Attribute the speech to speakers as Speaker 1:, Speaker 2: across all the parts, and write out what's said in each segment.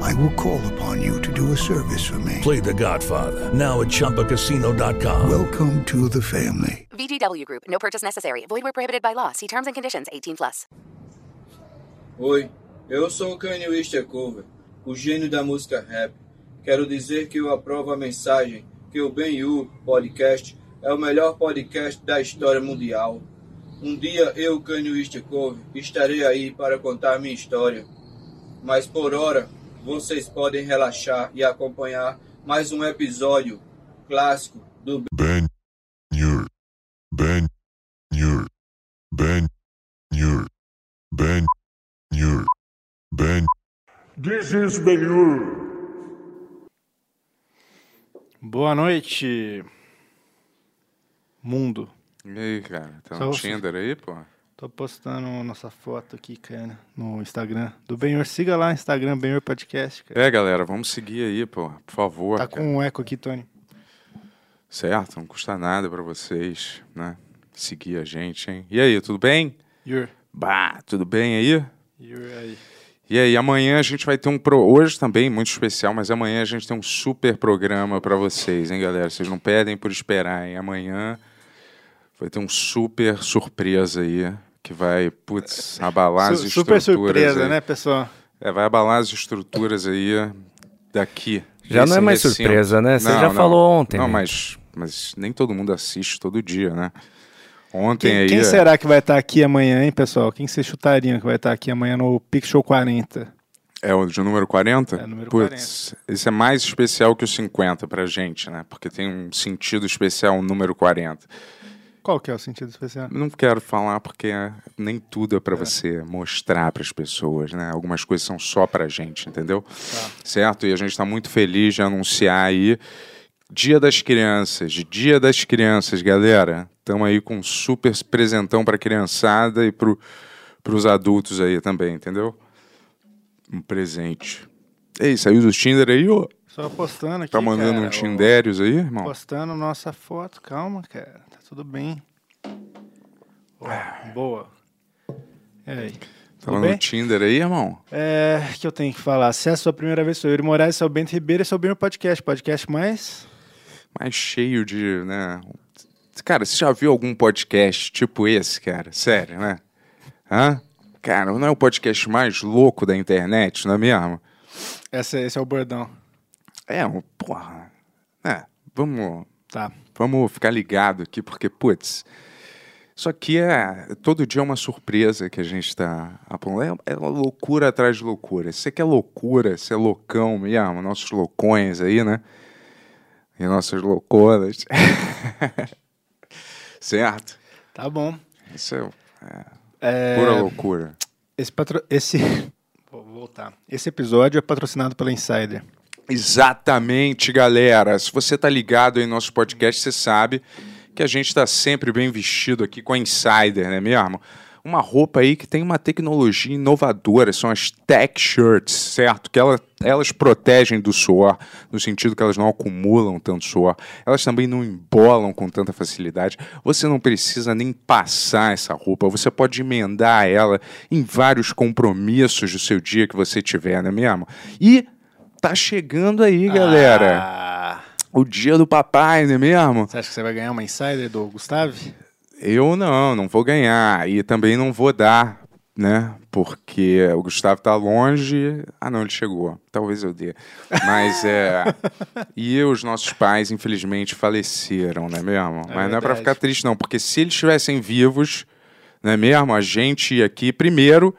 Speaker 1: I will call upon you to do a service for me.
Speaker 2: Play The Godfather now at ChumbaCasino.com.
Speaker 1: Welcome to the family.
Speaker 3: VGW Group. No purchase necessary. Void where prohibited by law. See terms and conditions. 18 plus.
Speaker 4: Oi, eu sou o Kanye West é Cover, o gênio da música rap. Quero dizer que eu aprovo a mensagem que o Ben U Podcast é o melhor podcast da história mundial. Um dia eu, Kanye West é Cover, estarei aí para contar minha história. Mas por hora, vocês podem relaxar e acompanhar mais um episódio clássico do
Speaker 5: Ben Yur. Ben Yur. Ben Yur. Ben Yur. Ben
Speaker 6: This is Benhur.
Speaker 7: Boa noite, mundo.
Speaker 8: E aí, cara, tá
Speaker 7: Só
Speaker 8: no
Speaker 7: você.
Speaker 8: Tinder aí, pô?
Speaker 7: Tô postando um, Então, né? nossa foto aqui, cara, no Instagram do Benhor. Siga lá, Instagram Benhor Podcast, cara.
Speaker 8: É, galera, vamos seguir aí, pô, por favor.
Speaker 7: Tá
Speaker 8: cara.
Speaker 7: com um eco aqui, Tony.
Speaker 8: Certo, não custa nada pra vocês, né? Seguir a gente, hein? E aí, tudo bem?
Speaker 7: Yur,
Speaker 8: Bah, tudo bem aí?
Speaker 7: Yur aí.
Speaker 8: E aí, amanhã a gente vai ter um pro hoje também muito especial, mas amanhã a gente tem um super programa pra vocês, hein, galera? Vocês não pedem por esperar, hein? Amanhã vai ter um super surpresa aí que vai, putz, abalar as
Speaker 7: Su- super
Speaker 8: estruturas.
Speaker 7: surpresa,
Speaker 8: aí.
Speaker 7: né, pessoal?
Speaker 8: É, vai abalar as estruturas aí daqui.
Speaker 9: Já
Speaker 8: desse
Speaker 9: não é mais
Speaker 8: recinto.
Speaker 9: surpresa, né? Você já falou ontem,
Speaker 8: Não,
Speaker 9: né?
Speaker 8: mas, mas nem todo mundo assiste todo dia, né? Ontem
Speaker 7: Quem,
Speaker 8: aí.
Speaker 7: quem
Speaker 8: é-
Speaker 7: será que vai estar aqui amanhã, hein, pessoal? Quem vocês chutariam que vai estar aqui amanhã no Pix Show 40?
Speaker 8: É o de número 40?
Speaker 7: É, número
Speaker 8: Putz, esse é mais especial que o 50 pra gente, né? Porque tem um sentido especial o número 40.
Speaker 7: Qual que é o sentido especial?
Speaker 8: Não quero falar porque nem tudo é para você mostrar para as pessoas, né? Algumas coisas são só para gente, entendeu?
Speaker 7: Tá.
Speaker 8: Certo? E a gente está muito feliz de anunciar aí Dia das Crianças, Dia das Crianças, galera. Estamos aí com um super presentão para criançada e para os adultos aí também, entendeu? Um presente. Ei, saiu do Tinder aí, ô?
Speaker 7: Só postando aqui,
Speaker 8: Tá mandando
Speaker 7: cara,
Speaker 8: um
Speaker 7: ó.
Speaker 8: Tindérios aí, irmão?
Speaker 7: Postando nossa foto, calma, cara. Tá tudo bem. Ó,
Speaker 8: Ah.
Speaker 7: boa. E aí?
Speaker 8: Tá
Speaker 7: Tudo
Speaker 8: mandando
Speaker 7: bem?
Speaker 8: um Tinder aí, irmão?
Speaker 7: É, o que eu tenho que falar? Se é a sua primeira vez, sou eu, Yuri Moraes, sou o Bento Ribeiro, esse é o Benhor Podcast. Podcast mais...
Speaker 8: mais cheio de, né? Cara, você já viu algum podcast tipo esse, cara? Sério, né? Hã? Cara, não é o podcast mais louco da internet, não é mesmo?
Speaker 7: Essa, esse é o bordão.
Speaker 8: É, um- porra. É, vamos,
Speaker 7: Tá.
Speaker 8: vamos ficar ligado aqui, porque, putz, isso aqui é. Todo dia é uma surpresa que a gente tá apontando. É, é loucura atrás de loucura. Você quer loucura, você é loucão mesmo, nossos loucões aí, né? E nossas loucuras. certo?
Speaker 7: Tá bom.
Speaker 8: Isso é, é
Speaker 7: É,
Speaker 8: pura loucura.
Speaker 7: Esse... Patro... esse... Vou voltar. Esse episódio é patrocinado pela Insider.
Speaker 8: Exatamente, galera. Se você tá ligado aí no nosso podcast, você sabe que a gente tá sempre bem vestido aqui com a Insider, né mesmo? Uma roupa aí que tem uma tecnologia inovadora, são as tech shirts, certo? Que ela, elas protegem do suor, no sentido que elas não acumulam tanto suor, elas também não embolam com tanta facilidade. Você não precisa nem passar essa roupa, você pode emendar ela em vários compromissos do seu dia que você tiver, né mesmo? E Tá chegando aí, galera.
Speaker 7: Ah,
Speaker 8: O dia do papai, não é mesmo?
Speaker 7: você acha que você vai ganhar uma Insider do Gustavo?
Speaker 8: Eu não, não vou ganhar. E também não vou dar né? Porque o Gustavo tá longe. Ah, não, ele chegou. Talvez eu dê. Mas é. e os nossos pais, infelizmente, faleceram, não é mesmo? Mas não é pra
Speaker 7: verdade.
Speaker 8: ficar triste, não, porque se eles estivessem vivos, não é mesmo? A gente ia aqui primeiro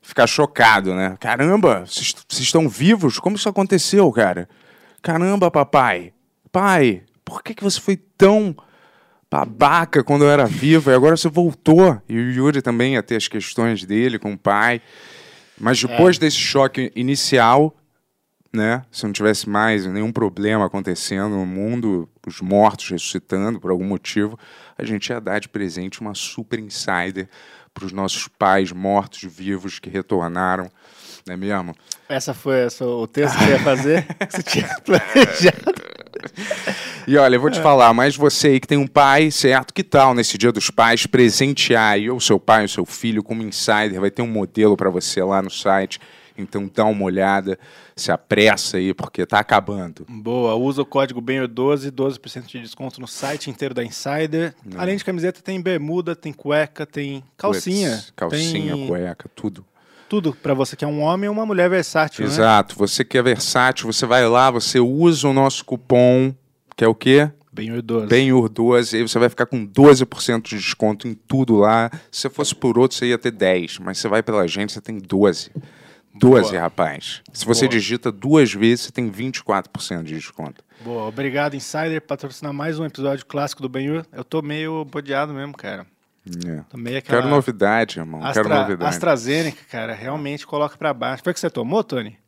Speaker 8: ficar chocado, né? Caramba, vocês vocês estão vivos? Como isso aconteceu, cara? Caramba, papai. Pai, por que, que você foi tão babaca quando eu era viva e agora você voltou. E o Yuri também ia ter as questões dele com o pai. Mas depois
Speaker 10: É.
Speaker 8: desse choque inicial, né? Se não tivesse mais nenhum problema acontecendo no mundo, os mortos ressuscitando por algum motivo, a gente ia dar de presente uma super insider para os nossos pais mortos vivos que retornaram. Não é mesmo?
Speaker 7: Essa foi essa- o texto que você ia fazer? que você tinha planejado?
Speaker 8: E olha, eu vou
Speaker 7: É.
Speaker 8: te falar, mas você aí que tem um pai, certo? Que tal nesse Dia dos Pais presentear aí ou seu pai ou seu filho como insider? Vai ter um modelo para você lá no site. Então dá uma olhada, se apressa aí, porque tá acabando.
Speaker 7: Boa, usa o código BENHER12, 12% de desconto no site inteiro da Insider. Além de camiseta, tem bermuda, tem cueca, tem calcinha.
Speaker 8: Puts, calcinha,
Speaker 7: tem
Speaker 8: cueca, tudo.
Speaker 7: Tudo pra você que é um homem ou uma mulher versátil, né?
Speaker 8: Exato. Você que é versátil, você vai lá, você usa o nosso cupom, que é o quê?
Speaker 7: Benhur 12.
Speaker 8: Benhur 12. Aí você vai ficar com 12% de desconto em tudo lá. Se você fosse por outro, você ia ter 10. Mas você vai pela gente, você tem 12. 12,
Speaker 7: Boa.
Speaker 8: rapaz. Se você
Speaker 7: Boa.
Speaker 8: digita duas vezes, você tem 24% de desconto.
Speaker 7: Boa, obrigado, Insider, por patrocinar mais um episódio clássico do Benhur. Eu tô meio bodeado mesmo, cara.
Speaker 8: É.
Speaker 7: Tomei aquela...
Speaker 8: Quero novidade, irmão. Quero
Speaker 7: Astra-
Speaker 8: novidade.
Speaker 7: AstraZeneca, cara, realmente coloca pra baixo. Foi o que você tomou, Tony?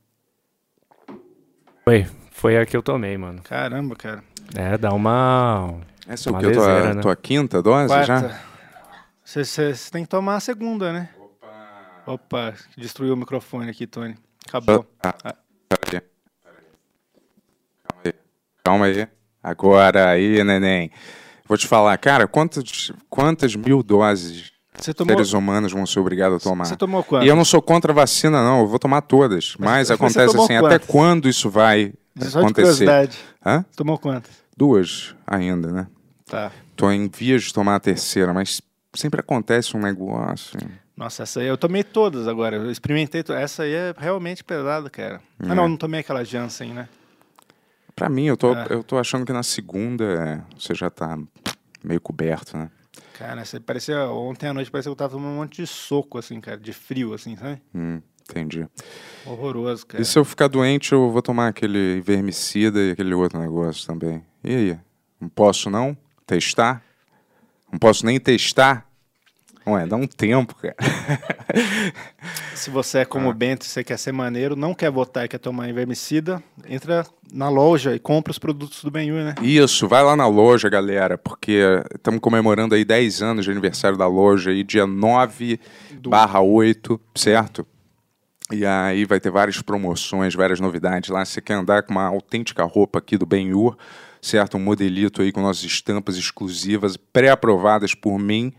Speaker 9: Foi, foi a que eu tomei, mano.
Speaker 7: Caramba, cara.
Speaker 9: É, dá uma.
Speaker 8: Essa é o
Speaker 9: uma
Speaker 8: quê? Tua-
Speaker 9: leseira, né?
Speaker 8: tua quinta dose já?
Speaker 7: Você tem que tomar a segunda, né? Opa. destruiu o microfone aqui, Tony. Acabou.
Speaker 8: Ah, ah, peraí. Peraí. Calma aí. Calma aí. Agora aí, neném. Vou te falar, cara, quantas, quantas mil doses
Speaker 7: Você tomou-
Speaker 8: seres humanos vão ser obrigados a tomar?
Speaker 7: Você tomou quantas?
Speaker 8: E eu não sou contra a vacina, não. Eu vou tomar todas. Mas,
Speaker 7: mas você
Speaker 8: acontece
Speaker 7: tomou
Speaker 8: assim, até
Speaker 7: quantas?
Speaker 8: quando isso vai
Speaker 7: Só de
Speaker 8: acontecer?
Speaker 7: curiosidade.
Speaker 8: Hã?
Speaker 7: Tomou quantas?
Speaker 8: Duas ainda, né?
Speaker 7: Tá.
Speaker 8: Tô em vias de tomar a terceira, mas sempre acontece um negócio.
Speaker 7: Nossa, essa aí eu tomei todas agora. Eu experimentei. to- Essa aí é realmente pesada, cara.
Speaker 8: É.
Speaker 7: Ah, não, eu não tomei aquela Janssen, né?
Speaker 8: Pra mim, eu tô,
Speaker 7: É.
Speaker 8: eu tô achando que na segunda é, você já tá meio coberto, né?
Speaker 7: Cara, essa aí parecia. Ontem à noite parecia que eu tava tomando um monte de soco, assim, cara, de frio, assim, sabe?
Speaker 8: Hum, entendi.
Speaker 7: Horroroso, cara.
Speaker 8: E se eu ficar doente, eu vou tomar aquele vermicida e aquele outro negócio também. E aí? Não posso não testar? Não posso nem testar? Ué, dá um tempo, cara.
Speaker 7: Se você é
Speaker 8: Ah.
Speaker 7: como o Bento, você quer ser maneiro, não quer votar e quer tomar invermicida, entra na loja e compra os produtos do Benhur, né?
Speaker 8: Isso, vai lá na loja, galera, porque estamos comemorando aí 10 anos de aniversário da loja aí, dia 9 barra 8, certo? E aí vai ter várias promoções, várias novidades lá. Se você quer andar com uma autêntica roupa aqui do Benhur, certo? Um modelito aí com nossas estampas exclusivas, pré-aprovadas por mim.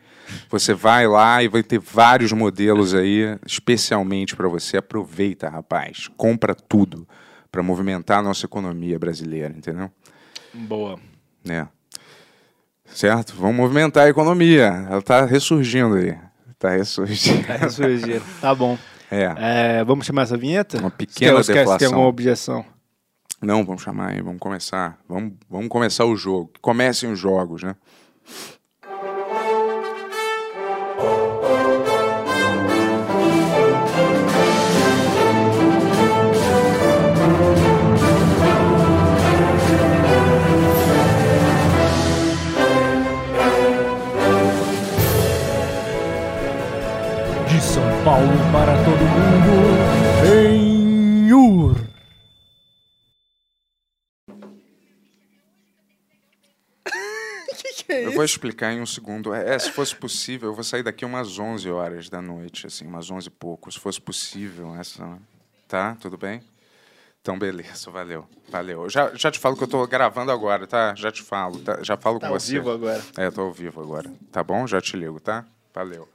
Speaker 8: Você vai lá e vai ter vários modelos aí, especialmente para você. Aproveita, rapaz. Compra tudo para movimentar a nossa economia brasileira, entendeu?
Speaker 7: Boa.
Speaker 8: né? Certo? Vamos movimentar a economia. Ela tá ressurgindo aí. Tá ressurgindo.
Speaker 7: Tá ressurgindo. tá bom.
Speaker 8: É.
Speaker 7: É, vamos chamar essa vinheta? Uma
Speaker 8: pequena
Speaker 7: se tem, se tem
Speaker 8: deflação.
Speaker 7: alguma objeção.
Speaker 8: Não, vamos chamar aí, vamos começar. Vamos, vamos começar o jogo. Que Comecem os jogos, né?
Speaker 11: De São Paulo para todo mundo, Benhur.
Speaker 7: que, que é
Speaker 8: Eu vou explicar em um segundo. É, se fosse possível, eu vou sair daqui umas 11 horas da noite, assim, umas 11 e pouco. Se fosse possível, essa. Tá? Tudo bem? Então, beleza, valeu. Valeu. Eu já, já te falo que eu tô gravando agora, tá? Já te falo. tá? Já falo
Speaker 7: Tá
Speaker 8: com
Speaker 7: ao
Speaker 8: você.
Speaker 7: vivo agora.
Speaker 8: É, tô ao vivo agora. Tá bom? Já te ligo, tá? Valeu.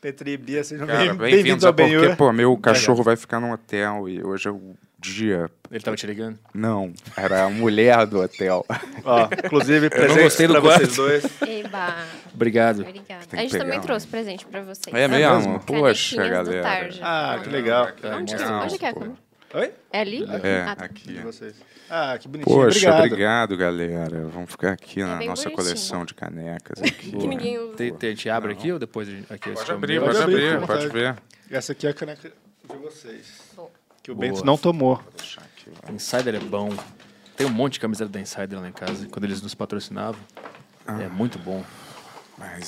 Speaker 7: Petri e Bia, sejam
Speaker 8: Cara,
Speaker 7: bem- bem-vindos
Speaker 8: é
Speaker 7: ao né?
Speaker 8: porque,
Speaker 7: Benhur.
Speaker 8: pô, meu cachorro vai ficar num hotel e hoje eu dia.
Speaker 10: Ele tava te ligando?
Speaker 8: Não, era a mulher do hotel.
Speaker 10: Ó, inclusive,
Speaker 8: Eu não
Speaker 10: presente
Speaker 8: gostei do
Speaker 10: pra
Speaker 8: quarto.
Speaker 10: vocês dois.
Speaker 12: Eba.
Speaker 10: Obrigado.
Speaker 12: Obrigada.
Speaker 8: Tem
Speaker 12: A
Speaker 8: que
Speaker 12: gente também
Speaker 8: pegar, um.
Speaker 12: trouxe presente pra vocês.
Speaker 8: É mesmo? Poxa,
Speaker 12: Canequinhas do
Speaker 8: galera.
Speaker 12: Tarja.
Speaker 7: Ah, que legal.
Speaker 12: Onde,
Speaker 8: Nossa,
Speaker 12: onde que é a
Speaker 8: pô.
Speaker 12: câmera?
Speaker 7: Oi?
Speaker 12: É ali?
Speaker 8: É,
Speaker 12: Ah, tá.
Speaker 8: aqui.
Speaker 7: Ah, que bonitinho.
Speaker 8: Poxa,
Speaker 7: obrigado.
Speaker 8: obrigado. galera. Vamos ficar aqui
Speaker 12: É
Speaker 8: na
Speaker 7: bem
Speaker 8: nossa
Speaker 7: bonitinho.
Speaker 8: coleção de canecas. Aqui.
Speaker 7: Que ninguém usa.
Speaker 10: Tem- tem- a gente abre aqui ou depois a gente- aqui
Speaker 8: Pode
Speaker 10: esse
Speaker 8: abrir,
Speaker 10: comer?
Speaker 8: pode abrir,
Speaker 7: fica à
Speaker 8: pode
Speaker 7: vontade. Essa aqui é a caneca de vocês. Que o Bento não tomou.
Speaker 10: Insider é bom. Tem um monte de camiseta da Insider lá em casa, quando eles nos patrocinavam. É muito bom.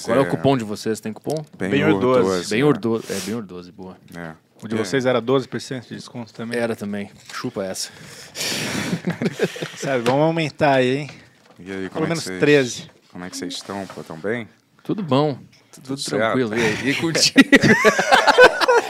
Speaker 10: Qual é...
Speaker 8: é-
Speaker 10: o cupom de vocês? Tem cupom?
Speaker 8: Bem Benhur 12. 12,
Speaker 10: Bem
Speaker 8: né?
Speaker 10: ordoso. É, bem ordoso, boa.
Speaker 8: É.
Speaker 7: O de vocês era 12% de desconto também?
Speaker 10: Era também. Chupa essa.
Speaker 7: Sabe, vamos aumentar aí, hein?
Speaker 8: E aí, como
Speaker 7: Pelo
Speaker 8: é
Speaker 7: menos
Speaker 8: que vocês-
Speaker 7: 13.
Speaker 8: Como é que vocês estão? Pô, tão bem?
Speaker 10: Tudo bom. Tudo,
Speaker 8: certo.
Speaker 10: tranquilo. E, aí, e contigo?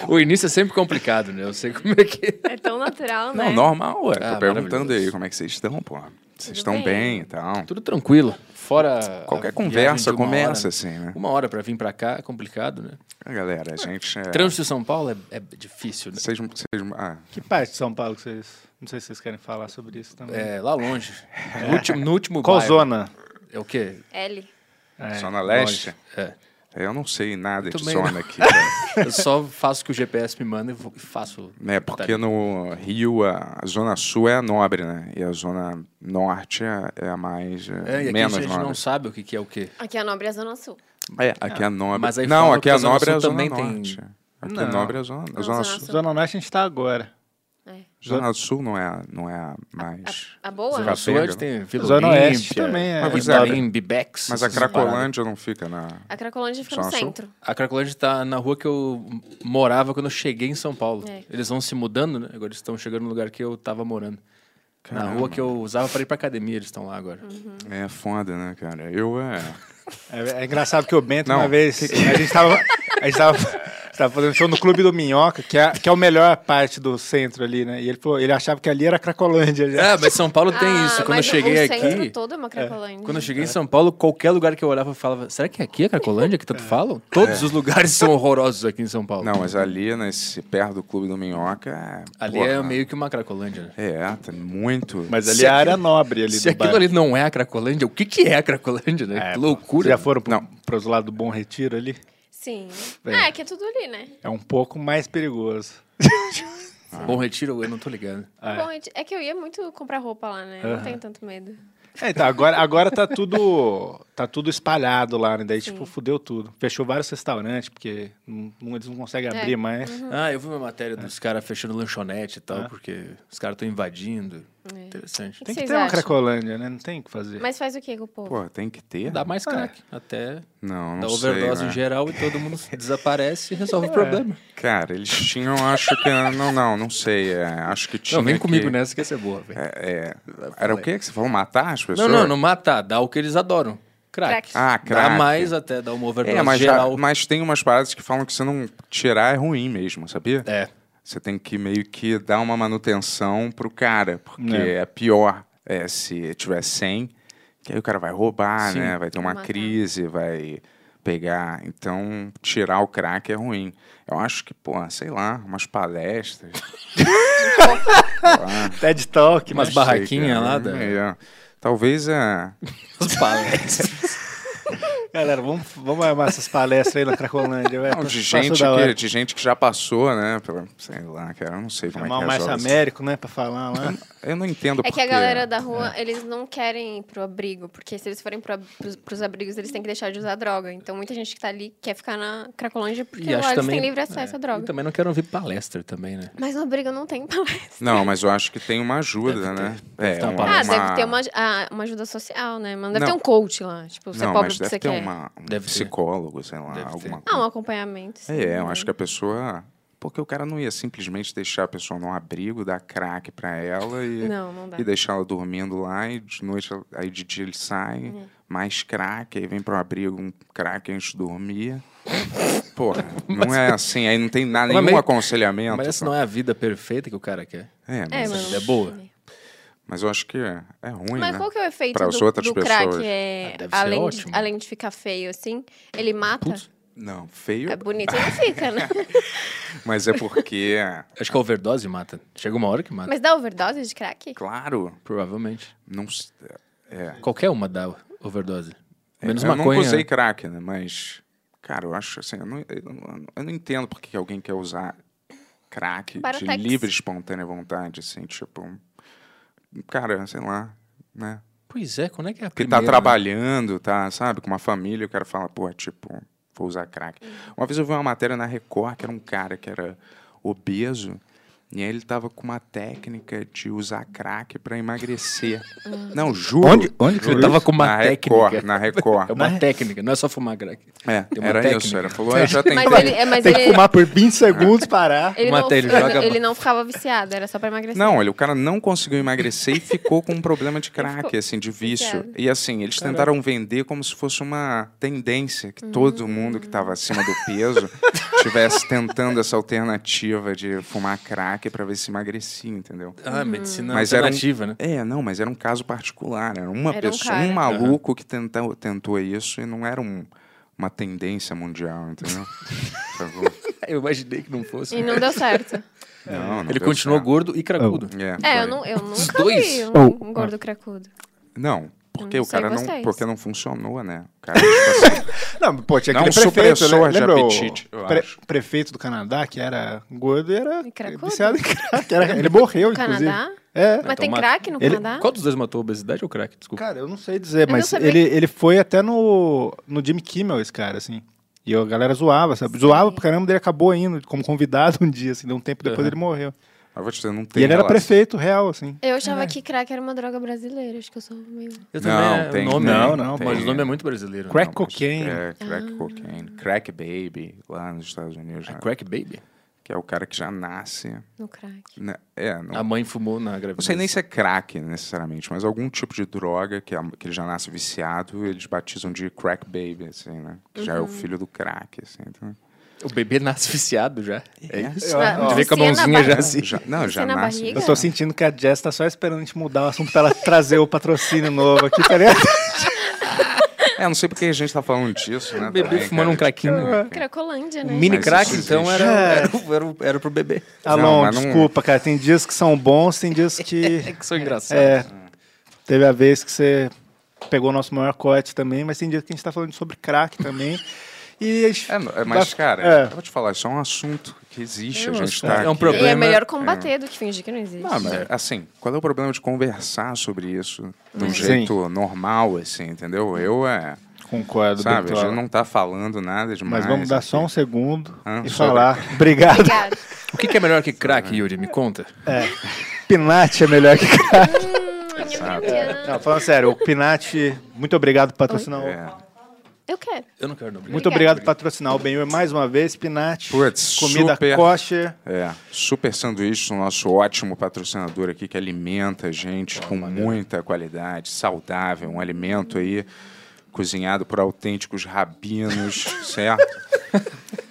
Speaker 10: o início é sempre complicado, né? Eu sei como é que
Speaker 12: É tão natural, né?
Speaker 8: Não, normal, ué.
Speaker 10: Ah,
Speaker 8: tô perguntando aí como é que vocês estão, pô. Vocês estão bem e tal.
Speaker 10: Tudo tranquilo. Fora.
Speaker 8: Qualquer
Speaker 10: a viagem de
Speaker 8: conversa
Speaker 10: uma
Speaker 8: começa
Speaker 10: hora,
Speaker 8: assim, né?
Speaker 10: Uma hora pra vir pra cá é complicado, né?
Speaker 8: Ah, Galera, a gente. É...
Speaker 10: Trânsito em São Paulo é, é difícil, né?
Speaker 8: Vocês. vocês ah,
Speaker 7: Que parte de São Paulo que vocês. Não sei se vocês querem falar sobre isso também.
Speaker 10: É, lá longe. No último, no último
Speaker 7: Qual
Speaker 10: bairro.
Speaker 7: zona?
Speaker 10: É o quê?
Speaker 12: L.
Speaker 8: Zona Leste?
Speaker 10: É.
Speaker 8: Eu não sei nada de
Speaker 10: Também né?
Speaker 8: zona
Speaker 10: não.
Speaker 7: né?
Speaker 8: aqui. cara.
Speaker 10: Eu só faço o que o GPS me manda e vou- e faço.
Speaker 8: É, porque no Rio a, a zona sul é a nobre, né? E a zona norte é, é a mais.
Speaker 10: É,
Speaker 8: É,
Speaker 10: e aqui
Speaker 8: menos
Speaker 10: a gente
Speaker 8: nobre.
Speaker 10: não sabe o que, que é o quê. Ah,
Speaker 12: Aqui é a Nobre e a Zona Sul.
Speaker 8: É, aqui é a nobre.
Speaker 10: Mas aí
Speaker 8: não,
Speaker 10: falam
Speaker 8: aqui
Speaker 10: que
Speaker 8: é
Speaker 10: a
Speaker 8: a
Speaker 10: Zona
Speaker 8: nobre é a
Speaker 10: Sul
Speaker 8: zona
Speaker 10: também tem-
Speaker 8: norte. Aqui é nobre é a zona. A zona sul.
Speaker 7: Zona Norte a gente tá agora.
Speaker 8: Zona Sul não é, a- não é a mais.
Speaker 12: A boa?
Speaker 10: Zona Sul, a gente tem Vila
Speaker 7: Zona Oeste
Speaker 10: Olímpia,
Speaker 7: também
Speaker 10: Mas,
Speaker 7: é- é
Speaker 10: por
Speaker 7: nobre.
Speaker 10: exemplo, em Bibex,
Speaker 8: Mas a
Speaker 10: essas paradas.
Speaker 8: Cracolândia não fica na.
Speaker 12: A Cracolândia fica no
Speaker 8: Zona Sul?
Speaker 12: centro.
Speaker 10: A Cracolândia tá na rua que eu morava quando eu cheguei em São Paulo.
Speaker 12: É.
Speaker 10: Eles vão se mudando, né? Agora eles estão chegando no lugar que eu tava morando. Na
Speaker 8: Caramba.
Speaker 10: rua que eu usava pra ir pra academia, eles estão lá agora.
Speaker 8: É foda, né, cara? Eu é.
Speaker 7: É, é engraçado que o Bento,
Speaker 8: Não.
Speaker 7: uma vez, a gente tava, a gente tava, a gente tava fazendo show no Clube do Minhoca, que é, que é a melhor parte do centro ali, né? E ele falou, ele achava que ali era Cracolândia. Já.
Speaker 10: É, mas São Paulo tem isso. Quando eu
Speaker 12: Ah, mas
Speaker 10: cheguei
Speaker 12: o
Speaker 10: aqui.
Speaker 12: centro todo é uma Cracolândia.
Speaker 10: Quando eu cheguei em São Paulo, qualquer lugar que eu olhava, eu falava: será que aqui é Cracolândia que tanto falam? Todos
Speaker 8: É.
Speaker 10: os lugares são horrorosos aqui em São Paulo.
Speaker 8: Não, mas ali, nesse, perto do Clube do Minhoca. é-
Speaker 10: Ali
Speaker 8: porra.
Speaker 10: é meio que uma Cracolândia, né?
Speaker 8: É, tem muito.
Speaker 7: Mas ali é a área nobre ali
Speaker 10: Se
Speaker 7: do
Speaker 10: aquilo
Speaker 7: bairro.
Speaker 10: ali não é a Cracolândia, o que, que é a Cracolândia, né? que loucura.
Speaker 7: Já foram pro, pros lados do Bom Retiro ali?
Speaker 12: Sim.
Speaker 7: É.
Speaker 12: Ah, é que é tudo ali, né?
Speaker 7: É um pouco mais perigoso. Ah,
Speaker 10: Bom Retiro, eu não tô ligado.
Speaker 12: Bom, gente, é que eu ia muito comprar roupa lá, né? Eu Não
Speaker 7: Aham.
Speaker 12: tenho tanto medo.
Speaker 7: É, então, agora, agora tá tudo tá tudo espalhado lá, né? Daí, tipo, fudeu tudo. Fechou vários restaurantes, porque não- não- eles não conseguem
Speaker 10: É.
Speaker 7: abrir mais.
Speaker 12: Uhum.
Speaker 7: É.
Speaker 10: Ah, eu vi uma matéria dos caras fechando lanchonete e tal, porque os caras estão invadindo.
Speaker 12: É.
Speaker 10: Interessante.
Speaker 12: O
Speaker 7: Tem que
Speaker 12: vocês
Speaker 7: ter uma
Speaker 12: acham?
Speaker 7: Cracolândia, né? Não tem o que fazer.
Speaker 12: Mas faz o que com o povo?
Speaker 8: Pô, tem que ter.
Speaker 10: Dá mais
Speaker 8: É.
Speaker 10: crack. Até
Speaker 8: Não, não
Speaker 10: dá
Speaker 8: sei,
Speaker 10: overdose
Speaker 8: né?
Speaker 10: em geral e todo mundo desaparece e resolve
Speaker 8: É.
Speaker 10: o problema.
Speaker 8: Cara, eles tinham, acho que. Não, não, não sei. é, acho que tinha.
Speaker 10: vem
Speaker 8: que-
Speaker 10: comigo nessa que essa é boa, velho.
Speaker 8: É, é, era o quê? Que você falou matar as
Speaker 10: Não,
Speaker 8: pessoas?
Speaker 10: não, não matar. Dá o que eles adoram. Crack.
Speaker 8: Ah,
Speaker 10: Dá
Speaker 8: crack.
Speaker 10: mais até, dá uma overdose
Speaker 8: É, mas, já-
Speaker 10: geral.
Speaker 8: mas tem umas paradas que falam que se não tirar é ruim mesmo, sabia?
Speaker 10: É.
Speaker 8: Você tem que meio que dar uma manutenção pro cara, porque é,
Speaker 10: É.
Speaker 8: pior é, se tiver 100, que aí o cara vai roubar,
Speaker 10: Sim.
Speaker 8: né? Vai ter uma
Speaker 10: Matar.
Speaker 8: crise, vai pegar. Então, tirar o crack é ruim. Eu acho que, pô, sei lá, umas palestras.
Speaker 7: TED Talk, né?
Speaker 8: mas
Speaker 10: Umas barraquinhas lá da-
Speaker 8: é. Talvez é, a.
Speaker 10: As palestras.
Speaker 7: Galera, vamos, vamos armar essas palestras aí na Cracolândia, velho.
Speaker 8: Não, de,
Speaker 7: Passa
Speaker 8: gente
Speaker 7: da hora.
Speaker 8: que, de gente que já passou, né? pela- sei lá, cara, eu não sei como
Speaker 7: Chamar o
Speaker 8: é que
Speaker 7: Márcio
Speaker 8: resolve isso.
Speaker 7: Américo, né, pra falar lá.
Speaker 8: Eu não entendo
Speaker 12: É
Speaker 8: por
Speaker 12: que a
Speaker 8: quê.
Speaker 12: galera da rua, eles não querem ir pro abrigo, porque se eles forem pro, ab- pros, pros abrigos, eles têm que deixar de usar droga. Então muita gente que tá ali quer ficar na Cracolândia porque
Speaker 10: E acho
Speaker 12: lá eles
Speaker 10: também-
Speaker 12: têm livre acesso à
Speaker 10: Eu
Speaker 12: droga.
Speaker 10: também não quero ouvir palestra também, né?
Speaker 12: Mas no abrigo não tem palestra.
Speaker 8: Não, mas eu acho que tem uma ajuda, né?
Speaker 10: deve ter
Speaker 8: é,
Speaker 10: uma
Speaker 8: uma,
Speaker 12: Ah, deve ter uma, ah, uma ajuda social, né? Mas não deve
Speaker 8: Não.
Speaker 12: ter um coach lá. Tipo, você
Speaker 8: não,
Speaker 12: é pobre
Speaker 8: mas
Speaker 12: porque você
Speaker 8: deve ter
Speaker 12: quer.
Speaker 8: uma, um psicólogo, sei lá, alguma
Speaker 12: Ah, um acompanhamento. sim,
Speaker 8: É, eu
Speaker 12: né?
Speaker 8: acho que a pessoa... Porque o cara não ia simplesmente deixar a pessoa num abrigo, dar crack pra ela e,
Speaker 12: Não, não dá.
Speaker 8: e deixar ela dormindo lá e de noite, ela- aí de dia ele sai,
Speaker 12: É.
Speaker 8: mais crack, aí vem pro abrigo um crack antes de dormir. Porra, não é assim, aí não tem nada,
Speaker 10: Mas
Speaker 8: nenhum
Speaker 10: meio-
Speaker 8: aconselhamento.
Speaker 10: Mas essa
Speaker 8: pô.
Speaker 10: não é a vida perfeita que o cara quer.
Speaker 8: É,
Speaker 12: mas- mas-
Speaker 10: é boa.
Speaker 8: Mas eu acho que é, é ruim,
Speaker 12: Mas
Speaker 8: né?
Speaker 12: qual que é o efeito
Speaker 8: Para as
Speaker 12: do,
Speaker 8: outras
Speaker 12: do
Speaker 8: pessoas.
Speaker 12: crack? É,
Speaker 8: deve ser
Speaker 12: além, de,
Speaker 8: ótimo.
Speaker 12: além de ficar feio, assim, ele mata?
Speaker 8: Não, feio.
Speaker 12: É bonito não fica, né?
Speaker 8: Mas é porque.
Speaker 10: Acho que a overdose mata. Chega uma hora que mata.
Speaker 12: Mas dá overdose de crack?
Speaker 8: Claro.
Speaker 10: Provavelmente.
Speaker 8: Não. s- É.
Speaker 10: Qualquer uma dá overdose.
Speaker 8: É,
Speaker 10: Menos
Speaker 8: eu
Speaker 10: maconha.
Speaker 8: nunca usei crack, né? Mas, cara, eu acho assim, eu não, eu não- eu não entendo porque que alguém quer usar crack de
Speaker 12: Barotex.
Speaker 8: livre, espontânea vontade, assim, tipo, cara, sei lá, né?
Speaker 10: Pois é, quando é que é a
Speaker 8: Porque
Speaker 10: primeira?
Speaker 8: tá
Speaker 10: né?
Speaker 8: trabalhando, tá, sabe, com uma família, o cara fala, pô, tipo, vou usar crack.
Speaker 12: Uhum.
Speaker 8: Uma vez eu vi uma matéria na Record que era um cara que era obeso e aí ele tava com uma técnica de usar crack pra emagrecer.
Speaker 12: Uhum.
Speaker 8: Não, juro.
Speaker 10: Onde- onde que você
Speaker 8: juro.
Speaker 10: tava com uma
Speaker 8: na
Speaker 10: técnica?
Speaker 8: Record, na Record. Né?
Speaker 10: É uma técnica, não é só fumar crack.
Speaker 8: É,
Speaker 10: Tem uma
Speaker 8: era
Speaker 10: técnica.
Speaker 8: isso. Era, falou, eu já tem
Speaker 12: Mas ele- é, mas Tem que ele- fumar
Speaker 8: por 20 segundos,
Speaker 7: parar.
Speaker 12: Ele, não,
Speaker 8: Mata ele,
Speaker 12: ele,
Speaker 8: joga-
Speaker 12: ele não ficava viciado, era só pra emagrecer.
Speaker 8: Não, olha, o cara não conseguiu emagrecer e ficou com um problema de crack, assim, de vício.
Speaker 12: viciado.
Speaker 8: E assim, eles
Speaker 12: Caraca.
Speaker 8: tentaram vender como se fosse uma tendência, que
Speaker 12: Hum.
Speaker 8: todo mundo que estava acima do peso tivesse tentando essa alternativa de fumar crack para ver se emagrecia, entendeu?
Speaker 10: Ah, Uhum. medicina
Speaker 8: era um-
Speaker 10: alternativa, né?
Speaker 8: É, não, mas era um caso particular, era uma
Speaker 10: Era um
Speaker 8: pessoa, um,
Speaker 10: cara.
Speaker 8: maluco que tentou, tentou isso e não era um- uma tendência mundial, entendeu? Tá Por favor.
Speaker 10: Eu imaginei que não fosse. É.
Speaker 12: E não deu certo.
Speaker 8: Não, não
Speaker 10: Ele
Speaker 8: deu
Speaker 10: continuou
Speaker 8: certo.
Speaker 10: gordo e cracudo.
Speaker 12: É, eu, não, eu nunca
Speaker 10: dois.
Speaker 12: vi um,
Speaker 8: Oh.
Speaker 12: um gordo cracudo.
Speaker 8: Não, porque
Speaker 12: Hum, Eu não
Speaker 8: o cara
Speaker 12: sei
Speaker 8: não,
Speaker 12: vocês.
Speaker 8: porque não funcionou, né? O cara, tipo assim,
Speaker 7: Não, pô, tinha
Speaker 8: Dá
Speaker 7: aquele
Speaker 8: um
Speaker 7: prefeito, né?
Speaker 8: supressor de
Speaker 7: Lembra o
Speaker 8: apetite, eu
Speaker 7: pre-
Speaker 8: acho.
Speaker 7: prefeito do Canadá, que era gordo e era
Speaker 12: cracudo?
Speaker 7: viciado em crack. Era- ele morreu,
Speaker 12: No
Speaker 7: inclusive.
Speaker 12: Canadá?
Speaker 7: É.
Speaker 12: Mas tem crack no
Speaker 7: Ele-
Speaker 12: Canadá?
Speaker 10: Então, Qual dos dois matou a obesidade ou crack? Desculpa.
Speaker 7: Cara, eu não sei dizer,
Speaker 12: Eu não
Speaker 7: mas
Speaker 12: sabia
Speaker 7: ele,
Speaker 12: que-
Speaker 7: ele foi até no, no Jimmy Kimmel, esse cara, assim. E a galera zoava, sabe? Zoava pra caramba, ele acabou indo como convidado um dia, assim. deu Um tempo depois
Speaker 8: Aham.
Speaker 7: ele morreu.
Speaker 8: eu vou te dizer, não
Speaker 7: E
Speaker 8: tem
Speaker 7: ele era
Speaker 8: relação.
Speaker 7: prefeito real, assim.
Speaker 12: Eu achava que crack era uma droga brasileira, acho que eu sou meio...
Speaker 10: Eu
Speaker 8: Não,
Speaker 10: também, é,
Speaker 8: tem-
Speaker 10: o nome
Speaker 8: não,
Speaker 10: é-
Speaker 8: não,
Speaker 10: Mas
Speaker 8: tem.
Speaker 10: o nome é muito brasileiro.
Speaker 7: Crack
Speaker 10: Não,
Speaker 7: cocaine.
Speaker 8: É, crack
Speaker 12: Ah.
Speaker 8: cocaine. Crack baby, lá nos Estados Unidos.
Speaker 7: É
Speaker 8: né?
Speaker 10: Crack baby?
Speaker 8: Que é o cara que já nasce...
Speaker 12: No crack.
Speaker 8: né? É, não,
Speaker 10: A mãe fumou na
Speaker 8: não
Speaker 10: gravidez.
Speaker 8: sei nem se é crack, necessariamente, mas algum tipo de droga que, a- que ele já nasce viciado, eles batizam de crack baby, assim, né? Que já é o
Speaker 10: Uhum.
Speaker 8: filho do crack, assim, então...
Speaker 10: O bebê nasce viciado já. É isso.
Speaker 7: Eu- ó.
Speaker 10: Você vê com a
Speaker 7: Vicia na
Speaker 10: mãozinha já
Speaker 7: barriga.
Speaker 10: assim.
Speaker 8: Já- não, já Vicia na nasce. barriga.
Speaker 7: Eu tô sentindo que a Jess tá só esperando a gente mudar o assunto pra ela trazer o patrocínio novo aqui, tá ligado?
Speaker 8: É, não sei porque a gente tá falando disso, né?
Speaker 10: Bebê
Speaker 8: também,
Speaker 10: fumando um
Speaker 8: cara,
Speaker 10: craquinho.
Speaker 7: É.
Speaker 10: Um
Speaker 8: tipo,
Speaker 12: Cracolândia, né?
Speaker 10: Mini
Speaker 8: Mas
Speaker 10: crack,
Speaker 8: isso
Speaker 10: então, era,
Speaker 7: existe.
Speaker 10: era, o- era, o- era pro bebê.
Speaker 8: Não,
Speaker 7: É. Alon,
Speaker 8: mas não-
Speaker 7: desculpa, cara. Tem dias que são bons, tem dias que.
Speaker 10: É que são engraçados.
Speaker 7: É. Teve a vez que você pegou o nosso maior corte também, mas tem dias que a gente tá falando sobre crack também. E
Speaker 8: É, não, é, mas,
Speaker 7: Vai-
Speaker 8: cara,
Speaker 7: é.
Speaker 8: eu vou te falar, isso é um assunto que existe,
Speaker 10: É um
Speaker 8: a gente
Speaker 10: assunto.
Speaker 8: tá
Speaker 10: É um
Speaker 8: aqui.
Speaker 10: problema.
Speaker 12: E é melhor
Speaker 8: É.
Speaker 12: combater do que fingir que não existe.
Speaker 8: Não, mas, assim, qual é o problema de conversar sobre isso de um
Speaker 7: Sim.
Speaker 8: jeito normal, assim, entendeu? Eu é.
Speaker 7: Concordo,
Speaker 8: Sabe, a
Speaker 7: Bertola.
Speaker 8: gente não tá falando nada demais. assim.
Speaker 7: Mas vamos dar só um segundo
Speaker 8: Ah,
Speaker 7: e
Speaker 8: sobre-
Speaker 7: falar. Obrigado.
Speaker 10: O que, que é melhor que crack, Yuri? Me conta.
Speaker 7: É. Pinate é melhor que crack.
Speaker 8: Sabe?
Speaker 7: Não, falando sério, o Pinate, muito obrigado por patrocinar. o-
Speaker 8: É.
Speaker 12: Eu quero.
Speaker 10: Eu não quero, não.
Speaker 7: Muito obrigado por patrocinar o Benhur mais uma vez, Pinate.
Speaker 8: Putz,
Speaker 7: comida
Speaker 8: super-
Speaker 7: kosher.
Speaker 8: É, Super Sanduíche, o nosso ótimo patrocinador aqui que alimenta a gente com muita qualidade, saudável, um alimento aí cozinhado por autênticos rabinos, certo?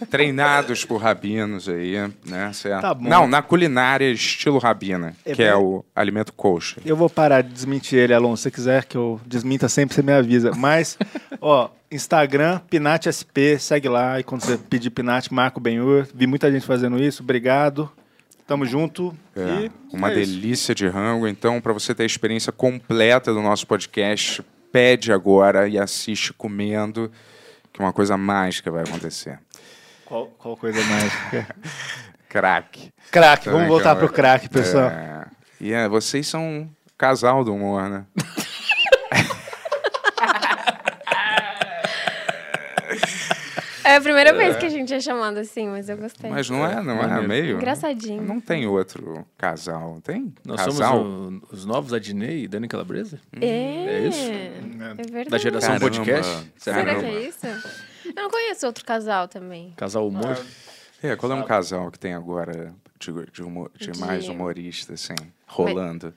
Speaker 8: Treinados por rabinos aí, né, certo?
Speaker 7: Tá bom.
Speaker 8: Não, na culinária estilo rabina,
Speaker 7: É
Speaker 8: que é
Speaker 7: bem-
Speaker 8: o alimento kosher.
Speaker 7: Eu vou parar de desmentir ele, Alonso. Se você quiser que eu desminta sempre, você me avisa. Mas, ó, Instagram, PinateSP, segue lá. E quando você pedir Pinate, marca o Benhur. Vi muita gente fazendo isso. Obrigado. Tamo junto.
Speaker 8: É,
Speaker 7: E
Speaker 8: uma
Speaker 7: é isso.
Speaker 8: delícia de rango. Então, para você ter a experiência completa do nosso podcast, pede agora e assiste comendo, que uma coisa mágica vai acontecer.
Speaker 7: Qual, qual coisa mágica?
Speaker 8: Crack.
Speaker 7: Crack,
Speaker 8: Tá
Speaker 7: vamos
Speaker 8: bem,
Speaker 7: voltar
Speaker 8: calma.
Speaker 7: pro crack, pessoal.
Speaker 8: É. E é, vocês são um casal do humor, né?
Speaker 12: É a primeira vez que a gente é chamado assim, mas eu gostei.
Speaker 8: Mas não é, não é
Speaker 10: Maneiro.
Speaker 8: meio.
Speaker 12: Engraçadinho.
Speaker 8: Não tem outro casal, tem?
Speaker 10: Nós
Speaker 8: casal? Ah,
Speaker 10: somos o- os novos Adnei e Dani Calabresa?
Speaker 12: É,
Speaker 10: É isso?
Speaker 12: É verdade.
Speaker 10: Da geração
Speaker 8: Caramba.
Speaker 10: podcast?
Speaker 12: Será que
Speaker 8: Caramba.
Speaker 12: é isso? Eu não conheço outro casal também.
Speaker 10: Casal humor?
Speaker 8: É, qual é um casal que tem agora de, de humor- de
Speaker 12: De-
Speaker 8: mais humorista, assim, rolando?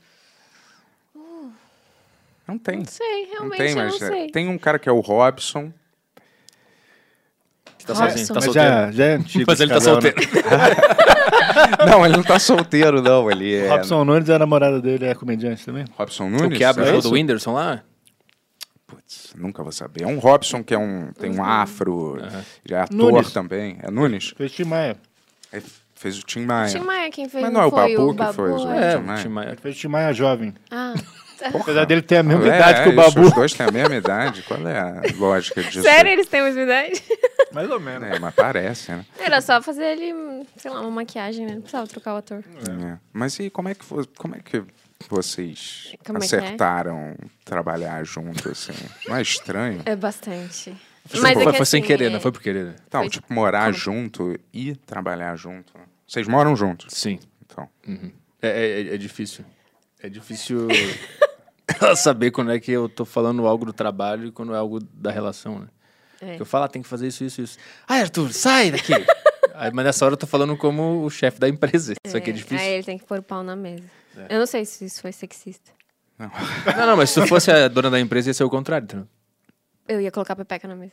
Speaker 8: Não tem.
Speaker 12: Não sei, Uh. realmente
Speaker 8: tem,
Speaker 12: eu
Speaker 8: mas
Speaker 12: não
Speaker 8: é,
Speaker 12: sei.
Speaker 8: Tem um cara que é o Robson.
Speaker 10: Tá sozinho,
Speaker 12: Robson.
Speaker 10: tá
Speaker 7: Mas
Speaker 10: solteiro.
Speaker 7: já, já é antigo.
Speaker 10: Mas
Speaker 7: esse
Speaker 10: ele tá
Speaker 7: casal, né?
Speaker 10: solteiro.
Speaker 8: não, ele não tá solteiro, não. Ele é.
Speaker 7: Robson Nunes, a namorada dele é comediante também?
Speaker 8: Robson
Speaker 10: O
Speaker 8: Nunes?
Speaker 10: que abre o
Speaker 8: será?
Speaker 10: show do Whindersson lá?
Speaker 8: Putz, nunca vou saber. É um Robson que é um, tem
Speaker 12: Uhum.
Speaker 8: um afro,
Speaker 10: Uhum.
Speaker 8: já é ator
Speaker 7: Nunes.
Speaker 8: também. É Nunes? É,
Speaker 7: Fez Tim Maia.
Speaker 8: fez o Tim Maia.
Speaker 12: Tim Maia quem fez,
Speaker 8: Mas não é o
Speaker 12: foi
Speaker 8: Babu
Speaker 12: o
Speaker 8: que foi
Speaker 12: Babu,
Speaker 8: o
Speaker 12: é.
Speaker 8: Tim Maia.
Speaker 7: Ele fez Tim Maia jovem.
Speaker 12: Ah, tá.
Speaker 7: Apesar dele ter a mesma
Speaker 8: É,
Speaker 7: idade que
Speaker 8: é,
Speaker 7: o Babu.
Speaker 8: Isso, os dois têm a mesma idade. Qual é a lógica disso?
Speaker 12: Sério, eles têm a mesma idade?
Speaker 7: Mais ou menos.
Speaker 8: É, mas parece, né?
Speaker 12: Era só fazer ele, sei lá, uma maquiagem, né? Não precisava trocar o ator.
Speaker 8: É. Mas e como é que, fo- como é que vocês
Speaker 12: Como é que é?
Speaker 8: acertaram trabalhar junto, assim? Não é estranho?
Speaker 12: É bastante.
Speaker 8: Tipo,
Speaker 12: Mas é que assim, é-
Speaker 8: querer, né? Então, tipo, morar junto e trabalhar junto. né? Vocês moram juntos? Sim. Então.
Speaker 10: É, é- é- é difícil. É difícil ela saber quando é que eu tô falando algo do trabalho e quando é algo da relação, né?
Speaker 12: É.
Speaker 10: Porque Eu falo, ah, tem que fazer isso, isso, isso. Ai, Arthur, sai daqui! Aí, mas nessa hora eu tô falando como o chefe da empresa. Isso aqui é difícil.
Speaker 12: Aí ele tem que É. pôr o pau na mesa. Eu não sei se isso foi sexista.
Speaker 10: Não, não, mas se eu fosse a dona da empresa ia ser o contrário,
Speaker 8: tá?
Speaker 10: entendeu?
Speaker 12: Eu ia colocar a pepeca na mesa.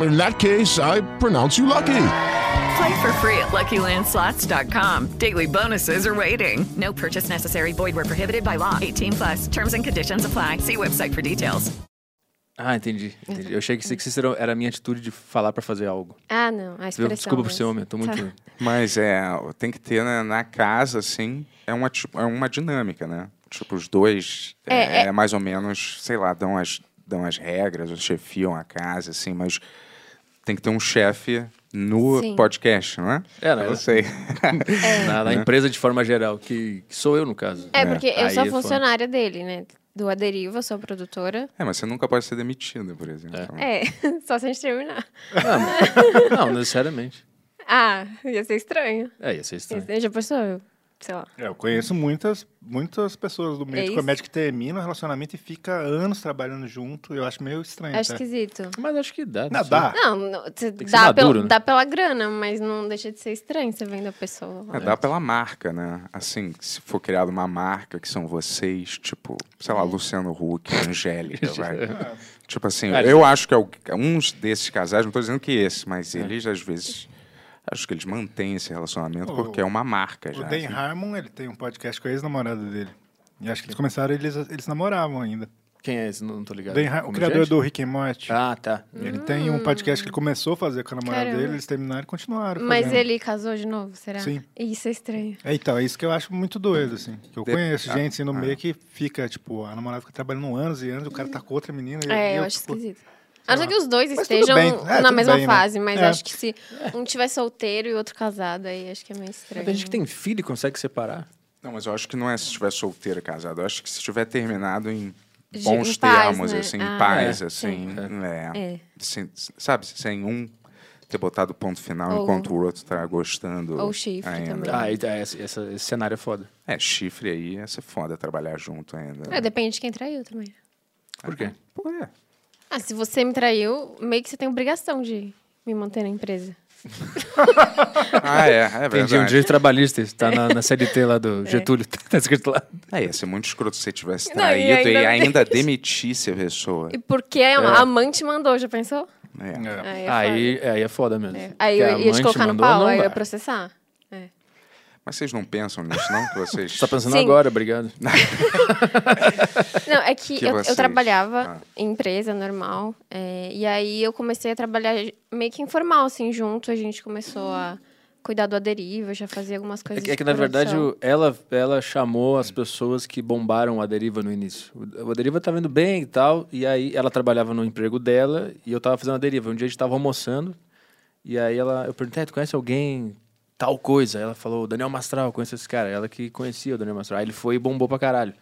Speaker 13: In that case, I pronounce you lucky.
Speaker 14: Play for free at LuckyLandSlots.com. Daily bonuses are waiting. No purchase necessary. Void were prohibited by law. 18 plus. Terms and conditions apply. See website for details.
Speaker 10: Ah, entendi. entendi. Eu achei que sexista era- era a minha atitude de falar pra fazer algo.
Speaker 12: Ah, não. A
Speaker 10: Viu?
Speaker 12: expressão.
Speaker 10: Desculpa por
Speaker 12: mesmo.
Speaker 10: ser um homem, é eu tô muito.
Speaker 12: Tá.
Speaker 8: Mas é, tem que ter na, na casa, assim, é uma, tipo, é uma dinâmica, né? Tipo, os dois é,
Speaker 12: É, é-
Speaker 8: é mais ou menos, sei lá, dão as, dão as regras, ou chefiam a casa, assim, mas tem que ter um chefe no
Speaker 10: Sim.
Speaker 8: podcast, não é?
Speaker 10: É, não,
Speaker 8: Eu
Speaker 10: eu-
Speaker 8: não sei.
Speaker 10: Na, Tá na
Speaker 8: Né?
Speaker 10: empresa de forma geral, que, que sou eu no caso.
Speaker 12: É, porque eu
Speaker 8: Aí
Speaker 12: sou
Speaker 8: é foda.
Speaker 12: funcionária dele, né? Do Aderiva, eu sou produtora.
Speaker 8: É, mas você nunca pode ser demitida, por exemplo.
Speaker 12: É, só se a gente terminar.
Speaker 10: Ah, Não, necessariamente.
Speaker 12: Ah, ia ser estranho.
Speaker 10: É, ia ser estranho.
Speaker 12: Já pensou? Eu- Sei lá.
Speaker 7: É, eu conheço muitas, muitas pessoas do meio
Speaker 12: É
Speaker 7: de
Speaker 12: isso?
Speaker 7: comédia que termina o relacionamento e fica anos trabalhando junto. Eu acho meio estranho.
Speaker 12: Acho
Speaker 7: até.
Speaker 12: esquisito.
Speaker 10: Mas acho que dá.
Speaker 7: Não, dá.
Speaker 12: Não, não, você
Speaker 7: Tem que
Speaker 12: dá,
Speaker 7: ser maduro,
Speaker 12: pelo-
Speaker 7: né?
Speaker 12: dá pela grana, mas não deixa de ser estranho você vendo a pessoa. lá.
Speaker 8: É, dá pela marca, né? Assim, se for criada uma marca que são vocês, tipo, sei lá, Luciano Huck, Angélica, vai. Tipo assim,
Speaker 10: Cara,
Speaker 8: eu acho que al- uns desses casais, não tô dizendo que esse, mas eles às vezes, acho que eles mantêm esse relacionamento
Speaker 7: O-
Speaker 8: porque é uma marca
Speaker 7: O
Speaker 8: já.
Speaker 7: Dan Harmon, ele tem um podcast com a ex-namorada dele. E acho que eles começaram, eles, eles namoravam ainda.
Speaker 10: Quem é esse? Não, não tô ligado.
Speaker 7: Dan Har- o
Speaker 10: Comediante?
Speaker 8: né?
Speaker 7: criador do Rick and Morty.
Speaker 10: Ah, tá.
Speaker 7: Ele tem um podcast que ele começou a fazer com a namorada
Speaker 12: Hum, Caramba.
Speaker 7: dele, eles assim. terminaram e continuaram
Speaker 12: Mas
Speaker 7: fazendo.
Speaker 12: ele casou de novo, será?
Speaker 7: Sim.
Speaker 12: Isso é estranho.
Speaker 7: É, então, é isso que eu acho muito doido, assim. Que eu
Speaker 8: De-
Speaker 7: conheço
Speaker 8: Ah,
Speaker 7: gente assim, no
Speaker 8: ah.
Speaker 7: meio que fica, tipo, a namorada fica trabalhando anos e anos, o cara tá com outra menina. e-
Speaker 12: É,
Speaker 7: e
Speaker 12: eu acho
Speaker 7: tipo,
Speaker 12: esquisito. A não ser
Speaker 7: lá.
Speaker 12: que os dois
Speaker 7: Mas tudo
Speaker 12: estejam
Speaker 7: bem. É,
Speaker 12: na
Speaker 7: tudo
Speaker 12: mesma
Speaker 7: bem, né?
Speaker 12: fase, mas
Speaker 7: É.
Speaker 12: acho que se um tiver solteiro e outro casado, aí acho que é meio estranho.
Speaker 10: Tem gente que tem filho e consegue separar.
Speaker 8: Não, mas eu acho que não é se estiver solteiro e casado, eu acho que se tiver terminado em
Speaker 12: De-
Speaker 8: bons
Speaker 12: em paz,
Speaker 8: termos,
Speaker 12: né?
Speaker 8: assim,
Speaker 12: Ah,
Speaker 8: em paz,
Speaker 10: é,
Speaker 8: assim, é.
Speaker 12: É.
Speaker 8: Sem- sabe, sem um ter botado ponto final
Speaker 12: Ou-
Speaker 8: enquanto o outro tá gostando.
Speaker 12: Ou chifre
Speaker 8: ainda.
Speaker 12: também.
Speaker 10: Ah, e- é, esse, essa- esse cenário é foda.
Speaker 8: É, chifre aí ia ser foda trabalhar junto ainda.
Speaker 12: É, depende de quem traiu também.
Speaker 8: Por quê? né, Por quê?
Speaker 12: Ah, se você me traiu, meio que você tem obrigação de me manter na empresa.
Speaker 8: Ah, é, é verdade.
Speaker 10: Entendi, um direito trabalhista. Tá na, na CLT lá do Getúlio. Tá escrito lá.
Speaker 8: É, ia ser muito escroto se você tivesse
Speaker 12: Não, e
Speaker 8: traído e
Speaker 12: ainda-
Speaker 8: ainda, demitisse a pessoa.
Speaker 12: E porque a
Speaker 8: É.
Speaker 12: a amante mandou, já pensou?
Speaker 8: É.
Speaker 12: Aí é
Speaker 10: Aí, aí é foda mesmo.
Speaker 12: É. Aí eu ia te colocar no pau, aí eu ia processar. É.
Speaker 8: Mas vocês não pensam nisso, não? Que vocês... Só
Speaker 10: tá pensando Sim. agora, obrigado.
Speaker 12: Não, é que,
Speaker 8: Que
Speaker 12: eu, eu
Speaker 8: vocês- ah.
Speaker 12: trabalhava em empresa normal, é, e aí eu comecei a trabalhar meio que informal, assim, junto. A gente começou a cuidar do aderiva, já fazia algumas
Speaker 10: É
Speaker 12: coisas
Speaker 10: que, é que,
Speaker 12: de
Speaker 10: na verdade,
Speaker 12: produção.
Speaker 10: o- ela, ela chamou as pessoas que bombaram a Deriva no início. O- A Deriva tava indo bem e tal, e aí ela trabalhava no emprego dela e eu tava fazendo a Deriva. Um dia a gente tava almoçando, e aí ela, eu perguntei, "Ah, tu conhece alguém tal coisa. Ela falou, Daniel Mastral, conheço esse cara. Ela que conhecia o Daniel Mastral. Aí ele foi e bombou pra caralho.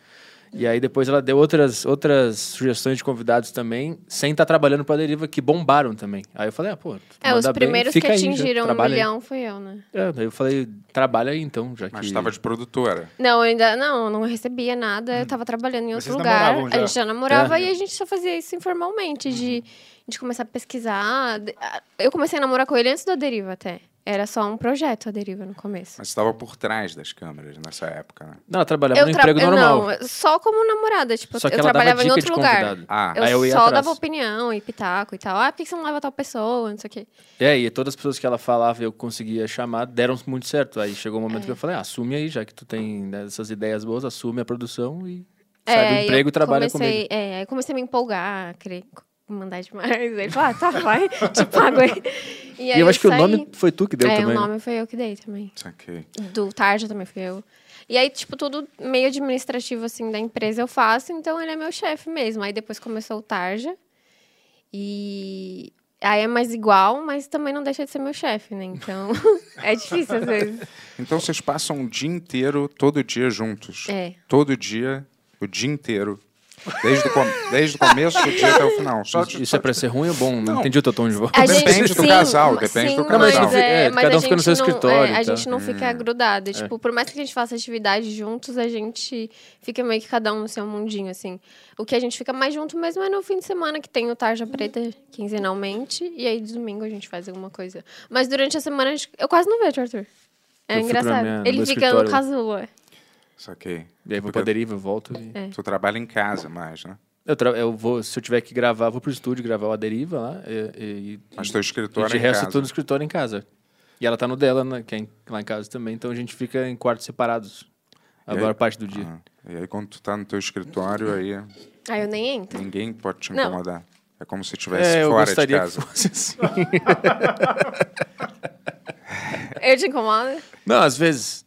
Speaker 10: E aí depois ela deu outras, outras sugestões de convidados também, sem estar trabalhando pra Deriva, que bombaram também. Aí eu falei, ah, pô... tu
Speaker 12: É, os
Speaker 10: manda bem,
Speaker 12: primeiros que
Speaker 10: fica aí, já
Speaker 12: atingiram um
Speaker 10: trabalha aí.
Speaker 12: milhão fui eu, né?
Speaker 10: É, daí eu falei, trabalha aí então, já que... Mas
Speaker 8: tava de produtora.
Speaker 12: Não, eu ainda não, não recebia nada, eu tava trabalhando em outro
Speaker 10: Vocês
Speaker 12: lugar.
Speaker 10: namoravam
Speaker 12: A
Speaker 10: já?
Speaker 12: gente já namorava
Speaker 10: É.
Speaker 12: e a gente só fazia isso informalmente, de, de começar a pesquisar. De- a- Eu comecei a namorar com ele antes da deriva até. Era só um projeto a deriva no começo.
Speaker 8: Mas estava por trás das câmeras nessa época, né?
Speaker 10: Não, ela trabalhava no
Speaker 12: tra-
Speaker 10: emprego
Speaker 12: eu
Speaker 10: normal.
Speaker 12: Não, só como namorada, tipo,
Speaker 10: Só que
Speaker 12: eu
Speaker 10: ela dava
Speaker 12: trabalhava em
Speaker 10: dica
Speaker 12: outro
Speaker 10: de
Speaker 12: lugar.
Speaker 10: convidado. Ah,
Speaker 12: eu
Speaker 10: aí eu ia
Speaker 12: só
Speaker 10: atrás.
Speaker 12: dava opinião e pitaco e tal. Ah, por que você não leva tal pessoa, não sei o quê.
Speaker 10: É, e todas as pessoas que ela falava e eu conseguia chamar deram muito certo. Aí chegou um momento
Speaker 12: É.
Speaker 10: que eu falei, ah, assume aí, já que tu tem né, essas ideias boas, assume a produção e sai
Speaker 12: É,
Speaker 10: do emprego
Speaker 12: eu
Speaker 10: e trabalha
Speaker 12: comecei,
Speaker 10: comigo.
Speaker 12: É, aí eu comecei a me empolgar, a querer co- mandar demais. Aí Ele falou, ah, tá, vai, te pago aí.
Speaker 10: E,
Speaker 12: aí
Speaker 10: eu acho que
Speaker 12: saí.
Speaker 10: o nome foi tu que deu
Speaker 12: é,
Speaker 10: também.
Speaker 12: o
Speaker 10: né?
Speaker 12: nome foi eu que dei também.
Speaker 8: Saquei.
Speaker 12: Do Tarja também fui eu. E aí, tipo, tudo meio administrativo, assim, da empresa eu faço, então ele é meu chefe mesmo. Aí depois começou o Tarja. E aí é mais igual, mas também não deixa de ser meu chefe, né? Então, é difícil às vezes.
Speaker 8: Então vocês passam o dia inteiro, todo dia juntos.
Speaker 12: É.
Speaker 8: Todo dia, o dia inteiro. Desde o, com- desde o começo do dia até o final. um Só
Speaker 10: Isso- Isso é pra ser ruim ou bom? Não,
Speaker 8: Não.
Speaker 10: entendi o teu tom de voz.
Speaker 12: A
Speaker 8: Depende
Speaker 12: gente-
Speaker 8: do
Speaker 12: sim,
Speaker 8: casal,
Speaker 12: ma-
Speaker 8: depende
Speaker 12: sim,
Speaker 8: do casal.
Speaker 12: Mas é,
Speaker 10: É,
Speaker 12: mas
Speaker 10: cada um
Speaker 12: a
Speaker 10: fica no seu
Speaker 12: gente não-
Speaker 10: escritório então. É.
Speaker 12: é,
Speaker 10: e
Speaker 12: a
Speaker 10: tal.
Speaker 12: gente não fica grudada. Tipo, por mais que a gente faça atividade juntos, a gente fica meio que cada um no seu mundinho, assim. O que a gente fica mais junto mesmo é no fim de semana, que tem o Tarja Preta quinzenalmente. E aí, domingo, a gente faz alguma coisa. Mas durante a semana, a gente- eu quase não vejo o Arthur. É
Speaker 8: Eu fico na
Speaker 12: engraçado.
Speaker 8: minha- no
Speaker 12: Ele
Speaker 8: meu
Speaker 12: fica no
Speaker 8: escritório.
Speaker 12: casulo.
Speaker 8: Saquei.
Speaker 10: E aí vou pra deriva, eu volto. E...
Speaker 12: É.
Speaker 8: Tu trabalha em casa mais, né?
Speaker 10: Eu, tra- eu vou, se eu tiver que gravar, vou pro estúdio gravar o A Deriva lá. E, e,
Speaker 8: Mas teu escritório
Speaker 10: e de
Speaker 8: é em
Speaker 10: resto,
Speaker 8: casa.
Speaker 10: todo escritório em casa. E ela tá no dela, né, que é em- lá em casa também. Então a gente fica em quartos separados a
Speaker 8: E aí-
Speaker 10: maior parte do dia.
Speaker 8: Ah, E aí quando tu tá no teu escritório, aí
Speaker 12: Aí eu nem entro.
Speaker 8: ninguém pode te
Speaker 12: Não.
Speaker 8: incomodar. É como se estivesse
Speaker 10: É, eu
Speaker 8: fora de
Speaker 10: gostaria que
Speaker 8: casa.
Speaker 10: fosse assim.
Speaker 12: Eu te incomodo?
Speaker 10: Não, às vezes.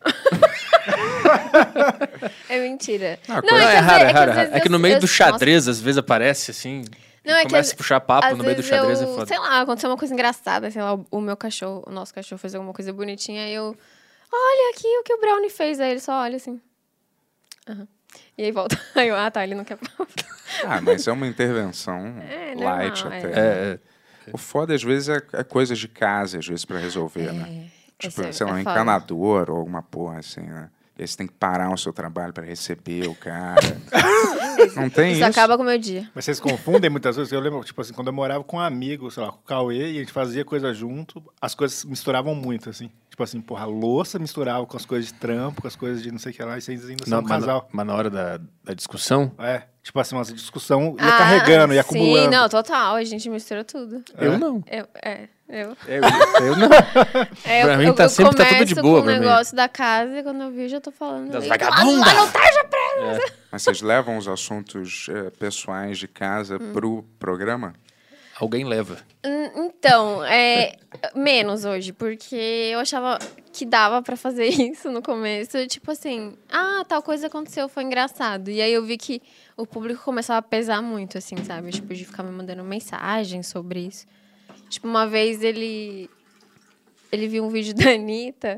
Speaker 12: É mentira.
Speaker 10: Ah,
Speaker 12: que
Speaker 10: coisa-
Speaker 12: às
Speaker 10: é raro, é
Speaker 12: vezes- às
Speaker 10: raro. é raro.
Speaker 12: vezes
Speaker 10: É que
Speaker 12: eu-
Speaker 10: no meio
Speaker 12: eu-
Speaker 10: do xadrez, às vezes aparece assim.
Speaker 12: Não, é que
Speaker 10: começa
Speaker 12: às-
Speaker 10: a puxar papo
Speaker 12: às
Speaker 10: no meio do
Speaker 12: vezes
Speaker 10: xadrez,
Speaker 12: eu-
Speaker 10: é foda.
Speaker 12: Sei lá, aconteceu uma coisa engraçada, sei lá, o, o meu cachorro, o nosso cachorro fez alguma coisa bonitinha, aí eu. Olha aqui o que o Brownie fez. Aí ele só olha assim. Aham. E aí volta. Aí eu, ah, tá, ele não quer papo.
Speaker 8: Ah, mas é uma intervenção
Speaker 12: É, normal,
Speaker 8: light
Speaker 12: é.
Speaker 8: até.
Speaker 10: É,
Speaker 8: né? O foda, às vezes, é, é coisas de casa, às vezes, pra resolver, né? Tipo,
Speaker 12: esse é-
Speaker 8: sei lá,
Speaker 12: é
Speaker 8: um
Speaker 12: foda.
Speaker 8: encanador ou alguma porra assim, né? E aí você tem que parar o seu trabalho pra receber o cara. Não tem isso?
Speaker 12: Isso acaba com o meu dia.
Speaker 7: Mas vocês confundem muitas vezes. Eu lembro, tipo assim, quando eu morava com um amigo, sei lá, com o Cauê, e a gente fazia coisa junto, as coisas misturavam muito, assim. Tipo assim, porra, a louça misturava com as coisas de trampo, com as coisas de não sei o que lá, e vocês ainda são
Speaker 10: Não,
Speaker 7: um
Speaker 10: mas, na,
Speaker 7: casal.
Speaker 10: mas na hora da, da discussão.
Speaker 7: É, tipo assim, uma discussão ia
Speaker 12: Ah,
Speaker 7: carregando, ia
Speaker 12: Sim,
Speaker 7: acumulando.
Speaker 12: não, total. A gente misturou tudo.
Speaker 7: Eu não.
Speaker 12: Eu, é, eu.
Speaker 10: Eu, eu não.
Speaker 12: É,
Speaker 10: pra
Speaker 12: eu,
Speaker 10: mim
Speaker 12: eu,
Speaker 10: tá
Speaker 12: eu
Speaker 10: sempre tá tudo
Speaker 12: começo
Speaker 10: de boa
Speaker 12: com o
Speaker 8: pra mim.
Speaker 12: negócio da casa e quando eu vi, eu já tô falando.
Speaker 8: Das
Speaker 12: Eu-
Speaker 8: vagabundas!
Speaker 12: Ah, não tá, já pra-
Speaker 8: Mas vocês levam os assuntos eh, pessoais de casa
Speaker 12: Hum.
Speaker 8: pro programa?
Speaker 10: Alguém leva.
Speaker 12: Hum, Então, é, menos hoje, porque eu achava que dava pra fazer isso no começo. Tipo assim, ah, tal coisa aconteceu, foi engraçado. E aí eu vi que o público começava a pesar muito, assim, sabe? Tipo, de ficar me mandando mensagem sobre isso. Tipo, uma vez ele. Ele viu um vídeo da Anitta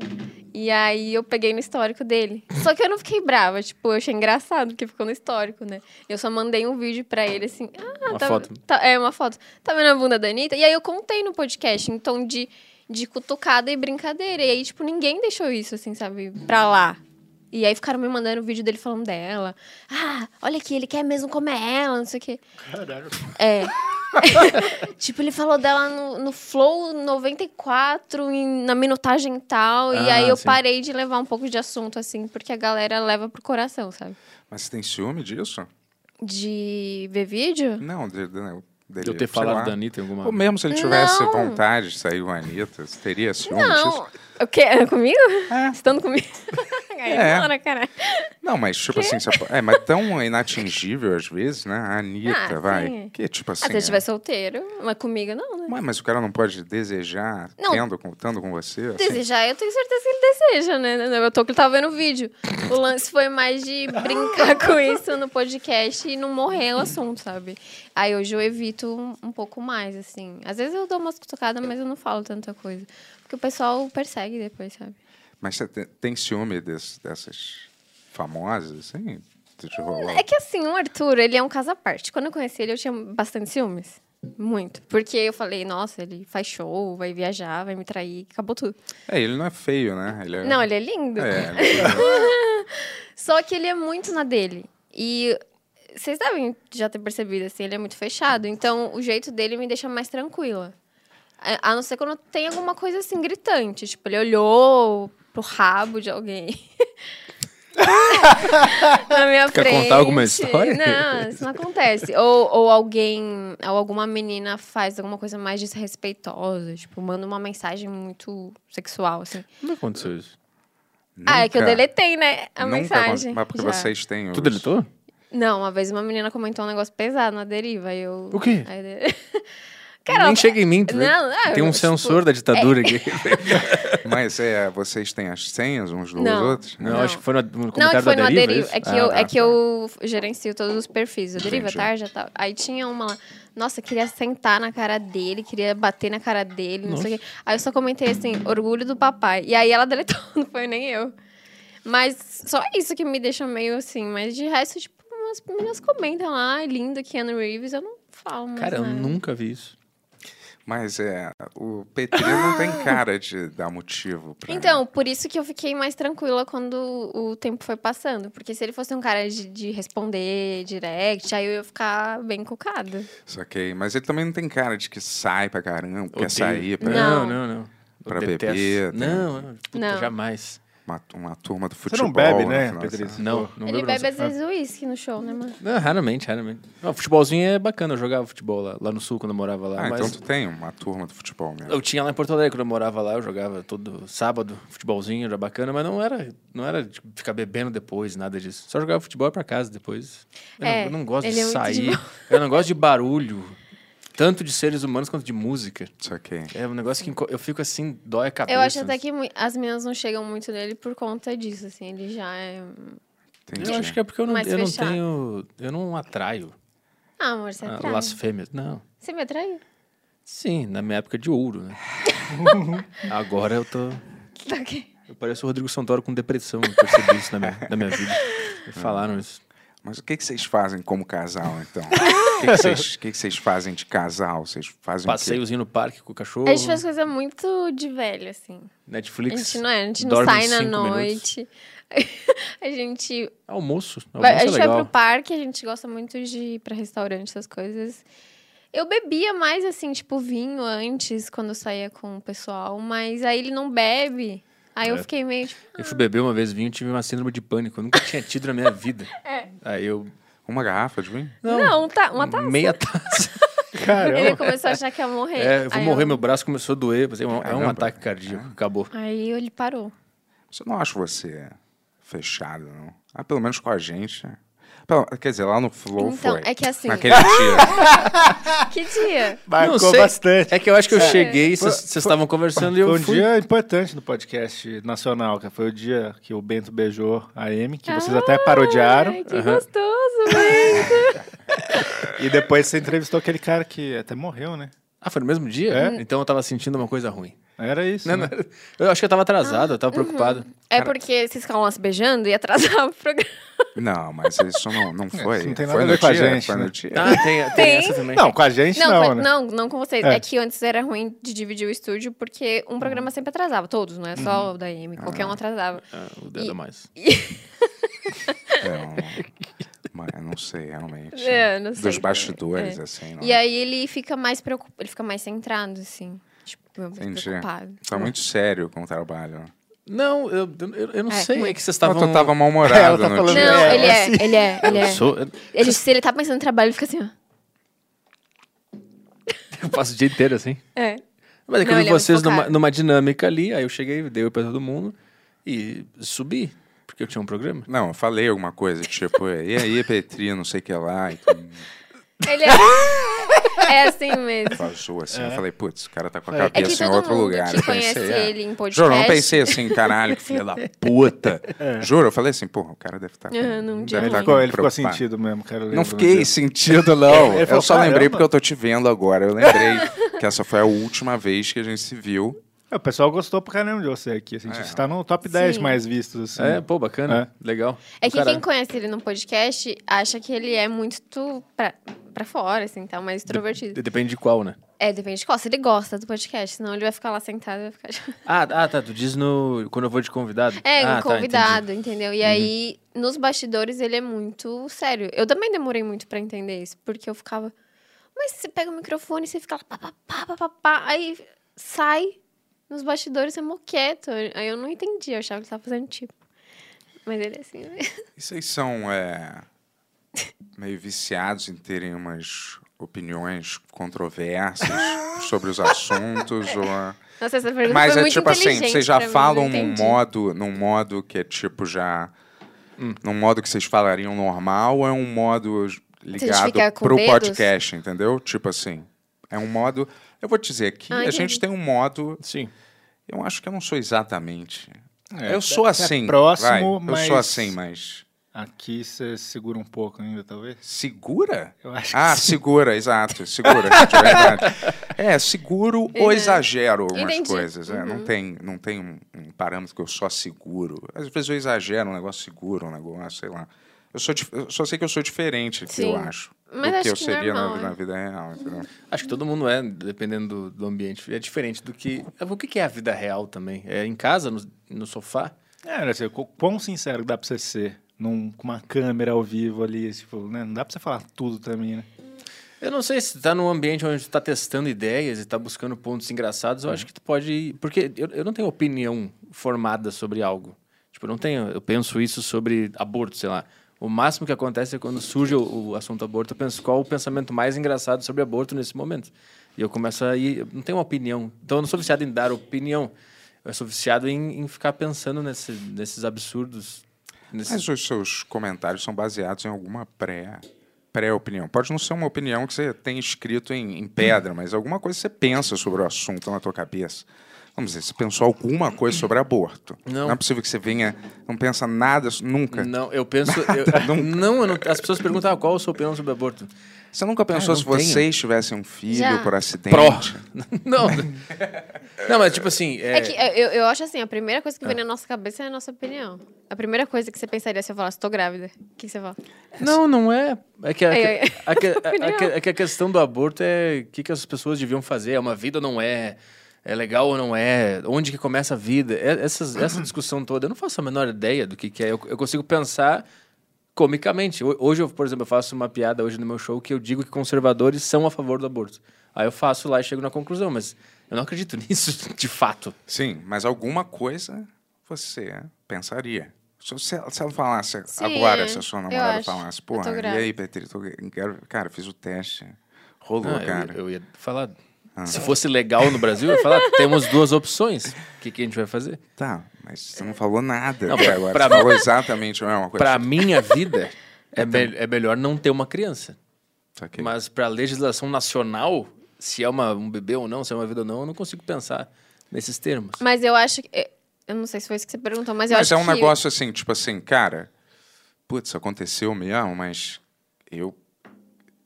Speaker 12: e aí eu peguei no histórico dele. Só que eu não fiquei brava, tipo, eu achei engraçado, porque ficou no histórico, né? Eu só mandei um vídeo pra ele assim. Ah,
Speaker 10: Uma
Speaker 12: tá,
Speaker 10: foto.
Speaker 12: tá- é, uma foto. Tá vendo a bunda da Anitta? E aí eu contei no podcast, em tom de, de cutucada e brincadeira. E aí, tipo, ninguém deixou isso, assim, sabe, pra lá. E aí ficaram me mandando o vídeo dele falando dela. Ah, olha aqui, ele quer mesmo comer ela, não sei o quê.
Speaker 7: Caralho.
Speaker 12: É. tipo, ele falou dela no, no Flow 94, em- na minutagem tal. e
Speaker 8: Ah,
Speaker 12: aí eu
Speaker 8: sim.
Speaker 12: parei de levar um pouco de assunto, assim, porque a galera leva pro coração, sabe?
Speaker 8: Mas você tem ciúme disso?
Speaker 12: De ver vídeo?
Speaker 8: Não, de, de, dele,
Speaker 10: Eu ter
Speaker 8: sei
Speaker 10: falado
Speaker 8: lá.
Speaker 10: da Anitta em alguma-
Speaker 8: Ou mesmo se ele tivesse
Speaker 12: Não.
Speaker 8: vontade de sair com a Anitta, você teria ciúme disso?
Speaker 12: Não. O quê? É Comigo? Estando comigo?
Speaker 8: É.
Speaker 12: Gaiola, cara.
Speaker 8: Não, mas tipo assim, você po- é, mas tão inatingível às vezes, né? A Anitta,
Speaker 12: Ah,
Speaker 8: vai.
Speaker 12: sim.
Speaker 8: Que tipo
Speaker 12: Ah,
Speaker 8: assim.
Speaker 12: se eu estiver solteiro, mas comigo não, né?
Speaker 8: Ué, mas o cara não pode desejar
Speaker 12: Não.
Speaker 8: tendo, com, tando com você? assim?
Speaker 12: Desejar, eu tenho certeza que ele deseja, né? Eu tô que ele tava vendo o vídeo. O lance foi mais de brincar com isso no podcast e não morrer o assunto, sabe? Aí hoje eu evito um, um pouco mais, assim. Às vezes eu dou umas cutucadas, mas eu não falo tanta coisa. Porque o pessoal persegue depois, sabe?
Speaker 8: Mas você te- tem ciúme des- dessas famosas, assim? De te rolar?
Speaker 12: É que assim, o Arthur, ele é um caso à parte. Quando eu conheci ele, eu tinha bastante ciúmes. Muito. Porque eu falei, nossa, ele faz show, vai viajar, vai me trair, acabou tudo.
Speaker 8: É, ele não é feio, né? Ele é-
Speaker 12: Não, ele é lindo.
Speaker 8: É, ele é lindo.
Speaker 12: Só que ele é muito na dele. E vocês devem já ter percebido, assim, ele é muito fechado. Então, o jeito dele me deixa mais tranquila. A a não ser quando tem alguma coisa assim gritante. Tipo, ele olhou pro rabo de alguém. na minha
Speaker 10: Quer
Speaker 12: frente.
Speaker 10: contar alguma história?
Speaker 12: Não, isso não acontece. Ou, ou alguém, ou alguma menina faz alguma coisa mais desrespeitosa. Tipo, manda uma mensagem muito sexual, assim.
Speaker 10: Não aconteceu isso.
Speaker 12: Ah, é que eu
Speaker 10: Nunca-
Speaker 12: deletei, né? A
Speaker 8: Nunca
Speaker 12: mensagem.
Speaker 8: aconte- Mas porque
Speaker 12: Já.
Speaker 8: vocês têm.
Speaker 10: Tu
Speaker 8: os-
Speaker 10: deletou?
Speaker 12: Não, uma vez uma menina comentou um negócio pesado na deriva. aí Eu...
Speaker 10: O quê?
Speaker 12: Aí de- Cara,
Speaker 10: Nem
Speaker 12: ela-
Speaker 10: chega em mim, tu vê?
Speaker 12: Não, não,
Speaker 10: Tem um
Speaker 12: tipo, é.
Speaker 10: censor da ditadura aqui.
Speaker 8: Mas é, vocês têm as senhas uns dos
Speaker 12: Não,
Speaker 8: outros?
Speaker 10: Não, não. acho que foi no- no
Speaker 12: Não, é que foi no Aderiva.
Speaker 8: isso?
Speaker 12: É que,
Speaker 8: Ah,
Speaker 12: eu,
Speaker 8: tá.
Speaker 12: é que eu gerencio todos os perfis. Aderiva,
Speaker 8: Entendi.
Speaker 12: tarja tal. Aí tinha uma lá. Nossa, queria sentar na cara dele, queria bater na cara dele, não sei o quê. Aí eu só comentei assim, orgulho do papai. E aí ela deletou, não foi nem eu. Mas só isso que me deixa meio assim. Mas de resto, tipo, umas meninas comentam lá, "Ai, lindo Keanu Reeves, eu não falo mais
Speaker 8: Cara, eu
Speaker 12: nada.
Speaker 10: Nunca vi isso.
Speaker 8: Mas é, o Petri não tem cara de dar motivo pra.
Speaker 12: Então, por isso que eu fiquei mais tranquila quando o tempo foi passando. Porque se ele fosse um cara de, de responder direct, aí eu ia ficar bem cocada.
Speaker 8: Saquei. Mas ele também não tem cara de que sai pra caramba, quer
Speaker 10: Odeio.
Speaker 8: sair pra.
Speaker 10: Não, não, não. Eu
Speaker 8: Pra
Speaker 10: detesto.
Speaker 8: beber. tem
Speaker 10: Não, não, puta,
Speaker 12: Não.
Speaker 10: jamais.
Speaker 8: Uma, uma turma do
Speaker 10: Você
Speaker 8: futebol.
Speaker 10: não bebe,
Speaker 8: no
Speaker 10: né,
Speaker 8: final de
Speaker 10: Pedrito?
Speaker 8: semana. Ah,
Speaker 10: Não, não
Speaker 12: ele
Speaker 10: bebo, não.
Speaker 12: bebe às vezes uísque no show, né, mano?
Speaker 10: Não, raramente, raramente. Não, futebolzinho é bacana. Eu jogava futebol lá, lá no sul quando eu morava lá.
Speaker 8: Ah,
Speaker 10: mas
Speaker 8: então tu tem uma turma do futebol mesmo.
Speaker 10: Eu tinha lá em Porto Alegre quando eu morava lá. Eu jogava todo sábado, futebolzinho, era bacana. Mas não era, não era de ficar bebendo depois, nada disso. Só jogava futebol e ia pra casa depois. Eu,
Speaker 12: É,
Speaker 10: não, eu não gosto de
Speaker 12: ele é muito de
Speaker 10: sair.
Speaker 12: boa.
Speaker 10: eu não gosto de barulho. Tanto de seres humanos quanto de música.
Speaker 8: Isso aqui.
Speaker 10: É um negócio que enco- eu fico assim, dói a cabeça.
Speaker 12: Eu acho até que mui- as meninas não chegam muito nele por conta disso, assim. Ele já é...
Speaker 10: Eu acho que é porque eu não,
Speaker 12: Mais
Speaker 10: eu não
Speaker 12: fechado.
Speaker 10: tenho. Eu não atraio
Speaker 12: Ah, amor, você
Speaker 10: ah,
Speaker 12: atrai.
Speaker 10: las fêmeas. Não.
Speaker 12: Você me atraiu?
Speaker 10: Sim, na minha época de ouro, né? Agora eu tô.
Speaker 12: Tá ok.
Speaker 10: Eu pareço o Rodrigo Santoro com depressão. Eu percebi isso na minha, na minha vida. Me falaram isso.
Speaker 8: Mas o que, que vocês fazem como casal, então? O que, que vocês, o que que vocês fazem de casal? Vocês fazem o quê?
Speaker 10: Passeiozinho no parque com o cachorro.
Speaker 12: A gente faz coisa muito de velho, assim.
Speaker 10: Netflix.
Speaker 12: a gente não, é, a gente não
Speaker 10: dorme
Speaker 12: sai na
Speaker 10: cinco minutos. É
Speaker 12: noite. a gente
Speaker 10: Almoço. Almoço
Speaker 12: Vai- a
Speaker 10: é
Speaker 12: gente
Speaker 10: legal.
Speaker 12: vai pro parque, a gente gosta muito de ir pra restaurante, essas coisas. Eu bebia mais, assim, tipo, vinho antes, quando eu saía com o pessoal, mas aí ele não bebe. Aí eu
Speaker 10: É.
Speaker 12: fiquei meio tipo.
Speaker 10: Eu fui beber uma vez vinho e tive uma síndrome de pânico. Eu nunca tinha tido na minha vida.
Speaker 12: É.
Speaker 10: Aí eu.
Speaker 8: Uma garrafa de vinho?
Speaker 12: Não, tá, uma taça.
Speaker 10: Meia taça.
Speaker 12: Ele começou a achar que ia morrer.
Speaker 10: É, eu vou
Speaker 12: Aí
Speaker 10: morrer, meu braço começou a doer. Pensei, é um- é um
Speaker 8: Caramba.
Speaker 10: ataque cardíaco, acabou.
Speaker 12: Aí ele parou.
Speaker 8: Você não acha você fechado, não? Ah, pelo menos com a gente. né? Pelo- quer dizer, lá no Flow
Speaker 12: então,
Speaker 8: foi.
Speaker 12: é que assim.
Speaker 8: Naquele dia.
Speaker 12: que dia?
Speaker 10: Não sei.
Speaker 7: bastante.
Speaker 10: É que eu acho que eu
Speaker 7: É.
Speaker 10: cheguei,
Speaker 7: Foi-
Speaker 10: vocês vocês estavam conversando e eu
Speaker 7: Foi um
Speaker 10: fui.
Speaker 7: dia importante no podcast nacional, que foi o dia que o Bento beijou a Amy, que vocês até parodiaram.
Speaker 12: Ai, que
Speaker 7: Aham.
Speaker 12: gostoso, velho.
Speaker 7: E depois você entrevistou aquele cara que até morreu, né?
Speaker 10: Ah, foi no mesmo dia?
Speaker 7: É.
Speaker 10: Então eu tava sentindo uma coisa ruim.
Speaker 7: Era isso.
Speaker 10: Não,
Speaker 7: né?
Speaker 10: não, eu acho que eu tava atrasado, eu tava preocupado.
Speaker 12: É porque vocês ficavam lá se beijando e atrasava o programa.
Speaker 8: Não, mas isso não, não foi.
Speaker 7: É, isso não tem nada
Speaker 8: foi
Speaker 7: a
Speaker 8: no
Speaker 7: ver com a
Speaker 8: dia,
Speaker 7: gente,
Speaker 8: Foi
Speaker 7: né?
Speaker 8: no dia.
Speaker 10: Ah, tem, tem,
Speaker 12: Tem?
Speaker 10: essa também.
Speaker 7: Não, com a gente não,
Speaker 12: não, com-
Speaker 7: né?
Speaker 12: não, não com vocês.
Speaker 7: É.
Speaker 12: É. que antes era ruim de dividir o estúdio, porque um programa sempre atrasava. Todos, não é só o da Amy. Qualquer um atrasava.
Speaker 10: Ah, Uhum. o dedo a mais.
Speaker 8: É um- Mas eu não sei, realmente.
Speaker 12: É, não sei.
Speaker 8: Dos bastidores,
Speaker 12: É.
Speaker 8: assim. Não
Speaker 10: né?
Speaker 12: E aí ele fica mais preocupado, ele fica mais centrado, assim. Tipo, eu fico
Speaker 8: Entendi.
Speaker 12: preocupado.
Speaker 8: Tá muito sério com o trabalho.
Speaker 10: Não, eu, eu, eu não
Speaker 12: É,
Speaker 10: sei.
Speaker 12: como
Speaker 10: É que
Speaker 8: Mas
Speaker 10: vocês estavam.
Speaker 8: tu tava mal-humorado
Speaker 10: Ela tá
Speaker 8: no
Speaker 10: falando
Speaker 8: dia.
Speaker 12: Não,
Speaker 10: É,
Speaker 12: ele é,
Speaker 10: assim.
Speaker 12: ele é, ele
Speaker 10: Eu
Speaker 12: é.
Speaker 10: sou- eu-
Speaker 12: Ele, se ele tá pensando no trabalho, ele fica assim, ó.
Speaker 10: Eu passo o dia inteiro assim.
Speaker 12: É.
Speaker 10: Mas é que
Speaker 12: Não,
Speaker 10: eu
Speaker 12: ele
Speaker 10: vi
Speaker 12: é muito
Speaker 10: vocês numa,
Speaker 12: focado.
Speaker 10: numa dinâmica ali, aí eu cheguei, dei oi pra todo mundo e subi. que eu tinha um programa?
Speaker 8: Não, eu falei alguma coisa, tipo, e aí, Petri, não sei o que lá. E tudo.
Speaker 12: Ele é... é assim mesmo.
Speaker 8: Vazou assim.
Speaker 12: É.
Speaker 8: Eu falei, putz, o cara tá com a
Speaker 12: É. É que
Speaker 8: cabeça em
Speaker 12: todo
Speaker 8: outro
Speaker 12: mundo
Speaker 8: lugar.
Speaker 12: que
Speaker 8: Eu
Speaker 12: conhece
Speaker 8: pensei, é.
Speaker 12: ele em podcast-
Speaker 8: Juro, eu não pensei assim, caralho, que filha da puta.
Speaker 7: É.
Speaker 8: Juro, eu falei assim, porra, o cara deve estar.
Speaker 12: É, não tinha
Speaker 10: tá
Speaker 7: Ele ficou- ele ficou sentido mesmo, cara, eu lembro
Speaker 8: Não
Speaker 7: do
Speaker 8: fiquei
Speaker 7: dia.
Speaker 8: sentido, não.
Speaker 7: Ele
Speaker 8: eu
Speaker 7: falou,
Speaker 8: só lembrei
Speaker 7: "Caramba."
Speaker 8: porque eu tô te vendo agora. Eu lembrei que essa foi a última vez que a gente se viu.
Speaker 7: É, o pessoal gostou pra caramba de você aqui. assim, A gente está no top 10
Speaker 12: Sim.
Speaker 7: mais vistos. Assim.
Speaker 10: É, pô, bacana. Legal.
Speaker 12: É que quem conhece ele no podcast acha que ele é muito pra, pra fora, assim, tá mais extrovertido.
Speaker 10: Depende de qual, né?
Speaker 12: É, depende de qual. Se ele gosta do podcast, senão ele vai ficar lá sentado e vai ficar.
Speaker 10: Ah, ah, tá. Tu diz no. Quando eu vou de convidado.
Speaker 12: É,
Speaker 10: ah,
Speaker 12: um
Speaker 10: tá,
Speaker 12: convidado, entendeu? E
Speaker 10: Uhum.
Speaker 12: aí, nos bastidores, ele é muito sério. Eu também demorei muito pra entender isso, porque eu ficava. Mas você pega o microfone, você fica lá, pá, pá, pá, pá, pá, pá, aí sai nos bastidores, é moqueto. Aí eu não entendi, eu achava que ele tava fazendo tipo. Mas ele é assim. né?
Speaker 8: E vocês são é, meio viciados em terem umas opiniões controversas sobre os assuntos? ou a-
Speaker 12: Nossa, essa pergunta
Speaker 8: Mas
Speaker 12: foi
Speaker 8: é
Speaker 12: muito
Speaker 8: tipo assim,
Speaker 12: inteligente
Speaker 8: vocês já
Speaker 12: pra mim,
Speaker 8: falam
Speaker 10: um
Speaker 12: não
Speaker 8: num
Speaker 12: entendi.
Speaker 8: modo, num modo que é tipo já.
Speaker 7: Hum.
Speaker 8: Num modo que vocês falariam normal ou é um modo ligado
Speaker 12: fica com
Speaker 8: pro
Speaker 12: dedos?
Speaker 8: podcast, entendeu? Tipo assim. É um modo. Eu vou te dizer que
Speaker 12: Ah,
Speaker 8: a
Speaker 12: entendi.
Speaker 8: gente tem um modo.
Speaker 10: Sim.
Speaker 8: Eu acho que eu não sou exatamente.
Speaker 7: É,
Speaker 8: eu sou
Speaker 7: é
Speaker 8: assim.
Speaker 7: próximo,
Speaker 8: vai, Eu sou
Speaker 7: mas-
Speaker 8: assim, mas.
Speaker 7: Aqui você segura um pouco ainda, talvez.
Speaker 8: Segura?
Speaker 7: Eu acho
Speaker 8: Ah,
Speaker 7: que sim.
Speaker 8: segura, exato, segura, de verdade. É, seguro ou
Speaker 7: Entendi.
Speaker 8: exagero algumas
Speaker 7: Entendi.
Speaker 8: coisas. é, não
Speaker 7: Uhum.
Speaker 8: tem, não tem um, um parâmetro que eu só seguro. Às vezes eu exagero um negócio, seguro um negócio, sei lá. Eu, sou, dif- eu só sei que eu sou diferente, que eu
Speaker 10: Sim.
Speaker 8: acho,
Speaker 10: Mas
Speaker 8: do
Speaker 10: acho
Speaker 8: que eu
Speaker 10: que
Speaker 8: seria na-
Speaker 10: normal,
Speaker 8: na,
Speaker 10: é.
Speaker 8: vida real. entendeu?
Speaker 10: Acho que todo mundo é, dependendo do, do ambiente. É diferente do que. O que que é a vida real também? É em casa, no, no sofá?
Speaker 7: É, né, assim, qu- quão sincero dá pra você ser num- com uma câmera ao vivo ali, tipo, né? Não dá pra você falar tudo também, né?
Speaker 10: Eu não sei se tu tá num ambiente onde tu tá testando ideias e tá buscando pontos engraçados, eu acho que tu pode. ir- Porque eu, eu não tenho opinião formada sobre algo. Tipo, eu não tenho. Eu penso isso sobre aborto, sei lá. O máximo que acontece é quando surge o, o assunto aborto, eu penso qual o pensamento mais engraçado sobre aborto nesse momento. E eu começo a ir. Eu não tenho uma opinião. Então eu não sou viciado em dar opinião. Eu sou viciado em, em ficar pensando nesse- nesses absurdos. nesses-
Speaker 8: Mas os seus comentários são baseados em alguma pré pré-opinião. Pode não ser uma opinião que você tem escrito em, em pedra, mas alguma coisa que você pensa sobre o assunto na tua cabeça. Vamos dizer, você pensou alguma coisa sobre aborto.
Speaker 10: Não.
Speaker 8: é possível que você venha, não pensa nada s- nunca.
Speaker 10: Não, eu penso. eu- não, eu não- as pessoas perguntam ah, qual a sua opinião sobre aborto.
Speaker 8: Você nunca pensou
Speaker 10: Cara,
Speaker 8: se
Speaker 10: Ah, não tenho.
Speaker 8: vocês tivessem um filho
Speaker 12: Já.
Speaker 8: por acidente?
Speaker 10: Não. Não, mas tipo assim. Ah.
Speaker 12: É, que eu, eu acho assim, a primeira coisa que vem na nossa cabeça é a nossa opinião. A primeira coisa que você pensaria se eu falasse, tô grávida. O que você fala?
Speaker 10: Não, não é. É que a,
Speaker 12: Ai, ai.
Speaker 10: a- que- a-
Speaker 12: Opinião.
Speaker 10: que- é que a questão do aborto é o que, que as pessoas deviam fazer. É uma vida ou não é? É legal ou não é? Onde que começa a vida? É- essas- essa discussão toda, eu não faço a menor ideia do que, que é. Eu, eu consigo pensar comicamente. Ho- Hoje, eu, por exemplo, eu faço uma piada hoje no meu show que eu digo que conservadores são a favor do aborto. Aí eu faço lá e chego na conclusão, mas eu não acredito nisso de fato.
Speaker 8: Sim, mas alguma coisa você pensaria. Se, se ela se ela falasse
Speaker 10: Sim,
Speaker 8: agora,
Speaker 10: é.
Speaker 8: se a sua
Speaker 10: Eu
Speaker 8: namorada
Speaker 10: acho.
Speaker 8: falasse,
Speaker 10: Eu tô
Speaker 8: porra, e aí,
Speaker 10: grávida."
Speaker 8: Petri, tô- quero- cara, fiz o teste, rolou,
Speaker 10: Ah, eu-
Speaker 8: cara.
Speaker 10: eu ia falar,
Speaker 8: Ah.
Speaker 10: Se fosse legal no Brasil, eu ia falar, temos duas opções. O que, que a gente vai fazer?
Speaker 8: Tá, mas você
Speaker 12: É.
Speaker 8: não falou nada
Speaker 10: Não,
Speaker 8: até
Speaker 10: pra-
Speaker 8: agora.
Speaker 10: pra-
Speaker 8: Você falou exatamente a mesma coisa.
Speaker 10: Pra minha vida, é, me- é melhor não ter uma criança.
Speaker 8: Tá
Speaker 10: Mas pra legislação nacional, se é uma- um bebê ou não, se é uma vida ou não, eu não consigo pensar nesses termos.
Speaker 12: Mas eu acho que. é, Eu não sei se foi isso que você perguntou, mas eu
Speaker 8: Mas
Speaker 12: acho
Speaker 8: é um
Speaker 12: que.
Speaker 8: negócio assim, tipo assim, cara, putz, aconteceu mesmo, mas eu,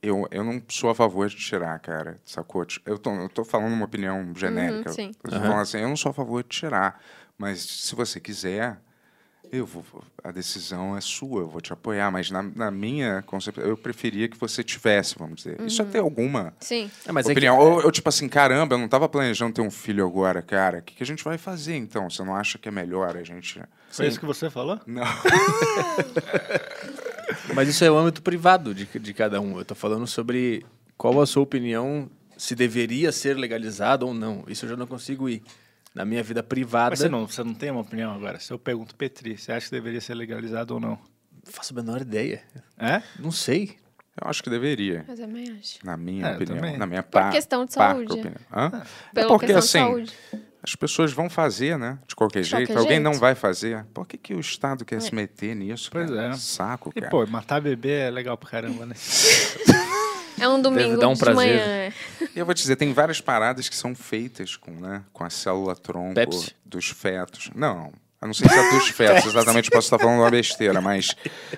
Speaker 8: eu, eu não sou a favor de tirar, cara, sacou? Ti- Eu tô, eu tô falando uma
Speaker 12: Uhum,
Speaker 8: opinião genérica.
Speaker 10: sim.
Speaker 8: Eu tô
Speaker 10: Aham.
Speaker 8: falando assim, eu não sou a favor de tirar, mas se você quiser, eu vou, a decisão é sua, eu vou te apoiar, mas na, na minha concepção, eu preferia que você tivesse, vamos dizer. Isso
Speaker 12: Uhum.
Speaker 8: até alguma...
Speaker 12: Sim.
Speaker 8: opinião. Ou eu, tipo assim, caramba, eu não tava planejando ter um filho agora, cara. O que, que a gente vai fazer então? Você não acha que é melhor a gente.
Speaker 7: Foi isso que você falou?
Speaker 8: Não.
Speaker 10: Mas isso é o âmbito privado de, de cada um. Eu tô falando sobre qual a sua opinião se deveria ser legalizado ou não. Isso eu já não consigo ir. Na minha vida privada.
Speaker 7: Mas você não, você não tem uma opinião agora? Se eu pergunto, Petri, você acha que deveria ser legalizado ou não?
Speaker 10: Não faço a menor ideia.
Speaker 7: É?
Speaker 10: Não sei.
Speaker 8: Eu acho que deveria.
Speaker 12: Eu também acho.
Speaker 8: Na minha
Speaker 7: É, eu
Speaker 8: opinião.
Speaker 7: também.
Speaker 8: Na minha
Speaker 12: Por
Speaker 8: par-
Speaker 12: questão de
Speaker 8: parca
Speaker 12: saúde.
Speaker 8: opinião. Hã?
Speaker 12: Pela
Speaker 8: é
Speaker 12: questão
Speaker 8: porque
Speaker 12: de
Speaker 8: assim.
Speaker 12: saúde.
Speaker 8: As pessoas vão fazer, né? De qualquer
Speaker 7: De
Speaker 8: jeito.
Speaker 7: qualquer
Speaker 8: Alguém
Speaker 7: jeito.
Speaker 8: não vai fazer. Por que, que o Estado quer
Speaker 7: É.
Speaker 8: se meter nisso?
Speaker 7: Pois
Speaker 8: cara?
Speaker 7: é.
Speaker 8: Saco,
Speaker 7: E,
Speaker 8: cara.
Speaker 7: pô, matar bebê é legal pra caramba, né?
Speaker 12: É um domingo
Speaker 8: dar um
Speaker 12: de
Speaker 8: prazer.
Speaker 12: manhã. é.
Speaker 8: E eu vou te dizer, tem várias paradas que são feitas com, né, com a célula tronco
Speaker 10: Pepsi?
Speaker 8: dos fetos. Não. Eu não sei se é dos fetos,
Speaker 10: Pepsi.
Speaker 8: exatamente, posso estar falando uma besteira, mas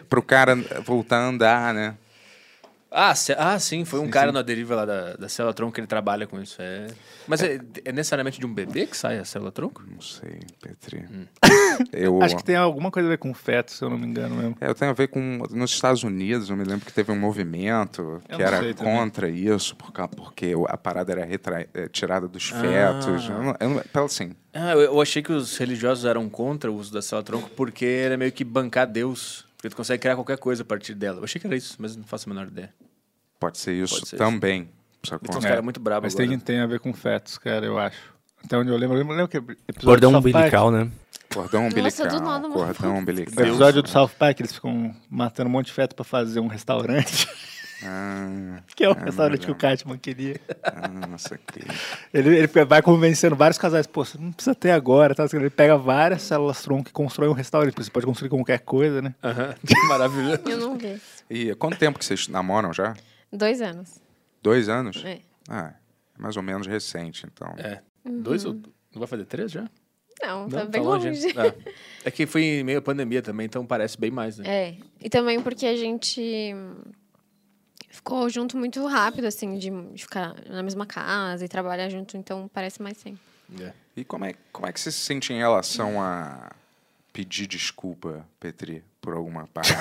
Speaker 8: pro cara voltar a andar, né?
Speaker 10: Ah, se- ah, sim, foi um
Speaker 8: Sim,
Speaker 10: cara
Speaker 8: sim.
Speaker 10: na deriva lá da, da célula tronco que ele trabalha com isso. É... Mas é, é necessariamente de um bebê que sai a célula tronco? Hum.
Speaker 8: Não sei, Petri. Eu,
Speaker 7: Acho que tem alguma coisa a ver com feto, se eu não me engano mesmo.
Speaker 8: É, eu tenho a ver com. Nos Estados Unidos, eu me lembro que teve um movimento
Speaker 7: Eu
Speaker 8: que
Speaker 7: não
Speaker 8: era
Speaker 7: sei também.
Speaker 8: contra isso, por ca- porque o- a parada era retra- eh, tirada dos
Speaker 10: Ah.
Speaker 8: fetos. Eu não- eu não- pelo assim,
Speaker 10: Ah, eu, eu achei que os religiosos eram contra o uso da célula tronco porque era meio que bancar Deus. Porque tu consegue criar qualquer coisa a partir dela. Eu achei que era isso, mas não faço a menor ideia.
Speaker 8: pode ser isso
Speaker 10: Pode ser
Speaker 8: também. sacou?
Speaker 10: Então os caras muito bravos
Speaker 7: Mas
Speaker 10: agora.
Speaker 7: tem, tem a ver com fetos, cara, eu acho. Até onde eu lembro, eu lembro, lembro que episódio
Speaker 9: Cordão
Speaker 7: do South Park-
Speaker 9: umbilical, né?
Speaker 8: Cordão
Speaker 12: Nossa, do é nada, mano.
Speaker 8: cordão umbilical.
Speaker 7: No episódio do South Park, eles ficam matando um monte de feto pra fazer um restaurante.
Speaker 8: Ah,
Speaker 7: que é o
Speaker 8: ah,
Speaker 7: restaurante que o
Speaker 8: legal.
Speaker 7: Cartman queria.
Speaker 8: Ah, nossa, que...
Speaker 7: Ele, ele vai convencendo vários casais, pô, você não precisa ter agora, tá? Ele pega várias células tronco e constrói um restaurante, porque você pode construir qualquer coisa, né?
Speaker 8: Maravilhoso.
Speaker 12: Eu não vi.
Speaker 8: E quanto tempo que vocês namoram já?
Speaker 12: Dois anos.
Speaker 8: Dois anos?
Speaker 12: É.
Speaker 8: Ah, é mais ou menos recente, então.
Speaker 10: É.
Speaker 12: Uhum.
Speaker 10: Dois ou. Não vai fazer três já?
Speaker 12: Não,
Speaker 10: Não,
Speaker 12: tá bem
Speaker 10: longe.
Speaker 12: longe.
Speaker 10: É. É que foi em meio à pandemia também, então parece bem mais, né?
Speaker 12: É. E também porque a gente ficou junto muito rápido, assim, de ficar na mesma casa e trabalhar junto, então parece mais tempo.
Speaker 8: E como é, como é que você se sente em relação a pedir desculpa, Petri, por alguma parada?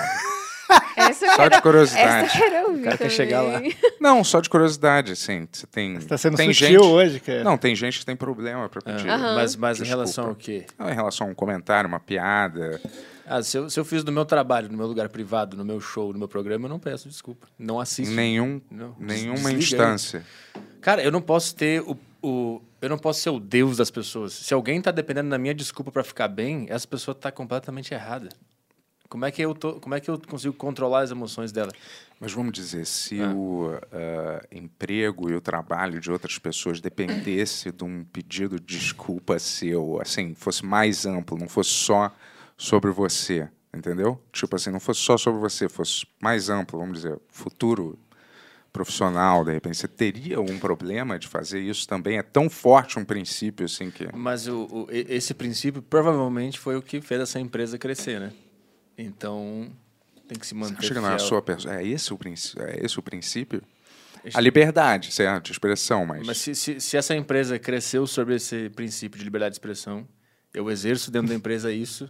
Speaker 12: Essa eu
Speaker 8: Só
Speaker 12: quero-
Speaker 8: de curiosidade.
Speaker 12: Essa eu quero ouvir também.
Speaker 8: Não, só de curiosidade, assim. Você tem.
Speaker 7: tá sendo
Speaker 8: tem
Speaker 7: sutil
Speaker 8: gente,
Speaker 7: hoje, cara.
Speaker 8: Não, tem gente que tem problema pra pedir.
Speaker 10: Aham. Ah, Mas- mas em relação ao
Speaker 8: quê? Não, em relação a um comentário, uma piada.
Speaker 10: Ah, se eu, se eu fiz no meu trabalho, no meu lugar privado, no meu show, no meu programa, eu não peço desculpa. Não assisto.
Speaker 8: Em nenhum-
Speaker 10: Não. Des-
Speaker 8: nenhuma
Speaker 10: desliga aí.
Speaker 8: instância.
Speaker 10: Cara, eu não posso ter o, o- Eu não posso ser o deus das pessoas. Se alguém tá dependendo da minha desculpa pra ficar bem, essa pessoa tá completamente errada. Como é que eu, tô, como é que eu consigo controlar as emoções dela?
Speaker 8: Mas vamos dizer, se
Speaker 10: É.
Speaker 8: o ah, emprego e o trabalho de outras pessoas dependesse de um pedido de desculpa seu, assim, fosse mais amplo, não fosse só sobre você, entendeu? Tipo assim, não fosse só sobre você, fosse mais amplo, vamos dizer, futuro profissional, de repente, você teria um problema de fazer isso também? É tão forte um princípio, assim, que...
Speaker 10: Mas o, o- e- esse princípio provavelmente foi o que fez essa empresa crescer, né? Então tem que se manter.
Speaker 8: Chega na
Speaker 10: fiel.
Speaker 8: sua pessoa. É esse o princípio? É esse o princípio?
Speaker 10: Este-
Speaker 8: A liberdade, certo? De expressão, mas...
Speaker 10: Mas se, se, se essa empresa cresceu sobre esse princípio de liberdade de expressão, eu exerço dentro da empresa isso.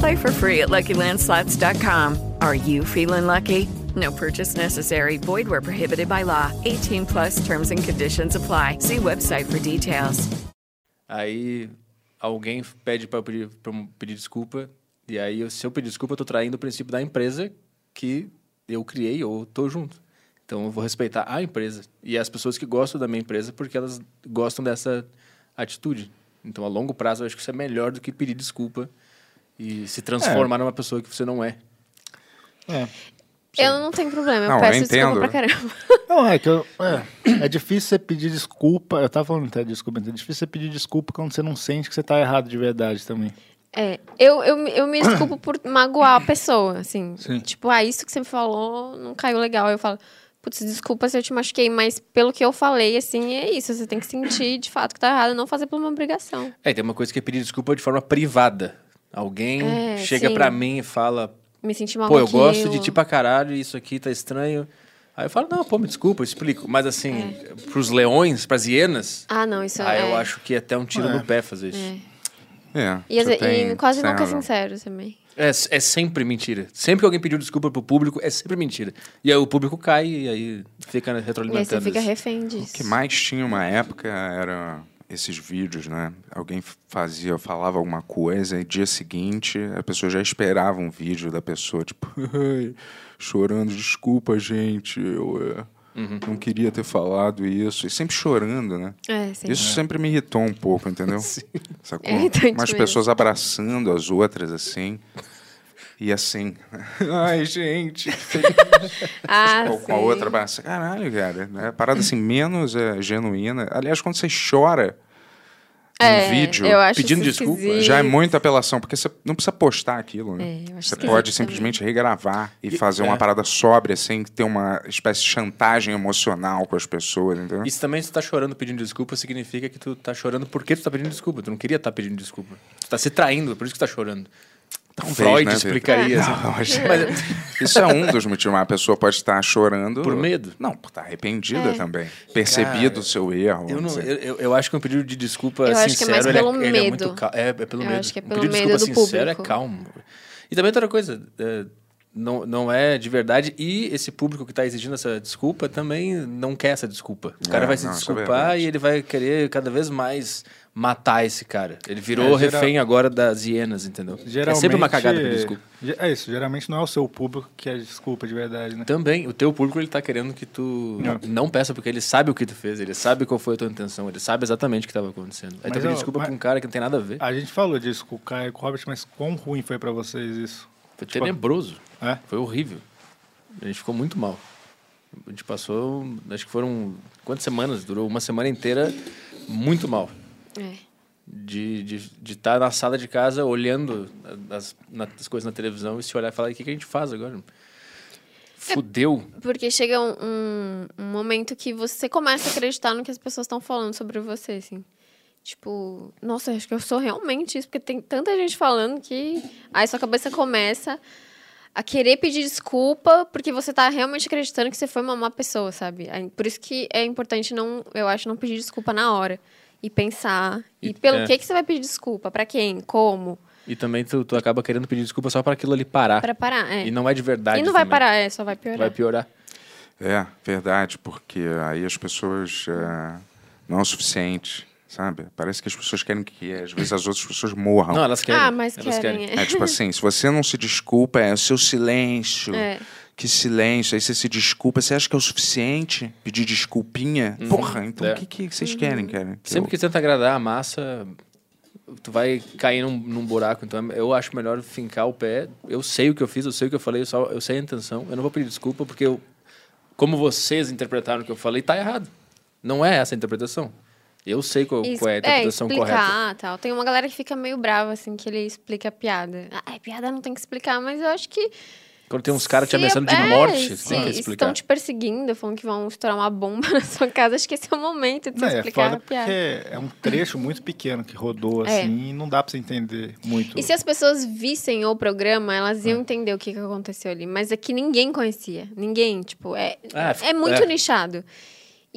Speaker 14: Play for free at LuckyLandSlots.com. Are you feeling lucky? No purchase necessary. Void where prohibited by law. 18 plus terms and conditions apply. See website for details.
Speaker 10: Aí alguém pede para pedir, pra eu pedir desculpa, e aí eu- se eu pedir desculpa, eu tô traindo o princípio da empresa que eu criei ou tô junto. Então eu vou respeitar a empresa e as pessoas que gostam da minha empresa porque elas gostam dessa atitude. Então a longo prazo eu acho que isso é melhor do que pedir desculpa e se transformar numa pessoa que você não é.
Speaker 12: Eu não tenho problema, eu
Speaker 7: Não, eu
Speaker 12: peço desculpa
Speaker 7: entendo.
Speaker 12: pra caramba.
Speaker 7: Não, é que eu, é, é difícil você pedir desculpa. Eu tava falando até desculpa, é difícil você pedir desculpa quando você não sente que você tá errado de verdade também.
Speaker 12: É, eu, eu, eu me desculpo por magoar a pessoa, assim.
Speaker 7: Sim.
Speaker 12: Tipo, ah, isso que você me falou não caiu legal. Aí Eu falo, putz, desculpa se eu te machuquei, mas pelo que eu falei, assim, é isso. Você tem que sentir de fato que tá errado, não fazer por uma obrigação.
Speaker 10: É, tem uma coisa que é pedir desculpa de forma privada. Alguém
Speaker 12: É,
Speaker 10: chega
Speaker 12: sim.
Speaker 10: pra mim e fala:
Speaker 12: Me sentir mal
Speaker 10: Pô,
Speaker 12: com
Speaker 10: eu gosto de tipo,
Speaker 12: aquilo.
Speaker 10: ti pra caralho, isso aqui tá estranho. Aí eu falo, não, pô, me desculpa, eu explico. Mas assim, pros leões, pras hienas,
Speaker 12: Ah, não, isso
Speaker 10: aí
Speaker 12: é.
Speaker 10: eu acho que é até um tiro
Speaker 12: É.
Speaker 10: no pé fazer isso.
Speaker 12: É.
Speaker 8: É.
Speaker 12: E, às ve-
Speaker 10: você
Speaker 12: e
Speaker 10: tem-
Speaker 12: quase
Speaker 10: você tem
Speaker 12: nunca é
Speaker 10: razão.
Speaker 12: sincero também.
Speaker 10: É, é sempre mentira. Sempre que alguém pediu desculpa pro público, é sempre mentira. E aí o público cai e aí fica
Speaker 12: E aí você
Speaker 10: retroalimentando.
Speaker 12: fica
Speaker 10: isso.
Speaker 12: refém disso.
Speaker 8: O que mais tinha uma época era esses vídeos, né? Alguém f- fazia, falava alguma coisa e dia seguinte a pessoa já esperava um vídeo da pessoa, tipo, "Ai, chorando, desculpa, gente, eu é,
Speaker 10: Uhum.
Speaker 8: não queria ter falado isso. E sempre chorando, né?
Speaker 12: É, sempre.
Speaker 8: Isso sempre me irritou um pouco, entendeu? Sacou?
Speaker 12: É irritante
Speaker 8: Umas
Speaker 12: mesmo.
Speaker 8: pessoas abraçando as outras assim. E assim, Ai, gente.
Speaker 12: Ah,
Speaker 8: ou com a
Speaker 12: sim.
Speaker 8: outra abraça. Caralho, cara. né? A parada assim, menos é, genuína. Aliás, quando você chora
Speaker 12: É,
Speaker 8: no vídeo
Speaker 12: eu acho
Speaker 8: pedindo
Speaker 12: isso
Speaker 8: desculpa,
Speaker 12: esquisito.
Speaker 8: já é muita apelação, porque você não precisa postar aquilo, né?
Speaker 12: É, eu acho
Speaker 8: você
Speaker 12: esquisito
Speaker 8: pode simplesmente regravar e, fazer uma
Speaker 10: é.
Speaker 8: parada sóbria, sem ter uma espécie de chantagem emocional com as pessoas, entendeu?
Speaker 10: Isso também, se tu tá chorando pedindo desculpa, significa que tu tá chorando porque tu tá pedindo desculpa. Tu não queria estar pedindo desculpa. Tu tá se traindo, é por isso que tu tá chorando. Então, Freud
Speaker 8: né, Vitor?
Speaker 12: É.
Speaker 10: explicaria. assim.
Speaker 8: Não, mas-
Speaker 10: Mas-
Speaker 8: Isso é um dos motivos. Uma pessoa pode estar chorando.
Speaker 10: Por medo?
Speaker 8: Não, por estar arrependida
Speaker 10: É.
Speaker 8: também. Percebido
Speaker 10: Cara,
Speaker 8: o seu erro.
Speaker 10: Eu, não,
Speaker 8: sei.
Speaker 10: eu, eu- eu acho que um pedido de desculpa
Speaker 12: Eu acho que é
Speaker 10: sincero
Speaker 12: mais
Speaker 10: ele
Speaker 12: pelo
Speaker 10: ele é
Speaker 12: medo.
Speaker 10: muito calmo. É, é pelo
Speaker 12: Eu
Speaker 10: medo.
Speaker 12: acho que é
Speaker 10: Um
Speaker 12: pelo
Speaker 10: pedido de
Speaker 12: medo
Speaker 10: desculpa
Speaker 12: do
Speaker 10: sincero
Speaker 12: público.
Speaker 10: é calmo. E também outra coisa, é, não, não é de verdade. E esse público que está exigindo essa desculpa também não quer essa desculpa. O cara
Speaker 8: É,
Speaker 10: vai se
Speaker 8: não, isso é
Speaker 10: desculpar
Speaker 8: verdade.
Speaker 10: e ele vai querer cada vez mais matar esse cara. Ele virou
Speaker 7: É, geral-
Speaker 10: refém agora das hienas, entendeu? É sempre uma cagada pedir desculpa.
Speaker 7: ge- É isso, geralmente não é o seu público que é desculpa de verdade, né?
Speaker 10: Também, o teu público ele tá querendo que tu não.
Speaker 7: Não.
Speaker 10: peça, porque ele sabe o que tu fez, ele sabe qual foi a tua intenção, ele sabe exatamente o que estava acontecendo. Aí tu
Speaker 7: Mas
Speaker 10: pede
Speaker 7: eu-
Speaker 10: desculpa
Speaker 7: mas-
Speaker 10: pra um cara que não tem nada a ver.
Speaker 7: A gente falou disso com o Caio e com o Hobbit, mas quão ruim foi pra vocês isso?
Speaker 10: Foi tenebroso.
Speaker 7: É?
Speaker 10: Foi horrível. A gente ficou muito mal. A gente passou, acho que foram quantas semanas? Durou uma semana inteira muito mal.
Speaker 12: É.
Speaker 10: De estar de, tá na sala de casa olhando as, na- as coisas na televisão e se olhar e falar: o que, que a gente faz agora? Fudeu.
Speaker 12: É Porque chega um, um- um momento que você começa a acreditar no que as pessoas estão falando sobre você, assim. Tipo, nossa, acho que eu sou realmente isso, porque tem tanta gente falando que aí sua cabeça começa a querer pedir desculpa porque você tá realmente acreditando que você foi uma má pessoa, sabe? Aí, Por isso que é importante não, eu acho, não pedir desculpa na hora e pensar e,
Speaker 10: E-
Speaker 12: pelo
Speaker 10: é.
Speaker 12: que que você vai pedir desculpa, Pra quem, como,
Speaker 10: E também tu, tu acaba querendo pedir desculpa só para aquilo ali parar.
Speaker 12: Pra parar, é.
Speaker 10: E não é de verdade.
Speaker 12: e não vai
Speaker 10: também.
Speaker 12: parar, é, só vai piorar.
Speaker 10: Vai piorar.
Speaker 8: É, verdade, porque aí as pessoas é, não é o suficiente, sabe? Parece que as pessoas querem que às vezes as outras pessoas morram.
Speaker 10: Não, elas querem.
Speaker 12: Ah, mas Elas querem, querem. é.
Speaker 8: É tipo assim, se você não se desculpa, é o seu silêncio.
Speaker 12: É.
Speaker 8: Que silêncio, aí você se desculpa, você acha que é o suficiente pedir desculpinha? Porra, então o
Speaker 10: É.
Speaker 8: que, que vocês querem, cara? Que
Speaker 10: Sempre que tenta agradar a massa, tu vai cair num, num buraco. Então eu acho melhor fincar o pé. Eu sei o que eu fiz, eu sei o que eu falei, eu, só, eu sei a intenção. Eu não vou pedir desculpa porque eu, como vocês interpretaram o que eu falei, tá errado. Não é essa a interpretação. Eu sei qual,
Speaker 12: Ex-
Speaker 10: qual é a interpretação correta.
Speaker 12: explicar, Tal. Tem uma galera que fica meio brava, assim, que ele explica a piada. Ah, é piada não tem que explicar, mas eu acho que.
Speaker 10: Quando tem uns caras te ameaçando de
Speaker 12: é,
Speaker 10: morte, tu
Speaker 12: se
Speaker 10: tem
Speaker 12: estão
Speaker 10: que explicar.
Speaker 12: te perseguindo, falando que vão estourar uma bomba na sua casa, acho que esse é o momento de você
Speaker 7: Não, é
Speaker 12: explicar
Speaker 7: foda
Speaker 12: a piada.
Speaker 7: porque é um trecho muito pequeno que rodou
Speaker 12: É.
Speaker 7: assim e não dá pra você entender muito. Ah.
Speaker 12: E se as pessoas vissem o programa, elas iam entender o que, que aconteceu ali. Mas aqui ninguém conhecia. Ninguém, tipo, é,
Speaker 7: Ah,
Speaker 12: é muito
Speaker 7: é.
Speaker 12: nichado.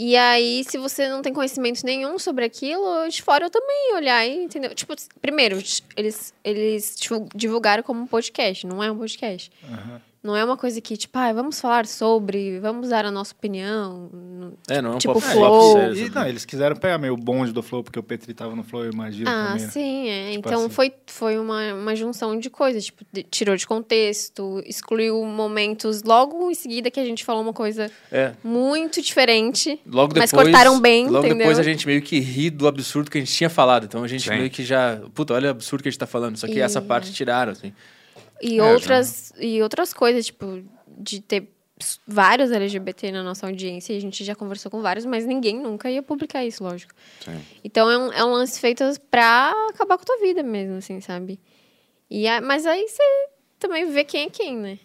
Speaker 12: E aí, se você não tem conhecimento nenhum sobre aquilo, de fora eu também ia olhar, e, entendeu? Tipo, primeiro, eles, eles tipo, divulgaram como um podcast, não é um podcast. Não é uma coisa que, tipo, ah, vamos falar sobre, vamos dar a nossa opinião.
Speaker 10: É, não é um
Speaker 12: tipo,
Speaker 10: papo
Speaker 12: flow.
Speaker 7: E- e, não, eles quiseram pegar meio o bonde do Flow, porque o Petri tava no Flow, eu imagino.
Speaker 12: Ah,
Speaker 7: também, né?
Speaker 12: sim, é.
Speaker 7: Tipo
Speaker 12: então
Speaker 7: assim.
Speaker 12: foi, foi uma, uma junção de coisas. Tipo, de- tirou de contexto, excluiu momentos logo em seguida que a gente falou uma coisa
Speaker 10: É.
Speaker 12: muito diferente.
Speaker 10: Logo depois,
Speaker 12: mas cortaram bem,
Speaker 10: logo
Speaker 12: entendeu?
Speaker 10: depois a gente meio que ri do absurdo que a gente tinha falado. Então a gente meio que já. Puta, olha o absurdo que a gente tá falando. Só que
Speaker 12: E-
Speaker 10: essa parte tiraram, assim.
Speaker 12: E,
Speaker 10: É,
Speaker 12: outras, e outras coisas, tipo, de ter s- vários LGBT na nossa audiência. E a gente já conversou com vários, mas ninguém nunca ia publicar isso, lógico. Então é um, é um lance feito pra acabar com a tua vida mesmo, assim, sabe? E a- mas aí você também vê quem é quem, né?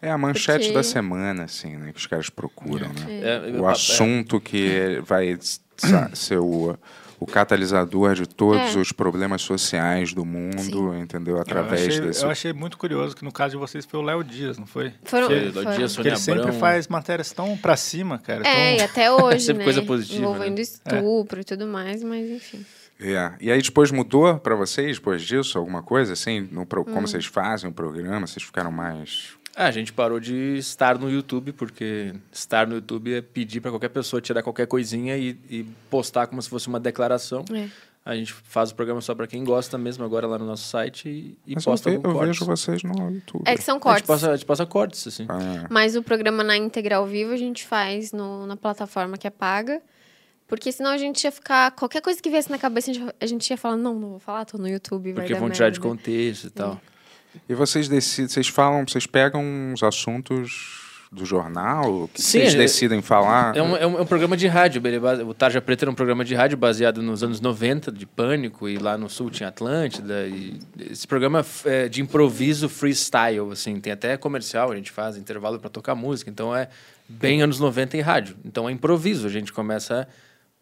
Speaker 8: É a manchete
Speaker 12: Porque-
Speaker 8: da semana, assim, né? Que os caras procuram, né?
Speaker 12: É.
Speaker 8: O assunto que vai sa- ser o, o catalisador de todos
Speaker 7: É.
Speaker 8: os problemas sociais do mumundo, entendeu? Através
Speaker 7: eu achei,
Speaker 8: desse.
Speaker 7: eu achei muito curioso que no caso de vocês foi o Léo Dias, não foi?
Speaker 12: Foram- Foi,
Speaker 8: Léo foram. Dias,
Speaker 7: Porque
Speaker 8: Sônia
Speaker 7: ele sempre
Speaker 8: Abrão.
Speaker 7: faz matérias tão pra cima, cara.
Speaker 12: É, e
Speaker 7: tão-
Speaker 12: até hoje, né? Envolvendo
Speaker 10: É.
Speaker 7: né?
Speaker 12: estupro e tudo mais, mas enfim.
Speaker 8: É. E aí depois mudou para vocês, depois disso, alguma coisa assim? No pro-
Speaker 12: Hum.
Speaker 8: Como vocês fazem o programa? Vocês ficaram mais.
Speaker 10: Ah, a gente parou de estar no YouTube, porque estar no YouTube é pedir para qualquer pessoa tirar qualquer coisinha e, e postar como se fosse uma declaração.
Speaker 12: É.
Speaker 10: A gente faz o programa só para quem gosta mesmo agora lá no nosso site e, e
Speaker 8: Mas eu
Speaker 10: posta
Speaker 8: ve-
Speaker 10: algum
Speaker 8: eu
Speaker 10: corte.
Speaker 8: vejo vocês no YouTube.
Speaker 12: É que são
Speaker 10: A
Speaker 12: cortes.
Speaker 10: gente passa, a gente passa cortes, assim.
Speaker 12: Mas o programa na íntegra ao vivo a gente faz no- na plataforma que é paga. Porque senão a gente ia ficar. Qualquer coisa que viesse na cabeça, a gente, a gente ia falar, não, não vou falar, tô no YouTube, vai
Speaker 8: Porque
Speaker 12: dar
Speaker 8: vão tirar de
Speaker 12: merda."
Speaker 10: contexto e tal.
Speaker 8: E vocês decidem, vocês falam, vocês pegam uns assuntos do jornal? O que
Speaker 10: Sim,
Speaker 8: vocês
Speaker 10: é-
Speaker 8: decidem falar?
Speaker 10: É um, é um- é um programa de rádio. ele é base- O Tarja Preta era um programa de rádio baseado nos anos 90, de Pânico, e lá no Sul tinha Atlântida. e esse programa f- é de improviso freestyle, assim. Tem até comercial, a gente faz intervalo para tocar música. Então é bem anos 90 em rádio. Então é improviso, a gente começa...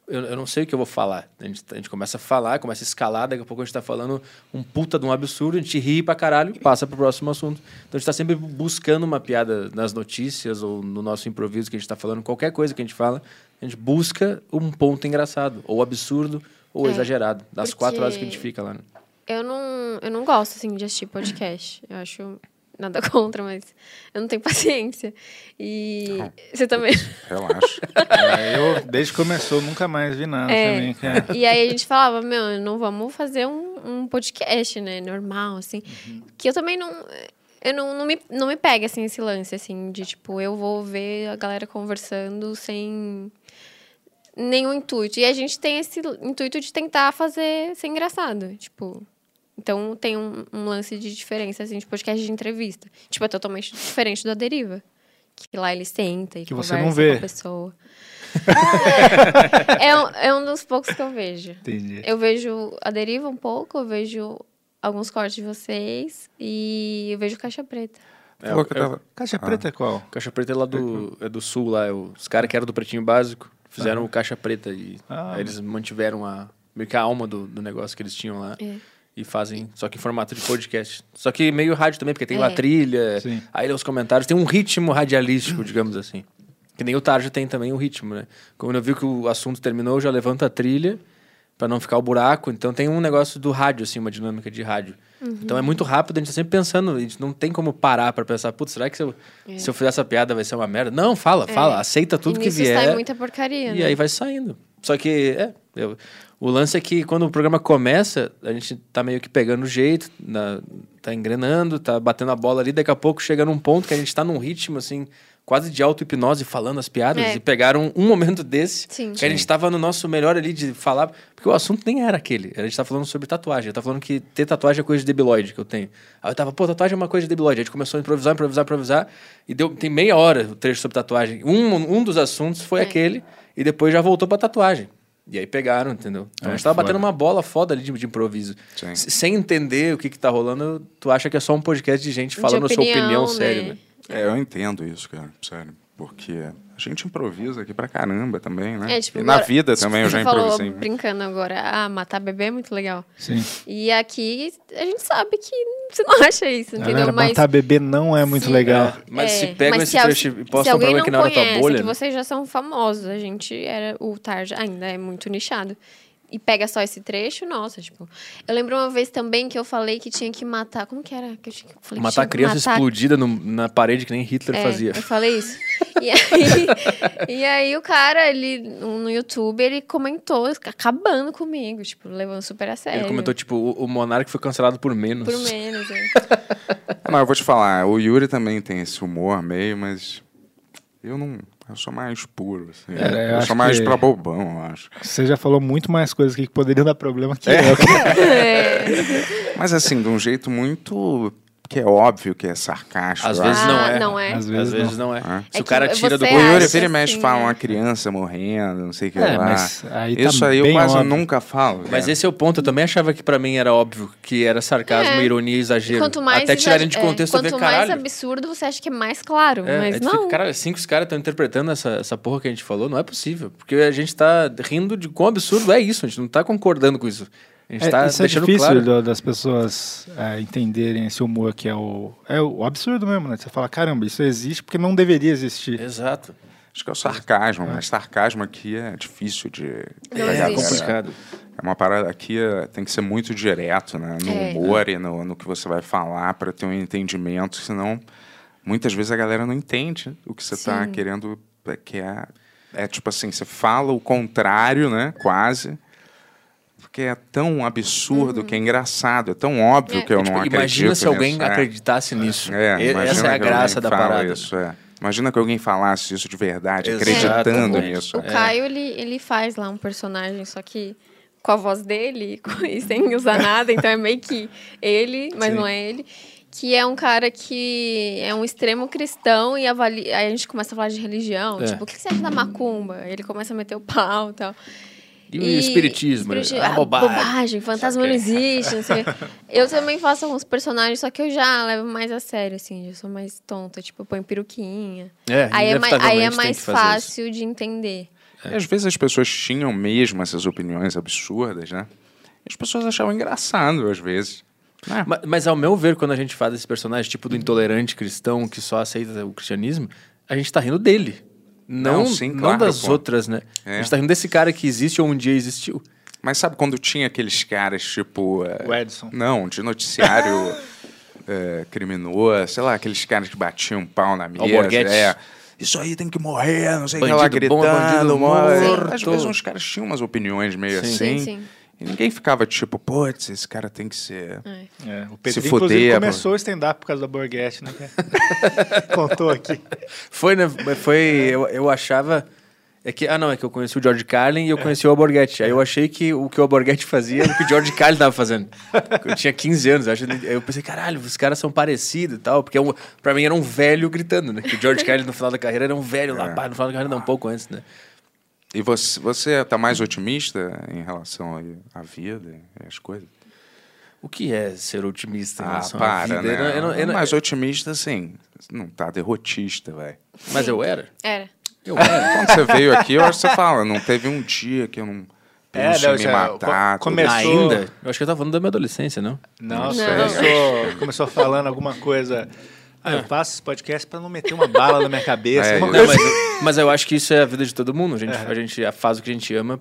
Speaker 10: Eu, eu não sei o que eu vou falar. A gente, a gente começa a falar, começa a escalar, daqui a pouco a gente tá falando um puta de um absurdo, a gente ri pra caralho e passa pro próximo assunto. Então a gente tá sempre buscando uma piada nas notícias ou no nosso improviso que a gente tá falando, qualquer coisa que a gente fala, a gente busca um ponto engraçado, ou absurdo, ou
Speaker 12: É,
Speaker 10: exagerado, das
Speaker 12: porque-
Speaker 10: quatro horas que a gente fica lá. Né?
Speaker 12: Eu não, eu não gosto, assim, de assistir podcast. Eu acho nada contra, mas eu não tenho paciência. E você também.
Speaker 8: Relaxa.
Speaker 7: É, eu, desde que começou, nunca mais vi nada
Speaker 12: É.
Speaker 7: também, cara.
Speaker 12: E aí a gente falava, meu, não vamos fazer um, um podcast, né? Normal, assim.
Speaker 7: Uhum.
Speaker 12: Que eu também não. Eu não, não, me, não me pega, assim, esse lance, assim, de tipo, eu vou ver a galera conversando sem nenhum intuito. E a gente tem esse intuito de tentar fazer ser engraçado. Tipo. Então tem um, um lance de diferença, assim, de podcast de entrevista. Tipo, é totalmente diferente do A Deriva. Que lá ele senta e
Speaker 7: Que você
Speaker 12: conversa
Speaker 7: não
Speaker 12: com
Speaker 7: vê.
Speaker 12: a pessoa. é, um, é um dos poucos que eu vejo.
Speaker 7: Entendi.
Speaker 12: Eu vejo a deriva um pouco, eu vejo alguns cortes de vocês e eu vejo caixa preta.
Speaker 10: É,
Speaker 7: Falou que
Speaker 10: eu-
Speaker 7: tava- Caixa Preta é qual?
Speaker 10: Caixa Preta é lá do, é do Sul, lá. é o- os caras que eram do Pretinho Básico fizeram
Speaker 7: Ah.
Speaker 10: o Caixa Preta e
Speaker 7: Ah.
Speaker 10: aí eles mantiveram a, meio que a alma do, do negócio que eles tinham lá.
Speaker 12: É.
Speaker 10: Ah. E fazem, só que em formato de podcast. Só que meio rádio também, porque tem
Speaker 12: É.
Speaker 10: lá trilha,
Speaker 7: Sim.
Speaker 10: aí lê os comentários. Tem um ritmo radialístico, digamos assim. Que nem o Tarja tem também um ritmo, né? Quando eu vi que o assunto terminou, eu já levanto a trilha pra não ficar o buraco. Então tem um negócio do rádio, assim, uma dinâmica de rádio.
Speaker 2: Uhum.
Speaker 10: Então é muito rápido, a gente tá sempre pensando, a gente não tem como parar pra pensar, putz, será que se eu,
Speaker 12: É.
Speaker 10: se eu fizer essa piada vai ser uma merda? Não, fala, fala,
Speaker 12: É.
Speaker 10: aceita tudo
Speaker 12: e
Speaker 10: que
Speaker 12: nisso
Speaker 10: vier.
Speaker 12: sai muita porcaria,
Speaker 10: E
Speaker 12: né?
Speaker 10: aí vai saindo. Só que, é, eu- o lance é que quando o programa começa, a gente tá meio que pegando o jeito, na- tá engrenando, tá batendo a bola ali, daqui a pouco chega num ponto que a gente tá num ritmo, assim, quase de auto-hipnose, falando as piadas,
Speaker 12: É.
Speaker 10: e pegaram um momento desse,
Speaker 12: Sim.
Speaker 10: que a gente tava no nosso melhor ali de falar, porque o assunto nem era aquele, a gente tá falando sobre tatuagem, eu tava falando que ter tatuagem é coisa de debilóide que eu tenho. Aí eu tava, pô, tatuagem é uma coisa de debilóide, a gente começou a improvisar, improvisar, improvisar, e deu, tem meia hora o trecho sobre tatuagem. Um, um dos assuntos
Speaker 12: É.
Speaker 10: foi aquele, e depois já voltou pra tatuagem. E aí pegaram, entendeu? Então a gente
Speaker 7: É,
Speaker 10: tava
Speaker 7: foda.
Speaker 10: batendo uma bola foda ali de, de improviso. S- Sem entender o que que tá rolando, tu acha que é só um podcast de gente
Speaker 12: De
Speaker 10: falando a sua
Speaker 12: opinião,
Speaker 10: opinião,
Speaker 12: né?
Speaker 10: sério, né?
Speaker 8: É, eu entendo isso, cara, sério. Porque a gente improvisa aqui pra caramba também, né?
Speaker 12: É, tipo,
Speaker 8: e na
Speaker 12: agora-
Speaker 8: vida também eu já
Speaker 12: Você falou
Speaker 8: improvisei.
Speaker 12: brincando agora, ah, matar bebê é muito legal.
Speaker 7: Sim.
Speaker 12: E aqui a gente sabe que você não acha isso, entendeu?
Speaker 7: Galera,
Speaker 12: mas
Speaker 7: matar bebê não é muito legal.
Speaker 10: mas se
Speaker 12: É,
Speaker 10: pegam
Speaker 12: mas
Speaker 10: esse
Speaker 12: al-
Speaker 10: trecho e postam
Speaker 12: alguém
Speaker 10: pra mim
Speaker 12: não
Speaker 10: que na hora tá
Speaker 12: conhece,
Speaker 10: bolha,
Speaker 12: que
Speaker 10: né?
Speaker 12: vocês já são famosos, a gente era o Tarja ainda é muito nichado. E pega só esse trecho, nossa, tipo. Eu lembro uma vez também que eu falei que tinha que matar, como que era? Que eu tinha que eu falei que
Speaker 10: Matar
Speaker 12: tinha que
Speaker 10: criança
Speaker 12: matar-
Speaker 10: explodida no- na parede que nem Hitler
Speaker 12: É,
Speaker 10: fazia.
Speaker 12: Eu falei isso. E aí, e aí o cara, ele no no YouTube, ele comentou acabando comigo, tipo, levando super a sério.
Speaker 10: Ele comentou, tipo, o, o Monark foi cancelado por menos.
Speaker 12: por menos, é.
Speaker 8: Ah, Não, eu vou te falar, o Yuri também tem esse humor meio, mas eu não. Eu sou mais puro, assim.
Speaker 7: É, eu
Speaker 8: eu
Speaker 7: acho
Speaker 8: sou mais
Speaker 7: que-
Speaker 8: pra bobão, eu acho.
Speaker 7: Você já falou muito mais coisas aqui que
Speaker 12: É.
Speaker 7: poderiam dar problema que eu.
Speaker 8: Mas assim, de um jeito muito que é óbvio que é sarcástico.
Speaker 10: Às
Speaker 8: eu
Speaker 10: vezes
Speaker 8: acho.
Speaker 10: não Ah, é. não é. Às vezes não.
Speaker 8: Hã?
Speaker 10: É Se o que cara tira do
Speaker 8: O
Speaker 10: você corpo-
Speaker 8: Yuri
Speaker 10: acha
Speaker 8: vira e mexe
Speaker 10: assim,
Speaker 8: fala
Speaker 10: né?
Speaker 8: uma criança morrendo, não sei o que
Speaker 10: É,
Speaker 8: lá.
Speaker 10: mas aí tá
Speaker 8: Isso aí eu
Speaker 10: bem
Speaker 8: quase
Speaker 10: óbvio.
Speaker 8: nunca falo. né?
Speaker 10: Mas
Speaker 8: cara.
Speaker 10: esse é o ponto. Eu também achava que pra mim era óbvio que era sarcasmo,
Speaker 12: É.
Speaker 10: ironia e exagero.
Speaker 12: Quanto mais
Speaker 10: Até tirarem de
Speaker 12: exag- é,
Speaker 10: contexto, eu ver,
Speaker 12: Quanto mais
Speaker 10: caralho.
Speaker 12: absurdo, você acha que é mais claro.
Speaker 10: É, aí
Speaker 12: mas
Speaker 10: tu fica,
Speaker 12: não.
Speaker 10: Cara, assim que os caras estão interpretando essa, essa porra que a gente falou, não é possível. Porque a gente tá rindo de quão absurdo é isso. A gente não tá concordando com isso. A gente
Speaker 7: É,
Speaker 10: tá
Speaker 7: isso é
Speaker 10: deixando
Speaker 7: difícil
Speaker 10: claro.
Speaker 7: do- das pessoas é, entenderem esse humor que é o, é o absurdo mesmo, né? Você fala, caramba, isso existe porque não deveria existir.
Speaker 10: Exato.
Speaker 8: Acho que é o sarcasmo, mas sarcasmo aqui é difícil de.
Speaker 10: Não
Speaker 8: da
Speaker 10: existe.
Speaker 8: galera.
Speaker 10: Complicado.
Speaker 8: É uma parada aqui, é, tem que ser muito direto, né? No
Speaker 10: É.
Speaker 8: humor e no, no que você vai falar para ter um entendimento, senão muitas vezes a galera não entende o que você está
Speaker 10: Sim.
Speaker 8: querendo. é Que é, é tipo assim, você fala o contrário, né? Quase. Porque é tão absurdo que é engraçado, é tão óbvio que eu
Speaker 10: Uhum. É, tipo,
Speaker 8: não acredito.
Speaker 10: imagina se alguém
Speaker 8: nisso, é.
Speaker 10: acreditasse nisso.
Speaker 8: É,
Speaker 10: E-
Speaker 8: imagina
Speaker 10: Essa é a
Speaker 8: que alguém
Speaker 10: graça da
Speaker 8: fala
Speaker 10: parada.
Speaker 8: isso, é. Imagina que alguém falasse isso de verdade,
Speaker 10: Exatamente.
Speaker 8: acreditando
Speaker 10: É.
Speaker 8: nisso.
Speaker 12: O Caio, ele, ele faz lá um personagem, só que com a voz dele e com- e sem usar nada, então é meio que ele, mas
Speaker 2: Sim.
Speaker 12: não é ele. Que é um cara que é um extremo cristão e avalia, aí a gente começa a falar de religião.
Speaker 10: É.
Speaker 12: Tipo, o que você acha da macumba? Ele começa a meter o pau e tal.
Speaker 10: E o espiritismo, né?
Speaker 12: espiriti-
Speaker 10: Ah,
Speaker 12: ah,
Speaker 10: bobagem.
Speaker 12: bobagem. fantasma não existe, não sei. o quê. Eu também faço alguns personagens, só que eu já levo mais a sério, assim, eu sou mais tonta, tipo, eu ponho peruquinha.
Speaker 8: É,
Speaker 12: aí é, mai- aí é
Speaker 8: inevitavelmente tem
Speaker 12: mais
Speaker 8: que fazer isso.
Speaker 12: fácil de entender.
Speaker 8: E É. às vezes as pessoas tinham mesmo essas opiniões absurdas, né? E as pessoas achavam engraçado, às vezes. né?
Speaker 10: Ma- Mas, ao meu ver, quando a gente faz esse personagem tipo do intolerante cristão que só aceita o cristianismo, a gente tá rindo dele. Não,
Speaker 8: Não, sim, claro,
Speaker 10: não das
Speaker 8: pô.
Speaker 10: outras, né?
Speaker 8: É.
Speaker 10: A gente tá rindo desse cara que existe ou um dia existiu.
Speaker 8: Mas sabe quando tinha aqueles caras, tipo. eh,
Speaker 10: O Edson.
Speaker 8: Não, de noticiário eh, criminoso, sei lá, aqueles caras que batiam um pau na mesa.
Speaker 10: Alborguetes.
Speaker 8: É. Isso aí tem que morrer, não sei o que
Speaker 10: Bandido
Speaker 8: lá,
Speaker 10: bom é bandido
Speaker 8: gritando, morre.
Speaker 10: morto.
Speaker 8: Às vezes uns caras tinham umas opiniões meio
Speaker 10: Sim.
Speaker 8: assim.
Speaker 10: Sim, sim.
Speaker 8: E ninguém ficava tipo, putz, esse cara tem que ser.
Speaker 7: É, o
Speaker 8: se
Speaker 7: Pedro, inclusive,
Speaker 8: foder.
Speaker 7: começou o stand-up por causa da Borghetti, né? Contou aqui.
Speaker 10: Foi, né? Mas Foi. Eu, eu achava. É que, ah, não, é que eu conheci o George Carlin e eu conheci o Alborguete. Aí eu achei que o que o Alborguete fazia era o que o George Carlin tava fazendo. Eu tinha 15 anos. Eu, achei- aí eu pensei, caralho, os caras são parecidos e tal. Porque é um, pra mim era um velho gritando, né? Que o George Carlin no final da carreira era um velho lá, pá, no final da carreira não, um pouco antes, né?
Speaker 8: E você, você tá mais otimista em relação aí à vida e às coisas?
Speaker 10: O que é ser otimista em
Speaker 8: Ah,
Speaker 10: relação
Speaker 8: para,
Speaker 10: à vida?
Speaker 8: né?
Speaker 10: Eu não- eu não- eu não-
Speaker 8: mais otimista, sim. Não tá derrotista, velho.
Speaker 10: Mas eu era?
Speaker 12: Era.
Speaker 10: Eu é, era.
Speaker 8: Quando você veio aqui, eu acho que você fala, não teve um dia que eu não
Speaker 10: É,
Speaker 8: penso
Speaker 10: não,
Speaker 8: em me
Speaker 10: isso é-
Speaker 8: matar.
Speaker 10: co- começou- Ainda? Eu acho que eu tava falando da minha adolescência, não?
Speaker 7: Não,
Speaker 10: Não
Speaker 7: você
Speaker 10: sei.
Speaker 7: Começou, começou falando alguma coisa. Ah, eu faço esse podcast pra não meter uma bala na minha
Speaker 8: é
Speaker 7: cabeça.
Speaker 10: Não,
Speaker 7: alguma
Speaker 10: mas,
Speaker 7: coisa
Speaker 10: eu, é, mas eu acho que isso é a vida de todo mundo. A gente, a gente faz o que a gente ama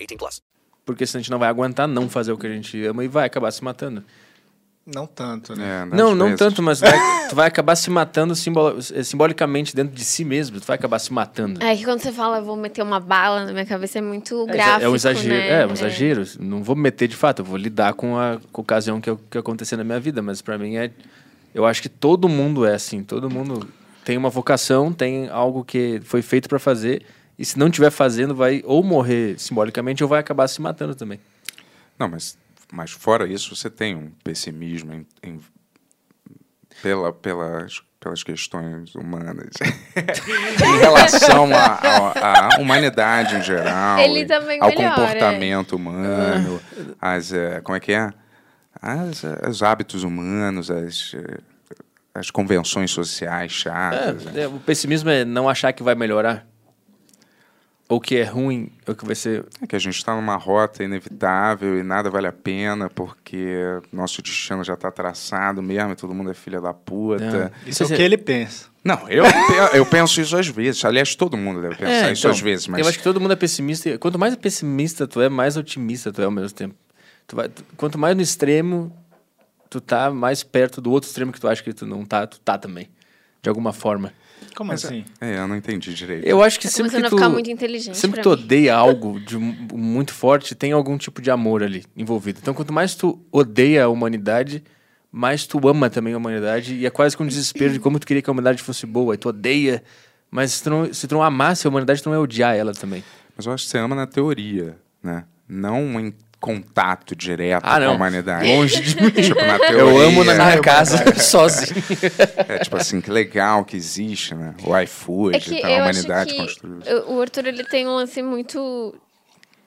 Speaker 15: 18 plus.
Speaker 10: Porque senão a gente não vai aguentar não fazer o que a gente ama e vai acabar se matando.
Speaker 7: Não tanto,
Speaker 8: É,
Speaker 7: né?
Speaker 10: não, não tanto, mas vai- tu vai acabar se matando simbolo- eh, simbolicamente dentro de si mesmo. Tu vai acabar se matando.
Speaker 12: É que quando você fala, eu vou meter uma bala na minha cabeça, é muito
Speaker 10: É,
Speaker 12: gráfico,
Speaker 10: é um exagero.
Speaker 12: né?
Speaker 10: É, um exagero. Não vou me meter de fato, eu vou lidar com a, com a ocasião que, eu- que acontecer na minha vida. Mas pra mim é. Eu acho que todo mundo é assim. Todo mundo tem uma vocação, tem algo que foi feito pra fazer. E se não tiver fazendo, vai ou morrer simbolicamente ou vai acabar se matando também.
Speaker 8: Não, mas, mas fora isso, você tem um pessimismo em- em- pela, pelas, pelas questões humanas. em relação à- à à humanidade em geral.
Speaker 12: Ele
Speaker 8: e
Speaker 12: também
Speaker 8: Ao
Speaker 12: melhora, é. Ah.
Speaker 8: comportamento humano, as, eh, como é que é? As, eh, os hábitos humanos, as, eh, as convenções sociais chatas. né?
Speaker 10: É, é, o pessimismo é não achar que vai melhorar. Ou que é ruim, ou que vai ser.
Speaker 8: É que a gente está numa rota inevitável e nada vale a pena porque nosso destino já está traçado mesmo e todo mundo é filha da puta.
Speaker 7: Não, isso é o que ele pensa.
Speaker 8: Não, eu, pe- eu penso isso às vezes. Aliás, todo mundo deve pensar
Speaker 10: É,
Speaker 8: isso
Speaker 10: então,
Speaker 8: às vezes, mas
Speaker 10: Eu acho que todo mundo é pessimista. e Quanto mais pessimista tu é, mais otimista tu é ao mesmo tempo. Tu vai- tu- quanto mais no extremo, tu tá mais perto do outro extremo que tu acha que tu não tá, tu tá também. De alguma forma.
Speaker 7: Como
Speaker 8: Mas,
Speaker 7: assim?
Speaker 8: É, eu não entendi direito.
Speaker 10: Eu acho que
Speaker 12: Tá
Speaker 10: sempre
Speaker 12: começando
Speaker 10: que
Speaker 12: a
Speaker 10: tu,
Speaker 12: ficar muito inteligente
Speaker 10: sempre que
Speaker 12: pra
Speaker 10: tu
Speaker 12: mim.
Speaker 10: odeia algo de mu- muito forte, tem algum tipo de amor ali envolvido. Então, quanto mais tu odeia a humanidade, mais tu ama também a humanidade e é quase que um desespero de como tu queria que a humanidade fosse boa. E tu odeia, mas se tu não, se tu não amasse a humanidade, tu não ia odiar ela também.
Speaker 8: Mas eu acho que você ama na teoria, né? Não em contato direto com
Speaker 10: Ah,
Speaker 8: a
Speaker 10: não.
Speaker 8: humanidade.
Speaker 10: Longe de mim.
Speaker 8: Tipo, na teoria.
Speaker 10: Eu amo na minha casa, sozinho.
Speaker 8: É tipo assim, que legal que existe, né? O iFood
Speaker 12: É que
Speaker 8: e tal, a
Speaker 12: eu acho
Speaker 8: humanidade
Speaker 12: que
Speaker 8: construiu.
Speaker 12: eu- o Arthur ele tem um lance muito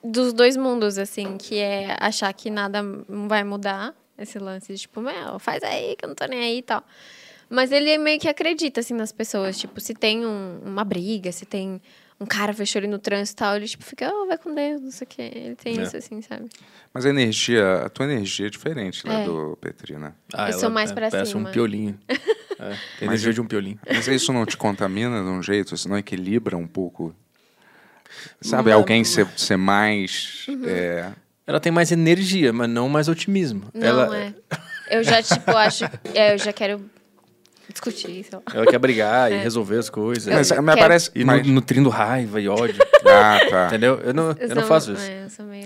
Speaker 12: dos dois mundos, assim, que é achar que nada m- vai mudar, esse lance de tipo, meu, faz aí que eu não tô nem aí e tal. Mas ele meio que acredita, assim, nas pessoas, tipo, se tem um- uma briga, se tem um cara fechou ele no trânsito e tal, ele tipo fica, oh, vai com Deus, não sei o quê. Ele tem
Speaker 8: É.
Speaker 12: isso, assim, sabe?
Speaker 8: Mas a energia, a tua energia é diferente né,
Speaker 12: É.
Speaker 8: do Petri, né?
Speaker 12: Ah, Eu ela sou mais é- pra parece um cima. piolinho.
Speaker 10: É, tem energia de um piolinho.
Speaker 8: Mas isso não te contamina de um jeito? Você não equilibra um pouco? Sabe,
Speaker 10: Não.
Speaker 8: alguém ser, ser mais...
Speaker 12: Uhum.
Speaker 8: é,
Speaker 10: Ela tem mais energia, mas não mais otimismo.
Speaker 12: Não,
Speaker 10: ela,
Speaker 12: é. Eu já, tipo, acho. É, eu já quero discutir, sei lá.
Speaker 10: ela quer brigar
Speaker 12: É.
Speaker 10: e resolver as coisas.
Speaker 8: Mas-
Speaker 10: e,
Speaker 8: mas Quero- parece-
Speaker 10: E
Speaker 8: mas-
Speaker 10: nu- nutrindo raiva e ódio.
Speaker 8: Ah, tá.
Speaker 10: Entendeu? Eu não, eu não
Speaker 12: sou-
Speaker 10: faço isso.
Speaker 12: é, eu sou meio-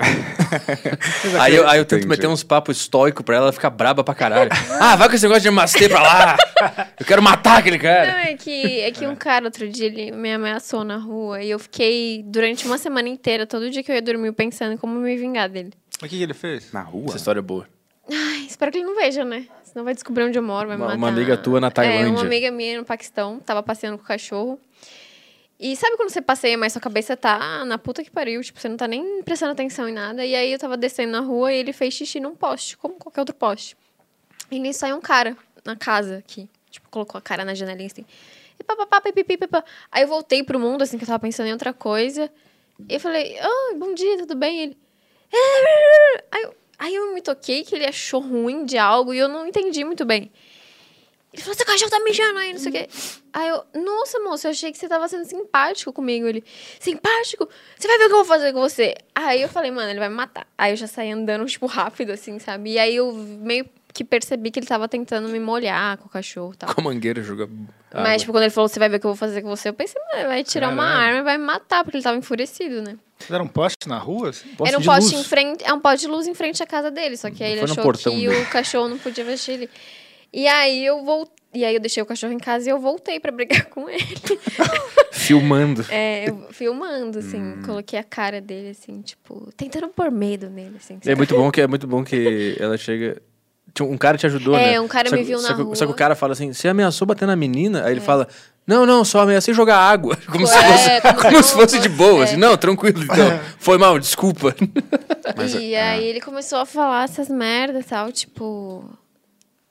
Speaker 10: Aí eu, aí eu tento
Speaker 8: Entendi.
Speaker 10: meter uns papos estoicos pra ela ficar braba pra caralho. ah, vai com esse negócio de namastê pra lá! Eu quero matar aquele
Speaker 12: Não,
Speaker 10: cara!
Speaker 12: é que, é que um cara outro dia ele me ameaçou na rua e eu fiquei durante uma semana inteira, todo dia que eu ia dormir, pensando em como me vingar dele.
Speaker 7: O que, que ele fez?
Speaker 8: Na rua?
Speaker 10: Essa história é boa.
Speaker 12: Ai, espero que ele não veja, né? Senão vai descobrir onde eu moro, vai me
Speaker 10: Uma-
Speaker 12: matar.
Speaker 10: uma amiga tua na
Speaker 12: É,
Speaker 10: Tailândia.
Speaker 12: uma amiga minha no Paquistão, tava passeando com o cachorro. E sabe quando você passeia, mas sua cabeça tá na puta que pariu, tipo, você não tá nem prestando atenção em nada. E aí eu tava descendo na rua e ele fez xixi num poste, como qualquer outro poste. E nisso saiu um cara na casa aqui, tipo, colocou a cara na janelinha assim. E pá, pá, pá, pi, pi, pi, pi, pá. Aí eu voltei pro mundo, assim, que eu tava pensando em outra coisa. E eu falei, ah, bom dia, tudo bem? Ele. "É". Aí eu, aí eu me toquei que ele achou ruim de algo e eu não entendi muito bem. Ele falou, seu cachorro tá mijando aí, não sei o quê. Aí eu, nossa, moço, eu achei que você tava sendo simpático comigo. Ele, simpático? Você vai ver o que eu vou fazer com você. Aí eu falei, mano, ele vai me matar. Aí eu já saí andando, tipo, rápido, assim, sabe? E aí eu meio que percebi que ele tava tentando me molhar com o cachorro e tal.
Speaker 10: Com a mangueira joga. água.
Speaker 12: Mas, tipo, quando ele falou, você vai ver o que eu vou fazer com você, eu pensei, mano, ele vai tirar uma
Speaker 7: Caralho.
Speaker 12: arma e vai me matar, porque ele tava enfurecido, né?
Speaker 7: Vocês eram postes um na rua? assim?
Speaker 12: Era um poste em frente, é um poste de luz em frente à casa dele, só que aí ele
Speaker 7: Foi no
Speaker 12: achou que
Speaker 7: portão dele.
Speaker 12: o cachorro não podia vestir ele. E aí eu voltei, e aí eu deixei o cachorro em casa e eu voltei pra brigar com ele.
Speaker 10: Filmando.
Speaker 12: É, eu filmando assim,
Speaker 7: Hum.
Speaker 12: coloquei a cara dele assim, tipo, tentando pôr medo nele assim.
Speaker 10: É
Speaker 12: sabe?
Speaker 10: muito bom que é muito bom que ela chega. Tinha Um cara te ajudou,
Speaker 12: É,
Speaker 10: né?
Speaker 12: um cara
Speaker 10: Só
Speaker 12: me
Speaker 10: que-
Speaker 12: viu
Speaker 10: só
Speaker 12: na
Speaker 10: que,
Speaker 12: rua.
Speaker 10: Só que o cara fala assim: você ameaçou bater na menina? Aí ele fala: não, não, só ameacei jogar água. Como, se, fosse,
Speaker 12: É,
Speaker 10: como,
Speaker 12: como
Speaker 10: se
Speaker 12: se
Speaker 10: fosse de
Speaker 12: fosse-
Speaker 10: boa.
Speaker 12: é.
Speaker 10: assim, não, tranquilo, então. Foi mal, desculpa.
Speaker 12: e aí ele começou a falar essas merdas, e tal, tipo,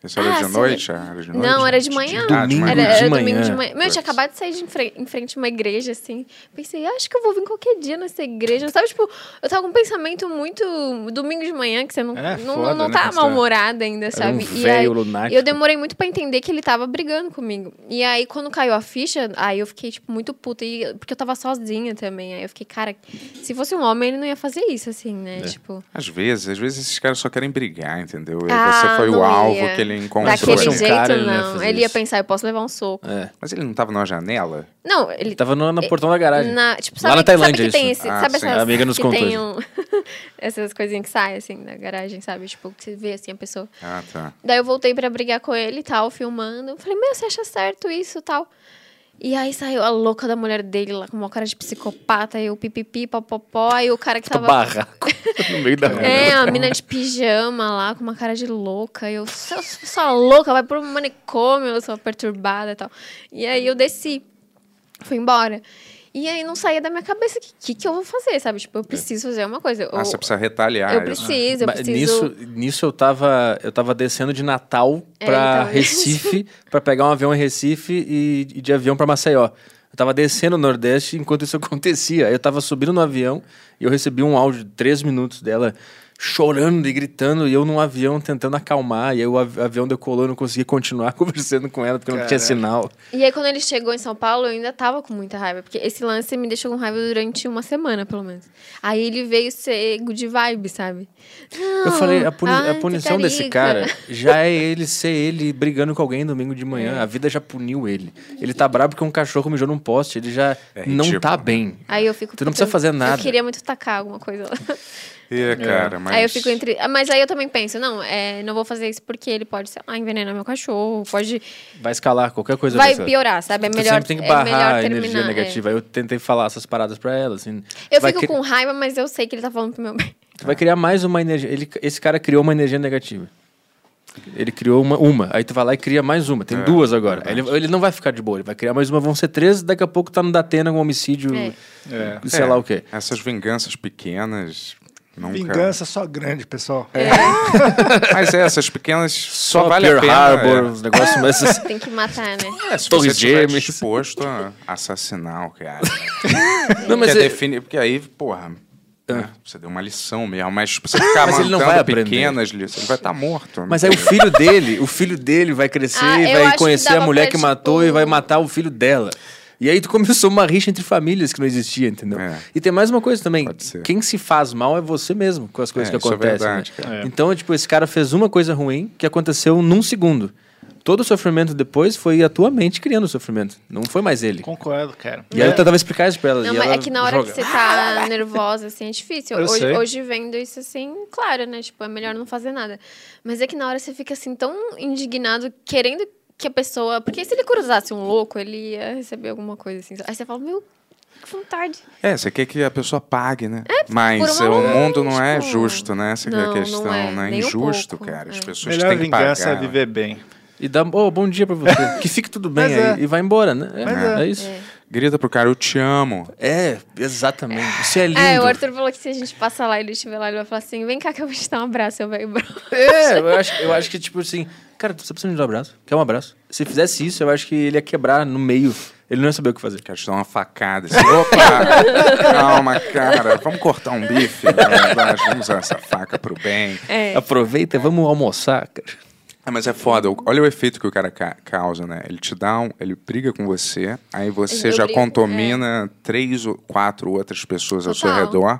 Speaker 8: Isso era
Speaker 12: Ah,
Speaker 8: de
Speaker 12: sim.
Speaker 8: noite? Era É de noite?
Speaker 12: Não, era de manhã.
Speaker 8: Ah, de manhã.
Speaker 12: Era, era
Speaker 8: De
Speaker 12: domingo de
Speaker 8: manhã.
Speaker 12: manhã. Meu, eu tinha acabado de sair de em fre- em frente a uma igreja, assim. Pensei, "Ah, acho que eu vou vir qualquer dia nessa igreja. Sabe, tipo, eu tava com um pensamento muito domingo de manhã, que você não,
Speaker 10: É,
Speaker 12: não,
Speaker 10: foda,
Speaker 12: não
Speaker 10: né,
Speaker 12: tá
Speaker 10: quando você-
Speaker 12: mal-humorada ainda,
Speaker 10: Era um
Speaker 12: sabe?
Speaker 10: véio lunático.
Speaker 12: eu demorei muito pra entender que ele tava brigando comigo. E aí, quando caiu a ficha, aí eu fiquei, tipo, muito puta. E, porque eu tava sozinha também. Aí eu fiquei, cara, se fosse um homem, ele não ia fazer isso, assim, né?
Speaker 8: É.
Speaker 12: Tipo.
Speaker 8: Às vezes, às vezes esses caras só querem brigar, entendeu? E
Speaker 12: Ah,
Speaker 8: você foi o
Speaker 12: não
Speaker 8: alvo
Speaker 12: ia.
Speaker 8: que ele encontrou. um
Speaker 12: Daquele
Speaker 8: ali.
Speaker 12: jeito, não. ele ia pensar, eu posso levar um soco.
Speaker 8: Mas ele não tava numa janela?
Speaker 12: Não, ele é,
Speaker 10: Tava no, no portão da garagem.
Speaker 12: Na, tipo,
Speaker 10: Lá
Speaker 12: sabe,
Speaker 10: na Tailândia,
Speaker 12: sabe que tem
Speaker 10: isso.
Speaker 12: esse,
Speaker 10: Ah,
Speaker 12: sabe
Speaker 10: sim.
Speaker 12: essas,
Speaker 10: A amiga nos
Speaker 12: que
Speaker 10: contou
Speaker 12: tem
Speaker 10: isso.
Speaker 12: um- essas coisinhas que saem assim da garagem, sabe? Tipo, que você vê assim a pessoa.
Speaker 8: Ah, tá.
Speaker 12: Daí eu voltei pra brigar com ele e tal, filmando. Eu Falei, meu, você acha certo isso e tal? E aí saiu a louca da mulher dele lá, com uma cara de psicopata, e o pipipi, popopó, aí o cara que
Speaker 10: Puta
Speaker 12: tava.
Speaker 10: barraco no meio da rua.
Speaker 12: É, a mina de pijama lá, com uma cara de louca. e Eu, sua, sua louca, vai pro manicômio, eu sou perturbada e tal. E aí eu desci, fui embora. E aí não saía da minha cabeça, o que, que, que eu vou fazer, sabe?
Speaker 10: É.
Speaker 12: Tipo, eu preciso fazer uma coisa.
Speaker 8: Ah,
Speaker 12: eu,
Speaker 8: você precisa retaliar. Ah.
Speaker 12: eu
Speaker 8: isso.
Speaker 12: preciso, eu
Speaker 10: né? Mas
Speaker 12: preciso...
Speaker 10: Nisso, nisso eu tava. Eu tava descendo de Natal
Speaker 12: É,
Speaker 10: pra
Speaker 12: então, isso.
Speaker 10: Recife, pra pegar um avião em Recife e, e de avião pra Maceió. Eu tava descendo no Nordeste enquanto isso acontecia. Eu tava subindo no avião e eu recebi um áudio de três minutos dela. chorando e gritando, e eu num avião tentando acalmar, e aí o av- avião decolou, eu não consegui continuar conversando com ela porque não tinha
Speaker 12: Caraca.
Speaker 10: sinal.
Speaker 12: E aí, quando ele chegou em São Paulo, eu ainda tava com muita raiva, porque esse lance me deixou com raiva durante uma semana, pelo menos. Aí ele veio ser good vibe, sabe?
Speaker 10: Eu
Speaker 12: Não,
Speaker 10: falei, a, puni-
Speaker 12: ai, tá
Speaker 10: a punição desse
Speaker 12: Ticarica.
Speaker 10: cara já é ele ser ele brigando com alguém domingo de manhã.
Speaker 12: É.
Speaker 10: A vida já puniu ele. Ele tá brabo porque um cachorro mijou num poste, ele já não
Speaker 8: ridículo.
Speaker 10: tá bem.
Speaker 12: Aí eu fico.
Speaker 10: Tu não precisa
Speaker 12: puta,
Speaker 10: fazer
Speaker 12: Eu
Speaker 10: nada.
Speaker 12: queria muito tacar alguma coisa lá.
Speaker 8: É, cara, mas.
Speaker 12: Aí eu fico entre. ah, Mas aí eu também penso, não, é, não vou fazer isso porque ele pode, sei lá, envenenar meu cachorro, pode.
Speaker 10: Vai escalar qualquer coisa
Speaker 12: Vai
Speaker 10: dessa.
Speaker 12: piorar, sabe? É
Speaker 10: tu
Speaker 12: melhor-
Speaker 10: sempre tem que
Speaker 12: é
Speaker 10: barrar
Speaker 12: melhor
Speaker 10: a energia
Speaker 12: terminar,
Speaker 10: negativa. Aí Eu tentei falar essas paradas pra ela, assim.
Speaker 12: Eu
Speaker 10: Vai
Speaker 12: fico
Speaker 10: cri-
Speaker 12: com raiva, mas eu sei que ele tá falando pro meu bem.
Speaker 10: Tu vai criar mais uma energia. Ele, esse cara criou uma energia negativa. Ele criou uma, uma. Aí tu vai lá e cria mais uma. Tem
Speaker 8: É,
Speaker 10: duas agora. Ele, ele não vai ficar de boa, ele vai criar mais uma. Vão ser três, daqui a pouco tá no Datena com homicídio.
Speaker 7: É.
Speaker 10: Sei
Speaker 8: É,
Speaker 10: lá o quê.
Speaker 8: Essas vinganças pequenas. Nunca...
Speaker 7: Vingança só grande, pessoal.
Speaker 8: Mas é, essas pequenas só,
Speaker 10: Só
Speaker 8: vale a
Speaker 10: Pearl
Speaker 8: pena.
Speaker 10: Harbor,
Speaker 8: é.
Speaker 10: uns negócios desses.
Speaker 12: Tem que matar, né?
Speaker 8: É, se
Speaker 10: Torres
Speaker 8: você estiver
Speaker 10: Gêmeas.
Speaker 8: disposto a assassinar o cara. né?
Speaker 10: Não, mas
Speaker 8: Quer
Speaker 10: é- Ah.
Speaker 8: definir- porque aí, porra, né, você deu uma lição mesmo, mas se você ficar
Speaker 10: Mas
Speaker 8: mas
Speaker 10: ele não vai aprender.
Speaker 8: pequenas lições, ele vai estar morto. né?
Speaker 10: Mas aí o filho dele, o filho dele vai crescer,
Speaker 8: Ah, eu acho
Speaker 10: vai
Speaker 8: que
Speaker 10: conhecer a
Speaker 8: dava
Speaker 10: mulher
Speaker 8: pra, tipo,
Speaker 10: que matou e vai matar o filho dela. E aí tu começou uma rixa entre famílias que não existia, entendeu?
Speaker 8: É.
Speaker 10: E tem mais uma coisa também. Quem se faz mal é você mesmo com as coisas
Speaker 8: É,
Speaker 10: que
Speaker 8: isso é
Speaker 10: acontecem.
Speaker 8: verdade,
Speaker 10: né?
Speaker 8: cara. É.
Speaker 10: Então, tipo, esse cara fez uma coisa ruim que aconteceu num segundo. Todo o sofrimento depois foi a tua mente criando o sofrimento. Não foi mais ele.
Speaker 7: Concordo, cara.
Speaker 10: E aí eu tentava explicar isso pra ela.
Speaker 12: Não,
Speaker 10: e
Speaker 12: mas
Speaker 10: ela
Speaker 12: é que na hora
Speaker 10: joga.
Speaker 12: que você tá nervosa, assim, é difícil.
Speaker 10: Eu
Speaker 12: Hoje,
Speaker 10: sei.
Speaker 12: hoje vendo isso assim, claro, né? Tipo, é melhor não fazer nada. Mas é que na hora você fica assim, tão indignado, querendo que a pessoa. Porque se ele cruzasse um louco, ele ia receber alguma coisa assim. Aí você fala, meu, que vontade.
Speaker 8: É, você quer que a pessoa pague, né? mas
Speaker 12: É, por uma
Speaker 8: o
Speaker 12: lógica.
Speaker 8: mundo não é justo, né? Essa que é
Speaker 12: tipo, Não,
Speaker 8: a
Speaker 12: não
Speaker 8: questão,
Speaker 12: é,
Speaker 8: né?
Speaker 12: nem um
Speaker 8: Injusto, cara. As pessoas
Speaker 7: Melhor
Speaker 8: têm que pagar.
Speaker 7: vingança é
Speaker 8: né?
Speaker 7: viver bem.
Speaker 10: E dá oh, bom dia pra você. que fique tudo bem
Speaker 7: Mas
Speaker 10: aí.
Speaker 7: é.
Speaker 10: E vai embora, né? É,
Speaker 7: Mas
Speaker 10: é
Speaker 7: é.
Speaker 10: isso.
Speaker 8: Grita pro cara, eu te amo.
Speaker 10: É, exatamente. Isso é lindo.
Speaker 12: É, o Arthur falou que se a gente passar lá e ele estiver lá, ele vai falar assim: vem cá que eu vou te dar um abraço, eu velho bro.
Speaker 10: É, eu acho, eu acho que, tipo assim, cara, você precisa me dar um abraço? Quer um abraço? Se fizesse isso, eu acho que ele ia quebrar no meio. Ele não ia saber o que fazer.
Speaker 8: Quero te dar uma facada. Assim, Opa! Calma, cara. Vamos cortar um bife, na verdade. Vamos usar essa faca pro bem.
Speaker 12: É.
Speaker 10: Aproveita, vamos almoçar, cara.
Speaker 8: É, mas é foda. o- Olha o efeito que o cara ca- causa, né? Ele te dá um... Ele briga com você, aí você
Speaker 10: Eu
Speaker 8: já
Speaker 10: brigo, é.
Speaker 8: contamina três ou quatro outras pessoas ao seu
Speaker 10: Total.
Speaker 8: redor.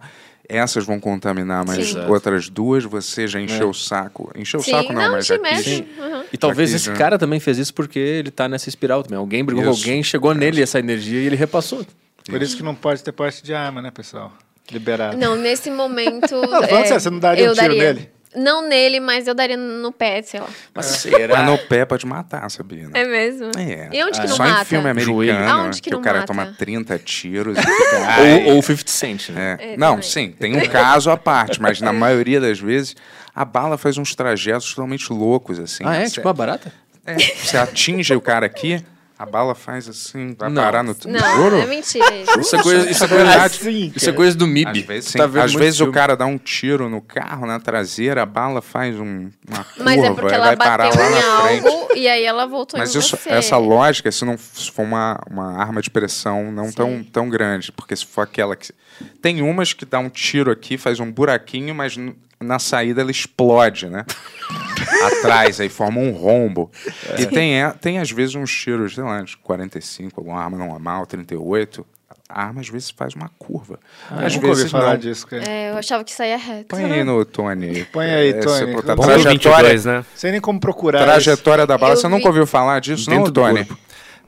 Speaker 8: Essas vão contaminar mais
Speaker 10: Sim.
Speaker 8: outras duas. Você já encheu
Speaker 10: É.
Speaker 8: o saco. Encheu
Speaker 10: Sim,
Speaker 8: o saco não,
Speaker 10: não,
Speaker 8: mas é já
Speaker 10: te
Speaker 8: quis.
Speaker 10: mexe.
Speaker 12: Uhum.
Speaker 10: E talvez
Speaker 8: Já quis,
Speaker 10: esse
Speaker 8: né?
Speaker 10: cara também fez isso porque ele tá nessa espiral também. Alguém brigou com
Speaker 8: Isso.
Speaker 10: alguém, chegou nele essa energia e ele repassou.
Speaker 7: Por isso que não pode ter porte de arma, né, pessoal? Liberado.
Speaker 12: Não, nesse momento. é,
Speaker 7: Não, falando sério, você não daria
Speaker 12: eu
Speaker 7: um tiro nele?
Speaker 12: Não nele, mas eu daria no pé, sei lá.
Speaker 8: Mas será? Mas no pé pode matar, sabia? né?
Speaker 12: É mesmo?
Speaker 8: É.
Speaker 12: E onde que não
Speaker 8: Só
Speaker 12: mata?
Speaker 8: em filme americano,
Speaker 12: Joelho.
Speaker 8: né,
Speaker 12: Aonde que
Speaker 8: que,
Speaker 12: não
Speaker 8: o cara
Speaker 12: mata?
Speaker 8: toma 30 tiros e fica,
Speaker 10: Ou, ou 50 Cent, né?
Speaker 8: É. Não, sim, tem um caso à parte, mas na maioria das vezes a bala faz uns trajetos totalmente loucos, assim.
Speaker 10: Ah, é?
Speaker 8: Cê-
Speaker 10: Tipo uma barata?
Speaker 8: É, você atinge o cara aqui, a bala faz assim, vai
Speaker 10: Não.
Speaker 8: parar no... tu-
Speaker 12: Não,
Speaker 8: Juro?
Speaker 12: é mentira isso.
Speaker 10: Isso é coisa- isso é coisa- Assim, isso é cara. coisa do MIB.
Speaker 8: Às vezes,
Speaker 10: Tu
Speaker 8: sim.
Speaker 10: tá vendo
Speaker 8: Às
Speaker 10: muito
Speaker 8: vezes o
Speaker 10: filme.
Speaker 8: cara dá um tiro no carro, na traseira, a bala faz um, uma curva
Speaker 12: Mas é porque
Speaker 8: e
Speaker 12: ela
Speaker 8: vai parar
Speaker 12: bateu
Speaker 8: lá
Speaker 12: em
Speaker 8: na frente.
Speaker 12: algo e aí ela voltou
Speaker 8: Mas
Speaker 12: em
Speaker 8: isso,
Speaker 12: você.
Speaker 8: essa lógica, se não se for uma, uma arma de pressão não
Speaker 12: Sim.
Speaker 8: tão, tão grande, porque se for aquela que. Tem umas que dá um tiro aqui, faz um buraquinho, mas n- na saída ela explode, né? Atrás, aí forma um rombo. E tem, é- tem às vezes uns tiros, sei lá, de 45, alguma arma normal, 38. A arma às vezes faz uma curva.
Speaker 7: Ah,
Speaker 8: às
Speaker 7: nunca
Speaker 8: vezes
Speaker 7: ouvi falar
Speaker 8: não.
Speaker 7: disso, cara.
Speaker 12: É, eu achava que saía reto.
Speaker 8: Põe aí no Tony.
Speaker 7: Põe aí,
Speaker 8: Essa
Speaker 7: Tony.
Speaker 8: puta
Speaker 7: Bom,
Speaker 8: É, trajetória,
Speaker 9: 22, né?
Speaker 7: Sei nem como procurar.
Speaker 8: trajetória da bala.
Speaker 7: Eu
Speaker 8: Você
Speaker 7: vi-
Speaker 8: nunca ouviu falar disso, não,
Speaker 9: Dentro do
Speaker 8: Tony?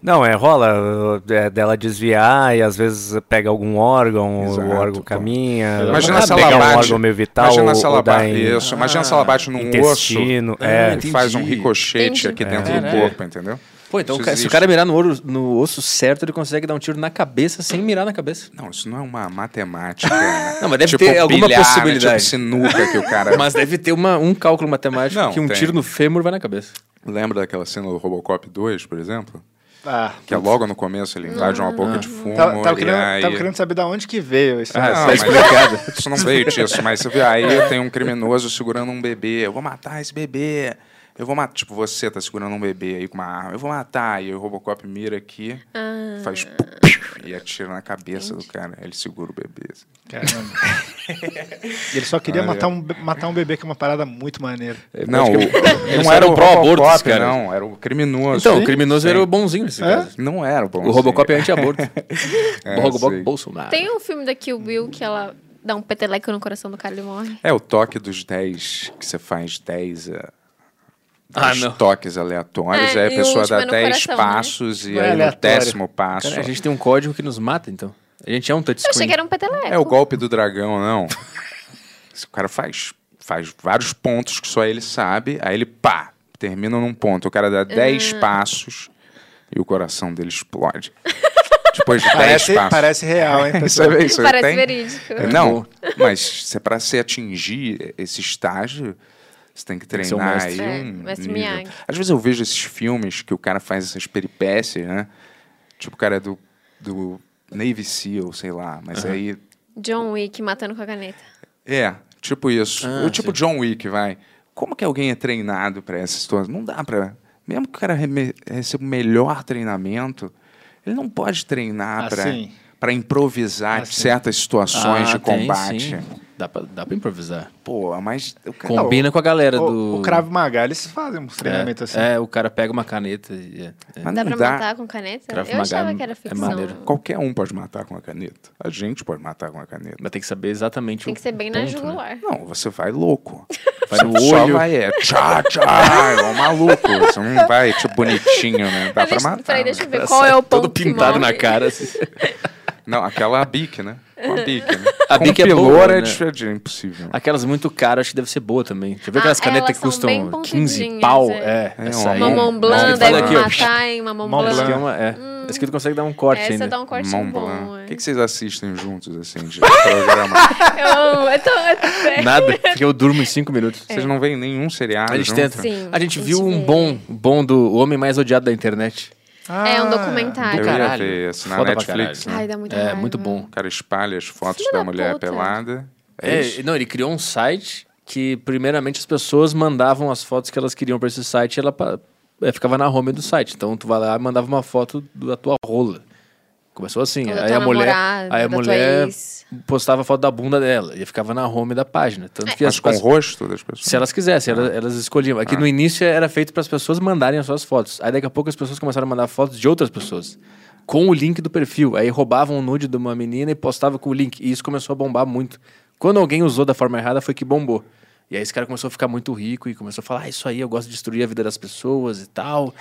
Speaker 9: Não, é, rola uh, é, dela desviar e às vezes pega algum órgão, o órgão caminha.
Speaker 8: Imagina
Speaker 9: Ah,
Speaker 8: se
Speaker 9: pegar
Speaker 8: ela
Speaker 9: um
Speaker 8: bate.
Speaker 9: órgão meio vital.
Speaker 8: imagina se
Speaker 9: ou-
Speaker 8: ela
Speaker 9: ou dá
Speaker 8: bate.
Speaker 9: em-
Speaker 8: Isso, imagina se ela bate num
Speaker 9: intestino,
Speaker 8: osso
Speaker 9: é. né?
Speaker 8: e faz um
Speaker 9: Entendi.
Speaker 8: ricochete
Speaker 9: Entendi.
Speaker 8: aqui dentro do
Speaker 10: Caralho.
Speaker 8: corpo, entendeu?
Speaker 10: Pô, então
Speaker 8: Isso
Speaker 10: o ca- se o
Speaker 8: existe.
Speaker 10: cara mirar no, ouro, no osso certo, ele consegue dar um tiro na cabeça sem mirar na cabeça.
Speaker 8: Não, isso não é uma matemática. né?
Speaker 10: Não, mas deve
Speaker 8: Tipo
Speaker 10: ter alguma
Speaker 8: bilhar, né?
Speaker 10: possibilidade.
Speaker 8: Tipo sinuca que o cara-
Speaker 10: Mas deve ter uma, um cálculo matemático
Speaker 8: Não,
Speaker 10: que um
Speaker 8: tem.
Speaker 10: tiro no fêmur vai na cabeça.
Speaker 8: Lembra daquela cena do Robocop 2, por exemplo?
Speaker 7: Ah.
Speaker 8: Que é logo no começo, ele invade uma boca de fumo.
Speaker 7: Tava, tava
Speaker 8: e
Speaker 7: querendo,
Speaker 8: aí-
Speaker 7: tava querendo saber de onde que veio
Speaker 10: tá
Speaker 7: isso.
Speaker 8: Ah,
Speaker 7: né?
Speaker 8: não, mas Isso não veio disso, mas você vê, aí tem um criminoso segurando um bebê. Eu vou matar esse bebê. Eu vou matar. Tipo, você tá segurando um bebê aí com uma arma. Eu vou matar. E o Robocop mira aqui,
Speaker 12: Ah.
Speaker 8: faz. E atira na cabeça do cara. Aí Ele segura o bebê. assim.
Speaker 7: Caramba. E ele só queria
Speaker 8: Olha.
Speaker 7: matar um, be- matar um bebê, que é uma parada muito maneira.
Speaker 10: É,
Speaker 8: Não, o-
Speaker 7: Ele
Speaker 8: não era o
Speaker 7: pró-aborto,
Speaker 8: pró-aborto,
Speaker 7: esse
Speaker 8: cara. Não, era o criminoso.
Speaker 7: Então, o
Speaker 10: criminoso era o bonzinho nesse
Speaker 8: É?
Speaker 10: caso.
Speaker 8: Não era o bonzinho.
Speaker 10: O Robocop é anti-aborto.
Speaker 8: É,
Speaker 10: O Robocop
Speaker 8: sei.
Speaker 10: Bolsonaro.
Speaker 12: Tem um filme da Kill Bill que ela dá um peteleco no coração do cara e ele morre.
Speaker 8: É o toque dos 10, que você faz 10 a...
Speaker 10: Ah,
Speaker 8: dez
Speaker 10: não.
Speaker 8: toques aleatórios,
Speaker 12: É,
Speaker 8: aí a
Speaker 12: e o
Speaker 8: pessoa
Speaker 12: último
Speaker 8: dá
Speaker 12: é no
Speaker 8: 10
Speaker 12: coração, né?
Speaker 8: passos e
Speaker 10: Não é
Speaker 8: aí no
Speaker 10: aleatório.
Speaker 8: décimo passo.
Speaker 10: Cara, a gente tem um código que nos mata, então. A gente é um touchscreen.
Speaker 12: Eu achei que era um peteleco.
Speaker 8: É o golpe do dragão, não. Esse cara faz, faz vários pontos que só ele sabe, aí ele pá, termina num ponto. O cara dá 10
Speaker 7: Ah.
Speaker 8: passos e o coração dele explode. Depois de 10
Speaker 7: Parece,
Speaker 8: passos.
Speaker 7: parece real, hein?
Speaker 8: Isso é- isso
Speaker 12: Parece
Speaker 8: tem-
Speaker 12: verídico.
Speaker 8: É, Não, mas se é pra se atingir esse estágio, você tem que
Speaker 12: Tem que ser um
Speaker 8: treinar aí
Speaker 12: mestre. É,
Speaker 8: um
Speaker 12: mestre
Speaker 8: nível.
Speaker 12: Miyagi.
Speaker 8: Às vezes eu vejo esses filmes que o cara faz essas peripécias, né? Tipo, o cara é do, do Navy SEAL, sei lá, mas
Speaker 12: Aham.
Speaker 8: aí...
Speaker 12: John Wick matando com a caneta.
Speaker 8: É, tipo isso.
Speaker 12: Ah,
Speaker 8: o tipo John Wick, vai. Como que alguém é treinado pra essa situação? Não dá pra... Mesmo que o cara reme- receba o melhor treinamento, ele não pode treinar pra
Speaker 10: Assim.
Speaker 8: para improvisar certas situações
Speaker 10: Ah,
Speaker 8: de
Speaker 10: tem,
Speaker 8: combate.
Speaker 10: sim. Dá pra, dá pra improvisar.
Speaker 8: Pô, mas. O
Speaker 7: cara-
Speaker 10: Combina
Speaker 7: Não,
Speaker 10: com a galera
Speaker 7: Tá o-
Speaker 10: do.
Speaker 7: o Krav Maga, eles fazem uns treinamentos
Speaker 10: é,
Speaker 7: assim.
Speaker 10: É, o cara pega uma caneta e. É, é.
Speaker 8: Mas
Speaker 12: Dá
Speaker 8: não
Speaker 12: pra
Speaker 8: Ah, dá.
Speaker 12: matar com caneta?
Speaker 8: Krav
Speaker 12: Eu
Speaker 8: Maga
Speaker 12: achava
Speaker 8: é-
Speaker 12: que era
Speaker 8: é
Speaker 12: ficção.
Speaker 8: maneiro. Qualquer um pode matar com a caneta. A gente pode matar com a caneta.
Speaker 10: Mas tem que saber exatamente
Speaker 12: Tem que ser bem na
Speaker 8: né?
Speaker 12: jugular.
Speaker 8: Não, você vai louco.
Speaker 10: Vai
Speaker 8: Você
Speaker 10: no
Speaker 8: só
Speaker 10: olho.
Speaker 8: vai, é tchá, tchá, é um maluco. Você não vai, tipo, bonitinho, né? Dá pra
Speaker 12: Deixa-
Speaker 8: matar. né?
Speaker 12: peraí, deixa eu ver qual é o
Speaker 8: Todo
Speaker 12: ponto que
Speaker 8: pintado
Speaker 12: morre.
Speaker 8: na cara. assim. Não, aquela bique, né? Com a bique, né?
Speaker 10: A
Speaker 8: Com
Speaker 10: bique é
Speaker 8: peloura
Speaker 10: boa, né?
Speaker 8: diferente, é impossível.
Speaker 10: Aquelas muito caras, acho que deve ser boa também. Deixa eu ver
Speaker 12: Ah,
Speaker 10: aquelas canetas
Speaker 12: elas
Speaker 10: que
Speaker 12: são bem
Speaker 10: custam 15
Speaker 12: pontudinhas,
Speaker 10: pau.
Speaker 12: é.
Speaker 10: É,
Speaker 8: É,
Speaker 10: essa aí.
Speaker 12: Mamão Blanc,
Speaker 10: Você fala
Speaker 12: deve
Speaker 10: aqui, ó,
Speaker 12: matar, hein? Mamão
Speaker 10: Mont Blanc.
Speaker 12: Blanc. Hum.
Speaker 10: É, Esse aqui tu consegue dar um corte
Speaker 12: Essa
Speaker 10: ainda.
Speaker 12: dá um corte
Speaker 8: Mont
Speaker 12: bom,
Speaker 8: Blanc.
Speaker 12: é.
Speaker 8: O que, que vocês assistem juntos, assim, de programa?
Speaker 12: Eu amo. Eu tô... eu-
Speaker 10: Nada, porque eu durmo em 5 minutos.
Speaker 8: Vocês não veem nenhum seriado
Speaker 10: A gente
Speaker 8: junto?
Speaker 10: tenta.
Speaker 12: É. Sim,
Speaker 10: a gente
Speaker 12: a
Speaker 10: viu
Speaker 12: gente
Speaker 10: um
Speaker 12: vê.
Speaker 10: bom, bom do Homem Mais Odiado da Internet.
Speaker 12: É um
Speaker 8: Ah,
Speaker 12: documentário.
Speaker 8: Eu ia ver esse na
Speaker 10: Foda pra
Speaker 8: Netflix.
Speaker 10: caralho.
Speaker 8: né?
Speaker 12: Ai, dá muita
Speaker 10: É,
Speaker 12: raiva.
Speaker 10: muito bom.
Speaker 8: O cara espalha as fotos
Speaker 12: Filho
Speaker 8: da
Speaker 12: da
Speaker 8: mulher
Speaker 12: puta.
Speaker 8: pelada. É
Speaker 10: É,
Speaker 8: isso.
Speaker 10: não, ele criou um site que, primeiramente, as pessoas mandavam as fotos que elas queriam pra esse site e ela pa- é, ficava na home do site. Então, tu vai lá e mandava uma foto do- da tua rola. Começou assim.
Speaker 12: Ou da
Speaker 10: Aí
Speaker 12: tua
Speaker 10: a mulher,
Speaker 12: namorada,
Speaker 10: aí a
Speaker 12: da tua
Speaker 10: mulher
Speaker 12: ex.
Speaker 10: postava a foto da bunda dela e ficava na home da página.
Speaker 12: É.
Speaker 10: Tanto que
Speaker 8: Mas
Speaker 10: as
Speaker 8: com o
Speaker 10: pessoas-
Speaker 8: rosto das pessoas.
Speaker 10: Se elas quisessem, elas, elas escolhiam. Aqui
Speaker 8: Ah.
Speaker 10: no início era feito para as pessoas mandarem as suas fotos. Aí daqui a pouco as pessoas começaram a mandar fotos de outras pessoas. Com o link do perfil. Aí roubavam o nude de uma menina e postavam com o link. E isso começou a bombar muito. Quando alguém usou da forma errada, foi que bombou. E aí esse cara começou a ficar muito rico e começou a falar: ah, isso aí, eu gosto de destruir a vida das pessoas e tal.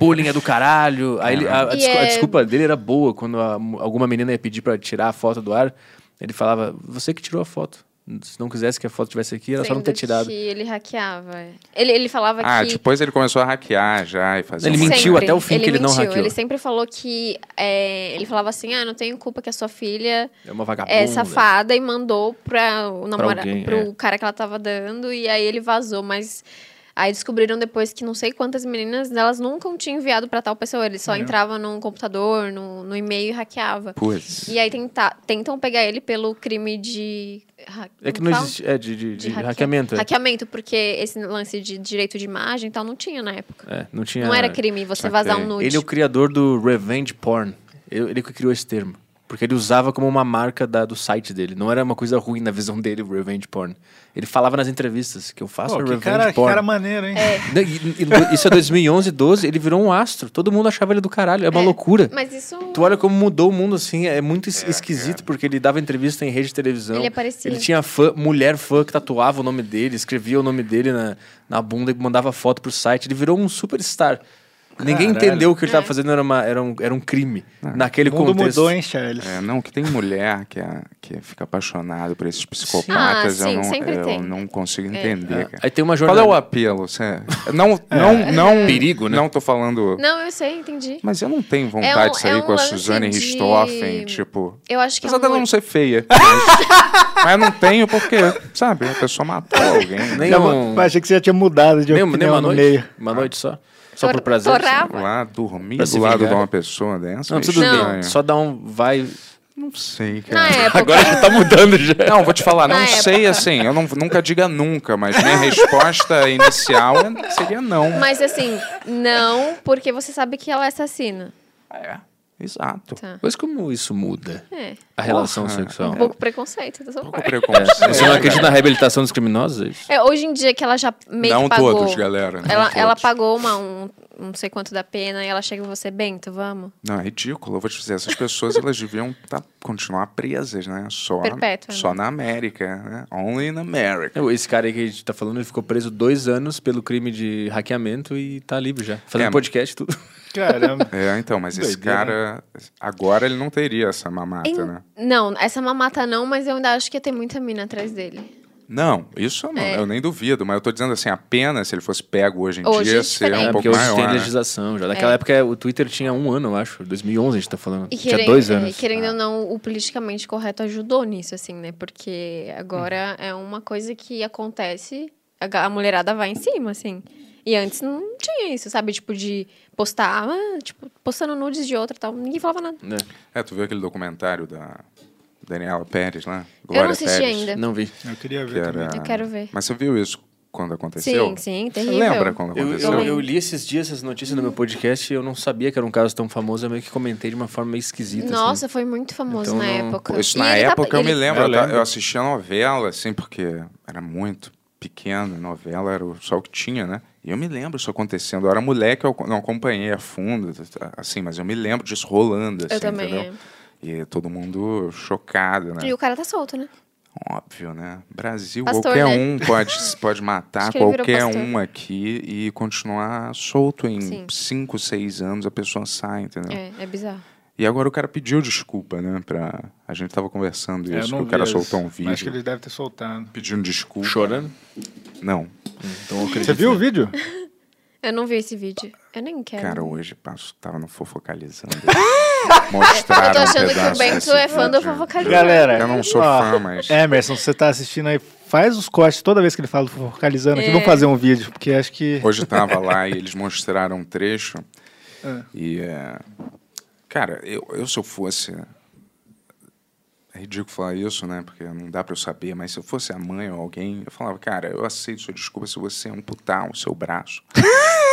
Speaker 10: Bullying é do caralho. Aí ele- a, a
Speaker 12: E
Speaker 10: descu- a
Speaker 12: é-
Speaker 10: desculpa dele era boa. Quando a- alguma menina ia pedir para tirar a foto do ar, ele falava: você que tirou a foto. Se não quisesse que a foto estivesse aqui, era só não ter
Speaker 12: Sendo
Speaker 10: tirado.
Speaker 12: que ele hackeava. é. Ele, ele falava
Speaker 8: Ah,
Speaker 12: que...
Speaker 8: depois ele começou a hackear já e fazer.
Speaker 10: Ele
Speaker 8: um monte de
Speaker 10: mentiu
Speaker 8: coisa.
Speaker 10: até o fim que ele não
Speaker 12: mentiu.
Speaker 10: hackeou.
Speaker 12: Ele sempre falou que... é, ele falava assim, ah, não tenho culpa que a sua filha
Speaker 10: É uma vagabunda.
Speaker 12: é safada e mandou pra o namora,
Speaker 10: alguém,
Speaker 12: pro
Speaker 10: é.
Speaker 12: cara que ela tava dando e aí ele vazou, mas... Aí descobriram depois que não sei quantas meninas, elas nunca tinham enviado pra tal pessoa. Ele só
Speaker 8: É.
Speaker 12: entrava num computador, no, no e-mail e hackeava.
Speaker 8: Putz.
Speaker 12: E aí tenta- tentam pegar ele pelo crime de... ha-
Speaker 10: É que
Speaker 12: como
Speaker 10: não
Speaker 12: fala?
Speaker 10: existe. É, de, de, de
Speaker 12: hacke-
Speaker 10: hackeamento. é.
Speaker 12: Hackeamento, porque esse lance de direito de imagem e tal não tinha na época.
Speaker 10: É, não tinha.
Speaker 12: Não era crime você vazar um nude.
Speaker 10: Ele é o criador do Revenge Porn. Eu- Ele que criou esse termo. Porque ele usava como uma marca da- do site dele. Não era uma coisa ruim na visão dele, o Revenge Porn. Ele falava nas entrevistas que eu faço
Speaker 7: Pô, que
Speaker 10: Revenge
Speaker 7: cara- que
Speaker 10: Porn.
Speaker 7: cara maneiro,
Speaker 12: É.
Speaker 7: hein?
Speaker 10: Não, e- e do- isso é 2011, 12. Ele virou um astro. Todo mundo achava ele do caralho. É uma loucura.
Speaker 12: Mas isso.
Speaker 10: Tu olha como mudou o mundo, assim, é muito es- esquisito, porque ele dava entrevista em rede de televisão.
Speaker 12: Ele é aparecia.
Speaker 10: Ele tinha fã, mulher fã que tatuava o nome dele, escrevia o nome dele na, na bunda e mandava foto pro site. Ele virou um superstar. Ninguém
Speaker 7: Caralho. É.
Speaker 10: entendeu o que
Speaker 12: É.
Speaker 10: ele tava fazendo era, uma- era um, era um crime. naquele
Speaker 7: O mundo
Speaker 10: contexto.
Speaker 7: mudou, hein, Charles?
Speaker 8: É, não, que tem mulher que, é- que fica apaixonado por esses
Speaker 12: Ah,
Speaker 8: psicopatas.
Speaker 12: sim,
Speaker 8: eu não,
Speaker 12: sempre
Speaker 8: eu
Speaker 12: tem.
Speaker 8: não consigo
Speaker 12: É.
Speaker 8: entender.
Speaker 10: É.
Speaker 8: cara.
Speaker 10: Aí tem uma
Speaker 8: Qual é o
Speaker 10: jornada-
Speaker 8: apelo? Cê- Não, não, não.
Speaker 10: Perigo, né?
Speaker 8: Não tô falando.
Speaker 12: Não, eu sei, entendi.
Speaker 8: Mas eu não tenho vontade
Speaker 12: É um-
Speaker 8: de sair
Speaker 12: é um
Speaker 8: com a
Speaker 12: lance
Speaker 8: Suzane
Speaker 12: de-
Speaker 8: Richthofen, tipo.
Speaker 12: Eu acho que é
Speaker 8: Apesar
Speaker 12: um.
Speaker 8: dela não ser feia. mas- mas eu não tenho porque, sabe, a pessoa matou alguém. né?
Speaker 10: Nem
Speaker 7: Já-
Speaker 10: um-
Speaker 7: eu Achei que você já tinha mudado de
Speaker 10: Nem,
Speaker 7: opinião
Speaker 10: nem uma
Speaker 7: no
Speaker 10: noite.
Speaker 7: meio.
Speaker 10: Uma noite só. Só
Speaker 12: Tor-
Speaker 10: por prazer.
Speaker 12: torrava.
Speaker 8: Lá dormir
Speaker 10: Pra se
Speaker 8: do lado de
Speaker 10: vingar.
Speaker 8: uma pessoa dessa.
Speaker 10: Não,
Speaker 8: é
Speaker 10: precisa dormir.
Speaker 8: estranho.
Speaker 10: Só dá um vai.
Speaker 8: Não sei,
Speaker 12: Na
Speaker 8: cara.
Speaker 12: época. Agora já tá
Speaker 8: mudando já. Não, vou te falar,
Speaker 12: Na
Speaker 8: não
Speaker 12: época.
Speaker 8: sei assim. Eu não, nunca diga nunca, mas minha resposta inicial é- seria não.
Speaker 12: Mas assim, não, porque você sabe que ela é assassina.
Speaker 8: É, Exato.
Speaker 12: Tá.
Speaker 10: Mas como isso muda
Speaker 12: É.
Speaker 10: a relação
Speaker 8: Porra.
Speaker 10: sexual?
Speaker 12: Um pouco preconceito da sua parte.
Speaker 10: É. Você não acredita na reabilitação dos criminosos? é isso?
Speaker 12: É, hoje em dia que ela já meio
Speaker 10: Não
Speaker 12: que pagou.
Speaker 10: todos, galera, não
Speaker 12: Ela,
Speaker 10: todos.
Speaker 12: ela pagou uma, um, não sei quanto da pena e ela chega em você, Bento, vamos.
Speaker 8: Não, é ridículo. Eu vou te dizer, essas pessoas elas deviam tá, continuar presas, né? Só,
Speaker 12: Perpétua,
Speaker 8: só na América, né? Only in America.
Speaker 10: Esse cara aí que a gente tá falando, ele ficou preso dois anos pelo crime de hackeamento e tá livre já. Fazendo
Speaker 8: É,
Speaker 10: podcast e tudo.
Speaker 7: Caramba.
Speaker 8: É, então, mas esse
Speaker 10: Doideira,
Speaker 8: cara. Agora ele não teria essa mamata,
Speaker 12: Em-
Speaker 8: né?
Speaker 12: Não, essa mamata não, mas eu ainda acho que tem muita mina atrás dele.
Speaker 8: Não, isso eu não,
Speaker 12: É.
Speaker 8: eu nem duvido, mas eu tô dizendo assim, a pena, se ele fosse pego hoje em
Speaker 12: Hoje é
Speaker 8: dia, seria
Speaker 12: diferente.
Speaker 8: um
Speaker 10: É,
Speaker 8: pouco
Speaker 10: porque hoje
Speaker 8: maior.
Speaker 10: tem
Speaker 8: né?
Speaker 10: legislação já. Naquela
Speaker 12: É.
Speaker 10: época o Twitter tinha um ano, eu acho. 2011 a gente tá falando.
Speaker 12: E
Speaker 10: tinha
Speaker 12: querendo,
Speaker 10: dois
Speaker 12: é,
Speaker 10: anos.
Speaker 12: querendo
Speaker 8: Ah.
Speaker 12: ou não, o politicamente correto ajudou nisso, assim, né? Porque agora
Speaker 8: Hum.
Speaker 12: é uma coisa que acontece, a ga- a mulherada vai em cima, assim. E antes não tinha isso, sabe? Tipo, de postar, ah, tipo, postando nudes de outra e tal. Ninguém falava nada.
Speaker 8: É, tu viu aquele documentário da Daniela Pérez lá?
Speaker 12: assisti ainda. Não
Speaker 10: vi.
Speaker 7: Eu queria
Speaker 8: ver
Speaker 12: Eu quero ver.
Speaker 8: Mas você viu isso quando aconteceu?
Speaker 12: Sim, sim,
Speaker 8: Você
Speaker 12: terrível.
Speaker 8: lembra quando
Speaker 10: Eu,
Speaker 8: aconteceu?
Speaker 10: eu, eu li um esses dias essas notícias no meu podcast e eu não sabia que era um caso tão famoso. Eu meio que comentei de uma forma meio
Speaker 8: assim.
Speaker 10: esquisita.
Speaker 12: Nossa, foi muito famoso
Speaker 10: Então
Speaker 12: na
Speaker 10: não-
Speaker 12: época.
Speaker 8: Isso
Speaker 12: E
Speaker 8: na
Speaker 12: ele tá-
Speaker 8: época eu me
Speaker 12: ele-
Speaker 8: lembro, eu,
Speaker 10: Eu
Speaker 8: ta-
Speaker 10: lembro.
Speaker 8: eu assistia novela, assim, porque era muito pequena, novela era o- só o que tinha, né? E eu me lembro isso acontecendo. Eu era moleque, eu não acompanhei a fundo, assim, mas eu me lembro disso rolando, assim,
Speaker 12: Eu também,
Speaker 8: entendeu? E todo mundo chocado, né?
Speaker 12: E o cara tá solto, né?
Speaker 8: Óbvio, né? Brasil,
Speaker 12: Pastor,
Speaker 8: qualquer
Speaker 12: né?
Speaker 8: um pode, pode matar
Speaker 12: Acho que ele virou
Speaker 8: qualquer
Speaker 12: pastor.
Speaker 8: um aqui e continuar solto
Speaker 12: Sim.
Speaker 8: em 5, 6 anos, a pessoa sai, entendeu?
Speaker 12: É, é bizarro.
Speaker 8: E agora o cara pediu desculpa, né? Pra... A gente tava conversando
Speaker 7: É, Eu
Speaker 8: isso,
Speaker 7: não
Speaker 8: que o
Speaker 7: vi
Speaker 8: cara
Speaker 7: esse.
Speaker 8: soltou um
Speaker 7: Mas
Speaker 8: vídeo
Speaker 7: Acho que eles devem ter soltado.
Speaker 8: pedindo desculpa.
Speaker 10: Chorando?
Speaker 8: Não.
Speaker 10: Então
Speaker 7: Você viu o vídeo?
Speaker 12: Eu não vi esse vídeo. Eu nem quero.
Speaker 8: Cara, hoje passo, tava no fofocalizando.
Speaker 12: eu tô
Speaker 8: Mostraram um
Speaker 12: achando que o
Speaker 8: pedaço
Speaker 12: Bento
Speaker 8: desse
Speaker 12: é fã do
Speaker 8: vídeo.
Speaker 12: Fofocalizando.
Speaker 7: Galera,
Speaker 8: Eu não sou
Speaker 7: ó,
Speaker 8: fã, mas...
Speaker 7: Emerson, você tá assistindo aí, faz os cortes toda vez que ele fala do focalizando aqui.
Speaker 8: É.
Speaker 7: Vamos fazer um vídeo, porque acho que.
Speaker 8: Hoje eu tava lá e eles mostraram um trecho.
Speaker 7: É.
Speaker 8: E, é, cara, eu, eu se eu fosse... É ridículo falar isso, né? Porque não dá pra eu saber, mas se eu fosse a mãe ou alguém, eu falava, cara, eu aceito sua desculpa se você amputar o seu braço.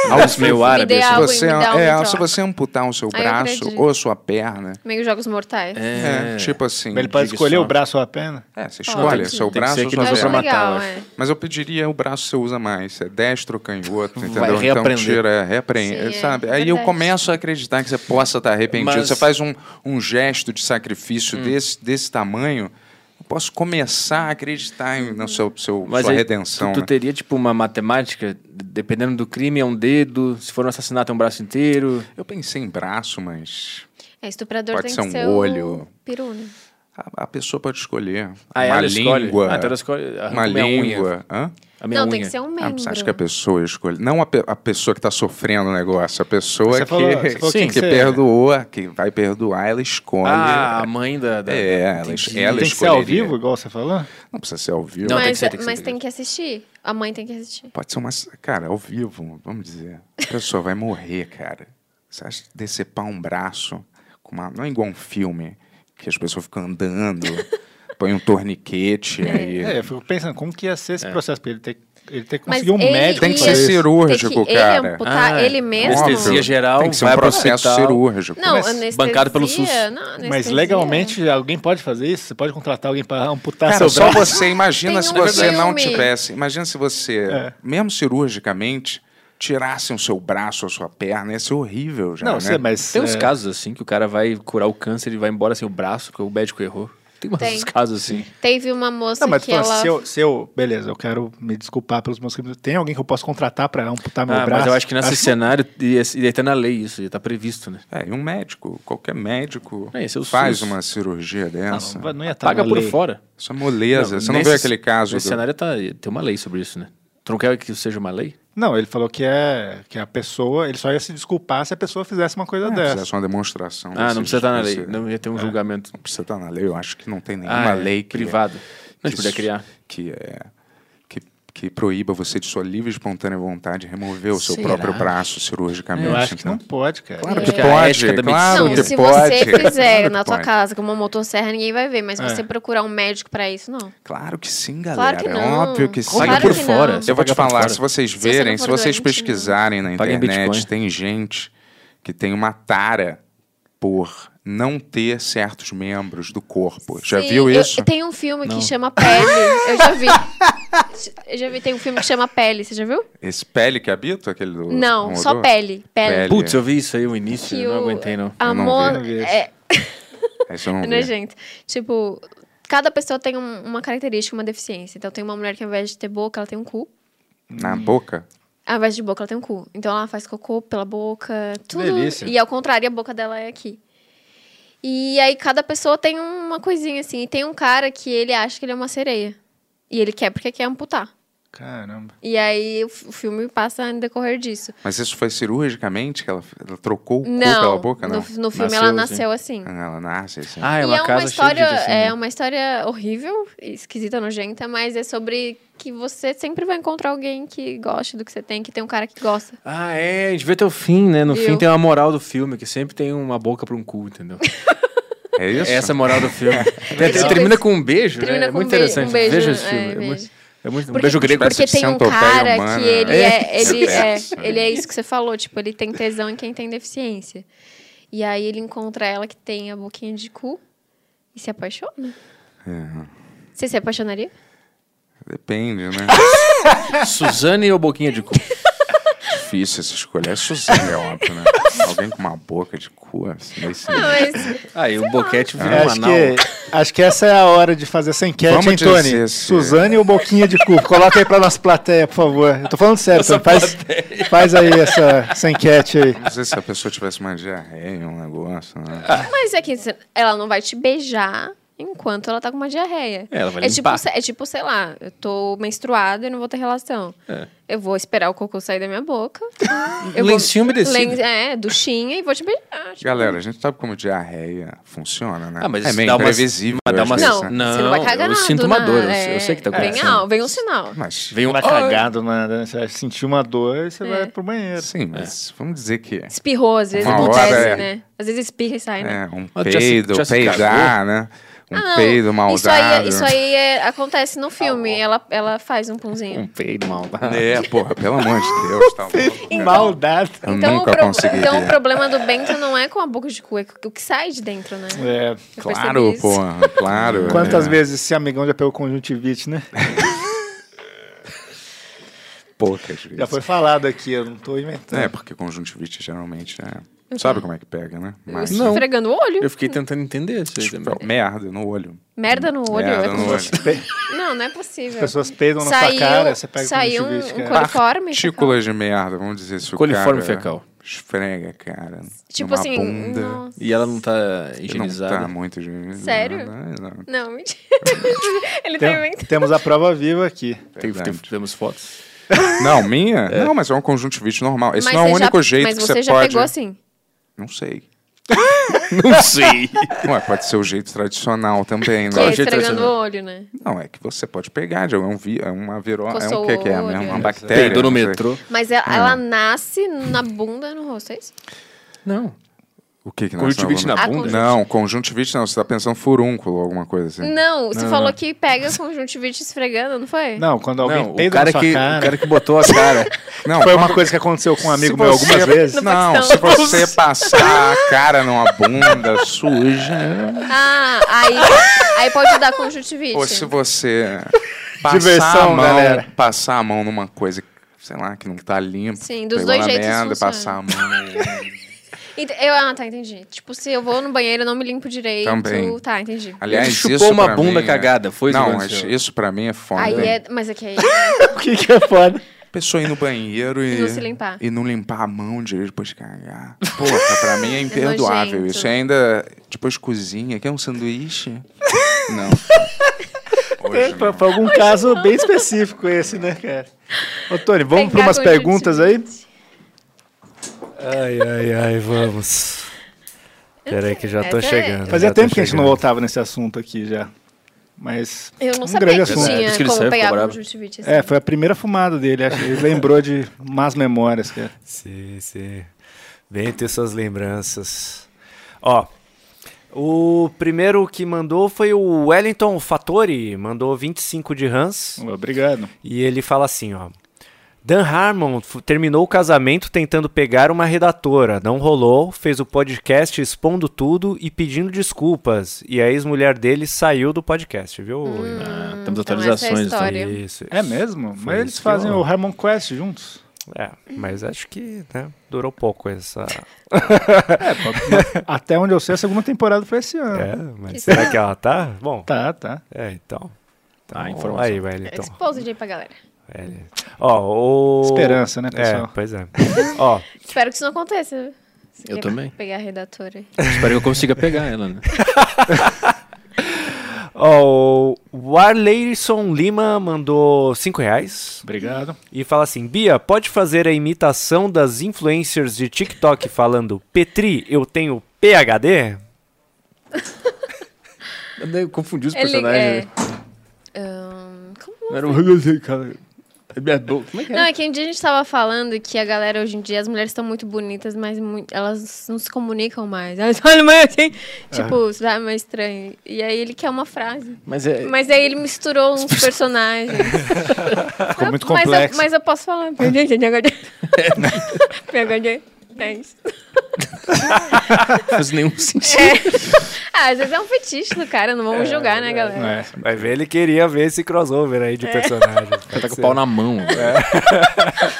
Speaker 10: Algo meio árabe,
Speaker 8: Se
Speaker 10: Me dê algo e
Speaker 8: você,
Speaker 10: me
Speaker 7: um-
Speaker 10: dá
Speaker 12: um
Speaker 10: algo em
Speaker 8: é,
Speaker 10: troca.
Speaker 8: se você amputar o seu
Speaker 12: Ah, eu
Speaker 8: braço
Speaker 12: acredito.
Speaker 8: ou a sua perna,
Speaker 12: Meio Jogos Mortais.
Speaker 8: é, tipo assim.
Speaker 7: Mas ele pode
Speaker 8: diga
Speaker 7: escolher
Speaker 8: só.
Speaker 7: o braço ou a perna?
Speaker 8: É, você
Speaker 7: Pode.
Speaker 8: escolhe, se é o
Speaker 7: Tem que
Speaker 8: braço
Speaker 7: ser
Speaker 8: ou
Speaker 7: que
Speaker 8: sua
Speaker 7: não
Speaker 12: seja
Speaker 8: perna.
Speaker 12: pra matá-la. Legal, é.
Speaker 8: Mas eu pediria o braço você usa mais. Se é destro ou canhoto,
Speaker 10: Vai
Speaker 8: entendeu? Então
Speaker 10: reaprender.
Speaker 8: tira, é, reaprende,
Speaker 10: Sim, é,
Speaker 8: sabe?
Speaker 10: é
Speaker 8: Aí eu
Speaker 10: verdade.
Speaker 8: começo a acreditar que você possa estar arrependido.
Speaker 10: Mas- Hum.
Speaker 8: Você faz um, um gesto de sacrifício desse, desse tamanho, eu posso começar a acreditar em, no seu, seu,
Speaker 10: Mas
Speaker 8: sua
Speaker 10: aí,
Speaker 8: redenção.
Speaker 10: Tu, tu
Speaker 8: né?
Speaker 10: teria, tipo, uma matemática, dependendo do crime, é um dedo, se for um assassinato, é um braço inteiro.
Speaker 8: Eu pensei em braço, mas.
Speaker 12: É, estuprador
Speaker 8: Pode
Speaker 12: tem
Speaker 8: ser
Speaker 12: que
Speaker 8: um
Speaker 12: ser
Speaker 8: olho.
Speaker 12: O peru, né?
Speaker 8: A, a pessoa pode escolher.
Speaker 10: Ah,
Speaker 8: uma
Speaker 10: ela
Speaker 8: língua.
Speaker 10: escolhe? Ah, então ela escolhe, arranca
Speaker 8: Uma
Speaker 10: minha unha.
Speaker 8: língua. Hã?
Speaker 10: A
Speaker 12: minha Não, tem unha. que ser um
Speaker 8: Ah, você acha
Speaker 12: membro.
Speaker 8: que a pessoa escolhe. Não a, pe- a pessoa que está sofrendo o negócio. A pessoa
Speaker 10: Você
Speaker 8: que,
Speaker 10: falou- você falou
Speaker 8: que,
Speaker 10: quem que você-
Speaker 8: perdoou, que vai perdoar, ela escolhe.
Speaker 10: Ah, a mãe da. da-
Speaker 8: é, ela, es-
Speaker 10: Entendi.
Speaker 8: ela
Speaker 7: tá, tem que ser ao
Speaker 8: escolheria.
Speaker 7: vivo, igual você falou?
Speaker 8: Não precisa ser ao vivo.
Speaker 12: mas mas tem que assistir. A mãe tem que assistir.
Speaker 8: Pode ser uma. Cara, ao vivo, vamos dizer. A pessoa vai morrer, cara. Você acha que decepar um braço com uma. Não é igual um filme que as pessoas ficam andando, põe um torniquete aí.
Speaker 7: É, eu fico pensando, como que ia ser esse processo? Porque ele ter, ele ter
Speaker 12: Mas
Speaker 7: conseguido um
Speaker 12: ele
Speaker 7: médico.
Speaker 8: Tem que
Speaker 7: pra
Speaker 8: ser
Speaker 7: isso.
Speaker 8: cirúrgico,
Speaker 12: ele
Speaker 8: cara.
Speaker 12: amputar Ah, ele é. mesmo? Anestesia
Speaker 10: geral,
Speaker 8: Tem que ser
Speaker 10: vai
Speaker 8: um
Speaker 10: pro
Speaker 8: processo
Speaker 10: hospital.
Speaker 8: cirúrgico.
Speaker 12: Não, anestesia, Bancado pelo SUS. não,
Speaker 7: Mas
Speaker 12: anestesia.
Speaker 7: legalmente alguém pode fazer isso? Você pode contratar alguém para amputar
Speaker 8: Cara,
Speaker 7: seu
Speaker 8: só
Speaker 7: braço?
Speaker 8: você imagina se você não
Speaker 7: é, filme.
Speaker 8: tivesse. Imagina se você,
Speaker 7: É.
Speaker 8: mesmo cirurgicamente, tirassem o seu braço ou a sua perna. Ia ser horrível já.
Speaker 10: Não,
Speaker 8: né?
Speaker 7: é
Speaker 10: sei, mas É. tem uns casos assim que o cara vai curar o câncer e vai embora sem o braço porque o médico errou. Tem uns
Speaker 12: Tem.
Speaker 10: casos assim.
Speaker 12: Teve uma moça
Speaker 7: Não, mas
Speaker 12: que
Speaker 7: tô falando,
Speaker 12: ela...
Speaker 7: se, eu, se eu- Beleza, eu quero me desculpar pelos meus crimes. Tem alguém que eu posso contratar para amputar meu
Speaker 10: Ah,
Speaker 7: braço?
Speaker 10: mas eu acho que nesse cenário ia, ia ter na lei isso, ia estar previsto, né?
Speaker 8: É, e um médico, qualquer médico
Speaker 10: é, esse é o
Speaker 8: Faz
Speaker 10: SUS.
Speaker 8: uma cirurgia dessa.
Speaker 7: não, não ia tá
Speaker 10: Paga
Speaker 7: na
Speaker 10: por
Speaker 7: lei. é
Speaker 10: fora.
Speaker 8: Isso é moleza. Você não vê aquele caso
Speaker 10: Nesse
Speaker 8: do-
Speaker 10: cenário tá, tem uma lei sobre isso, né? Tu não quer que isso seja uma lei?
Speaker 7: Não, ele falou que é que a pessoa, ele só ia se desculpar se a pessoa fizesse uma coisa dessa.
Speaker 8: fizesse uma demonstração.
Speaker 10: Ah, não precisa estar na lei.
Speaker 8: Não
Speaker 10: ia ter
Speaker 7: É.
Speaker 10: um julgamento.
Speaker 8: Não precisa estar na lei. Eu acho que não tem nenhuma
Speaker 10: Ah, é.
Speaker 7: Um
Speaker 8: lei que
Speaker 10: Privado.
Speaker 8: Que
Speaker 7: é.
Speaker 10: Não, a gente podia
Speaker 8: isso-
Speaker 10: criar.
Speaker 8: Que é que que proíba você de sua livre e espontânea vontade remover o seu
Speaker 7: Será?
Speaker 8: próprio braço cirurgicamente.
Speaker 7: Eu acho que
Speaker 8: então.
Speaker 7: É, não pode, cara.
Speaker 8: Claro
Speaker 7: É.
Speaker 8: que pode, claro
Speaker 12: não,
Speaker 8: que
Speaker 12: se
Speaker 8: pode.
Speaker 12: você fizer na tua
Speaker 8: Pode.
Speaker 12: casa com uma motosserra, ninguém vai ver, mas
Speaker 8: É.
Speaker 12: você procurar um médico pra isso, não.
Speaker 8: Claro que sim,
Speaker 12: Claro
Speaker 8: galera.
Speaker 12: que
Speaker 8: É
Speaker 12: não.
Speaker 8: óbvio que sim.
Speaker 12: Paga Claro por que fora, não. tá
Speaker 8: Eu vou te
Speaker 10: paga por
Speaker 8: falar,
Speaker 10: fora.
Speaker 8: se vocês
Speaker 10: Se você não
Speaker 8: verem,
Speaker 10: for
Speaker 8: se vocês
Speaker 10: doente,
Speaker 8: pesquisarem na
Speaker 10: Paga em
Speaker 8: internet,
Speaker 10: Bitcoin.
Speaker 8: tem gente que tem uma tara por não ter certos membros do corpo. Já
Speaker 12: Sim,
Speaker 8: viu
Speaker 12: eu-
Speaker 8: isso?
Speaker 12: tem um filme
Speaker 8: Não.
Speaker 12: que chama Pele. Eu já vi. Eu já vi, tem um filme que chama Pele, você já viu?
Speaker 8: Esse pele que habita, aquele do.
Speaker 12: Não, só
Speaker 8: odor? é.
Speaker 12: pele, pele.
Speaker 10: Putz, eu vi isso aí no início,
Speaker 12: Que
Speaker 10: eu não
Speaker 12: o-
Speaker 10: aguentei não.
Speaker 12: A mo- é,
Speaker 8: Esse eu não
Speaker 12: é
Speaker 8: vi.
Speaker 12: nojento. Tipo, cada pessoa tem um- uma característica, uma deficiência. Então tem uma mulher que ao invés de ter boca, ela tem um cu.
Speaker 8: Na boca?
Speaker 12: Ao invés de boca, ela tem um cu. Então ela faz cocô pela boca, tudo.
Speaker 8: delícia.
Speaker 12: E ao contrário, a boca dela é aqui. E aí cada pessoa tem uma coisinha assim. E tem um cara que ele acha que ele é uma sereia. E ele quer porque quer amputar.
Speaker 7: Caramba.
Speaker 12: E aí o f- o filme passa no decorrer disso.
Speaker 8: Mas isso foi cirurgicamente que ela, ela trocou o cu
Speaker 12: Não,
Speaker 8: pela boca?
Speaker 12: no-
Speaker 8: Não,
Speaker 12: no filme ela Nasceu assim.
Speaker 8: Ah, Ela nasce assim.
Speaker 10: Ah,
Speaker 12: e é uma história, é uma história horrível, esquisita, nojenta, mas é sobre que você sempre vai encontrar alguém que goste do que você tem, que tem um cara que gosta.
Speaker 10: Ah, é, a gente vê até o fim, né? No
Speaker 12: Eu.
Speaker 10: fim tem uma moral do filme, que sempre tem uma boca pra um cu, entendeu?
Speaker 8: É isso?
Speaker 10: Essa é a moral do filme. Tem-
Speaker 8: Legal.
Speaker 10: termina com um beijo,
Speaker 12: Termina
Speaker 10: né? É
Speaker 12: com
Speaker 10: muito
Speaker 12: um beijo-
Speaker 10: interessante.
Speaker 12: um beijo,
Speaker 10: Veja esse
Speaker 12: é,
Speaker 10: filme. É,
Speaker 12: beijo.
Speaker 10: muito, é muito um
Speaker 12: Porque-
Speaker 10: beijo grego.
Speaker 12: Porque
Speaker 8: é
Speaker 12: tem um cara
Speaker 8: né?"
Speaker 12: que ele é, ele é,
Speaker 10: É.
Speaker 12: ele é isso que você falou, tipo, ele tem tesão em quem tem deficiência. E aí ele encontra ela que tem a boquinha de cu e se apaixona.
Speaker 10: É.
Speaker 12: Você se apaixonaria?
Speaker 8: Depende, né?
Speaker 10: Suzane ou Boquinha de Cu?
Speaker 8: Difícil essa escolha. É Suzane, é óbvio, né? Alguém com uma boca de cu, assim, meio
Speaker 12: Ah,
Speaker 8: sinistro.
Speaker 10: Aí o boquete
Speaker 7: É,
Speaker 10: vira um
Speaker 7: acho,
Speaker 10: anal.
Speaker 7: que, acho que essa é a hora de fazer essa enquete,
Speaker 8: Vamos
Speaker 7: hein, Tony?
Speaker 8: dizer se-
Speaker 7: Suzane ou Boquinha de Cu? Coloca aí pra nossa plateia, por favor. Eu tô falando sério, Tony. Faz, faz aí essa, essa enquete aí.
Speaker 8: Não sei se a pessoa tivesse uma diarreia, um negócio, né?
Speaker 12: Mas é que cê- ela não vai te beijar enquanto ela tá com uma diarreia.
Speaker 8: É, ela vai
Speaker 12: é tipo,
Speaker 8: limpar.
Speaker 12: se- é tipo, sei lá, eu tô menstruada e não vou ter relação.
Speaker 10: É.
Speaker 12: Eu vou esperar o cocô sair da minha boca. eu
Speaker 8: Lencinho umedecido.
Speaker 12: len- É, duchinha e vou te beijar. Tipo,
Speaker 8: Galera, a gente sabe como diarreia funciona, né?
Speaker 10: Ah, mas
Speaker 8: é
Speaker 10: isso
Speaker 8: meio
Speaker 10: dá umas-
Speaker 8: imprevisível.
Speaker 10: mas dá
Speaker 8: às
Speaker 10: umas-
Speaker 8: vezes,
Speaker 12: Não,
Speaker 8: né?
Speaker 12: você não vai cagar nada. na- é, Vem, al- vem um sinal.
Speaker 8: Mas
Speaker 7: vem
Speaker 8: um-
Speaker 7: vai cagar do nada, né? Você vai sentir uma dor e você
Speaker 12: É.
Speaker 7: vai pro banheiro.
Speaker 8: Sim, mas vamos dizer que.
Speaker 12: Espirrou, às vezes
Speaker 8: Uma
Speaker 12: acontece,
Speaker 8: hora é-
Speaker 12: né? Às vezes espirra e sai,
Speaker 8: É,
Speaker 12: né?
Speaker 8: um
Speaker 10: Mas já se-
Speaker 8: peido,
Speaker 10: já se
Speaker 8: peidar,
Speaker 10: cagou?
Speaker 8: né? Um
Speaker 12: Ah, não.
Speaker 8: peido Tá
Speaker 12: Isso aí,
Speaker 8: maldado.
Speaker 12: isso aí é- acontece no filme. Ela, ela faz um punzinho.
Speaker 10: peido maldado.
Speaker 8: É, porra, pelo amor de Deus, tá louco.
Speaker 7: Maldade.
Speaker 8: Eu
Speaker 12: Então,
Speaker 8: nunca
Speaker 12: o pro-
Speaker 8: conseguiria.
Speaker 12: então o problema do Bento não é com a boca de cu, é com o que sai de dentro, né?
Speaker 7: É,
Speaker 12: Eu percebi
Speaker 8: Claro,
Speaker 12: isso.
Speaker 8: porra, claro.
Speaker 7: Quantas
Speaker 8: é.
Speaker 7: vezes esse amigão já pegou conjuntivite, né?
Speaker 8: Poucas vezes.
Speaker 7: Já foi falado aqui, eu não tô inventando.
Speaker 8: É, porque conjuntivite geralmente é.
Speaker 12: Uhum.
Speaker 8: Sabe como é que pega, né?
Speaker 12: Esfregando o olho?
Speaker 10: Eu fiquei tentando entender isso aí também.
Speaker 8: Merda no olho.
Speaker 12: Merda no olho?
Speaker 8: Merda
Speaker 12: é
Speaker 8: no
Speaker 12: como-
Speaker 8: olho.
Speaker 12: Não, não é possível.
Speaker 7: As pessoas peidam na sua cara, você pega
Speaker 12: Saiu um,
Speaker 7: conjuntivite,
Speaker 12: um
Speaker 7: cara.
Speaker 12: coliforme.
Speaker 8: Partículas de merda, vamos dizer se o
Speaker 10: Coliforme
Speaker 8: cara
Speaker 10: fecal.
Speaker 8: Esfrega, cara.
Speaker 12: Tipo
Speaker 8: numa
Speaker 12: assim,
Speaker 8: Bunda.
Speaker 12: nossa.
Speaker 10: E ela não tá
Speaker 8: Não
Speaker 10: higienizada.
Speaker 8: tá muito higienizada.
Speaker 12: Sério?
Speaker 8: Não, não.
Speaker 12: Não, mentira. Ele tá
Speaker 7: Tem- um-
Speaker 12: inventando.
Speaker 7: temos a prova viva aqui.
Speaker 8: Verdade.
Speaker 10: Temos fotos.
Speaker 8: Não, minha? Não, mas é um conjuntivite normal. Esse
Speaker 12: Mas
Speaker 8: não é o
Speaker 12: você já-
Speaker 8: único jeito
Speaker 12: Mas
Speaker 8: que
Speaker 12: você,
Speaker 8: você
Speaker 12: já
Speaker 8: pode.
Speaker 12: pegou assim.
Speaker 8: Não sei. não sei. Ué, pode ser o jeito tradicional também,
Speaker 12: Que é
Speaker 8: né?
Speaker 12: esfregando o olho, né?
Speaker 8: Não, é que você pode pegar, Diogo, é um vi- é uma viró, é
Speaker 12: Coçou
Speaker 8: um que que é,
Speaker 12: o
Speaker 8: né?
Speaker 12: olho,
Speaker 8: Uma
Speaker 12: é.
Speaker 8: bactéria.
Speaker 10: Peidou no
Speaker 8: não sei.
Speaker 10: metrô.
Speaker 12: Mas ela,
Speaker 8: É.
Speaker 12: ela nasce na bunda e no rosto, é isso?
Speaker 10: Não.
Speaker 8: O que é que
Speaker 10: Conjuntivite
Speaker 8: nasceu
Speaker 12: na bunda?
Speaker 8: Não, conjuntivite não, você tá pensando furúnculo, alguma coisa assim.
Speaker 12: Não, você
Speaker 8: Não,
Speaker 12: falou
Speaker 8: não.
Speaker 12: que pega conjuntivite esfregando, não foi?
Speaker 7: Não, quando alguém
Speaker 8: Não, o
Speaker 7: peida
Speaker 8: cara
Speaker 7: na sua
Speaker 8: que- o
Speaker 7: cara...
Speaker 8: cara que botou a cara. Não,
Speaker 7: foi
Speaker 8: quando-
Speaker 7: uma coisa que aconteceu com um amigo
Speaker 8: Se
Speaker 7: meu
Speaker 8: você-
Speaker 7: algumas vezes.
Speaker 8: Não, se você passar a cara numa bunda suja.
Speaker 12: Ah, aí, aí pode dar conjuntivite.
Speaker 8: Ou se você né, passar
Speaker 7: Diversão,
Speaker 8: a mão,
Speaker 7: galera.
Speaker 8: passar a mão numa coisa, sei lá, que não tá limpa.
Speaker 12: Sim, dos
Speaker 8: pegou
Speaker 12: dois
Speaker 8: na
Speaker 12: jeitos
Speaker 8: merda,
Speaker 12: funciona.
Speaker 8: passar a mão.
Speaker 12: Ent- Eu, ah, tá, entendi. Tipo, se eu vou no banheiro, eu não me limpo direito.
Speaker 8: Também.
Speaker 12: Tá, entendi.
Speaker 8: Aliás,
Speaker 10: Ele chupou
Speaker 8: isso
Speaker 10: uma
Speaker 8: pra mim
Speaker 10: bunda
Speaker 8: é-
Speaker 10: cagada, foi isso que
Speaker 8: Não,
Speaker 10: aconteceu.
Speaker 8: isso pra mim é foda.
Speaker 12: Aí
Speaker 8: hein?
Speaker 12: é. Mas é que aí.
Speaker 7: O que que é foda?
Speaker 8: Pessoa ir no banheiro e,
Speaker 12: E não se limpar.
Speaker 8: e não limpar a mão direito depois de cagar. Porra, pra mim é imperdoável.
Speaker 12: nojento.
Speaker 8: isso ainda depois cozinha. Quer um sanduíche? não.
Speaker 7: É, Foi foi algum caso bem específico esse, né, cara? Ô, Tony, vamos para
Speaker 12: Pegar
Speaker 7: umas perguntas aí?
Speaker 9: Ai, ai, ai, vamos. Peraí que já tô
Speaker 12: Essa é-
Speaker 9: chegando.
Speaker 7: Fazia
Speaker 12: Tá
Speaker 9: já tô
Speaker 7: tempo que a gente não
Speaker 9: chegando.
Speaker 7: voltava nesse assunto aqui já. Mas
Speaker 12: Eu não
Speaker 7: um
Speaker 12: sabia
Speaker 7: grande
Speaker 12: que
Speaker 7: assunto.
Speaker 12: tinha É, por isso que ele como saiu, pegar ficou bravo. conjuntivite, assim.
Speaker 7: É, foi a primeira fumada dele. acho que Ele lembrou de más memórias, cara.
Speaker 9: Sim, sim. Bem ter suas lembranças. Ó, o primeiro que mandou foi o Wellington Fattori, mandou 25 de Hans.
Speaker 7: Obrigado.
Speaker 9: E ele fala assim, ó. Dan Harmon f- terminou o casamento tentando pegar uma redatora, não rolou, fez o podcast expondo tudo e pedindo desculpas. E a ex-mulher dele saiu do podcast, viu?
Speaker 10: temos então essa é a atualizações, então. história.
Speaker 7: É mesmo?
Speaker 9: Foi
Speaker 7: Mas eles
Speaker 9: isso que
Speaker 7: fazem
Speaker 9: eu-
Speaker 7: o Harmon Quest juntos.
Speaker 9: É, mas acho que né, durou pouco essa.
Speaker 7: Até onde eu sei, a segunda temporada foi esse ano.
Speaker 9: É, mas será que ela tá? Bom.
Speaker 7: Tá, tá.
Speaker 9: É, então. Tá,
Speaker 7: informação.
Speaker 9: Aí, Wellington.
Speaker 12: Exposed aí É pra galera.
Speaker 9: Ele- Ó, o...
Speaker 7: Esperança, né, pessoal?
Speaker 9: É, pois é. Ó,
Speaker 12: Espero que isso não aconteça. Se
Speaker 10: Eu
Speaker 12: quer
Speaker 10: também.
Speaker 12: Pegar a redatora. aí.
Speaker 10: Espero que eu consiga pegar ela, né?
Speaker 9: ó, o Warleyson Lima mandou 5 reais.
Speaker 7: Obrigado.
Speaker 9: E fala assim: Bia, pode fazer a imitação das influencers de TikTok falando Petri, eu tenho PHD?
Speaker 10: Eu confundi os
Speaker 12: Ele-
Speaker 10: personagens.
Speaker 12: é, ahn, como- assim?
Speaker 10: Era um... cara, é minha boca. Como é que
Speaker 12: Não,
Speaker 10: é?
Speaker 12: é que um dia a gente tava falando que a galera hoje em dia, as mulheres estão muito bonitas, mas muito- elas não se comunicam mais. Elas olham mais assim, tipo, sabe, mais estranho. E aí ele quer uma frase.
Speaker 10: Mas é-
Speaker 12: Mas aí ele misturou uns personagens. Ah,
Speaker 7: Ficou muito
Speaker 12: mas, eu,
Speaker 7: complexo. É, né?
Speaker 12: mas eu posso falar. PHD. É isso.
Speaker 10: Faz nenhum sentido.
Speaker 12: Ah, às vezes é um fetiche do cara, não vamos
Speaker 7: É,
Speaker 12: julgar, né, galera?
Speaker 9: Vai ver, ele queria ver esse crossover aí de
Speaker 12: É.
Speaker 9: personagens.
Speaker 10: Ela tá com o pau na mão.
Speaker 8: É.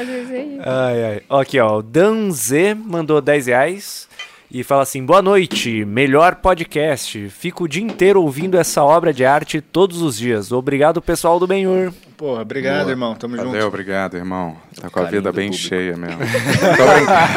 Speaker 12: Às vezes é isso.
Speaker 9: Ai, ai. Ó, Aqui, ó. O Dan Z mandou 10 reais e fala assim: Boa noite, melhor podcast. Fico o dia inteiro ouvindo essa obra de arte todos os dias. Obrigado, pessoal do Benhur.
Speaker 7: Porra, obrigado,
Speaker 8: Boa.
Speaker 7: irmão. Tamo
Speaker 8: Valeu,
Speaker 7: junto.
Speaker 8: obrigado, irmão. Tá com a
Speaker 7: Carinho
Speaker 8: vida
Speaker 7: do
Speaker 8: bem
Speaker 7: público.
Speaker 8: cheia mesmo.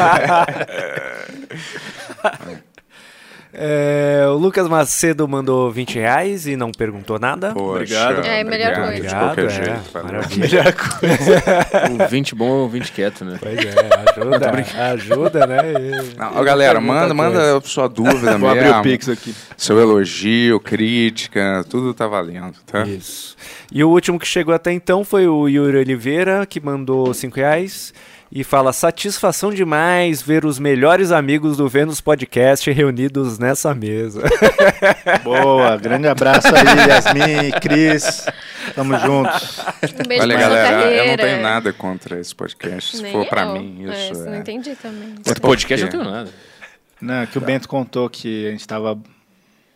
Speaker 8: Tô brincando.
Speaker 9: É, o Lucas Macedo mandou 20 reais e não perguntou nada.
Speaker 8: Poxa, Obrigado.
Speaker 12: É, melhor obrigado. coisa.
Speaker 8: De qualquer
Speaker 9: é,
Speaker 8: jeito, valeu.
Speaker 9: maravilha.
Speaker 8: Melhor
Speaker 10: Um 20 bom ou um 20 quieto, né?
Speaker 9: Pois é,
Speaker 10: Tô
Speaker 9: ajuda,
Speaker 10: brincando.
Speaker 9: ajuda, né? E-
Speaker 8: Não, ó, galera, manda,
Speaker 9: Pergunta
Speaker 8: manda
Speaker 9: coisa.
Speaker 8: a sua dúvida
Speaker 7: Vou abrir
Speaker 8: mesmo.
Speaker 7: o Pix aqui.
Speaker 8: Seu elogio, crítica, tudo tá valendo, tá?
Speaker 9: Isso. E o último que chegou até então foi o Yuri Oliveira, que mandou 5 reais e fala: satisfação demais ver os melhores amigos do Vênus Podcast reunidos nessa mesa.
Speaker 7: Boa, grande abraço aí, Yasmin e Cris. Tamo juntos.
Speaker 12: Um beijo
Speaker 8: Olha,
Speaker 12: pra sua
Speaker 8: galera, eu não
Speaker 12: carreira.
Speaker 8: tenho nada contra esse podcast. Se
Speaker 12: Nem
Speaker 8: for pra
Speaker 12: eu.
Speaker 8: mim,
Speaker 12: É,
Speaker 8: isso
Speaker 12: você
Speaker 8: é.
Speaker 12: não entendi também.
Speaker 8: Esse
Speaker 10: podcast eu não tenho nada.
Speaker 7: Não, é que o Bento contou que a gente tava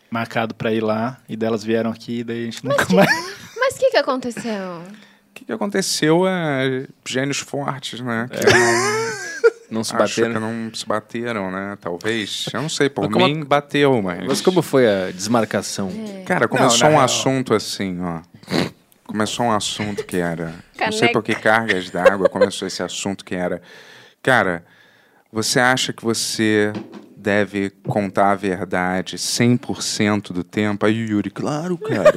Speaker 7: marcado pra ir lá e delas vieram aqui e daí a gente nunca mais.
Speaker 12: Mas o que, que aconteceu?
Speaker 8: O que, que aconteceu é gênios fortes, né? Que
Speaker 10: não, se
Speaker 8: acho
Speaker 7: né?
Speaker 10: bateram.
Speaker 8: que não se bateram, né? Talvez. Eu não sei, por
Speaker 10: Mas como a-
Speaker 8: mim bateu, mas...
Speaker 10: Mas como foi a desmarcação?
Speaker 8: Cara,
Speaker 10: Não,
Speaker 8: começou
Speaker 10: na
Speaker 8: um
Speaker 10: real.
Speaker 8: assunto assim, ó. Começou um assunto que era. Não sei
Speaker 10: Caneca.
Speaker 8: por que cargas d'água começou esse assunto que era. Cara, você acha que você deve contar a verdade 100% do tempo? Aí o Yuri, claro, cara.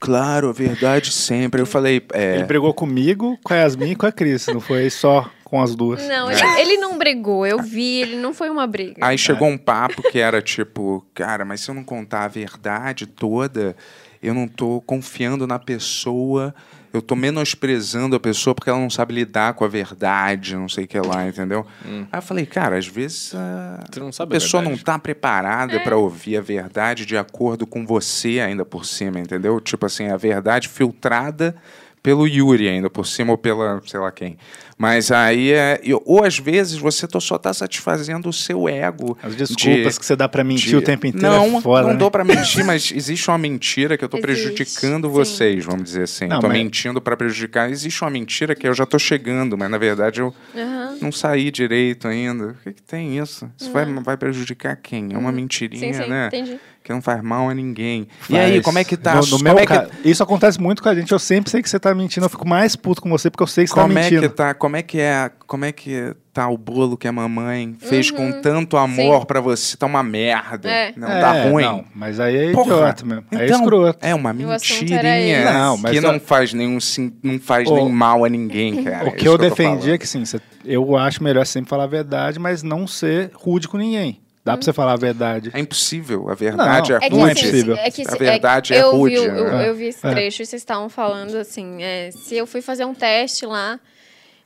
Speaker 8: Claro, a verdade sempre. Eu falei,
Speaker 7: Ele
Speaker 8: é.
Speaker 7: brigou comigo, com a Yasmin e com a Cris, não foi só com as duas.
Speaker 12: Não, ele, ele não brigou, eu vi, ele não foi uma briga.
Speaker 8: Aí chegou um papo que era tipo, cara, mas se eu não contar a verdade toda, eu não tô confiando na pessoa, eu tô menosprezando a pessoa porque ela não sabe lidar com a verdade, não sei o que lá, entendeu? Aí eu falei, cara, às vezes ah, a,
Speaker 10: sabe a
Speaker 8: pessoa não
Speaker 10: verdade.
Speaker 8: tá preparada pra ouvir a verdade de acordo com você ainda por cima, entendeu? Tipo assim, a verdade filtrada pelo Yuri ainda por cima ou pela, sei lá quem. Mas aí, é, e- ou às vezes você tô- só tá satisfazendo o seu ego.
Speaker 7: As desculpas
Speaker 8: de-
Speaker 7: que você dá pra mentir
Speaker 8: de-
Speaker 7: o tempo inteiro
Speaker 8: Não,
Speaker 7: é foda,
Speaker 8: não
Speaker 7: né?
Speaker 8: dou pra mentir, mas existe uma mentira que eu tô
Speaker 7: Existe,
Speaker 8: prejudicando vocês, vamos dizer assim.
Speaker 7: Não,
Speaker 8: tô
Speaker 7: mas-
Speaker 8: mentindo pra prejudicar. Existe uma mentira que eu já tô chegando, mas na verdade eu
Speaker 12: Aham.
Speaker 8: não saí direito ainda. O que, que tem isso? Isso vai, vai prejudicar quem? É uma mentirinha,
Speaker 12: É. Uhum. Sim, sim,
Speaker 8: né?
Speaker 12: entendi.
Speaker 8: Que não faz mal a ninguém. E
Speaker 7: Faz.
Speaker 8: aí, como é que tá?
Speaker 7: No- no
Speaker 8: como
Speaker 7: meu
Speaker 8: é que-
Speaker 7: ca- Isso acontece muito com a gente. Eu sempre sei que você tá mentindo. Eu fico mais puto com você porque eu sei que você
Speaker 8: Como
Speaker 7: tá
Speaker 8: é que
Speaker 7: mentindo.
Speaker 8: tá? Como é que é? Como é que tá o bolo que a mamãe fez
Speaker 12: Uhum.
Speaker 8: com tanto amor pra você? Tá uma merda.
Speaker 7: É.
Speaker 8: Não,
Speaker 7: É,
Speaker 8: tá ruim.
Speaker 7: não, mas aí é
Speaker 8: Porra.
Speaker 7: idiota mesmo. Aí é
Speaker 8: Então,
Speaker 7: escroto.
Speaker 8: É uma
Speaker 7: O assunto
Speaker 8: mentirinha
Speaker 7: era esse. Não, mas
Speaker 8: que
Speaker 7: eu-
Speaker 8: não faz nenhum sim- não faz
Speaker 7: Ô,
Speaker 8: nem mal a ninguém, cara.
Speaker 7: O que
Speaker 8: é Isso
Speaker 7: eu
Speaker 8: tô
Speaker 7: defendi
Speaker 8: falando.
Speaker 7: é que sim, cê- eu acho melhor sempre falar a verdade, mas não ser rude com ninguém. Dá pra você falar a verdade.
Speaker 8: É impossível. A verdade
Speaker 7: Não,
Speaker 8: é
Speaker 12: É que,
Speaker 8: rude.
Speaker 12: assim, é que
Speaker 8: a
Speaker 12: se-
Speaker 8: verdade
Speaker 12: é,
Speaker 8: é
Speaker 12: eu
Speaker 8: rude.
Speaker 12: Vi, o- eu,
Speaker 8: né?
Speaker 12: eu vi esse trecho e vocês estavam falando assim: é, se eu fui fazer um teste lá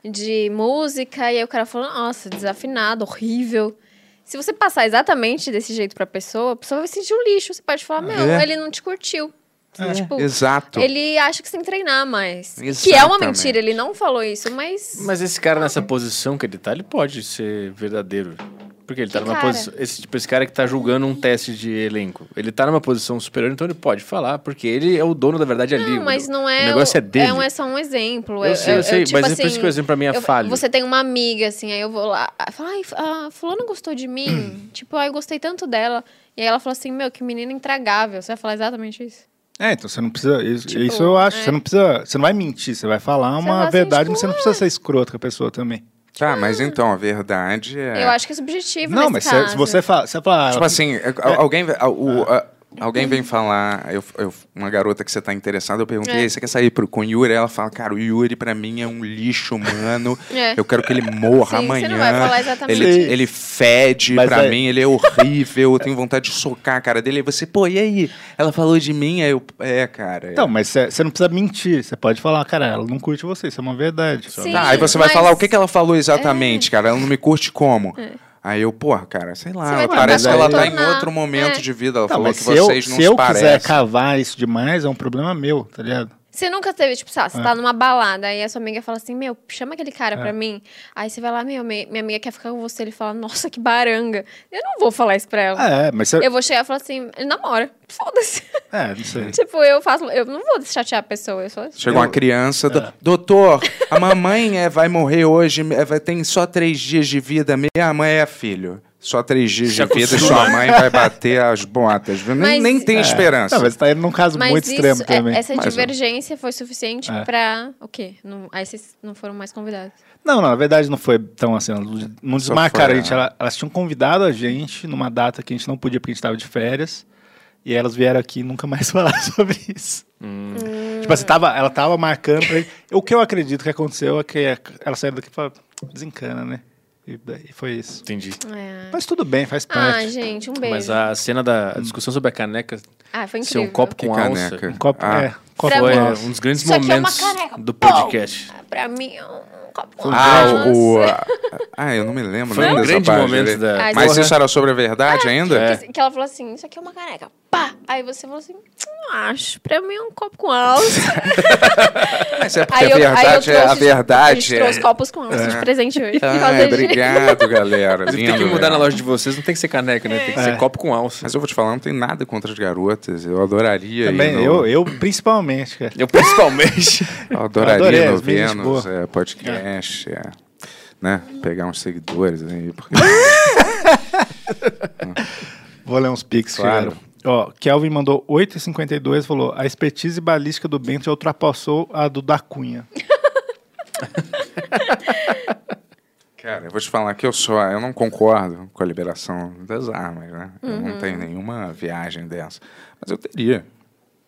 Speaker 12: de música e aí o cara falou, nossa, desafinado, horrível. Se você passar exatamente desse jeito pra pessoa, a pessoa vai sentir um lixo. Você pode falar, meu,
Speaker 8: É.
Speaker 12: ele não te curtiu.
Speaker 8: É.
Speaker 12: Tipo,
Speaker 8: Exato.
Speaker 12: Ele acha que você tem que treinar mais. Que é uma
Speaker 10: Exatamente.
Speaker 12: mentira, ele não falou isso, mas.
Speaker 10: Mas esse cara nessa posição que ele tá, ele pode ser verdadeiro. Porque ele tá
Speaker 12: Que
Speaker 10: numa
Speaker 12: cara?
Speaker 10: posição. Esse, tipo, esse cara que tá julgando um teste de elenco. Ele tá numa posição superior, então ele pode falar, porque ele é o dono da verdade ali.
Speaker 12: Não, mas não é.
Speaker 10: O negócio é dele.
Speaker 12: um- é só um exemplo.
Speaker 10: Eu sei, eu sei,
Speaker 12: tipo
Speaker 10: mas é por isso que o exemplo pra mim é
Speaker 12: eu-
Speaker 10: falho.
Speaker 12: Você tem uma amiga, assim, aí eu vou lá, ah, falo, ai, a fulano gostou de mim. tipo, ai, eu gostei tanto dela. E aí ela falou assim, meu, que menina intragável. Você vai falar exatamente isso?
Speaker 7: É, então você não precisa. Isso,
Speaker 12: Tipo,
Speaker 7: isso eu acho.
Speaker 12: é.
Speaker 7: Você não precisa. Você não vai mentir, você vai falar
Speaker 12: Você
Speaker 7: uma
Speaker 12: vai assim,
Speaker 7: verdade,
Speaker 12: tipo,
Speaker 7: mas você não precisa ser escroto com a pessoa também.
Speaker 8: Tá, mas então a verdade é.
Speaker 12: Ah. Eu acho que é subjetivo
Speaker 7: Não,
Speaker 12: nesse
Speaker 7: mas se,
Speaker 12: caso.
Speaker 7: se você fala. Você fala "Ah,
Speaker 8: Tipo assim,
Speaker 7: É.
Speaker 8: al- alguém, ve- al- o- a- alguém vem falar, eu- eu- uma garota que você tá interessada, eu perguntei,
Speaker 12: É.
Speaker 8: "E aí, você quer sair pro, com o Yuri? Ela fala, cara, o Yuri pra mim é um lixo humano,
Speaker 12: É.
Speaker 8: eu quero que ele morra
Speaker 12: Sim, você
Speaker 8: amanhã.
Speaker 12: não vai falar exatamente
Speaker 8: ele,
Speaker 12: isso.
Speaker 8: ele fede
Speaker 7: Mas
Speaker 8: pra
Speaker 7: aí-
Speaker 8: mim, ele é horrível, eu tenho vontade de socar a cara dele. Aí você, pô, e aí? Ela falou de mim, aí eu, é, cara. é."
Speaker 7: Então, mas você você não precisa mentir. Você pode falar, cara, ela não curte você, isso é uma verdade.
Speaker 12: Então,
Speaker 8: tá, aí você vai falar o que, que ela falou
Speaker 12: É.
Speaker 8: exatamente, cara, ela não me curte como? Aí eu, porra, cara, sei
Speaker 7: Você
Speaker 8: lá,
Speaker 7: vai
Speaker 8: parece que
Speaker 7: tentar
Speaker 8: ela tá em
Speaker 7: contornar.
Speaker 8: outro
Speaker 12: É.
Speaker 8: momento de vida. Ela
Speaker 7: Tá,
Speaker 8: falou
Speaker 7: mas
Speaker 8: que
Speaker 7: se eu,
Speaker 8: vocês não
Speaker 7: se
Speaker 8: se
Speaker 7: eu
Speaker 8: parecem.
Speaker 7: quiser cavar isso demais, é um problema meu, tá ligado?
Speaker 12: Você nunca teve, tipo, sabe, você
Speaker 7: É.
Speaker 12: tá numa balada, aí a sua amiga fala assim, meu, chama aquele cara
Speaker 7: É.
Speaker 12: pra mim. Aí você vai lá, meu, me- minha amiga quer ficar com você. Ele fala, nossa, que baranga. Eu não vou falar isso pra ela.
Speaker 7: É, mas você-
Speaker 12: Eu vou chegar e falar assim, ele namora. Foda-se.
Speaker 7: É, não sei.
Speaker 12: Tipo, eu faço. Eu não vou chatear a pessoa, eu sou assim.
Speaker 8: Chegou uma criança, do- doutor, a mamãe é, vai morrer hoje, é, vai, tem só três dias de vida, minha mãe é filho. Só três dias
Speaker 7: Se
Speaker 8: de vida e
Speaker 7: acostuma.
Speaker 8: sua mãe vai bater as botas. viu? Nem,
Speaker 12: Mas-
Speaker 8: nem tem
Speaker 12: É.
Speaker 8: esperança.
Speaker 7: Não, mas tá indo num caso
Speaker 12: Mas
Speaker 7: muito
Speaker 12: isso,
Speaker 7: extremo
Speaker 12: é-
Speaker 7: também.
Speaker 12: essa
Speaker 7: Mas-
Speaker 12: divergência foi suficiente
Speaker 7: É.
Speaker 12: pra. O quê? Não- aí vocês não foram mais convidados.
Speaker 7: Não, não, na verdade não foi tão assim. elas Não
Speaker 8: Só
Speaker 7: desmarcaram
Speaker 8: foi,
Speaker 7: a gente. ela- Elas, tinham convidado a gente numa data que a gente não podia porque a gente tava de férias. E aí elas vieram aqui e nunca mais falaram sobre isso. Tipo assim, tava, ela tava marcando. Pra gente. O que eu acredito que aconteceu é que ela saiu daqui e falou: desencana, né? E, daí foi isso.
Speaker 10: Entendi.
Speaker 7: Mas tudo bem, faz
Speaker 12: Ah,
Speaker 7: parte.
Speaker 12: É.
Speaker 7: né?
Speaker 12: gente, um beijo.
Speaker 10: Mas a cena da a
Speaker 8: Hum.
Speaker 10: discussão sobre a caneca.
Speaker 12: Ah, foi
Speaker 10: Ser um
Speaker 12: incrível.
Speaker 10: copo
Speaker 8: Que
Speaker 10: com
Speaker 8: caneca?
Speaker 10: alça.
Speaker 8: Um copo- Ah. é, copo
Speaker 10: Foi
Speaker 8: com
Speaker 10: é,
Speaker 8: alça.
Speaker 10: um dos grandes
Speaker 12: Isso aqui é uma
Speaker 10: momentos
Speaker 12: caneca.
Speaker 10: do podcast.
Speaker 12: Ah, Pra mim é um copo com
Speaker 8: Ah,
Speaker 12: alça.
Speaker 8: o, o- a- Ah, eu não me lembro.
Speaker 10: Foi
Speaker 8: né,
Speaker 10: um
Speaker 8: dessa
Speaker 10: grande
Speaker 8: parte,
Speaker 10: momento
Speaker 8: né?
Speaker 10: da-
Speaker 12: Ai,
Speaker 8: Mas
Speaker 12: porra.
Speaker 8: isso era sobre a verdade ainda?
Speaker 12: Ah, Que ela falou assim: Isso aqui é uma caneca. Pá! Aí você falou assim: Não acho. Pra mim é um copo com alça.
Speaker 8: Mas é porque
Speaker 12: Aí eu-
Speaker 8: a
Speaker 12: aí eu
Speaker 8: verdade é a
Speaker 12: trouxe-
Speaker 8: verdade.
Speaker 12: a gente trouxe copos com alça de presente hoje, por causa
Speaker 8: Ah,
Speaker 12: de-
Speaker 8: obrigado, galera.
Speaker 10: Tem que
Speaker 8: Lindo,
Speaker 10: mudar na
Speaker 8: velho.
Speaker 10: loja de vocês, não tem que ser caneca, né? Tem que ser copo com alça.
Speaker 8: Mas eu vou te falar, não tem nada contra as garotas. Eu adoraria. ir
Speaker 7: Também,
Speaker 8: no-
Speaker 7: eu, eu principalmente, cara.
Speaker 10: Eu principalmente.
Speaker 8: Eu adoraria
Speaker 7: Adorei,
Speaker 8: no
Speaker 7: as minhas de
Speaker 8: Vênus,
Speaker 7: boa.
Speaker 8: é, podcast, é, né? Pegar uns seguidores aí. Porque...
Speaker 7: Vou ler uns pics,
Speaker 8: Claro.
Speaker 7: claro. Ó, Kelvin mandou 8,52 e falou: a expertise balística do Bento já ultrapassou a do da Cunha.
Speaker 8: Cara, eu vou te falar que eu só eu não concordo com a liberação das armas, né? Eu não
Speaker 12: Uhum.
Speaker 8: tenho nenhuma viagem dessa. Mas eu teria.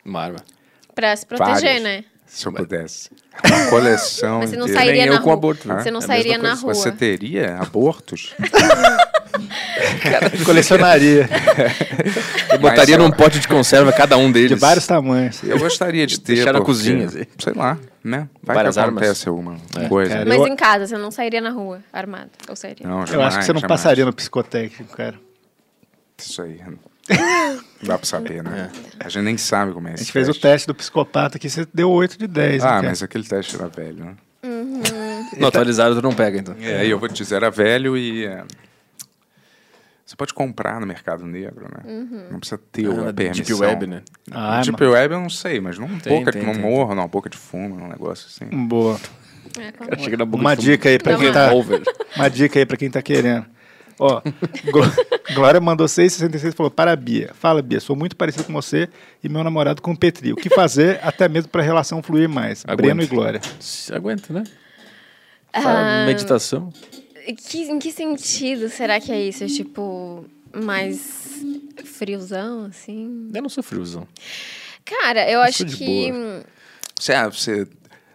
Speaker 10: Uma arma.
Speaker 12: pra se proteger,
Speaker 8: Várias.
Speaker 12: né?
Speaker 8: Se eu pudesse. Uma coleção.
Speaker 12: Mas você não
Speaker 8: inteira.
Speaker 12: sairia Nem eu na com rua.
Speaker 8: aborto,
Speaker 12: aborto, né? Você não sairia na rua.
Speaker 8: Você teria abortos?
Speaker 7: Colecionaria.
Speaker 10: Eu botaria
Speaker 8: Mas,
Speaker 10: num Um pote de conserva cada um deles.
Speaker 7: De vários tamanhos.
Speaker 8: Eu gostaria de ter.
Speaker 10: Deixar na
Speaker 8: porque,
Speaker 10: cozinha, assim.
Speaker 8: Sei lá, né? Vai
Speaker 10: Várias
Speaker 8: que
Speaker 10: armas.
Speaker 8: acontece alguma
Speaker 10: É.
Speaker 8: coisa.
Speaker 7: Cara,
Speaker 12: Mas
Speaker 7: eu-
Speaker 12: em casa, você não sairia na rua armado. Ou sairia?
Speaker 8: Não,
Speaker 7: eu acho que você não
Speaker 8: jamais.
Speaker 10: Tá
Speaker 7: passaria no psicotécnico, cara.
Speaker 8: Isso aí. Não dá pra saber, né? A gente nem sabe como é
Speaker 7: A
Speaker 8: isso.
Speaker 7: gente fez o teste do psicopata aqui, você deu 8 de 10. né,
Speaker 8: Ah,
Speaker 7: cara?
Speaker 8: mas aquele teste era velho, né?
Speaker 12: Uhum.
Speaker 10: No atualizado tu não pega, então.
Speaker 8: É, e eu vou te dizer, era velho e. é, Você pode comprar no mercado negro, né?
Speaker 12: Uhum.
Speaker 8: Não precisa ter
Speaker 10: Ah,
Speaker 8: a
Speaker 10: na
Speaker 8: permissão.
Speaker 10: Deep Web, né?
Speaker 7: Ah,
Speaker 8: Deep
Speaker 7: mas-
Speaker 8: Web eu não sei, mas não
Speaker 7: Tem,
Speaker 8: boca
Speaker 7: tem,
Speaker 8: de não
Speaker 7: tem,
Speaker 8: morro, não, boca de fumo, um negócio assim.
Speaker 7: Boa.
Speaker 10: Cara, chega na boca
Speaker 7: Uma
Speaker 10: de fumo.
Speaker 7: dica aí pra
Speaker 10: Não,
Speaker 7: quem
Speaker 10: é.
Speaker 7: tá.
Speaker 10: Revolver.
Speaker 7: Uma dica aí pra quem tá querendo. Ó, Glo- Glória mandou 6,66 e falou: Para a Bia. Fala, Bia, sou muito parecido com você e meu namorado com o Petri. O que fazer até mesmo pra relação fluir mais? Breno e Glória.
Speaker 10: Se Aguenta, né?
Speaker 12: Ah,
Speaker 10: Faz meditação.
Speaker 12: que- em que sentido será que é isso? Tipo, mais friozão, assim?
Speaker 10: Eu não sou friozão.
Speaker 12: Cara, eu
Speaker 8: Eu
Speaker 12: acho
Speaker 8: sou de
Speaker 12: que.
Speaker 8: Você, ah, você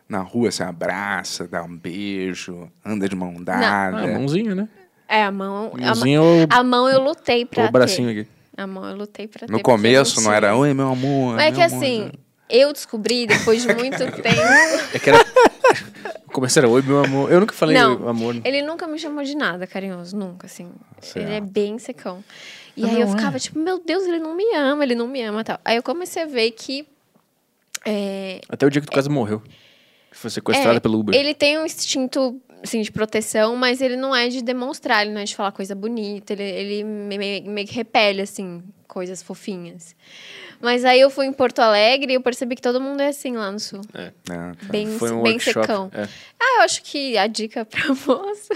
Speaker 8: na rua, você abraça, dá um beijo, anda de mão dada.
Speaker 10: Ah, mãozinha, né?
Speaker 12: É, a mão. A,
Speaker 8: Mãozinha
Speaker 12: ma-
Speaker 8: ou-
Speaker 12: a mão eu lutei pra.
Speaker 8: ou o bracinho
Speaker 12: ter.
Speaker 8: aqui?
Speaker 12: A mão eu lutei pra. ter,
Speaker 8: No
Speaker 12: porque
Speaker 8: começo
Speaker 12: eu
Speaker 8: não era, oi, meu amor.
Speaker 12: Mas é
Speaker 10: né,
Speaker 8: meu
Speaker 10: um
Speaker 12: que
Speaker 8: amor",
Speaker 12: assim, eu descobri depois de muito tempo.
Speaker 10: É que era. Começaram, oi, meu amor. Eu nunca falei
Speaker 12: Não.
Speaker 10: oi, meu amor. né?
Speaker 12: Ele nunca me chamou de nada carinhoso, nunca, assim.
Speaker 10: Certo.
Speaker 12: Ele é bem secão. E
Speaker 10: Ah,
Speaker 12: aí eu
Speaker 10: não é?
Speaker 12: ficava tipo, meu Deus, ele não me ama, ele não me ama tal. Aí eu comecei a ver que. é,
Speaker 10: Até o dia que tu quase morreu. Foi sequestrada
Speaker 12: é,
Speaker 10: pelo Uber.
Speaker 12: Ele tem um instinto, assim, de proteção, mas ele não é de demonstrar, ele não é de falar coisa bonita, ele, ele me- me- meio que repele, assim, coisas fofinhas. Mas aí eu fui em Porto Alegre e eu percebi que todo mundo é assim lá no sul.
Speaker 10: É.
Speaker 8: tá.
Speaker 12: Bem,
Speaker 8: um
Speaker 12: bem secão.
Speaker 8: é.
Speaker 12: Ah, eu acho que a dica pra moça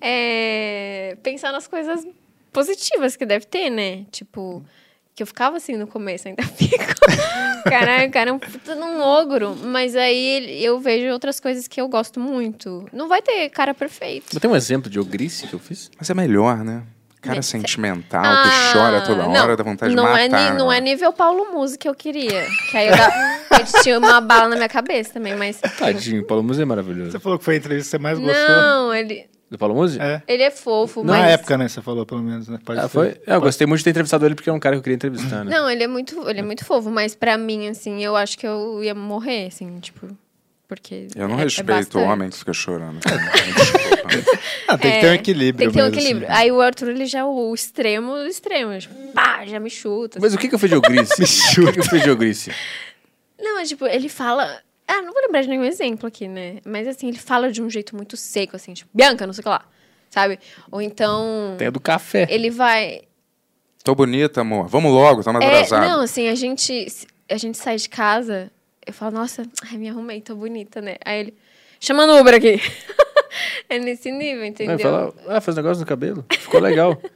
Speaker 12: é pensar nas coisas positivas que deve ter, né? Tipo, que eu ficava assim no começo, ainda fico. Caralho, o cara é um puta de um ogro. Mas aí ele- eu vejo outras coisas que eu gosto muito. Não vai ter cara perfeito.
Speaker 10: Mas tem um exemplo de ogrice que eu fiz?
Speaker 8: Mas é melhor, né? Cara
Speaker 12: Mas-
Speaker 8: sentimental,
Speaker 12: Ah,
Speaker 8: que chora toda hora, dá vontade
Speaker 12: não
Speaker 8: de matar. né?
Speaker 12: É, ni- não é nível Paulo Musi que eu queria. Que aí eu dava, eu tinha uma bala na minha cabeça também, mas...
Speaker 10: Tadinho, o Paulo Musi é maravilhoso.
Speaker 7: Você falou que foi a entrevista que você mais gostou.
Speaker 12: Não, ele,
Speaker 10: Do Paulo Musi?
Speaker 7: É.
Speaker 12: ele é fofo,
Speaker 7: Na
Speaker 12: mas...
Speaker 7: época, né? Você falou, pelo menos, né? Pode
Speaker 10: Ah,
Speaker 7: ser.
Speaker 10: foi? É, eu gostei muito de ter entrevistado ele porque é um cara que eu queria entrevistar, né?
Speaker 12: Não, ele é muito, ele é muito fofo, mas pra mim, assim, eu acho que eu ia morrer, assim, tipo. Porque.
Speaker 8: Eu não
Speaker 12: é- é
Speaker 8: respeito o
Speaker 12: bastante.
Speaker 8: homem que fica chorando.
Speaker 7: tem que
Speaker 12: É,
Speaker 7: ter um equilíbrio
Speaker 12: Tem que ter um
Speaker 7: mesmo,
Speaker 12: equilíbrio.
Speaker 7: assim.
Speaker 12: Aí o Arthur, ele já é o extremo do extremo. Tipo, pá, já me chuta. assim.
Speaker 10: Mas o que que eu fiz de ogrice? o que que eu fiz de ogrice?
Speaker 12: Não, é tipo, ele fala. Ah, não vou lembrar de nenhum exemplo aqui, né? Mas assim, ele fala de um jeito muito seco, assim, tipo, Bianca, não sei o que lá. Sabe? Ou então.
Speaker 8: Tem a do café.
Speaker 12: Ele vai.
Speaker 8: Tô bonita, amor. Vamos logo, tamo
Speaker 12: É,
Speaker 8: atrasado.
Speaker 12: não, assim, a gente, a gente sai de casa, eu falo, nossa, ai, me arrumei, tô bonita, né? Aí ele, chamando o Uber aqui. é nesse nível, entendeu?
Speaker 10: Aí fala, ah, fez negócio no cabelo. Ficou legal.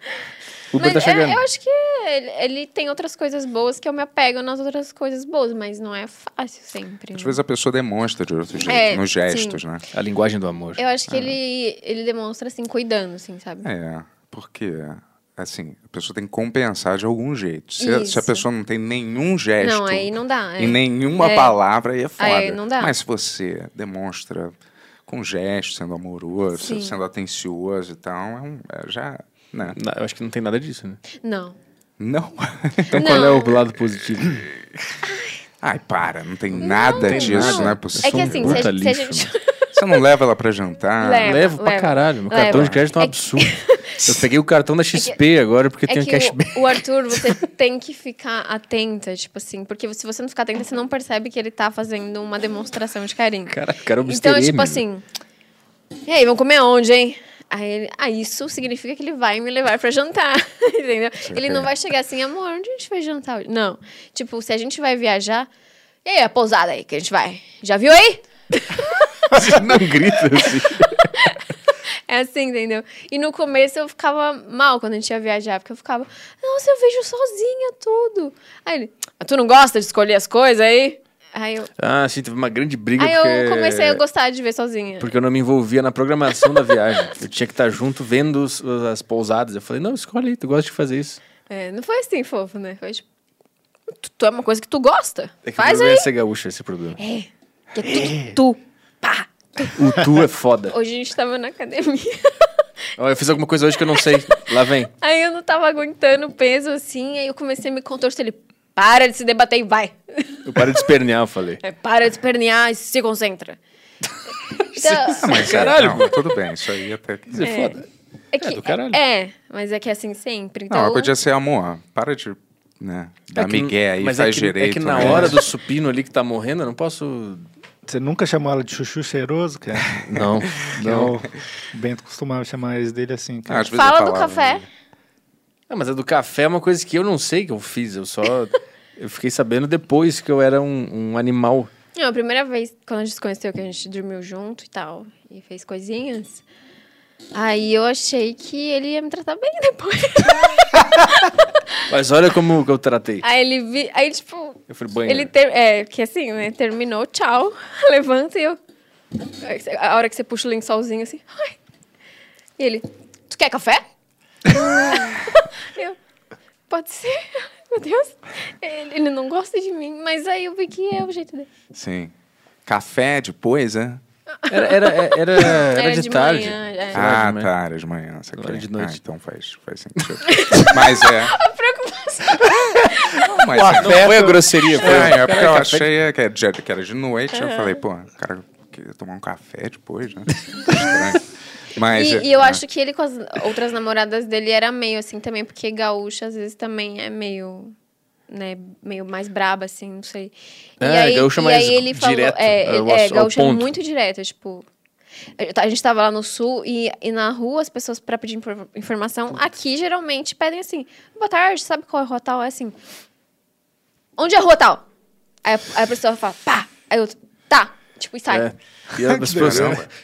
Speaker 10: O Uber
Speaker 12: mas
Speaker 10: tá
Speaker 12: é,
Speaker 10: chegando.
Speaker 12: eu acho que ele, ele tem outras coisas boas que eu me apego nas outras coisas boas, mas não é fácil sempre.
Speaker 8: Às
Speaker 12: né?
Speaker 8: vezes a pessoa demonstra de outro jeito,
Speaker 12: É,
Speaker 8: nos gestos,
Speaker 12: sim.
Speaker 8: né?
Speaker 10: A linguagem do amor.
Speaker 12: Eu acho que ele, ele demonstra, assim, cuidando, assim, sabe?
Speaker 8: É, porque, assim, a pessoa tem que compensar de algum jeito. Se, a- se a
Speaker 12: Isso.
Speaker 8: pessoa não tem nenhum gesto
Speaker 12: Não, aí não dá.
Speaker 8: e
Speaker 12: é.
Speaker 8: nenhuma
Speaker 12: É.
Speaker 8: palavra, aí é foda.
Speaker 12: Aí não dá.
Speaker 8: Mas se você demonstra com gesto, sendo amoroso,
Speaker 12: Sim.
Speaker 8: sendo atencioso e tal, é um- é já... Né?
Speaker 10: eu acho que não tem nada disso, né?
Speaker 12: Não.
Speaker 8: Não.
Speaker 10: Então qual é o lado positivo?
Speaker 8: Ai, para, não tem nada
Speaker 10: Tem
Speaker 8: disso,
Speaker 10: nada.
Speaker 8: não
Speaker 10: É
Speaker 8: é
Speaker 10: que
Speaker 8: possível.
Speaker 12: assim, se a
Speaker 8: Puta
Speaker 12: gente- se a
Speaker 8: lixo,
Speaker 12: gente-
Speaker 8: mano. Você não leva ela pra jantar?
Speaker 12: Leva,
Speaker 10: Ah, Levo pra
Speaker 12: leva,
Speaker 10: caralho. Meu
Speaker 12: leva.
Speaker 10: cartão de crédito é um
Speaker 12: É que-
Speaker 10: absurdo. Eu peguei o cartão da XP agora porque tem
Speaker 12: é
Speaker 10: o
Speaker 12: que
Speaker 10: cashback.
Speaker 12: o, o Arthur, você tem que ficar atenta, tipo assim, porque se você não ficar atenta, você não percebe que ele tá fazendo uma demonstração de carinho.
Speaker 10: Caraca, o cara um
Speaker 12: então, é
Speaker 10: obsterei,
Speaker 12: tipo
Speaker 10: meu.
Speaker 12: assim, e aí, vamos comer onde, hein? Aí ele, ah, isso significa que ele vai me levar pra jantar, entendeu?
Speaker 10: é
Speaker 12: Ele não vai chegar assim, amor, onde a gente vai jantar hoje? Não, tipo, se a gente vai viajar, e aí a pousada aí que a gente vai? Já viu aí?
Speaker 10: Você não grita assim.
Speaker 12: É assim, entendeu? E no começo eu ficava mal quando a gente ia viajar, porque eu ficava, nossa, eu vejo sozinha tudo. Aí ele, "Ah, tu não gosta de escolher as coisas aí? Aí eu,
Speaker 10: Ah, sim, teve uma grande briga
Speaker 12: aí
Speaker 10: porque...
Speaker 12: eu comecei a gostar de ver sozinha.
Speaker 10: Porque eu não me envolvia na programação da viagem. Eu tinha que estar junto vendo os- as pousadas. Eu falei, não, escolhe aí, tu gosta de fazer isso.
Speaker 12: É, não foi assim, fofo, né? Foi tipo, tu, tu é uma coisa que tu gosta.
Speaker 10: É que o
Speaker 12: Faz
Speaker 10: problema
Speaker 12: aí.
Speaker 10: é ser gaúcho, esse problema.
Speaker 12: É, que é tudo tu.
Speaker 10: O tu é foda.
Speaker 12: Hoje a gente tava na academia.
Speaker 10: Ó, Eu fiz alguma coisa hoje que eu não sei. Lá vem.
Speaker 12: Aí eu não tava aguentando o peso assim, aí eu comecei a me contorcer. Ele, para de se debater e vai.
Speaker 10: Eu paro de espernear, eu falei.
Speaker 12: É, para de espernear e se concentra. Então,
Speaker 8: Ah, mas
Speaker 10: Caralho,
Speaker 8: caralho, não, tudo bem, isso aí até que...
Speaker 12: é, É, que,
Speaker 8: do caralho. Ah,
Speaker 12: é, mas é que é assim sempre.
Speaker 8: Não,
Speaker 12: Então,
Speaker 8: mas podia ser amor, para de, né, dar
Speaker 10: É que-
Speaker 8: migué aí,
Speaker 10: mas é
Speaker 8: faz
Speaker 10: que-
Speaker 8: direito.
Speaker 10: É que na
Speaker 8: né?
Speaker 10: hora do supino ali que tá morrendo, eu não posso.
Speaker 7: Você nunca chamou ela de chuchu cheiroso, cara?
Speaker 10: Não,
Speaker 7: Que
Speaker 10: não.
Speaker 7: é O Bento costumava chamar eles dele assim, cara.
Speaker 12: fala
Speaker 8: né?
Speaker 12: do café.
Speaker 10: Ah, mas a do café é uma coisa que eu não sei que eu fiz. Eu só. eu fiquei sabendo depois que eu era um, um animal.
Speaker 12: Não, a primeira vez quando a gente se conheceu, que a gente dormiu junto e tal, e fez coisinhas. Aí eu achei que ele ia me tratar bem depois.
Speaker 10: Mas olha como que eu tratei.
Speaker 12: Aí ele vi, aí tipo,
Speaker 10: Eu fui banheiro.
Speaker 12: ele ter, é, que assim, né, terminou, tchau, levanta e eu a hora que você puxa o lençolzinho assim, ai. E ele, tu quer café? eu, pode ser. Meu Deus. Ele, ele não gosta de mim, mas aí eu vi que é o jeito dele.
Speaker 8: Sim. Café depois, é?
Speaker 10: Era, era, era, É, era
Speaker 12: Era
Speaker 10: de,
Speaker 12: de
Speaker 10: tarde.
Speaker 12: manhã, é.
Speaker 8: Ah,
Speaker 10: Era de manhã.
Speaker 8: tá, era de manhã. Saquei.
Speaker 10: Agora é de noite.
Speaker 8: Ah, então faz, faz sentido. Mas é. Mas
Speaker 10: O
Speaker 8: é.
Speaker 10: afeto- Não foi a grosseria, foi- É.
Speaker 8: Na época eu
Speaker 10: Caraca,
Speaker 8: achei que era de, que era de noite. Eu
Speaker 12: Aham.
Speaker 8: falei, pô, o cara queria tomar um café depois, né? Estranho. Mas,
Speaker 12: e,
Speaker 8: é,
Speaker 12: e eu
Speaker 8: ah,
Speaker 12: acho que ele com as outras namoradas dele era meio assim também, porque gaúcha às vezes também é meio, né, meio mais braba, assim, não sei. E
Speaker 10: É, gaúcha
Speaker 12: e
Speaker 10: mais
Speaker 12: aí ele falou,
Speaker 10: direto
Speaker 12: é,
Speaker 10: ao
Speaker 12: ele- é,
Speaker 10: ass- ao
Speaker 12: gaúcha é
Speaker 10: ponto.
Speaker 12: muito direta, tipo... A gente tava lá no sul e, e na rua as pessoas pra pedir infor- informação, aqui geralmente pedem assim, boa tarde, sabe qual é a rua tal? É assim, onde é a rua tal? Aí a, aí a pessoa fala, pá! Aí eu, tá! Tipo, e sai.
Speaker 10: É. E as pessoas-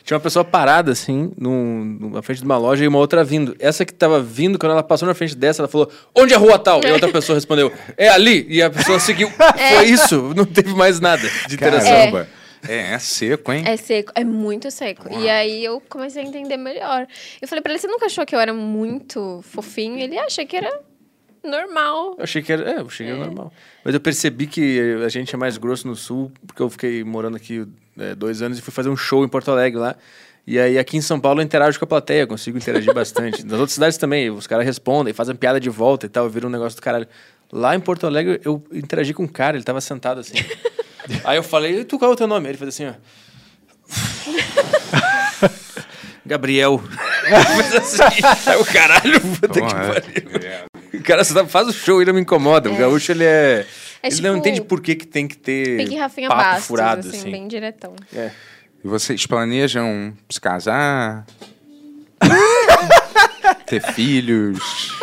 Speaker 10: tinha uma pessoa parada, assim, num, na frente de uma loja e uma outra vindo. Essa que tava vindo, quando ela passou na frente dessa, ela falou, onde é a rua tal? E a outra pessoa respondeu, é ali. E a pessoa seguiu.
Speaker 12: É.
Speaker 10: Foi isso, não teve mais nada de interação.
Speaker 8: Caramba. É, é seco, hein?
Speaker 12: É seco, é muito seco. E aí eu comecei a entender melhor. Eu falei pra ele, você nunca achou que eu era muito fofinho? Ele achei que era normal.
Speaker 10: Eu achei que era, é, eu achei que era normal. Mas eu percebi que a gente é mais grosso no sul, porque eu fiquei morando aqui é, dois anos e fui fazer um show em Porto Alegre lá. E aí aqui em São Paulo eu interajo com a plateia, consigo interagir bastante. Nas outras cidades também, os caras respondem, fazem piada de volta e tal, vira um negócio do caralho. Lá em Porto Alegre eu interagi com um cara, ele tava sentado assim. aí eu falei, e tu qual é o teu nome? Ele fez assim, ó. Gabriel. Mas assim, aí o caralho, puta que
Speaker 8: É.
Speaker 10: pariu. Cara, você tá- faz o show, ele não me incomoda. O gaúcho, ele é.
Speaker 12: É
Speaker 10: ele não
Speaker 12: tipo-
Speaker 10: entende por que, que tem que ter.
Speaker 12: Peguei Rafinha
Speaker 10: papo
Speaker 12: Bastos,
Speaker 10: furado,
Speaker 12: assim,
Speaker 8: assim.
Speaker 12: bem diretão.
Speaker 8: E vocês planejam se casar? ter filhos?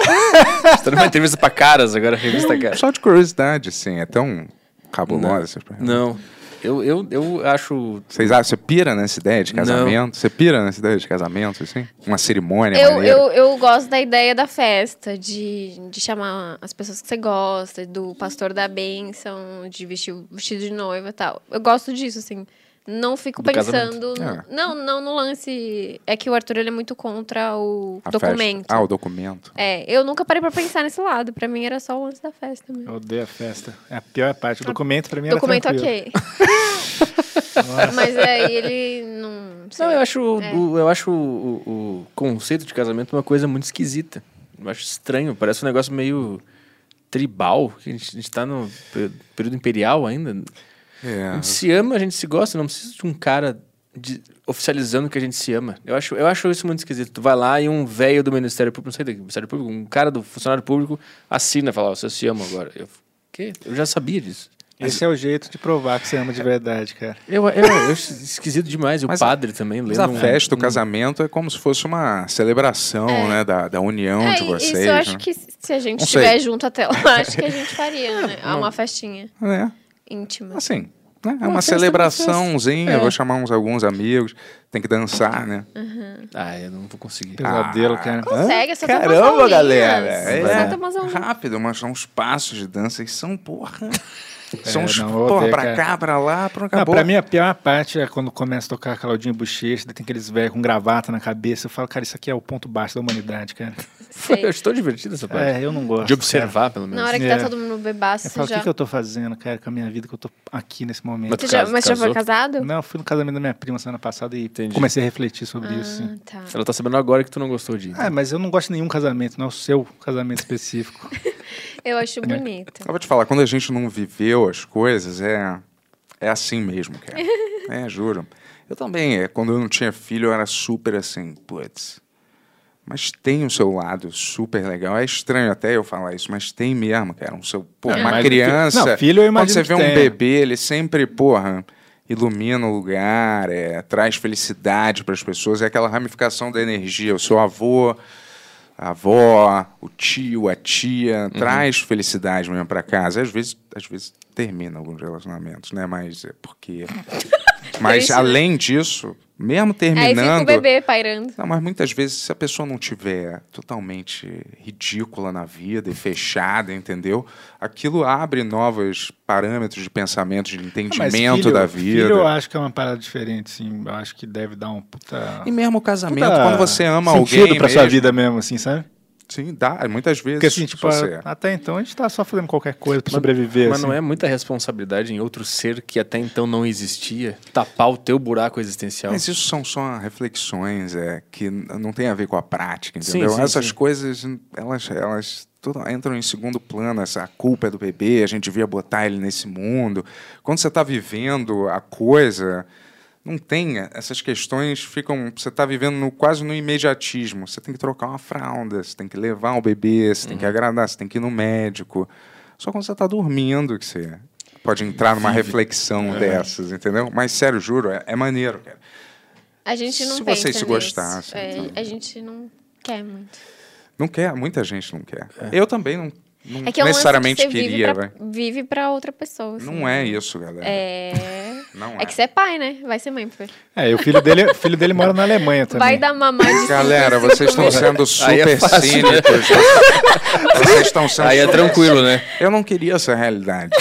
Speaker 10: Você tá numa entrevista pra caras agora, a revista Caras.
Speaker 8: Só de curiosidade, assim, é tão cabulosa essas perguntas.
Speaker 10: Não. Eu, eu, eu acho.
Speaker 8: Vocês acham, você pira nessa ideia de casamento? Você pira nessa ideia de casamento, assim? Uma cerimônia
Speaker 12: Eu,
Speaker 8: maneira?
Speaker 12: eu, eu gosto da ideia da festa, de, de chamar as pessoas que você gosta, do pastor da bênção, de vestir o vestido de noiva e tal. Eu gosto disso, assim. Não fico
Speaker 2: Do
Speaker 12: pensando.
Speaker 2: casamento.
Speaker 12: no-
Speaker 8: É.
Speaker 2: Ah.
Speaker 12: Não, não no lance. É que o Arthur ele é muito contra o
Speaker 8: A festa.
Speaker 12: documento.
Speaker 8: Ah, o documento.
Speaker 12: É, eu nunca parei pra pensar nesse lado. Pra mim era só o lance da festa mesmo.
Speaker 7: Eu odeio a festa. É a pior parte. O documento pra mim
Speaker 12: Documento
Speaker 7: era tranquilo.
Speaker 12: ok. Mas aí ele não. sei
Speaker 10: Não,
Speaker 12: lá.
Speaker 10: eu acho, o-
Speaker 12: É.
Speaker 10: o, eu acho o, o- o conceito de casamento uma coisa muito esquisita. Eu acho estranho, parece um negócio meio tribal, que a gente, a gente tá no pe- período imperial ainda.
Speaker 8: É.
Speaker 10: A gente se ama, a gente se gosta, não precisa de um cara de- oficializando que a gente se ama. Eu acho, eu acho isso muito esquisito. Tu vai lá e um velho do Ministério Público, não sei do Ministério Público, um cara do funcionário público assina e fala, ó, vocês se amam agora. Eu, que? eu já sabia disso.
Speaker 7: Esse é o jeito de provar que você ama de verdade, cara.
Speaker 10: Eu, eu, eu acho esquisito demais. E O
Speaker 7: Mas a-
Speaker 10: padre também
Speaker 8: Mas
Speaker 10: lembra.
Speaker 8: a festa,
Speaker 10: um
Speaker 8: o casamento, é como se fosse uma celebração, né? Da, da união
Speaker 12: É,
Speaker 8: de
Speaker 12: e-
Speaker 8: vocês.
Speaker 12: Isso eu acho
Speaker 8: né?
Speaker 12: que se a gente
Speaker 8: Não sei.
Speaker 12: estiver junto até lá, acho que a gente faria, né?
Speaker 8: uma-
Speaker 12: Uma festinha
Speaker 8: É,
Speaker 12: íntima.
Speaker 8: assim. né, É
Speaker 12: Uma
Speaker 8: uma,
Speaker 12: festa, uma
Speaker 8: celebraçãozinha,
Speaker 12: festa.
Speaker 8: eu
Speaker 12: É.
Speaker 8: vou chamar uns alguns amigos, tem que dançar, né?
Speaker 12: Uhum.
Speaker 10: Ah, eu não vou conseguir.
Speaker 7: Pesadelo, cara.
Speaker 12: Consegue, é só ter umas
Speaker 8: Caramba,
Speaker 12: aulinhas.
Speaker 8: galera.
Speaker 12: É só ter umas aulinhas.
Speaker 8: rápido, mas são uns passos de dança que são, porra.
Speaker 7: É,
Speaker 8: são uns
Speaker 7: não, eu
Speaker 8: porra,
Speaker 7: odeio,
Speaker 8: pra
Speaker 7: cara.
Speaker 8: cá, pra lá, pra
Speaker 7: Não,
Speaker 8: acabou.
Speaker 7: pra mim, a pior parte é quando começa a tocar Claudinho Bochecha, daí tem aqueles velhos com gravata na cabeça. Eu falo, cara, isso aqui é o ponto baixo da humanidade, cara.
Speaker 10: Eu estou divertido essa parte.
Speaker 7: É, eu não gosto.
Speaker 10: De observar,
Speaker 7: cara.
Speaker 10: pelo menos.
Speaker 12: Na hora que tá
Speaker 7: É.
Speaker 12: todo mundo bebaço,
Speaker 7: Eu falo,
Speaker 12: você
Speaker 7: o que,
Speaker 12: já...
Speaker 7: que eu tô fazendo, cara, com a minha vida, que eu tô aqui nesse momento.
Speaker 12: Mas tu Você já- cas- mas você já foi casou? casado?
Speaker 7: Não, Ah, eu fui no casamento da minha prima semana passada e comecei a refletir sobre isso. sim.
Speaker 10: Ela tá sabendo agora que tu não gostou de ir.
Speaker 7: Ah, mas eu não gosto de nenhum casamento, não é o seu casamento específico.
Speaker 12: Eu acho bonito.
Speaker 8: Eu vou te falar, quando a gente não viveu as coisas, é, é assim mesmo, cara. é, juro. Eu também, é, quando eu não tinha filho, eu era super assim, putz. Mas tem o seu lado super legal. É estranho até eu falar isso, mas tem mesmo, cara. Um seu, pô,
Speaker 7: Não, É, mas
Speaker 8: uma
Speaker 7: o fi-
Speaker 8: criança.
Speaker 7: não, filho eu
Speaker 8: quando você
Speaker 7: imagino
Speaker 8: vê
Speaker 7: que
Speaker 8: um
Speaker 7: tenha.
Speaker 8: bebê, ele sempre, porra, ilumina o lugar, é, traz felicidade para as pessoas. É aquela ramificação da energia. O seu avô, a avó, o tio, a tia,
Speaker 12: Uhum.
Speaker 8: traz felicidade mesmo pra casa. Às vezes, às vezes termina alguns relacionamentos, né? Mas é porque. Mas
Speaker 12: Triste, né?
Speaker 8: além disso, mesmo
Speaker 12: Aí fica o
Speaker 8: terminando.
Speaker 12: bebê pairando.
Speaker 8: Não, mas muitas vezes, se a pessoa não tiver totalmente ridícula na vida e fechada, entendeu? Aquilo abre novos parâmetros de pensamento, de
Speaker 7: Mas
Speaker 8: entendimento
Speaker 7: filho-
Speaker 8: da vida.
Speaker 7: Filho, eu acho que é uma parada diferente, sim. Eu acho que deve dar um puta.
Speaker 8: E mesmo o casamento,
Speaker 7: puta
Speaker 8: quando você ama
Speaker 7: sentido
Speaker 8: alguém
Speaker 7: pra sua
Speaker 8: mesmo.
Speaker 7: vida mesmo, assim, sabe?
Speaker 8: Sim, dá. Muitas vezes.
Speaker 7: Porque assim, tipo,
Speaker 8: você-
Speaker 7: a- até então a gente tá só fazendo qualquer coisa pra sobreviver.
Speaker 10: Mas
Speaker 7: assim.
Speaker 10: não é muita responsabilidade em outro ser que até então não existia tapar o teu buraco existencial.
Speaker 8: Mas isso são só reflexões é, que n- não tem a ver com a prática, entendeu?
Speaker 10: Sim, sim,
Speaker 8: Essas
Speaker 10: sim.
Speaker 8: coisas, elas, elas tudo entram em segundo plano. Essa a culpa é do bebê, a gente devia botar ele nesse mundo. Quando você está vivendo a coisa, não tem. Essas questões ficam. Você está vivendo no- quase no imediatismo. Você tem que trocar uma fralda, você tem que levar o bebê, você
Speaker 10: Uhum.
Speaker 8: tem que agradar, você tem que ir no médico. Só quando você está dormindo que você pode entrar numa
Speaker 10: Vive.
Speaker 8: reflexão
Speaker 10: É.
Speaker 8: dessas, entendeu? Mas sério, juro, é, é maneiro, cara.
Speaker 12: A gente não
Speaker 8: Se
Speaker 12: pensa
Speaker 8: vocês se assim, então.
Speaker 12: nisso.
Speaker 8: gostassem,
Speaker 12: É, A gente não quer muito.
Speaker 8: Não quer, muita gente não quer.
Speaker 7: É.
Speaker 8: Eu também não, não
Speaker 12: É que é um lance
Speaker 8: necessariamente
Speaker 12: que você
Speaker 8: queria,
Speaker 12: vive
Speaker 8: vai.
Speaker 12: pra, vive pra outra pessoa. assim.
Speaker 8: Não é isso, galera.
Speaker 12: É.
Speaker 8: Não
Speaker 12: É que você é pai, né? Vai ser mãe. Porque...
Speaker 7: É, e o filho dele, o filho dele mora na Alemanha também.
Speaker 12: Vai dar mamãe de
Speaker 8: Galera, vocês estão sendo
Speaker 7: Aí é
Speaker 8: super
Speaker 7: fácil, né?
Speaker 8: cínicos. Vocês estão sendo
Speaker 7: Aí é
Speaker 8: super-
Speaker 7: tranquilo, né?
Speaker 8: Eu não queria essa realidade.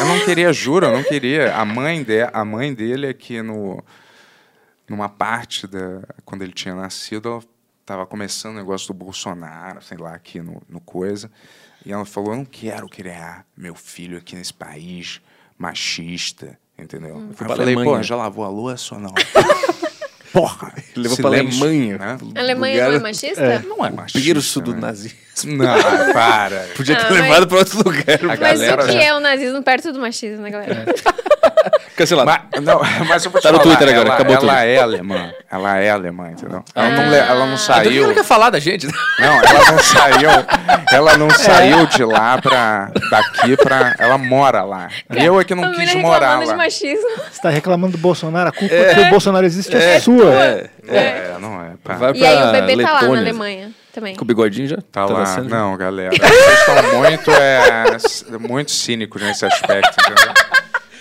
Speaker 8: Eu não queria, juro, eu não queria. A mãe, de, a mãe dele é que no, numa parte da. Quando ele tinha nascido, ela tava começando o negócio do Bolsonaro, sei lá, aqui no, no coisa. E ela falou: Eu não quero criar meu filho aqui nesse país machista, entendeu?
Speaker 10: Hum.
Speaker 8: Aí
Speaker 10: Foi
Speaker 8: eu
Speaker 10: pra
Speaker 8: falei: Pô,
Speaker 10: Alemanha.
Speaker 8: já lavou a louça ou não? Porra!
Speaker 10: Levou pra
Speaker 8: silêncio,
Speaker 10: Alemanha.
Speaker 8: né?
Speaker 12: A Alemanha não é
Speaker 8: Lugar-
Speaker 12: machista?
Speaker 8: É, Não é machista.
Speaker 10: berço
Speaker 8: do nazismo. Não, para.
Speaker 10: Podia um
Speaker 12: ter Ah, mas- levado
Speaker 8: pra outro lugar. A
Speaker 12: Mas
Speaker 8: galera né?
Speaker 12: o que
Speaker 8: já-
Speaker 12: é o nazismo perto do machismo, né, galera?
Speaker 7: É.
Speaker 8: Cancelado. Mas, não, mas eu vou te
Speaker 10: Tá no
Speaker 8: falar,
Speaker 10: Twitter agora,
Speaker 8: ela,
Speaker 10: acabou
Speaker 8: ela
Speaker 10: tudo.
Speaker 8: é alemã. Ela é alemã, entendeu? Ela, não, le- ela não
Speaker 10: Ah, duvido que
Speaker 8: saiu.
Speaker 10: ela quer falar da gente. É.
Speaker 8: Não, ela não saiu. Ela não saiu de lá pra. daqui pra. Ela mora lá. E eu é que não
Speaker 12: A menina
Speaker 8: quis morar
Speaker 12: reclamando de
Speaker 8: lá.
Speaker 12: machismo.
Speaker 7: Você tá reclamando do Bolsonaro, a culpa
Speaker 8: É.
Speaker 7: que o Bolsonaro existe é,
Speaker 8: É.
Speaker 7: sua.
Speaker 8: É, é, não é. pá.
Speaker 10: Vai
Speaker 12: E aí o
Speaker 10: pra
Speaker 12: bebê tá lá na
Speaker 10: Letônia.
Speaker 12: Alemanha também.
Speaker 10: Com o bigodinho já?
Speaker 8: Tá lá.
Speaker 10: nascendo?
Speaker 8: Não, galera. Vocês estão muito, é, c- muito cínicos nesse aspecto, entendeu?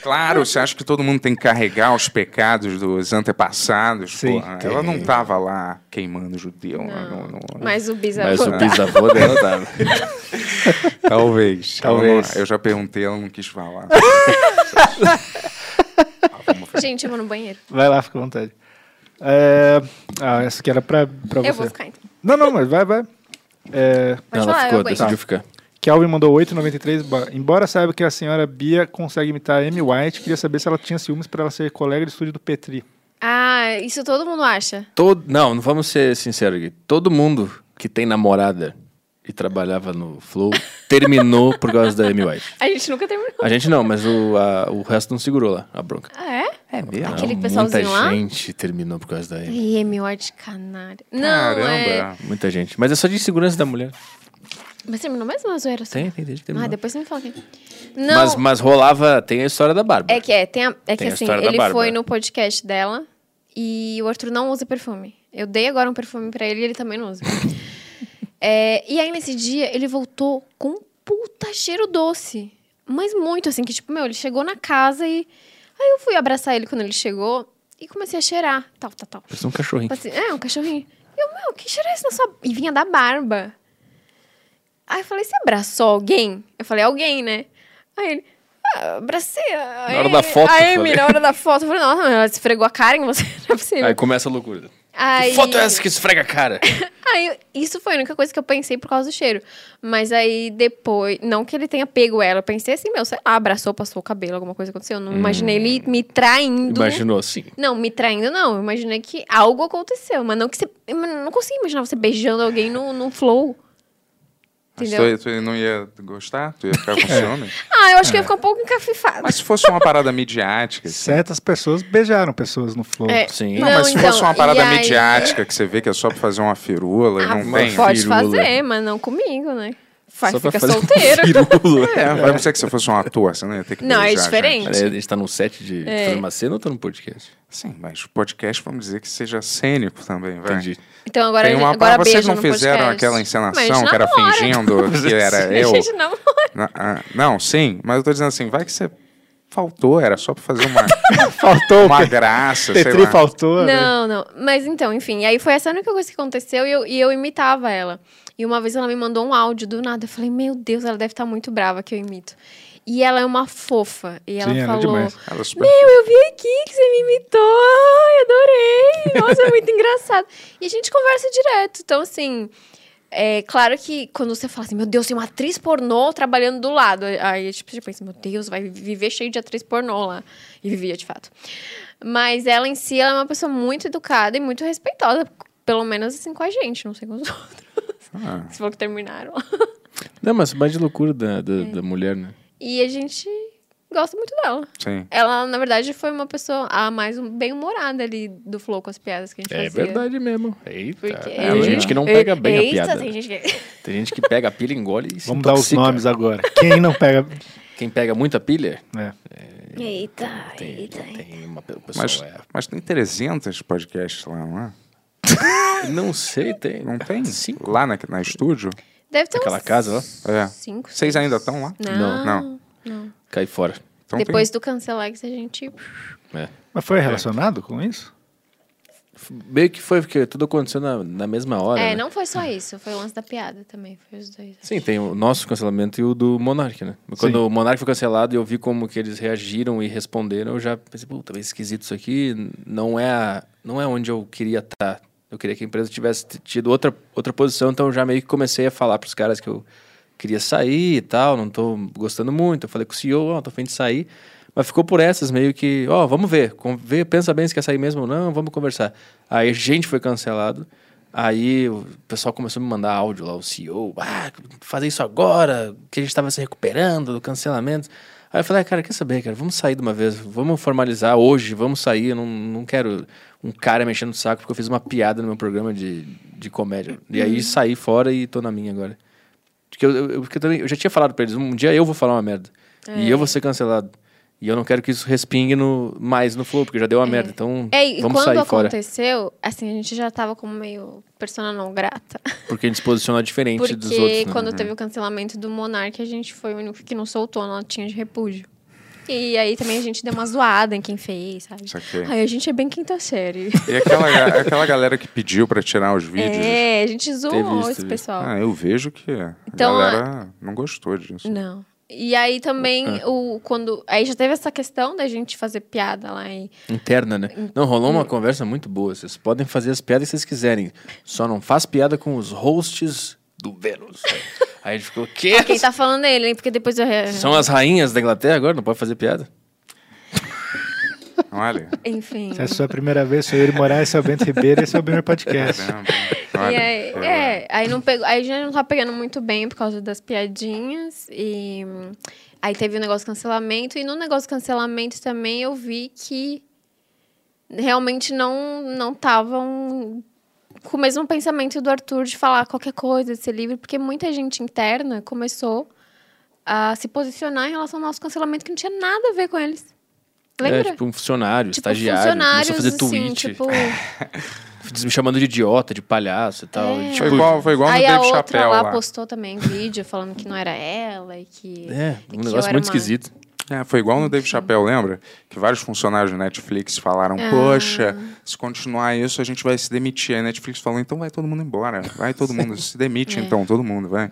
Speaker 8: Claro, você acha que todo mundo tem que carregar os pecados dos antepassados?
Speaker 10: Sim,
Speaker 8: porra.
Speaker 10: tem.
Speaker 8: Ela não tava lá queimando judeu. né? Não, não-
Speaker 12: Mas o bisavô.
Speaker 8: Mas o
Speaker 12: tá.
Speaker 8: bisavô dela tava. Talvez.
Speaker 7: Talvez.
Speaker 8: Ela não- Eu já perguntei, ela não quis falar.
Speaker 12: Gente, eu vou no banheiro.
Speaker 7: Vai lá, fica à vontade. É, Ah, essa aqui era pra, pra você.
Speaker 12: Eu vou ficar então.
Speaker 7: Não, não, mas vai, vai. É...
Speaker 12: Não, ela falar, ficou, eu aguento. decidiu
Speaker 10: ficar.
Speaker 7: Kelvin mandou 8,93. ba- Embora saiba que a senhora Bia consegue imitar a Amy White, queria saber se ela tinha ciúmes pra ela ser colega de estúdio do Petri.
Speaker 12: Ah, isso todo mundo acha.
Speaker 10: Todo, não, não vamos ser sinceros aqui. Todo mundo que tem namorada e trabalhava no Flow terminou por causa da Amy White.
Speaker 12: A gente nunca terminou.
Speaker 10: A gente não, mas o, a- o resto não segurou lá, a bronca.
Speaker 12: Ah, é? É
Speaker 10: Não,
Speaker 12: Aquele
Speaker 10: muita
Speaker 12: pessoalzinho lá?
Speaker 10: gente terminou por causa da Amy.
Speaker 12: Ih, é meu ar de canário. Não, é...
Speaker 10: Muita gente. Mas é só de segurança da mulher.
Speaker 12: Mas terminou mesmo a zoeira? só?
Speaker 10: Tem, tem, desde que terminou.
Speaker 12: Ah, depois você me fala quem. Não,
Speaker 10: Mas, mas rolava, tem a história da Bárbara.
Speaker 12: é que, é, tem a- é que
Speaker 10: Tem a
Speaker 12: assim,
Speaker 10: história da
Speaker 12: ele
Speaker 10: Bárbara.
Speaker 12: foi no podcast dela e o Arthur não usa perfume. Eu dei agora um perfume pra ele e ele também não usa. É, e aí, nesse dia, ele voltou com um puta cheiro doce. Mas muito, assim, que tipo, meu, ele chegou na casa e... Aí eu fui abraçar ele quando ele chegou e comecei a cheirar, tal, tal, tal.
Speaker 10: Parece um cachorrinho.
Speaker 12: Tipo assim, é, um cachorrinho. E eu, meu, que cheiro é esse na sua... E vinha da barba. Aí eu falei, você abraçou alguém? Eu falei, alguém, né? Aí ele, ah, abracei a
Speaker 10: Na hora da foto,
Speaker 12: A
Speaker 10: eu
Speaker 12: Amy,
Speaker 10: falei.
Speaker 12: na hora da foto. Eu falei, nossa, ela esfregou a cara em você, não é possível.
Speaker 10: Aí começa a loucura.
Speaker 12: Aí-
Speaker 10: Que foto é essa que esfrega a cara?
Speaker 12: Aí, isso foi a única coisa que eu pensei por causa do cheiro. Mas aí depois, não que ele tenha pego ela, eu pensei assim, meu, sei lá, abraçou, passou o cabelo, alguma coisa aconteceu. Eu não
Speaker 10: Hum.
Speaker 12: imaginei ele me traindo.
Speaker 10: Imaginou assim.
Speaker 12: Não, me traindo não. Eu imaginei que algo aconteceu, mas não que você. Eu não consigo imaginar você beijando alguém no, no flow.
Speaker 8: Mas
Speaker 12: Entendeu?
Speaker 8: tu, tu não ia gostar? Tu ia ficar com ciúme?
Speaker 12: Ah, eu acho
Speaker 10: É.
Speaker 12: que eu ia ficar um pouco encafifada.
Speaker 8: Mas se fosse uma parada midiática. assim.
Speaker 7: Certas pessoas beijaram pessoas no flow.
Speaker 12: É,
Speaker 8: Sim.
Speaker 12: não,
Speaker 8: Não, mas se
Speaker 12: então,
Speaker 8: fosse uma
Speaker 12: e
Speaker 8: parada
Speaker 12: aí-
Speaker 8: midiática que você vê que é só pra fazer uma firula e
Speaker 12: Ah,
Speaker 8: não tem.
Speaker 12: pode fazer, É, mas não comigo, né? Faz,
Speaker 8: Só pra
Speaker 12: fica
Speaker 8: fazer
Speaker 10: um
Speaker 8: uma
Speaker 12: solteiro.
Speaker 8: É, vai não ser que você fosse um ator, você não ia ter que
Speaker 12: Não, é
Speaker 8: beijar,
Speaker 12: diferente.
Speaker 8: gente.
Speaker 12: Peraí, a
Speaker 10: gente tá num set de
Speaker 12: É. fazer uma
Speaker 10: cena ou tá num podcast?
Speaker 8: Sim, mas o podcast, vamos dizer que seja cênico também, vai. Entendi.
Speaker 12: Então agora,
Speaker 8: Tem uma-
Speaker 12: agora
Speaker 8: vocês
Speaker 12: beija
Speaker 8: não
Speaker 12: no
Speaker 8: fizeram
Speaker 12: podcast.
Speaker 8: aquela
Speaker 12: Mas a
Speaker 8: encenação
Speaker 12: gente
Speaker 8: que era
Speaker 12: namora.
Speaker 8: fingindo que era
Speaker 12: A
Speaker 8: eu?
Speaker 12: gente namora.
Speaker 8: Na- ah, Não, sim, mas eu tô dizendo assim, vai que você faltou, era só pra fazer uma,
Speaker 7: faltou
Speaker 8: uma graça, sei
Speaker 7: Petri
Speaker 8: lá.
Speaker 7: faltou. né?
Speaker 12: Não, não. Mas então, enfim. Aí foi essa a única coisa que aconteceu e eu, e eu imitava ela. E uma vez ela me mandou um áudio do nada. Eu falei, meu Deus, ela deve estar muito brava que eu imito. E ela é uma fofa. E ela
Speaker 8: Sim, ela é
Speaker 12: falou:
Speaker 8: demais. Ela é super
Speaker 12: Meu, eu vi aqui que você me imitou. Ai, adorei. Nossa, é muito engraçado. E a gente conversa direto. Então, assim. É claro que quando você fala assim, meu Deus, tem uma atriz pornô trabalhando do lado. Aí tipo, você pensa, meu Deus, vai viver cheio de atriz pornô lá. E vivia de fato. Mas ela em si, ela é uma pessoa muito educada e muito respeitosa. Pelo menos assim com a gente, não sei com os outros.
Speaker 10: Ah.
Speaker 12: Você falou que terminaram. É.
Speaker 10: Não, mas mais de loucura da, da, da mulher, né?
Speaker 12: E a gente gosta muito dela.
Speaker 10: Sim.
Speaker 12: Ela, na verdade, foi uma pessoa a mais um- bem-humorada ali do Flow com as piadas que a gente
Speaker 10: É
Speaker 12: fazia.
Speaker 10: verdade mesmo. Eita.
Speaker 12: Porque-
Speaker 10: Tem gente que não
Speaker 12: Eita,
Speaker 10: pega bem a piada.
Speaker 12: Tem gente que...
Speaker 10: Tem gente que pega a pilha, engole e se
Speaker 7: Vamos dar os
Speaker 10: intoxica.
Speaker 7: nomes agora. Quem não pega.
Speaker 10: Quem pega muita pilha?
Speaker 7: É.
Speaker 12: Eita, eita.
Speaker 10: Tem uma pe- pessoa.
Speaker 12: É.
Speaker 8: Mas, mas tem 300 podcasts lá, não é?
Speaker 10: Não sei, tem.
Speaker 8: Não tem? Lá na, na estúdio?
Speaker 12: Deve ter
Speaker 8: Aquela
Speaker 12: uns
Speaker 8: casa lá? É.
Speaker 12: cinco,
Speaker 8: Vocês ainda estão lá?
Speaker 12: Não.
Speaker 8: Não. Então
Speaker 12: Não.
Speaker 10: Cai fora.
Speaker 12: Depois do Cancelex, a gente...
Speaker 10: É.
Speaker 7: Mas foi relacionado com isso?
Speaker 10: Meio que foi, porque tudo aconteceu na, na mesma hora.
Speaker 12: é,
Speaker 10: né?
Speaker 12: não foi só isso. Foi o lance da piada também. Foi os dois.
Speaker 10: Sim, tem o nosso cancelamento e o do Monark, né? Quando
Speaker 7: Sim.
Speaker 10: o Monark foi cancelado e eu vi como que eles reagiram e responderam, eu já pensei, pô, talvez esquisito isso aqui, não é, a- não é onde eu queria estar. Eu queria que a empresa tivesse t- tido outra, outra posição, então eu já meio que comecei a falar pros caras que eu queria sair e tal, não tô gostando muito. Eu falei com o CEO, ó, tô afim de sair. Mas ficou por essas, meio que, ó, vamos ver, con- vê, pensa bem se quer sair mesmo ou não, vamos conversar. Aí a gente foi cancelado. Aí o pessoal começou a me mandar áudio lá, o CEO, ah, fazer isso agora, que a gente estava se recuperando do cancelamento. Aí eu falei, ah, cara, quer saber, cara, vamos sair de uma vez, vamos formalizar hoje, vamos sair, eu não, não quero um cara mexendo no saco porque eu fiz uma piada no meu programa de, de comédia. E aí saí fora e tô na minha agora. Porque eu, eu- eu- porque eu também, eu já tinha falado pra eles, um dia eu vou falar uma merda.
Speaker 12: É.
Speaker 10: E eu vou ser cancelado. E eu não quero que isso respingue no, mais no flow, porque já deu uma merda. Então,
Speaker 12: É, e
Speaker 10: vamos
Speaker 12: quando
Speaker 10: sair fora.
Speaker 12: aconteceu, assim, a gente já tava como meio persona não grata.
Speaker 10: Porque a gente se posiciona diferente
Speaker 12: Porque
Speaker 10: dos outros. né?
Speaker 8: Uhum.
Speaker 12: quando teve o cancelamento do Monark, a gente foi o único que não soltou a notinha de repúdio. E aí também a gente deu uma zoada em quem fez, sabe?
Speaker 8: Saquei.
Speaker 12: Aí a gente é bem quinta série.
Speaker 8: E aquela, ga- aquela galera que pediu pra tirar os vídeos?
Speaker 12: É, a gente zoou
Speaker 8: Teve isso,
Speaker 12: esse
Speaker 8: teve isso.
Speaker 12: pessoal.
Speaker 8: Ah, eu vejo que a
Speaker 12: Então, a-
Speaker 8: galera não gostou disso.
Speaker 12: Não. E aí também,
Speaker 8: É.
Speaker 12: o, quando. Aí já teve essa questão da gente fazer piada lá em.
Speaker 10: Interna, né? Não, rolou uma conversa muito boa. Vocês podem fazer as piadas que vocês quiserem. Só não faz piada com os hosts do Vênus. Aí a gente ficou, quê?
Speaker 12: Ah, Quem tá falando é ele, hein? Porque depois eu. re-
Speaker 10: São as rainhas da Inglaterra agora? Não pode fazer piada?
Speaker 8: Olha.
Speaker 12: Enfim.
Speaker 7: Se é a sua primeira vez, sou Yuri Moraes, sou Bento Ribeiro e esse é o primeiro podcast.
Speaker 12: E aí, é, aí não pegou, aí já não tá pegando muito bem por causa das piadinhas e hum, aí teve o negócio do cancelamento e no negócio do cancelamento também eu vi que realmente não não estavam com o mesmo pensamento do Arthur de falar qualquer coisa de ser livre, porque muita gente interna começou a se posicionar em relação ao nosso cancelamento que não tinha nada a ver com eles. Lembra?
Speaker 10: É, tipo um funcionário,
Speaker 12: Tipo,
Speaker 10: estagiário. Começou a fazer
Speaker 12: assim,
Speaker 10: tweet.
Speaker 12: tipo,
Speaker 10: Me chamando de idiota, de palhaço e tal. tipo,
Speaker 12: É.
Speaker 10: E,
Speaker 12: Foi igual-
Speaker 8: foi
Speaker 12: Aí a outra lá, postou também um vídeo falando que não era ela e que.
Speaker 8: É,
Speaker 12: um que negócio eu era muito uma- esquisito.
Speaker 8: foi igual no Dave Chappelle, lembra? Que vários funcionários da Netflix falaram:
Speaker 12: Ah.
Speaker 8: Poxa, se continuar isso, a gente vai se demitir. Aí a Netflix falou: Então vai todo mundo embora. Vai todo mundo, se demite
Speaker 10: É.
Speaker 8: então, todo mundo, vai.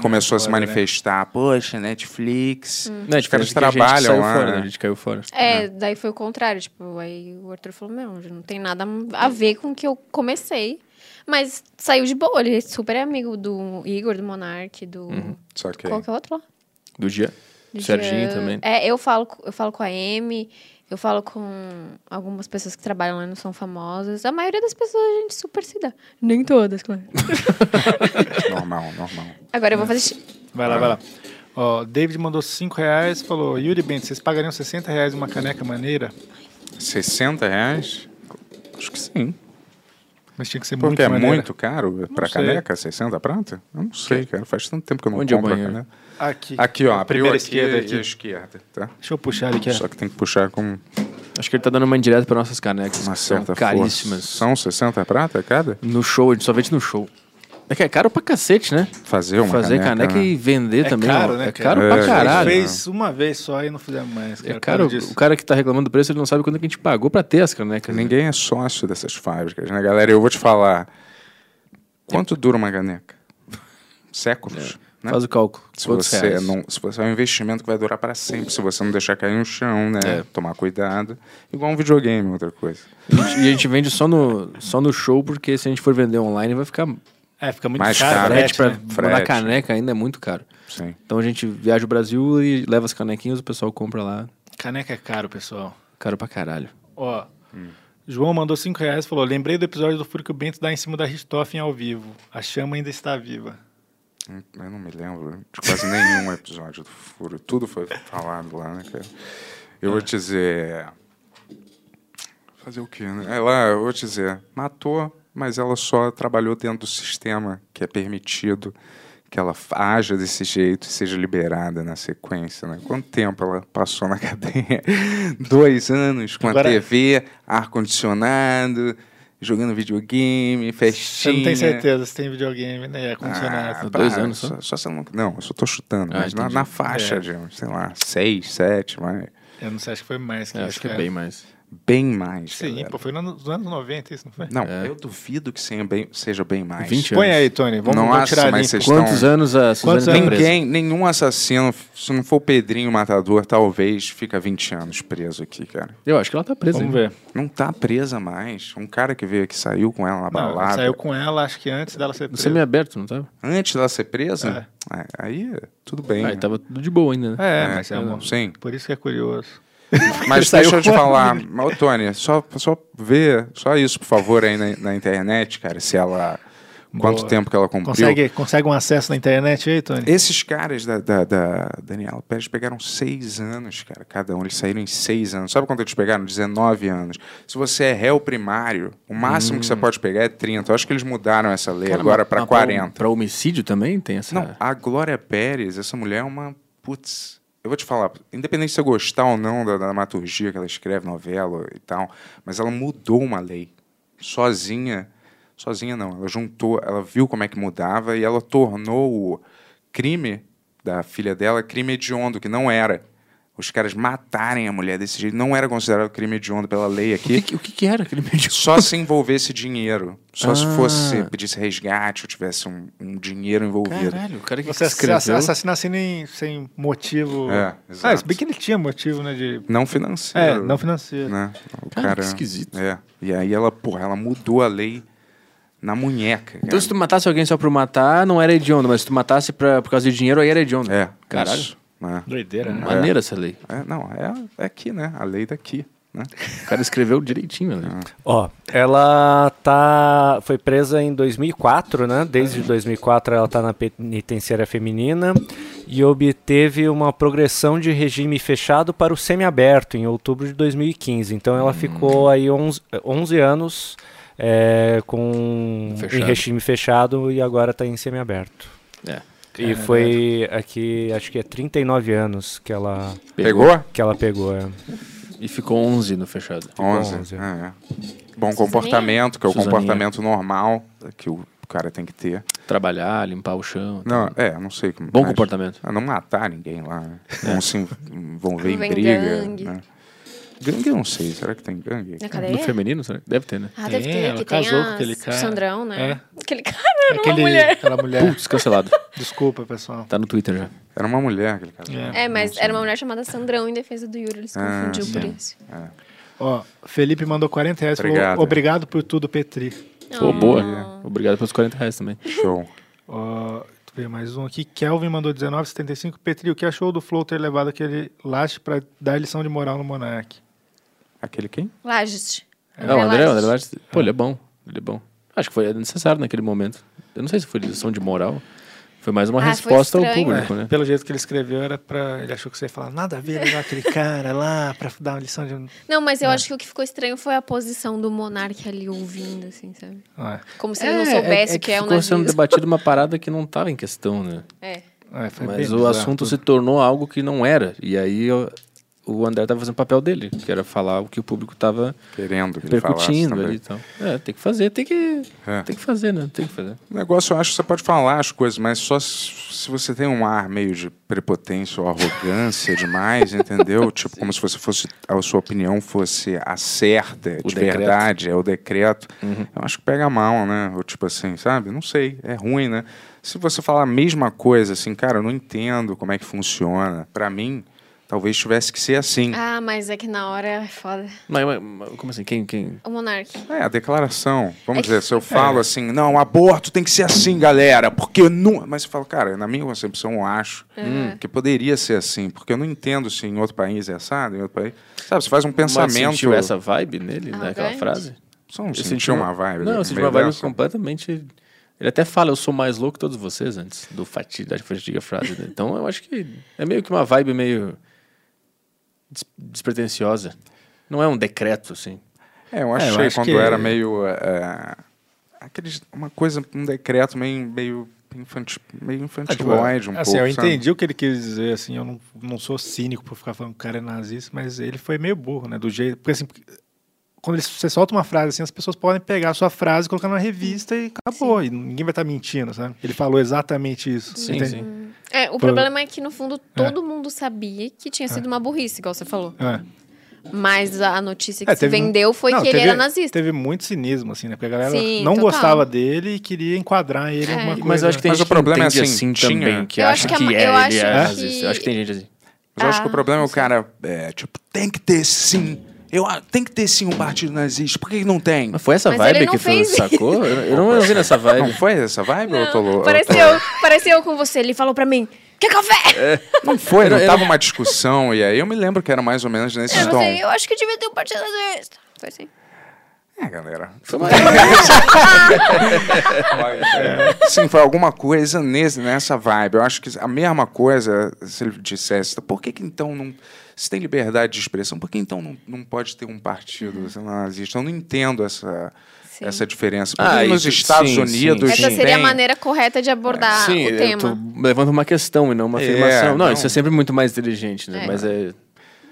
Speaker 8: Começou a se
Speaker 10: Fora, né?
Speaker 8: manifestar: Poxa, Netflix.
Speaker 12: Hum.
Speaker 8: Os
Speaker 10: Netflix
Speaker 8: caras
Speaker 10: que a gente
Speaker 8: trabalham
Speaker 10: saiu
Speaker 8: lá.
Speaker 10: fora, né?
Speaker 8: né?
Speaker 10: A gente caiu fora.
Speaker 12: É, daí foi o contrário. Tipo, aí o Arthur falou: Meu, já não tem nada a ver com o que eu comecei. Mas saiu de boa. Ele é super amigo do Igor, do Monark, do.
Speaker 10: Uhum,
Speaker 8: só
Speaker 10: que-
Speaker 12: Qual que é o outro lá?
Speaker 10: Do Jean.
Speaker 12: Do
Speaker 10: Serginho
Speaker 12: Jean.
Speaker 10: também.
Speaker 12: É, eu falo, co- eu falo com a Amy, eu falo com algumas pessoas que trabalham lá e não são famosas. A maioria das pessoas a gente super se dá. Nem todas, claro. é?
Speaker 8: normal, normal.
Speaker 12: Agora eu vou fazer. xixi.
Speaker 7: Vai lá, vai lá. Ó, David mandou 5 reais, falou, Yuri Bento, vocês pagariam 60 reais uma caneca maneira?
Speaker 8: 60 reais? Acho que sim.
Speaker 7: Mas tinha que ser muito
Speaker 8: Porque é
Speaker 7: maneira.
Speaker 8: muito caro pra
Speaker 7: sei.
Speaker 8: caneca, 60 prata? Eu não sei, cara. Faz tanto tempo que eu não
Speaker 7: Onde é o
Speaker 8: compro a
Speaker 7: banheiro?
Speaker 8: caneca.
Speaker 7: Aqui.
Speaker 8: Aqui, ó.
Speaker 7: A
Speaker 8: abriu
Speaker 7: primeira
Speaker 8: aqui
Speaker 7: esquerda
Speaker 8: e
Speaker 7: aqui.
Speaker 8: a esquerda, tá?
Speaker 7: Deixa eu puxar ele aqui.
Speaker 8: Só que tem que puxar com
Speaker 10: Acho que ele tá dando uma indireta para nossas canecas.
Speaker 8: uma
Speaker 10: que são
Speaker 8: certa
Speaker 10: caríssimas.
Speaker 8: força. São 60 prata cada?
Speaker 10: No show, a gente só vende no show. É que é caro pra cacete, né?
Speaker 8: Fazer uma
Speaker 10: Fazer caneca,
Speaker 8: né?
Speaker 10: e vender
Speaker 7: É
Speaker 10: também.
Speaker 7: caro,
Speaker 10: ó.
Speaker 7: né,
Speaker 10: É caro
Speaker 7: cara?
Speaker 10: pra caralho. né?
Speaker 8: um,
Speaker 7: fez uma vez só e não fizemos mais.
Speaker 10: É caro.
Speaker 7: Cara,
Speaker 10: O cara que tá reclamando do preço, ele não sabe quanto que a gente pagou pra ter as canecas. né?
Speaker 8: Ninguém é sócio dessas fábricas, né, galera? Eu vou te falar. Quanto dura uma caneca? Séculos. né?
Speaker 10: Faz o cálculo.
Speaker 8: Se
Speaker 10: Quantos
Speaker 8: você,
Speaker 10: reais?
Speaker 8: não, se você é um investimento que vai durar para sempre, se você não deixar cair no chão,
Speaker 10: É,
Speaker 8: né? Tomar cuidado. Igual um videogame, outra coisa.
Speaker 10: E a gente vende só no, só no show, porque se a gente for vender online, vai ficar
Speaker 7: É, fica muito
Speaker 8: Mais
Speaker 7: caro.
Speaker 8: caro.
Speaker 7: frete,
Speaker 8: Frete pra-
Speaker 7: né?
Speaker 8: frete.
Speaker 10: Mandar caneca ainda é muito caro.
Speaker 8: Sim.
Speaker 10: Então a gente viaja o Brasil e leva as canequinhas, o pessoal compra lá.
Speaker 7: Caneca é caro, pessoal.
Speaker 10: Caro pra caralho.
Speaker 7: Ó, João mandou 5 reais e falou: Lembrei do episódio do furo que o Bento dá em cima da Richthofen ao vivo. A chama ainda está viva.
Speaker 8: Hum, Eu não me lembro de quase nenhum episódio do Furo. Tudo foi falado lá, né, cara? Eu
Speaker 10: É.
Speaker 8: vou te dizer. Fazer o quê, né? Ela, eu vou te dizer, matou, mas ela só trabalhou dentro do sistema que é permitido que ela fa- haja desse jeito e seja liberada na sequência, né? Quanto tempo ela passou na cadeia? Dois anos com a
Speaker 7: Agora-
Speaker 8: TV, ar-condicionado, jogando videogame,
Speaker 7: Você
Speaker 8: festinha.
Speaker 7: não tem certeza se tem videogame, né? É condicionado.
Speaker 8: Ah, para, Só, só se eu não, não, eu só tô chutando,
Speaker 7: Ah,
Speaker 8: mas na,
Speaker 7: entendi.
Speaker 8: na faixa
Speaker 7: É.
Speaker 8: de, sei lá, seis, sete, mas
Speaker 7: Eu não sei, acho que foi mais que
Speaker 8: É,
Speaker 7: isso.
Speaker 8: acho que é
Speaker 7: cara.
Speaker 8: bem mais. bem mais.
Speaker 7: Sim,
Speaker 8: galera.
Speaker 7: pô, foi no- nos anos 90 isso, não foi?
Speaker 8: Não, eu duvido que seja bem, seja bem mais.
Speaker 7: 20 Põe anos. aí, Tony, vamos-
Speaker 8: Nossa,
Speaker 7: vamos tirar a
Speaker 8: mas
Speaker 7: limpo.
Speaker 8: vocês
Speaker 7: Quantos
Speaker 8: estão-
Speaker 7: anos a Suzane
Speaker 8: Quantos
Speaker 7: tá
Speaker 8: anos?
Speaker 7: presa?
Speaker 8: Ninguém, nenhum assassino, se não for o Pedrinho Matador, talvez fica 20 anos preso aqui, cara.
Speaker 10: Eu acho que ela tá presa.
Speaker 7: Vamos
Speaker 8: ver. Não tá presa mais. Um cara que veio aqui saiu com ela na
Speaker 7: Não,
Speaker 8: balada.
Speaker 7: saiu com ela, acho que antes dela ser presa.
Speaker 10: Semi-aberto, não tava?
Speaker 8: Antes dela ser presa? Ah, Aí, tudo bem.
Speaker 10: Aí tava tudo de boa ainda, né?
Speaker 7: É, mas é uma-
Speaker 8: Sim.
Speaker 7: Por isso que é curioso.
Speaker 8: Mas
Speaker 7: Saiu
Speaker 8: deixa eu te
Speaker 7: com-
Speaker 8: falar, mas, ô, Tony, só, só vê, só isso, por favor, aí na, na internet, cara, se ela. Quanto
Speaker 7: Boa.
Speaker 8: tempo que ela cumpriu.
Speaker 7: Consegue, consegue um acesso na internet aí, Tony?
Speaker 8: Esses caras da, da, da Daniela Pérez pegaram seis anos, cara, cada um. Eles saíram em seis anos. Sabe quanto eles pegaram? 19 anos. Se você é réu primário, o máximo
Speaker 7: Hum.
Speaker 8: que você pode pegar é 30. Eu acho que eles mudaram essa lei
Speaker 10: Cara,
Speaker 8: agora
Speaker 10: mas-
Speaker 8: para
Speaker 10: mas
Speaker 8: 40.
Speaker 10: Ah, Pra homicídio também tem essa.
Speaker 8: Não, a Glória Pérez, essa mulher é uma. Putz, eu vou te falar, independente se eu gostar ou não da, da dramaturgia que ela escreve, novela e tal, mas ela mudou uma lei. Sozinha. Sozinha não, ela juntou, ela viu como é que mudava e ela tornou o crime da filha dela crime hediondo, que não era. Os caras matarem a mulher desse jeito não era considerado crime hediondo pela lei aqui.
Speaker 10: O que, o que que era aquele meio
Speaker 8: Só se envolvesse dinheiro. Só se
Speaker 10: Ah.
Speaker 8: fosse, pedisse resgate ou tivesse um, um dinheiro envolvido.
Speaker 10: Caralho, o cara que
Speaker 7: Você ass- assassina sem, sem motivo.
Speaker 8: É,
Speaker 7: Ah,
Speaker 8: exato.
Speaker 7: se bem que ele tinha motivo, né? De...
Speaker 8: Não financeiro.
Speaker 7: É, não financeiro.
Speaker 8: Né? O
Speaker 7: Cara,
Speaker 8: cara,
Speaker 7: que esquisito.
Speaker 8: É. E aí ela, porra, ela mudou a lei na munheca.
Speaker 10: Então se tu matasse alguém só por matar, não era hediondo, mas se tu matasse pra, por causa de dinheiro, aí era hediondo.
Speaker 8: É.
Speaker 10: Caralho.
Speaker 8: isso, né?
Speaker 7: Doideira,
Speaker 8: né?
Speaker 10: Maneira essa lei.
Speaker 8: É, não, é, é aqui, né? A lei daqui. Né?
Speaker 10: O cara escreveu direitinho, né?
Speaker 9: Ó, ela tá foi presa em 2004, né? Desde 2004 ela tá na penitenciária feminina e obteve uma progressão de regime fechado para o semiaberto em outubro de 2015. Então
Speaker 10: Hum.
Speaker 9: ela ficou aí 11, 11 anos é, com
Speaker 10: Fechado.
Speaker 9: em regime fechado e agora tá em semiaberto.
Speaker 10: É.
Speaker 9: E
Speaker 10: Caralho.
Speaker 9: foi aqui, acho que é 39 anos que ela
Speaker 8: Pegou?
Speaker 9: Que ela pegou, é.
Speaker 10: E ficou 11 no fechado.
Speaker 8: 11. é, é. Bom comportamento, que é o
Speaker 10: Suzaninha.
Speaker 8: comportamento normal que o cara tem que ter.
Speaker 10: Trabalhar, limpar o chão.
Speaker 8: Não, é, não sei como.
Speaker 10: Bom
Speaker 8: mas-
Speaker 10: comportamento.
Speaker 8: Ah, Não matar ninguém lá. né?
Speaker 7: É.
Speaker 8: Não se en- envolver
Speaker 12: Não
Speaker 8: em
Speaker 12: vem
Speaker 8: briga.
Speaker 12: gangue. é
Speaker 8: Né? Gangue eu não sei. Será que tem gangue?
Speaker 12: Na cadeia?
Speaker 10: No feminino, será? Deve ter, né?
Speaker 12: Ah, deve
Speaker 7: Tem,
Speaker 12: ter,
Speaker 7: ela
Speaker 12: que
Speaker 7: casou
Speaker 12: tem
Speaker 7: com
Speaker 12: a
Speaker 7: aquele cara. É.
Speaker 12: Sandrão, né? Aquele cara era
Speaker 7: Aquele-
Speaker 12: uma mulher.
Speaker 7: Aquela mulher.
Speaker 10: Putz, cancelado.
Speaker 7: é. Desculpa, pessoal.
Speaker 10: Tá no Twitter já.
Speaker 8: Era uma mulher aquele cara.
Speaker 12: É, mas era uma mulher chamada Sandrão em defesa do Yuri, ele se
Speaker 8: Ah,
Speaker 12: confundiu por
Speaker 8: sim.
Speaker 12: isso.
Speaker 7: Ó, Felipe mandou 40 reais e falou:
Speaker 10: Obrigado.
Speaker 7: Obrigado por tudo, Petri.
Speaker 10: Pô, boa. Obrigado pelos 40 reais também.
Speaker 8: Show.
Speaker 7: Ó, tu vê mais um aqui. Kelvin mandou 19,75. Petri, o que achou do Flow ter levado aquele lache pra dar lição de moral no Monark?
Speaker 8: Aquele quem?
Speaker 12: Lages.
Speaker 10: Não, o André, o André Lages, pô, ele é bom. Ele é bom. Acho que foi necessário naquele momento. Eu não sei se foi lição de moral. Foi mais uma
Speaker 7: Ah, foi
Speaker 10: resposta ao
Speaker 7: estranho.
Speaker 10: público,
Speaker 7: É,
Speaker 10: né?
Speaker 7: Pelo jeito que ele escreveu, era pra. Ele achou que você ia falar nada a ver levar aquele cara lá pra dar uma lição de.
Speaker 12: Não, mas eu acho que o que ficou estranho foi a posição do Monark ali ouvindo, assim, sabe?
Speaker 7: Ah,
Speaker 12: Como se ele não soubesse o que é um
Speaker 10: ficou
Speaker 12: navio.
Speaker 10: sendo debatido uma parada que não tava em questão, né?
Speaker 12: É.
Speaker 7: É, foi bem
Speaker 10: Mas o
Speaker 7: bizarro
Speaker 10: assunto
Speaker 7: tudo.
Speaker 10: se tornou algo que não era. E aí ó, o André tava fazendo o papel dele, que era falar o que o público tava
Speaker 8: Querendo que ele falasse
Speaker 10: percutindo
Speaker 8: também.
Speaker 10: ali e tal. É, tem que fazer, tem que,
Speaker 8: É.
Speaker 10: tem que fazer, né? Tem que fazer.
Speaker 8: O negócio, eu acho que você pode falar as coisas, mas só se se você tem um ar meio de prepotência ou arrogância demais, entendeu? Tipo, como se você fosse, a sua opinião fosse a certa,
Speaker 10: O
Speaker 8: de
Speaker 10: decreto. Uhum.
Speaker 8: verdade, é o decreto. Eu acho que pega mal, né? Ou tipo assim, sabe? Não sei, é ruim, né? Se você falar a mesma coisa, assim, cara, eu não entendo como é que funciona. Pra mim, Talvez tivesse que ser assim.
Speaker 12: Ah, mas é que na hora é foda.
Speaker 10: Mas, mas- mas como assim? Quem, quem?
Speaker 12: O Monark.
Speaker 8: É, a declaração. Vamos dizer, se eu falo assim, não, aborto tem que ser assim, galera, porque não. Mas eu falo, cara, na minha concepção, eu acho
Speaker 10: Uhum.
Speaker 8: que poderia ser assim, porque eu não entendo se em outro país é assado, em outro país. Sabe, você faz um pensamento.
Speaker 10: Mas sentiu essa vibe nele, naquela
Speaker 8: Arrogante?
Speaker 10: frase?
Speaker 8: Só não
Speaker 10: Eu
Speaker 8: senti
Speaker 10: senti
Speaker 8: uma vibe
Speaker 10: Não,
Speaker 8: no
Speaker 10: eu
Speaker 7: assim,
Speaker 10: senti
Speaker 8: meio
Speaker 10: uma vibe
Speaker 8: dessa.
Speaker 10: completamente. Ele até fala, eu sou mais louco que todos vocês antes do fati, da fatiga frase. dele. Então eu acho que é meio que uma vibe meio des- despretensiosa. Não é um decreto, assim.
Speaker 8: É, eu achei quando era meio. é, aqueles, uma coisa, um decreto meio, meio, infanti, meio infantiloide, um
Speaker 7: Ah, assim,
Speaker 8: pouco.
Speaker 7: eu
Speaker 8: sabe?
Speaker 7: entendi o que ele quis dizer, assim, eu não, não sou cínico por ficar falando que o cara é nazista, mas ele foi meio burro, né, do jeito... Porque, assim, quando ele- você solta uma frase assim, as pessoas podem pegar a sua frase, colocar na revista e acabou, e ninguém vai estar mentindo, sabe? Ele falou exatamente isso.
Speaker 10: Sim,
Speaker 7: entende?
Speaker 10: sim.
Speaker 12: É, o
Speaker 7: Por-
Speaker 12: problema é que, no fundo, todo mundo sabia que tinha sido uma burrice, igual você falou.
Speaker 7: É.
Speaker 12: Mas a notícia que
Speaker 7: É,
Speaker 12: se
Speaker 7: teve-
Speaker 12: vendeu foi
Speaker 7: não,
Speaker 12: que ele
Speaker 7: teve-
Speaker 12: era nazista.
Speaker 7: Teve muito cinismo, assim, né? Porque a galera
Speaker 12: Sim,
Speaker 7: não
Speaker 12: total.
Speaker 7: gostava dele e queria enquadrar ele em
Speaker 12: É.
Speaker 7: alguma
Speaker 12: Mas
Speaker 7: coisa.
Speaker 10: Mas eu acho que tem
Speaker 8: Mas
Speaker 10: gente
Speaker 8: o problema é
Speaker 10: que entende
Speaker 8: assim,
Speaker 10: assim também,
Speaker 8: tinha-
Speaker 10: que
Speaker 8: Eu
Speaker 10: acha
Speaker 8: acho que
Speaker 10: que,
Speaker 8: é uma-
Speaker 10: é,
Speaker 8: eu
Speaker 10: ele
Speaker 8: acho
Speaker 10: é
Speaker 8: que-
Speaker 10: nazista. Eu acho que tem gente assim.
Speaker 8: Mas eu acho que
Speaker 10: Ah,
Speaker 8: o problema é o cara, é, tipo, tem que ter sim. Eu, a- tem que ter sim um partido nazista. Por que que não tem?
Speaker 7: É,
Speaker 10: Mas foi essa
Speaker 12: Mas ele
Speaker 10: vibe
Speaker 12: não
Speaker 10: que tu
Speaker 12: fez isso.
Speaker 10: sacou? Eu, eu não ouvi nessa vibe.
Speaker 8: Não foi essa vibe, ou eu tô louco?
Speaker 12: Pareceu, pareceu com você, ele falou pra mim, que café?
Speaker 10: É,
Speaker 8: Não foi, não tava uma discussão. E aí eu me lembro que era mais ou menos nesse
Speaker 12: Eu,
Speaker 8: tom.
Speaker 12: falei, eu acho que devia ter um partido nazista. Foi assim.
Speaker 8: É, galera. Mas, é, Sim, foi alguma coisa nesse, nessa vibe. Eu acho que a mesma coisa, se ele dissesse, por que, que então não. Se tem liberdade de expressão, por que então não, não pode ter um
Speaker 10: Uhum.
Speaker 8: partido sei lá, nazista? Eu não entendo essa, essa diferença. Porque
Speaker 10: Ah,
Speaker 8: nos
Speaker 10: isso-
Speaker 8: Estados
Speaker 10: sim,
Speaker 8: Unidos.
Speaker 10: sim,
Speaker 12: Essa
Speaker 10: sim.
Speaker 12: seria a
Speaker 10: Tem-
Speaker 12: maneira correta de abordar
Speaker 10: Sim,
Speaker 12: o
Speaker 10: eu
Speaker 12: tema.
Speaker 10: tô levando uma questão e não uma
Speaker 8: É,
Speaker 10: afirmação. Não,
Speaker 7: então.
Speaker 8: não.
Speaker 10: isso é sempre muito mais inteligente, né?
Speaker 12: É.
Speaker 10: Mas é.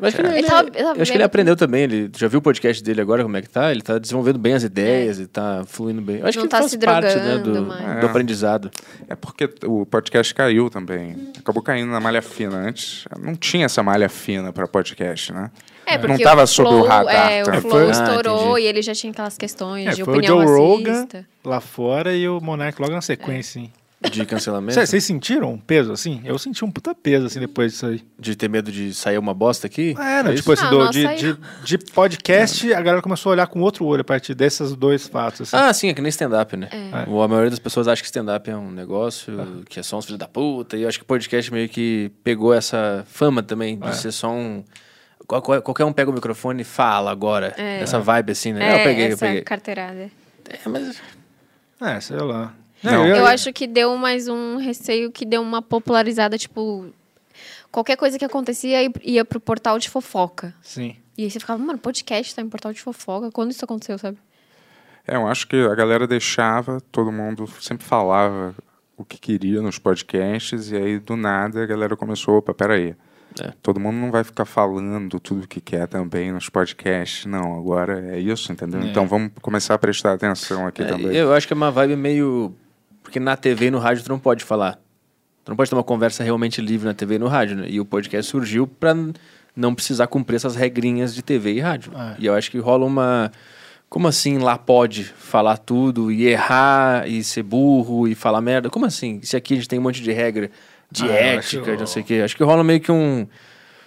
Speaker 10: Eu acho que,
Speaker 12: Ele
Speaker 10: ele,
Speaker 12: tava- ele tava
Speaker 10: eu acho que ele
Speaker 12: bem-
Speaker 10: aprendeu também. Ele já viu o podcast dele agora, como é que tá? Ele tá desenvolvendo bem as ideias e tá fluindo bem. Eu acho
Speaker 12: É. Não
Speaker 10: que
Speaker 12: tá
Speaker 10: faz
Speaker 12: se
Speaker 10: parte né,
Speaker 12: drogando
Speaker 10: do,
Speaker 12: mais.
Speaker 10: do
Speaker 8: É.
Speaker 10: aprendizado.
Speaker 8: É porque o podcast caiu também. Acabou caindo na malha fina. Antes não tinha essa malha fina para podcast, né?
Speaker 12: É, porque
Speaker 8: não tava
Speaker 12: o
Speaker 8: sob
Speaker 12: Flow,
Speaker 8: o radar.
Speaker 12: é,
Speaker 8: tá?
Speaker 12: o Flow
Speaker 10: Ah,
Speaker 12: estourou e ele já tinha aquelas questões
Speaker 7: É,
Speaker 12: de
Speaker 7: foi o
Speaker 12: opinião
Speaker 7: Joe Rogan
Speaker 12: racista.
Speaker 7: lá fora e o Monark logo na sequência, hein?
Speaker 10: De cancelamento.
Speaker 7: Cê- Vocês sentiram um peso assim? Eu senti um puta peso assim depois disso aí.
Speaker 10: De ter medo de sair uma bosta aqui?
Speaker 7: É, não,
Speaker 10: isso?
Speaker 7: tipo assim,
Speaker 10: Ah,
Speaker 7: do-
Speaker 10: nossa,
Speaker 7: de,
Speaker 10: aí-
Speaker 7: de, de podcast, a galera começou a olhar com outro olho a partir desses dois fatos. assim.
Speaker 10: Ah, sim, é que nem stand-up, né? O- A maioria das pessoas acha que stand-up é um negócio
Speaker 7: Ah.
Speaker 10: que é só uns filhos da puta. E eu acho que podcast meio que pegou essa fama também de
Speaker 9: É.
Speaker 10: ser só um. qual- qual- Qualquer um pega o microfone e fala agora.
Speaker 12: É.
Speaker 10: Essa vibe assim,
Speaker 8: Ah,
Speaker 10: né?
Speaker 12: É,
Speaker 10: eu peguei, eu
Speaker 12: essa
Speaker 10: peguei.
Speaker 12: carteirada.
Speaker 10: É, mas...
Speaker 7: É, sei lá.
Speaker 10: Não.
Speaker 12: Eu acho que deu mais um receio que deu uma popularizada, tipo... Qualquer coisa que acontecia ia- ia pro portal de fofoca.
Speaker 7: Sim.
Speaker 12: E aí você ficava, mano, podcast tá em portal de fofoca. Quando isso aconteceu, sabe?
Speaker 8: É, eu acho que a galera deixava, todo mundo sempre falava o que queria nos podcasts, e aí do nada a galera começou, opa, peraí.
Speaker 7: É.
Speaker 8: Todo mundo não vai ficar falando tudo o que quer também nos podcasts, não. Agora é isso, entendeu?
Speaker 10: É.
Speaker 8: Então vamos começar a prestar atenção aqui
Speaker 10: É,
Speaker 8: também.
Speaker 10: Eu acho que é uma vibe meio. Porque na TV e no rádio tu não pode falar. Tu não pode ter uma conversa realmente livre na TV e no rádio, né? E o podcast surgiu pra n- não precisar cumprir essas regrinhas de TV e rádio.
Speaker 7: É.
Speaker 10: E eu acho que rola uma. Como assim lá pode falar tudo e errar e ser burro e falar merda? Como assim? Se aqui a gente tem um monte de regra de
Speaker 7: Ah, eu acho
Speaker 10: ética, de não sei o quê. Acho que rola meio que um.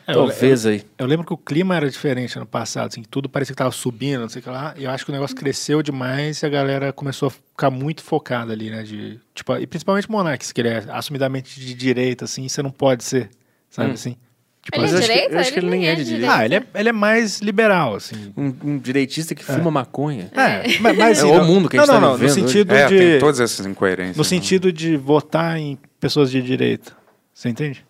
Speaker 7: É, eu-
Speaker 10: talvez
Speaker 7: eu,
Speaker 10: aí.
Speaker 7: Eu lembro que o clima era diferente ano passado, assim, tudo parecia que tava subindo, não sei o que lá. E eu acho que o negócio cresceu demais e a galera começou a ficar muito focada ali, né? De, tipo, e principalmente Monarques, que ele é assumidamente de direita, assim, você não pode ser, sabe
Speaker 10: Hum.
Speaker 7: assim?
Speaker 10: Ele é
Speaker 7: eu acho que-
Speaker 10: direita?
Speaker 7: eu acho que ele nem é de direita. Ah, ele é, ele é mais liberal, assim.
Speaker 10: Um, um direitista que fuma maconha.
Speaker 7: É, mas- mas
Speaker 10: é
Speaker 7: assim,
Speaker 10: o
Speaker 7: não-
Speaker 10: mundo que a
Speaker 7: não,
Speaker 10: gente tá
Speaker 7: não, não, no
Speaker 10: vivendo. hoje.
Speaker 7: sentido
Speaker 8: É,
Speaker 7: de-
Speaker 8: tem todas essas incoerências.
Speaker 7: No sentido de votar em pessoas de direita. Você entende?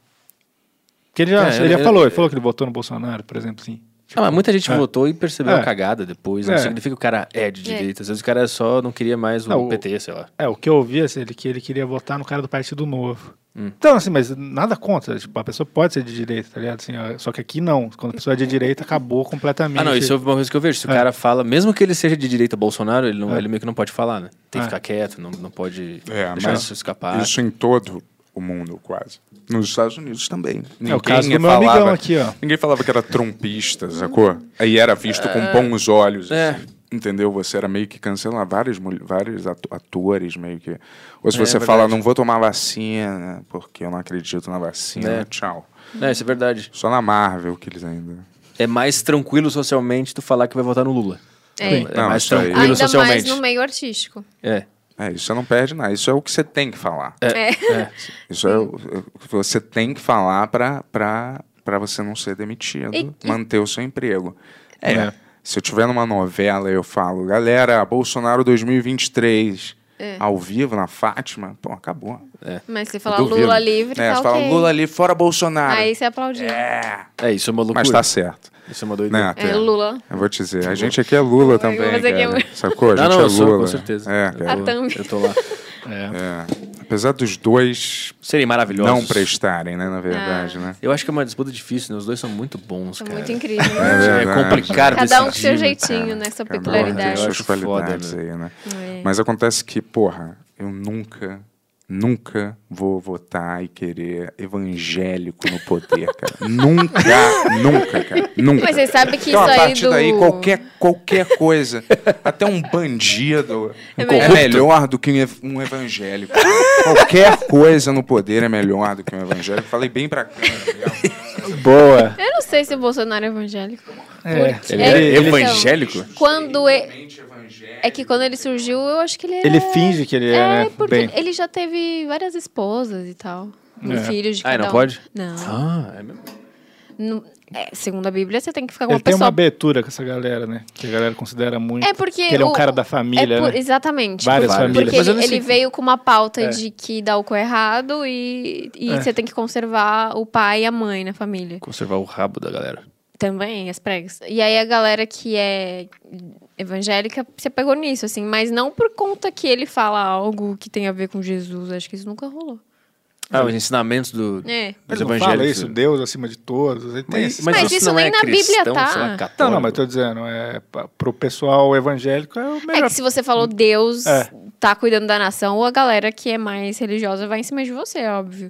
Speaker 7: Porque ele já,
Speaker 10: É,
Speaker 7: ele já
Speaker 10: eu-
Speaker 7: falou,
Speaker 10: eu-
Speaker 7: ele falou que ele votou no Bolsonaro, por exemplo, assim.
Speaker 10: Ah, mas muita gente
Speaker 7: É.
Speaker 10: votou e percebeu
Speaker 7: É.
Speaker 10: a cagada depois. Não
Speaker 7: É.
Speaker 10: significa que o cara é de
Speaker 7: É.
Speaker 10: direita. Às vezes o cara só não queria mais o
Speaker 7: Não, o-
Speaker 10: PT, sei lá.
Speaker 7: É, o que eu ouvi assim, ele, que ele queria votar no cara do Partido Novo. Então, assim, mas nada contra. Tipo, a pessoa pode ser de direita, tá ligado? Assim, ó, só que aqui não. Quando a pessoa é de direita, acabou completamente.
Speaker 10: Ah, não, isso é uma coisa que eu vejo. Se o
Speaker 7: É.
Speaker 10: cara fala, mesmo que ele seja de direita Bolsonaro, ele, não,
Speaker 7: É.
Speaker 10: ele meio que não pode falar, né? Tem
Speaker 7: É.
Speaker 10: que ficar quieto, não, não pode
Speaker 8: É,
Speaker 10: deixar
Speaker 8: mas
Speaker 10: isso escapar.
Speaker 8: Isso em todo o mundo, quase. Nos Estados Unidos também.
Speaker 7: É o caso do meu amigão aqui, ó.
Speaker 8: Ninguém falava que era trompista, sacou? Aí era visto com
Speaker 10: É.
Speaker 8: bons olhos.
Speaker 10: É.
Speaker 8: assim, Entendeu? Você era meio que cancelado. Vários, mul- vários atu- atores meio que. Ou se
Speaker 10: É,
Speaker 8: você
Speaker 10: é
Speaker 8: fala,
Speaker 10: verdade.
Speaker 8: não vou tomar vacina porque eu não acredito na vacina,
Speaker 10: É.
Speaker 8: tchau.
Speaker 10: É, isso é verdade.
Speaker 8: Só na Marvel que eles ainda.
Speaker 10: É mais tranquilo socialmente tu falar que vai votar no Lula.
Speaker 12: É.
Speaker 8: Não,
Speaker 10: mais
Speaker 8: isso aí-
Speaker 10: tranquilo
Speaker 12: Ainda mais
Speaker 10: socialmente.
Speaker 12: no meio artístico.
Speaker 10: É.
Speaker 8: É, isso você não perde nada. Isso é o que você tem que falar.
Speaker 12: É. É.
Speaker 8: Isso é o o que você tem que falar pra, pra, pra você não ser demitido,
Speaker 12: E- e-
Speaker 8: manter o seu emprego. É,
Speaker 12: É.
Speaker 8: Se eu tiver numa novela e eu falo, galera, Bolsonaro 2023
Speaker 12: É.
Speaker 8: ao vivo na Fátima, pô, acabou.
Speaker 12: Mas se falar
Speaker 8: é. Duvido.
Speaker 12: Lula livre,
Speaker 8: É,
Speaker 12: tá
Speaker 8: você fala
Speaker 12: ok.
Speaker 8: Lula livre, fora Bolsonaro.
Speaker 12: Aí você aplaudiu.
Speaker 8: É.
Speaker 10: É, isso é uma
Speaker 8: Mas tá certo.
Speaker 10: Isso é uma doideira.
Speaker 8: Né, até-
Speaker 12: É, Lula.
Speaker 8: Eu vou te dizer, a gente aqui é Lula também.
Speaker 12: mas aqui Ah, é
Speaker 8: cara.
Speaker 12: Lula.
Speaker 8: Sacou? A
Speaker 10: Não,
Speaker 8: gente
Speaker 10: não,
Speaker 8: é
Speaker 10: eu sou,
Speaker 8: Lula.
Speaker 10: com certeza.
Speaker 8: É,
Speaker 10: Eu
Speaker 8: cara.
Speaker 12: tô- A thumb. eu
Speaker 10: tô lá.
Speaker 8: É. Apesar dos dois
Speaker 10: serem maravilhosos,
Speaker 8: não prestarem, né, na
Speaker 12: Ah.
Speaker 8: verdade, né?
Speaker 10: Eu acho que é uma disputa difícil, né? Os dois são muito bons,
Speaker 12: São
Speaker 10: cara.
Speaker 12: Tá muito incríveis.
Speaker 8: É
Speaker 10: É,
Speaker 8: verdade.
Speaker 10: complicado
Speaker 12: Cada um com
Speaker 10: decidir,
Speaker 12: seu
Speaker 10: né,
Speaker 12: jeitinho,
Speaker 8: É.
Speaker 10: cara?
Speaker 12: né? Sua
Speaker 10: Cada um
Speaker 12: peculiaridade.
Speaker 10: tem
Speaker 8: As
Speaker 10: acho
Speaker 8: qualidades
Speaker 10: foda,
Speaker 8: aí, né?
Speaker 12: É.
Speaker 8: Mas acontece que, porra, eu nunca, nunca vou votar e querer evangélico no poder, cara. nunca, nunca, cara. Nunca.
Speaker 12: Mas você sabe que
Speaker 8: então,
Speaker 12: isso
Speaker 8: a
Speaker 12: aí
Speaker 8: partir
Speaker 12: do-
Speaker 8: daí, qualquer, qualquer coisa, até um bandido
Speaker 12: É
Speaker 8: é,
Speaker 12: melhor.
Speaker 8: melhor do que um ev- um evangélico. qualquer coisa no poder é melhor do que um evangélico. Falei bem pra cá. né?
Speaker 7: Boa.
Speaker 12: Eu não sei se o Bolsonaro é evangélico.
Speaker 7: É.
Speaker 12: Porque-
Speaker 7: Ele é
Speaker 12: então,
Speaker 7: evangélico?
Speaker 12: Quando e- É que quando ele surgiu, eu acho que ele era...
Speaker 7: Ele finge que ele é,
Speaker 12: É,
Speaker 7: né?
Speaker 12: porque
Speaker 7: Bem.
Speaker 12: ele já teve várias esposas e tal. Um
Speaker 7: É.
Speaker 12: filho de
Speaker 7: Ah, e
Speaker 12: cada
Speaker 7: não
Speaker 12: um.
Speaker 7: pode?
Speaker 12: Não.
Speaker 10: Ah, é mesmo.
Speaker 12: Não- é, segundo a Bíblia, você tem que ficar com
Speaker 7: Ele
Speaker 12: uma
Speaker 7: tem uma
Speaker 12: pessoa...
Speaker 7: abertura com essa galera, né? Que a galera considera muito.
Speaker 12: É porque
Speaker 7: que ele é um
Speaker 12: o-
Speaker 7: cara da família,
Speaker 12: é por-
Speaker 7: né?
Speaker 12: Exatamente.
Speaker 7: Várias
Speaker 12: porque
Speaker 7: famílias.
Speaker 12: porque
Speaker 7: Mas eu
Speaker 12: ele,
Speaker 7: não sei-
Speaker 12: ele veio com uma pauta
Speaker 7: É.
Speaker 12: de que dá o cu errado e, e
Speaker 10: É.
Speaker 12: você tem que conservar o pai e a mãe na família.
Speaker 10: Conservar o rabo da galera.
Speaker 12: Também, as pregas. E aí a galera que é evangélica se pegou nisso, assim, mas não por conta que ele fala algo que tem a ver com Jesus. Acho que isso nunca rolou.
Speaker 10: Ah, os ensinamentos do,
Speaker 12: É.
Speaker 10: dos
Speaker 7: Ele não
Speaker 10: evangélicos.
Speaker 7: fala isso, Deus acima de todos. Ele tem-
Speaker 10: Mas- mas Mas isso isso não nem é na Bíblia cristão, tá. sei lá, católico.
Speaker 7: Não, não, mas eu tô dizendo, é, pa- pro pessoal evangélico é o
Speaker 12: É
Speaker 7: melhor.
Speaker 12: que se você falou Deus
Speaker 7: É.
Speaker 12: tá cuidando da nação, ou a galera que é mais religiosa vai em cima de você, é óbvio.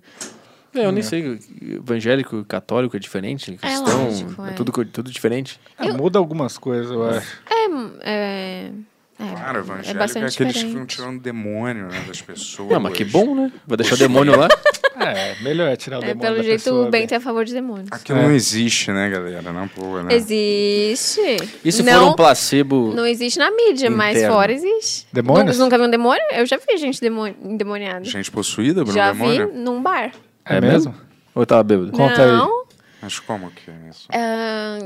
Speaker 10: É, eu nem sei. Evangélico, católico é diferente? Cristão,
Speaker 12: lógico,
Speaker 10: é
Speaker 12: é.
Speaker 10: tudo, co- tudo diferente.
Speaker 7: É, Muda algumas coisas, eu acho.
Speaker 12: É. é, é
Speaker 8: Claro,
Speaker 12: é
Speaker 8: evangélico é,
Speaker 12: bastante
Speaker 8: aqueles que
Speaker 12: diferente.
Speaker 8: ficam tirando demônio né, das pessoas.
Speaker 10: Não, mas que bom, né? Vai deixar o demônio lá?
Speaker 7: É, melhor tirar o
Speaker 12: É,
Speaker 7: demônio
Speaker 12: pelo
Speaker 7: da
Speaker 12: jeito,
Speaker 7: pessoa,
Speaker 12: o Bento é a favor de demônios.
Speaker 8: Aquilo não existe, né, galera? Não, pô, né?
Speaker 12: Existe.
Speaker 8: E se for
Speaker 12: não,
Speaker 8: um placebo
Speaker 12: Não existe na mídia, mas
Speaker 8: interno?
Speaker 12: fora existe.
Speaker 8: Demônios?
Speaker 12: Vocês nunca viram demônio? Eu já vi gente demônio, endemoniada.
Speaker 8: Gente possuída, Bruno
Speaker 12: já
Speaker 8: um Demônio?
Speaker 12: vi num bar.
Speaker 8: É mesmo?
Speaker 10: Ou eu tava bêbado?
Speaker 12: Conta aí. Não.
Speaker 8: Mas como que é isso?
Speaker 12: Ah,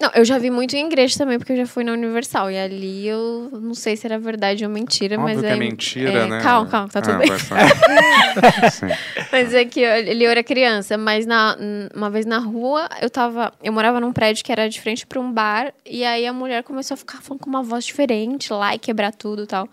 Speaker 12: não, eu já vi muito em igreja também, porque eu já fui na Universal. E ali eu não sei se era verdade ou mentira,
Speaker 8: Óbvio
Speaker 12: mas
Speaker 8: que
Speaker 12: aí-
Speaker 8: é mentira,
Speaker 12: é,
Speaker 8: né?
Speaker 12: Calma, calma, tá tudo
Speaker 8: Ah,
Speaker 12: bem.
Speaker 8: vai falar. Sim.
Speaker 12: Mas é que eu- ele era criança, mas na, n- uma vez na rua, eu tava. Eu morava num prédio que era de frente pra um bar, e aí a mulher começou a ficar falando com uma voz diferente lá e quebrar tudo e tal.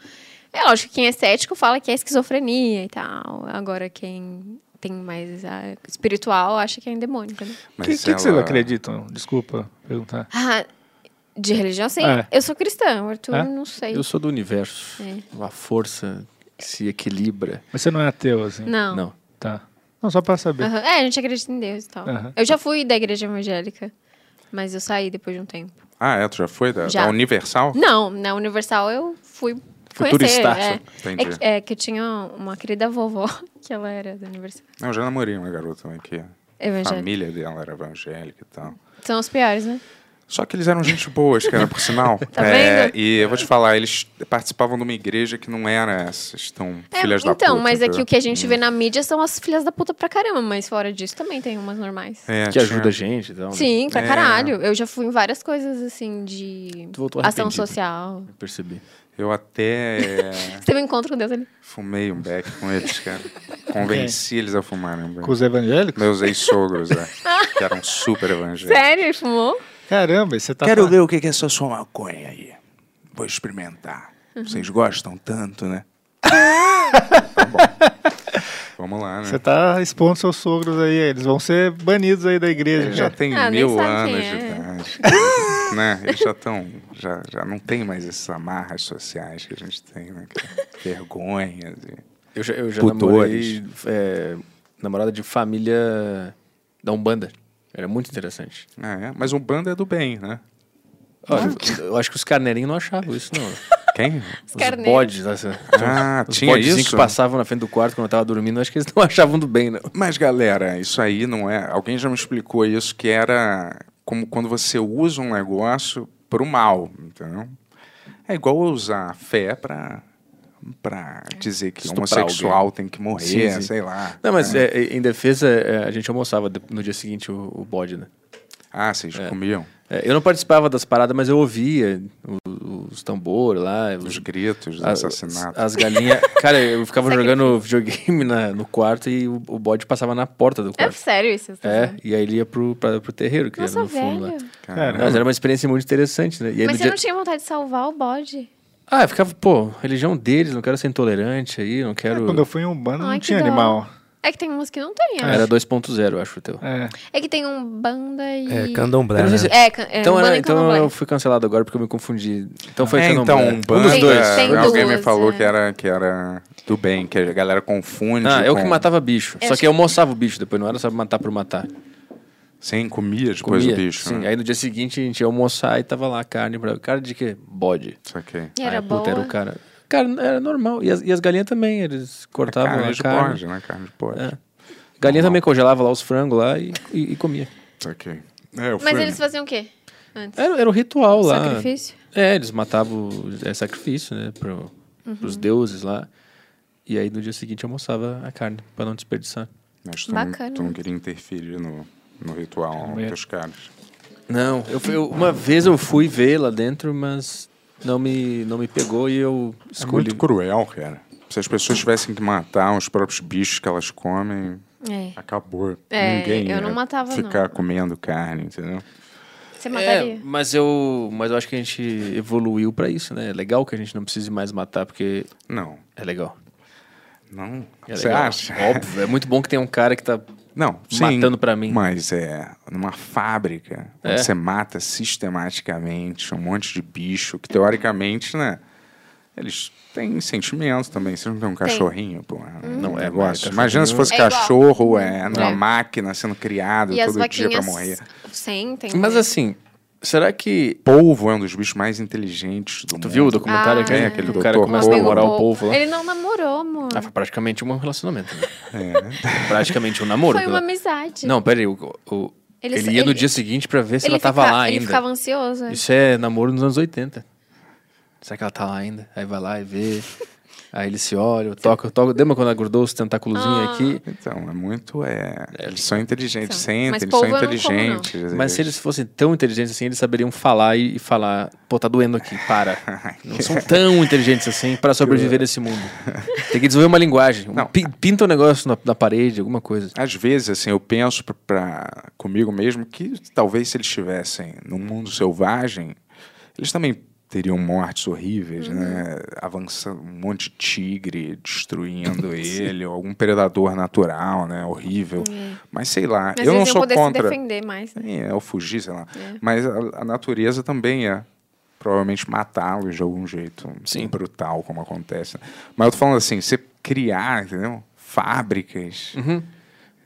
Speaker 12: É lógico que quem é cético fala que é esquizofrenia e tal. Agora quem tem mais ah, espiritual acha que é endemônica, né?
Speaker 7: O
Speaker 8: Mas
Speaker 7: que,
Speaker 8: se
Speaker 7: que, que vocês
Speaker 8: ela-
Speaker 7: acreditam? Desculpa perguntar.
Speaker 12: Ah, de religião, sim.
Speaker 10: É.
Speaker 12: Eu sou cristã, o Arthur,
Speaker 10: É?
Speaker 12: não sei.
Speaker 10: Eu sou do universo.
Speaker 12: É.
Speaker 10: Uma força que se equilibra.
Speaker 7: Mas você não é ateu, assim?
Speaker 12: Não.
Speaker 10: Não.
Speaker 7: Tá. Não, só pra saber.
Speaker 12: Aham. É, a gente acredita em Deus e tal.
Speaker 8: Aham.
Speaker 12: Eu já fui da igreja evangélica, mas eu saí depois de um tempo.
Speaker 8: Ah, é? Tu já foi? Da,
Speaker 12: Já.
Speaker 8: da Universal?
Speaker 12: Não, na Universal eu fui
Speaker 8: Fui
Speaker 12: conhecer.
Speaker 8: turistaça.
Speaker 12: É,
Speaker 8: Entendi.
Speaker 12: É que- é que eu tinha uma querida vovó, que ela era da Universal.
Speaker 8: Não, eu já namorei uma garota também que a
Speaker 12: é- Evangélica.
Speaker 8: família dela era evangélica e tal.
Speaker 12: São os piores, né?
Speaker 8: Só que eles eram gente boas, cara, por sinal.
Speaker 12: Tá
Speaker 8: É,
Speaker 12: vendo?
Speaker 8: E eu vou te falar, eles participavam de uma igreja que não era essas tão
Speaker 12: É,
Speaker 8: filhas da puta.
Speaker 12: então, mas é que
Speaker 8: entendeu?
Speaker 12: o que a gente vê na mídia são as filhas da puta pra caramba, mas fora disso também tem umas normais.
Speaker 8: É,
Speaker 10: que
Speaker 8: tinha-
Speaker 10: ajuda a gente. Então,
Speaker 12: Sim, pra
Speaker 10: É.
Speaker 12: caralho. Eu já fui em várias coisas assim de
Speaker 10: Tu voltou
Speaker 12: ação
Speaker 10: arrependido.
Speaker 12: social.
Speaker 10: Percebi.
Speaker 8: Eu até é,
Speaker 12: Você teve um encontro com Deus ali?
Speaker 8: fumei um beck com eles, cara.
Speaker 10: É.
Speaker 8: Convenci eles a fumarem um beck.
Speaker 7: Com os evangélicos?
Speaker 8: Meus ex-sogros, é. que eram super evangélicos.
Speaker 12: Sério? Ele fumou?
Speaker 7: Caramba, você tá...
Speaker 8: Quero ver o que que é essa sua maconha aí. Vou experimentar.
Speaker 12: Uhum.
Speaker 8: Vocês gostam tanto, né? Vamos lá, né?
Speaker 7: Você tá expondo seus sogros aí, eles vão ser banidos aí da igreja.
Speaker 8: Eles já
Speaker 7: cara.
Speaker 8: têm
Speaker 12: Ah, nem
Speaker 8: mil
Speaker 12: sabe
Speaker 8: anos
Speaker 12: quem
Speaker 8: de
Speaker 12: é.
Speaker 8: idade. né? Eles já estão. Já, já não tem mais essas amarras sociais que a gente tem, né? cara? Vergonhas. E...
Speaker 10: Eu já, eu já
Speaker 8: Pudores.
Speaker 10: namorei é, namorada de família da Umbanda. Era muito interessante.
Speaker 8: Ah, é? Mas um bando é do bem, né?
Speaker 10: Olha, eu acho que os carneirinhos não achavam isso, não.
Speaker 8: Quem?
Speaker 12: Os carneiros.
Speaker 10: bodes. Essa,
Speaker 8: Ah,
Speaker 10: os
Speaker 8: tinha
Speaker 10: bodezinhos
Speaker 8: isso?
Speaker 10: que passavam na frente do quarto quando eu tava dormindo. Acho que eles não achavam do bem, né? não.
Speaker 8: Mas, galera, isso aí não é. Alguém já me explicou isso, que era como quando você usa um negócio pro mal, entendeu? É igual usar a fé pra, pra dizer que
Speaker 10: Estuprar
Speaker 8: homossexual
Speaker 10: alguém.
Speaker 8: tem que morrer,
Speaker 10: Sim, sim.
Speaker 8: sei lá.
Speaker 10: Não, mas
Speaker 8: né?
Speaker 10: é, em defesa, é, a gente almoçava de- no dia seguinte o, o bode, né? É.
Speaker 8: Ah, vocês comiam?
Speaker 10: eu não participava das paradas, mas eu ouvia o- os tambores lá. Os,
Speaker 8: gritos
Speaker 10: do
Speaker 8: assassinato.
Speaker 10: As galinhas. Cara, eu ficava jogando videogame na- no quarto e o, o bode passava na porta do
Speaker 12: É
Speaker 10: quarto.
Speaker 12: sério isso? vocês
Speaker 10: É,
Speaker 12: fazem?
Speaker 10: e aí ele ia pro, pra, pro terreiro que
Speaker 12: Nossa,
Speaker 10: era no fundo
Speaker 12: velho.
Speaker 10: lá.
Speaker 8: Caramba.
Speaker 10: Mas era uma experiência muito interessante, né? E aí
Speaker 12: Mas
Speaker 10: no
Speaker 12: você
Speaker 10: dia-
Speaker 12: não tinha vontade de salvar o bode?
Speaker 10: Ah, eu ficava, pô, religião deles, não quero ser intolerante aí, não quero.
Speaker 7: É, Quando eu fui em Umbanda,
Speaker 12: Ai,
Speaker 7: não
Speaker 12: que
Speaker 7: tinha
Speaker 12: dó.
Speaker 7: animal.
Speaker 12: É que tem umas que não tem, acho.
Speaker 10: Era 2.0, eu acho, o teu.
Speaker 7: É.
Speaker 12: É que tem um banda e...
Speaker 10: É, candomblé,
Speaker 12: Eu não sei
Speaker 10: né?
Speaker 12: se- É, can- é
Speaker 10: Então,
Speaker 12: Umbanda
Speaker 10: era,
Speaker 12: e
Speaker 10: então
Speaker 12: candomblé.
Speaker 10: eu fui cancelado agora porque eu me confundi. Então foi
Speaker 8: é, então,
Speaker 10: candomblé.
Speaker 8: Umbanda,
Speaker 10: Um dos dois.
Speaker 12: Tem
Speaker 8: alguém me
Speaker 12: duas,
Speaker 8: falou
Speaker 12: é.
Speaker 8: que, era, que era do bem, que a galera confunde.
Speaker 10: Ah, eu
Speaker 8: com-
Speaker 10: que matava bicho.
Speaker 8: Eu
Speaker 10: Só
Speaker 8: acho
Speaker 10: que é eu almoçava o bicho depois, não era só matar por matar.
Speaker 8: Sim, comia depois
Speaker 10: Comia,
Speaker 8: do bicho.
Speaker 10: Sim,
Speaker 8: né?
Speaker 10: aí no dia seguinte a gente ia almoçar e tava lá a carne. Pra... Cara de quê? Bode.
Speaker 8: Isso aqui.
Speaker 12: E era
Speaker 10: É, puta, era
Speaker 12: boa?
Speaker 10: o cara. Cara, era normal. E as, e as galinhas também, eles cortavam
Speaker 8: carne
Speaker 10: a
Speaker 8: de
Speaker 10: carne.
Speaker 8: bode, né? Carne de bode.
Speaker 10: É. Galinha também congelava lá os frangos lá e, e, e comia.
Speaker 8: Ok. É, eu
Speaker 12: Mas eles faziam o quê? Antes?
Speaker 10: Era, era o ritual lá.
Speaker 12: Sacrifício?
Speaker 10: É, eles matavam é, sacrifício, né? Pro,
Speaker 12: Uhum.
Speaker 10: Pros deuses lá. E aí no dia seguinte almoçava a carne, pra não desperdiçar.
Speaker 8: Mas tu, não- tu não queria interferir no, no ritual
Speaker 10: Não ia.
Speaker 8: dos caras. É
Speaker 10: Não, eu fui, eu- uma vez eu fui ver lá dentro, mas não me, não me pegou e eu
Speaker 8: É
Speaker 10: escolhi.
Speaker 8: muito cruel, cara. Se as pessoas tivessem que matar os próprios bichos que elas comem,
Speaker 12: É.
Speaker 8: acabou.
Speaker 12: É,
Speaker 8: Ninguém
Speaker 12: eu não
Speaker 8: ia
Speaker 12: matava, não.
Speaker 8: ficar comendo carne, entendeu?
Speaker 12: Você
Speaker 10: É,
Speaker 12: mataria?
Speaker 10: mas eu, mas eu acho que a gente evoluiu pra isso, né? É legal que a gente não precise mais matar, porque.
Speaker 8: Não.
Speaker 10: É legal.
Speaker 8: Não.
Speaker 10: É
Speaker 8: Você
Speaker 10: legal.
Speaker 8: acha?
Speaker 10: Óbvio. É muito bom que tem um cara que tá
Speaker 8: Não, sim,
Speaker 10: matando pra mim.
Speaker 8: Mas é numa fábrica, onde
Speaker 10: É.
Speaker 8: você mata sistematicamente um monte de bicho, que teoricamente, né? Eles têm sentimentos também. Você não tem um cachorrinho, pô. Não é negócio.
Speaker 10: cachorrinho-
Speaker 8: Imagina se fosse
Speaker 12: Uhum. É igual.
Speaker 8: cachorro, é, numa
Speaker 12: É.
Speaker 8: máquina sendo criado
Speaker 12: E as
Speaker 8: todo dia pra
Speaker 12: vaquinhas
Speaker 8: morrer.
Speaker 12: sentem.
Speaker 10: Mas
Speaker 12: né?
Speaker 10: assim, será que.
Speaker 8: Polvo é um dos bichos mais inteligentes do mundo.
Speaker 10: Tu viu o documentário
Speaker 12: Ah.
Speaker 10: aqui?
Speaker 8: É, aquele
Speaker 10: O cara
Speaker 8: Dr.
Speaker 10: começa a
Speaker 8: Polvo.
Speaker 10: namorar o povo lá.
Speaker 12: Ele não namorou, amor.
Speaker 10: Ah, foi praticamente um relacionamento. Né?
Speaker 8: É.
Speaker 10: Praticamente um namoro.
Speaker 12: Foi uma amizade.
Speaker 10: Não, peraí. O, o-
Speaker 12: Ele
Speaker 10: ele,
Speaker 12: só-
Speaker 10: ia no
Speaker 12: ele-
Speaker 10: dia seguinte pra ver se ela tava
Speaker 12: fica-
Speaker 10: lá
Speaker 12: Ele
Speaker 10: ainda.
Speaker 12: ficava ansioso. é.
Speaker 10: Isso é namoro nos anos 80. Será que ela tá lá ainda? Aí vai lá e vê. aí eles se olham, toca, toca. Lembra quando ela grudou os tentaculozinhos aqui?
Speaker 8: Então, é muito. É, eles são inteligentes, sentem,
Speaker 12: Mas
Speaker 8: eles são
Speaker 12: polvo eu não como,
Speaker 8: inteligentes.
Speaker 10: Mas se eles fossem tão inteligentes assim, eles saberiam falar e, e falar: pô, tá doendo aqui, para. Não são tão inteligentes assim pra sobreviver nesse mundo. Tem que desenvolver uma linguagem. Um pi- Pinta um negócio na, na parede, alguma coisa.
Speaker 8: Às vezes, assim, eu penso pra, pra- comigo mesmo que talvez se eles estivessem num mundo selvagem, eles também teriam mortes horríveis,
Speaker 12: Uhum.
Speaker 8: né? Avançando um monte de tigre, destruindo ele, ou algum predador natural, né? Horrível. Mas sei lá,
Speaker 12: Mas
Speaker 8: eu não
Speaker 12: eles iam
Speaker 8: sou
Speaker 12: poder
Speaker 8: contra.
Speaker 12: se defender mais. né?
Speaker 8: É, eu fugi, sei lá.
Speaker 12: É.
Speaker 8: Mas a, a natureza também é provavelmente matá-los de algum jeito Sim. brutal, como acontece. Mas eu tô falando assim, você criar, entendeu? Fábricas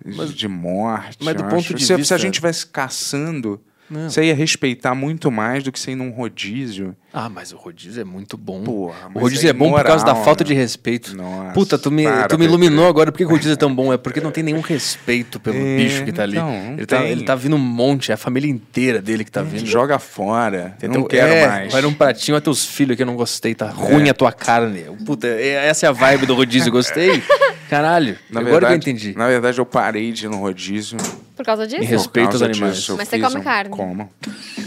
Speaker 8: de- de morte.
Speaker 10: Uhum. mas do
Speaker 8: eu
Speaker 10: ponto
Speaker 8: acho.
Speaker 10: de
Speaker 8: se, se
Speaker 10: vista-
Speaker 8: a gente estivesse caçando,
Speaker 10: Não.
Speaker 8: você ia respeitar muito mais do que você ir num rodízio.
Speaker 10: Ah, mas o rodízio é muito bom.
Speaker 8: Porra,
Speaker 10: o
Speaker 8: mas
Speaker 10: rodízio é, bom por causa da
Speaker 8: imoral,
Speaker 10: falta
Speaker 8: né?
Speaker 10: de respeito.
Speaker 8: Nossa,
Speaker 10: Puta, tu me,
Speaker 8: para,
Speaker 10: tu
Speaker 8: Pedro.
Speaker 10: me iluminou agora. Por que que o rodízio é tão bom? É porque não tem nenhum respeito pelo
Speaker 8: É,
Speaker 10: bicho que tá ali.
Speaker 8: então, não
Speaker 10: ele, tá,
Speaker 8: tem. É.
Speaker 10: ele tá vindo um monte, é a família inteira dele que tá vindo.
Speaker 8: Joga fora. Eu
Speaker 10: Então,
Speaker 8: não quero
Speaker 10: é,
Speaker 8: mais.
Speaker 10: Vai num pratinho, olha teus filhos que eu não gostei, tá
Speaker 8: É.
Speaker 10: ruim a tua carne. Puta, é- essa é a vibe do rodízio, gostei. Caralho,
Speaker 8: Na
Speaker 10: agora
Speaker 8: verdade,
Speaker 10: que eu entendi.
Speaker 8: Na verdade, eu parei de ir no rodízio.
Speaker 12: Por causa disso?
Speaker 8: Em respeito aos animais. eu
Speaker 12: Mas você
Speaker 8: fiz
Speaker 12: come
Speaker 8: um-
Speaker 12: carne.
Speaker 8: Como.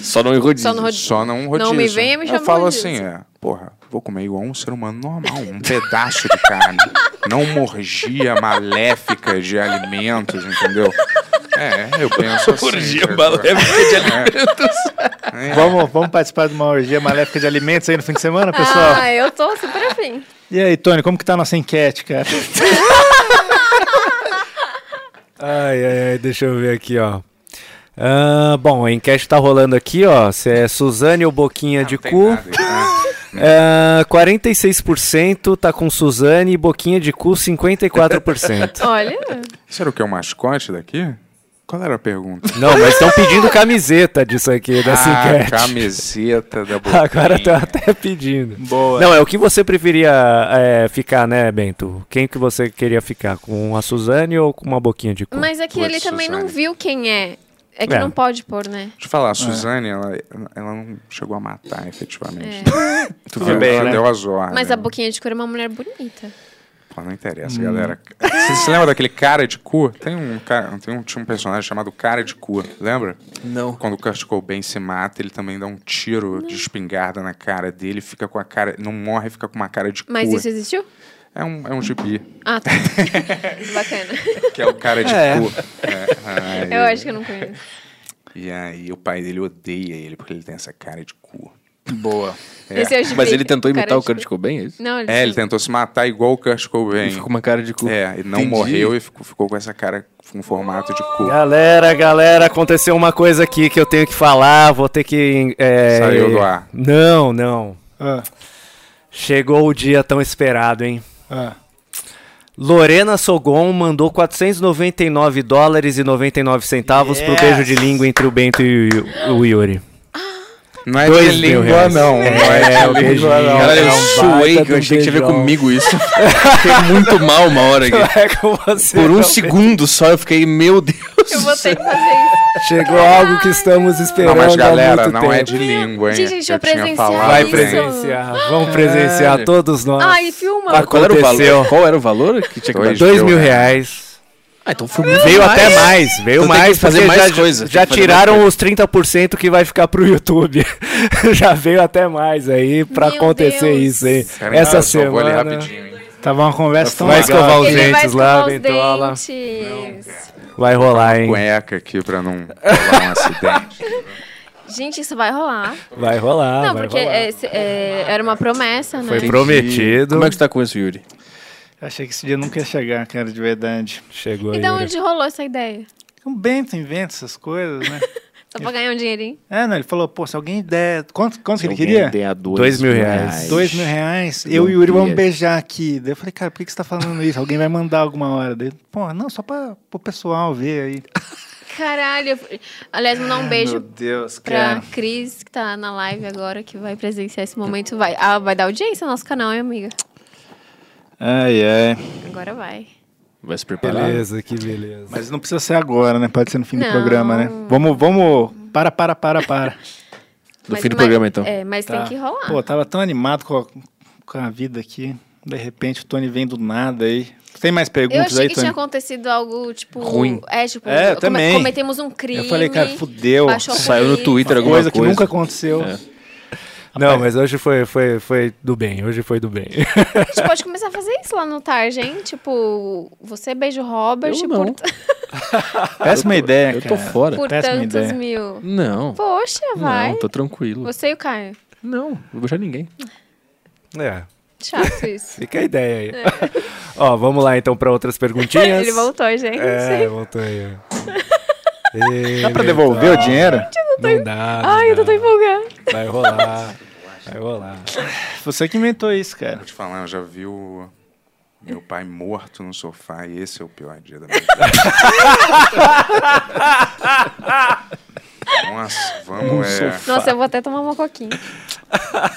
Speaker 10: Só não em rodízio.
Speaker 12: Só no rodízio.
Speaker 8: Só não em rodízio.
Speaker 12: Não me venha me
Speaker 8: Eu
Speaker 12: chamar de
Speaker 8: falo
Speaker 12: rodízio.
Speaker 8: assim, é, porra, vou comer igual um ser humano normal, um pedaço de carne. Não uma orgia maléfica de alimentos, entendeu? É, eu penso assim. É.
Speaker 10: Orgia
Speaker 8: entendeu?
Speaker 10: maléfica de alimentos.
Speaker 7: Vamos, vamos participar de uma orgia maléfica de alimentos aí no fim de semana, pessoal?
Speaker 12: Ah, eu tô super afim.
Speaker 7: E aí, Tony, como que tá a nossa enquete, cara?
Speaker 9: Ai, ai, ai, deixa eu ver aqui, ó. Ah, bom, a enquete tá rolando aqui, ó. Se é Suzane ou Boquinha de cu.
Speaker 8: tá?
Speaker 9: Ah, 46% tá com Suzane e Boquinha de cu 54%.
Speaker 12: Olha.
Speaker 8: Isso era o que? O é mascote daqui? Qual era a pergunta?
Speaker 9: Não, mas estão pedindo camiseta disso aqui, dessa
Speaker 12: é
Speaker 8: ah,
Speaker 9: enquete.
Speaker 8: camiseta da boquinha.
Speaker 9: Agora estão até pedindo.
Speaker 8: Boa.
Speaker 9: Não, é o que você preferia é, ficar, né, Bento? Quem que você queria ficar? Com a Suzane ou com uma boquinha de cu?
Speaker 12: Mas é que ele também não viu quem é. É que
Speaker 9: É.
Speaker 12: não pode pôr, né?
Speaker 8: Deixa eu falar, a Suzane, ela, ela não chegou a matar, efetivamente.
Speaker 12: É.
Speaker 8: Tu
Speaker 12: Tudo
Speaker 8: viu?
Speaker 12: bem,
Speaker 8: ela
Speaker 12: né?
Speaker 8: deu
Speaker 10: Ah,
Speaker 8: azor.
Speaker 12: Mas a boquinha de cor é uma mulher bonita.
Speaker 8: Pô, não interessa,
Speaker 9: Hum.
Speaker 8: galera. Você se lembra daquele cara de cu? Tem um, cara, tem um, tinha um personagem chamado Cara de Cu, lembra?
Speaker 10: Não.
Speaker 8: Quando o Kurt Cobain se mata, ele também dá um tiro de espingarda na cara dele, fica com a cara. Não morre, fica com uma cara de
Speaker 12: Mas
Speaker 8: cu.
Speaker 12: isso existiu?
Speaker 8: É um, é um gibi,
Speaker 12: Ah, tá. Bacana.
Speaker 8: que é o cara de
Speaker 12: É.
Speaker 8: cu. É, aí-
Speaker 12: Eu acho que eu não conheço.
Speaker 8: E aí o pai dele odeia ele porque ele tem essa cara de cu.
Speaker 10: Boa.
Speaker 12: Esse é o gibi,
Speaker 10: Mas ele tentou
Speaker 12: cara
Speaker 10: imitar o
Speaker 12: de
Speaker 10: Kurt
Speaker 12: cu.
Speaker 10: Cobain, é isso?
Speaker 12: Não, ele
Speaker 8: É, ele tentou se matar igual o Kurt Cobain.
Speaker 10: Ele ficou com uma cara de cu.
Speaker 8: É, ele não
Speaker 10: Entendi.
Speaker 8: morreu e ficou, ficou com essa cara com formato de cu.
Speaker 9: Galera, galera, aconteceu uma coisa aqui que eu tenho que falar, vou ter que. é,
Speaker 8: Saiu do ar.
Speaker 9: Não, não. Chegou o dia tão esperado, hein?
Speaker 7: Ah.
Speaker 9: Lorena Sogon mandou 499 dólares e 99 centavos pro
Speaker 8: Yes.
Speaker 9: beijo de língua entre o Bento e o, o Yuri.
Speaker 8: Ah. Não é
Speaker 9: Dois
Speaker 8: de
Speaker 9: mil
Speaker 8: língua,
Speaker 9: reais.
Speaker 8: não. Não é,
Speaker 9: É, o
Speaker 8: de
Speaker 9: beijinho.
Speaker 8: língua, não.
Speaker 9: Cara,
Speaker 8: É
Speaker 10: Eu
Speaker 8: um
Speaker 10: suei,
Speaker 9: baita
Speaker 10: que eu
Speaker 9: de um
Speaker 10: achei que tinha a ver
Speaker 9: beijão.
Speaker 10: comigo isso. Fiquei muito mal uma hora aqui.
Speaker 9: É com você
Speaker 10: Por um
Speaker 9: também.
Speaker 10: segundo só eu fiquei, meu Deus.
Speaker 12: Eu vou ter que fazer isso.
Speaker 9: Chegou algo que estamos esperando.
Speaker 8: Não, mas galera,
Speaker 9: há muito
Speaker 8: não
Speaker 9: tempo.
Speaker 8: é de língua, hein?
Speaker 12: um- Gente, a gente vai
Speaker 8: Eu tinha
Speaker 12: presenciar
Speaker 8: falado,
Speaker 9: Vai
Speaker 8: né?
Speaker 9: presenciar, vamos presenciar
Speaker 10: Caralho.
Speaker 9: todos nós.
Speaker 12: Ai, filma.
Speaker 10: Ah, qual, era o valor?
Speaker 9: Aconteceu.
Speaker 10: qual era o valor que tinha que
Speaker 9: Dois,
Speaker 10: dar?
Speaker 9: mil reais.
Speaker 10: Ah, então foi muito
Speaker 9: Veio
Speaker 10: mais.
Speaker 9: até mais, veio
Speaker 10: Então tem que
Speaker 9: mais.
Speaker 10: fazer
Speaker 9: porque
Speaker 10: mais
Speaker 9: já,
Speaker 10: coisa.
Speaker 9: Já
Speaker 10: Tem que fazer
Speaker 9: tiraram
Speaker 10: mais
Speaker 9: os 30% que vai ficar pro YouTube. já veio até mais aí pra acontecer isso aí.
Speaker 8: Peraí,
Speaker 9: Essa
Speaker 8: eu só vou ali
Speaker 9: semana.
Speaker 8: rapidinho,
Speaker 7: Tava uma conversa tão
Speaker 9: Vai escovar os
Speaker 12: Ele vai
Speaker 9: dentes
Speaker 12: escovar
Speaker 9: lá,
Speaker 12: os
Speaker 9: Bentola.
Speaker 12: dentes.
Speaker 9: Vai rolar, hein?
Speaker 8: Cueca aqui pra não rolar um acidente.
Speaker 12: Gente, isso vai rolar.
Speaker 9: Vai rolar,
Speaker 12: não,
Speaker 9: vai
Speaker 12: porque
Speaker 9: rolar.
Speaker 12: é, se- é, era uma promessa, né?
Speaker 9: Foi prometido.
Speaker 10: Como é que você tá com isso, Yuri?
Speaker 7: Achei que esse dia nunca ia chegar, cara, de verdade.
Speaker 9: Chegou
Speaker 12: E de onde rolou essa ideia?
Speaker 7: Um Bento inventa essas coisas, né?
Speaker 12: Só pra ganhar um dinheirinho?
Speaker 7: É, não, ele falou, pô, se alguém der. Quanto, quanto que ele
Speaker 10: alguém
Speaker 7: queria?
Speaker 10: der dois Dois mil mil reais. reais.
Speaker 7: Dois mil reais.
Speaker 10: Não
Speaker 7: Eu e o Yuri vamos
Speaker 10: queria.
Speaker 7: beijar aqui. Daí eu falei, cara, por que, que você tá falando isso? Alguém vai mandar alguma hora. Daí, pô, não, só pra, pro pessoal ver aí.
Speaker 12: Caralho. eu- Aliás, mandar um beijo
Speaker 7: Ah, Deus,
Speaker 12: pra Cris, que tá na live agora, que vai presenciar esse momento. Vai, ah, vai dar audiência no nosso canal, hein, amiga?
Speaker 7: Ai, ai.
Speaker 12: Agora vai.
Speaker 10: Vai se preparar.
Speaker 9: Beleza, que beleza.
Speaker 7: Mas não precisa ser agora, né? Pode ser no fim
Speaker 12: Não.
Speaker 7: do programa, né? Vamos, vamos. Para, para, para, para.
Speaker 10: No fim do programa, então.
Speaker 12: É, mas tem que rolar.
Speaker 7: Tá. Pô, tava tão animado com a, com a vida aqui. De repente o Tony vem do nada aí. Tem mais
Speaker 12: Eu
Speaker 7: perguntas
Speaker 12: achei
Speaker 7: aí,
Speaker 12: que
Speaker 7: Tony?
Speaker 12: tinha acontecido algo, tipo...
Speaker 7: Ruim.
Speaker 12: É, tipo,
Speaker 7: É, eu
Speaker 12: come-
Speaker 7: também.
Speaker 12: cometemos um crime.
Speaker 7: Eu falei, cara, fudeu.
Speaker 12: baixou a
Speaker 10: Saiu no
Speaker 12: polícia.
Speaker 10: Twitter
Speaker 7: Uma
Speaker 10: alguma coisa.
Speaker 7: coisa que nunca aconteceu.
Speaker 10: É.
Speaker 9: Não, mas hoje foi, foi, foi do bem, hoje foi do bem.
Speaker 12: A gente pode começar a fazer isso lá no Tarja, hein? Tipo, você beija o Robert por,
Speaker 9: é
Speaker 7: Péssima ideia,
Speaker 10: eu tô
Speaker 7: cara.
Speaker 10: fora.
Speaker 12: por
Speaker 7: Péssima
Speaker 12: tantos
Speaker 7: ideia.
Speaker 12: mil.
Speaker 10: Não.
Speaker 12: Poxa, vai.
Speaker 10: Não, tô tranquilo.
Speaker 12: Você e o Caio.
Speaker 10: Não. Não vou beijar ninguém.
Speaker 9: É.
Speaker 12: Chato isso.
Speaker 9: Fica a ideia aí. Ó, vamos lá então pra outras perguntinhas.
Speaker 12: Ele voltou, gente.
Speaker 9: É, voltou aí. Ele
Speaker 7: Dá pra devolver o
Speaker 9: tá-
Speaker 7: dinheiro?
Speaker 9: Não dá.
Speaker 12: Ai, eu tô tão empolgada.
Speaker 9: Vai rolar. Vai rolar.
Speaker 7: Você que inventou isso, cara.
Speaker 8: Vou te falar, eu já vi o meu pai morto no sofá e esse é o pior dia da minha vida. Nossa,
Speaker 12: No
Speaker 8: vamos é.
Speaker 12: Nossa, eu vou até tomar uma coquinha.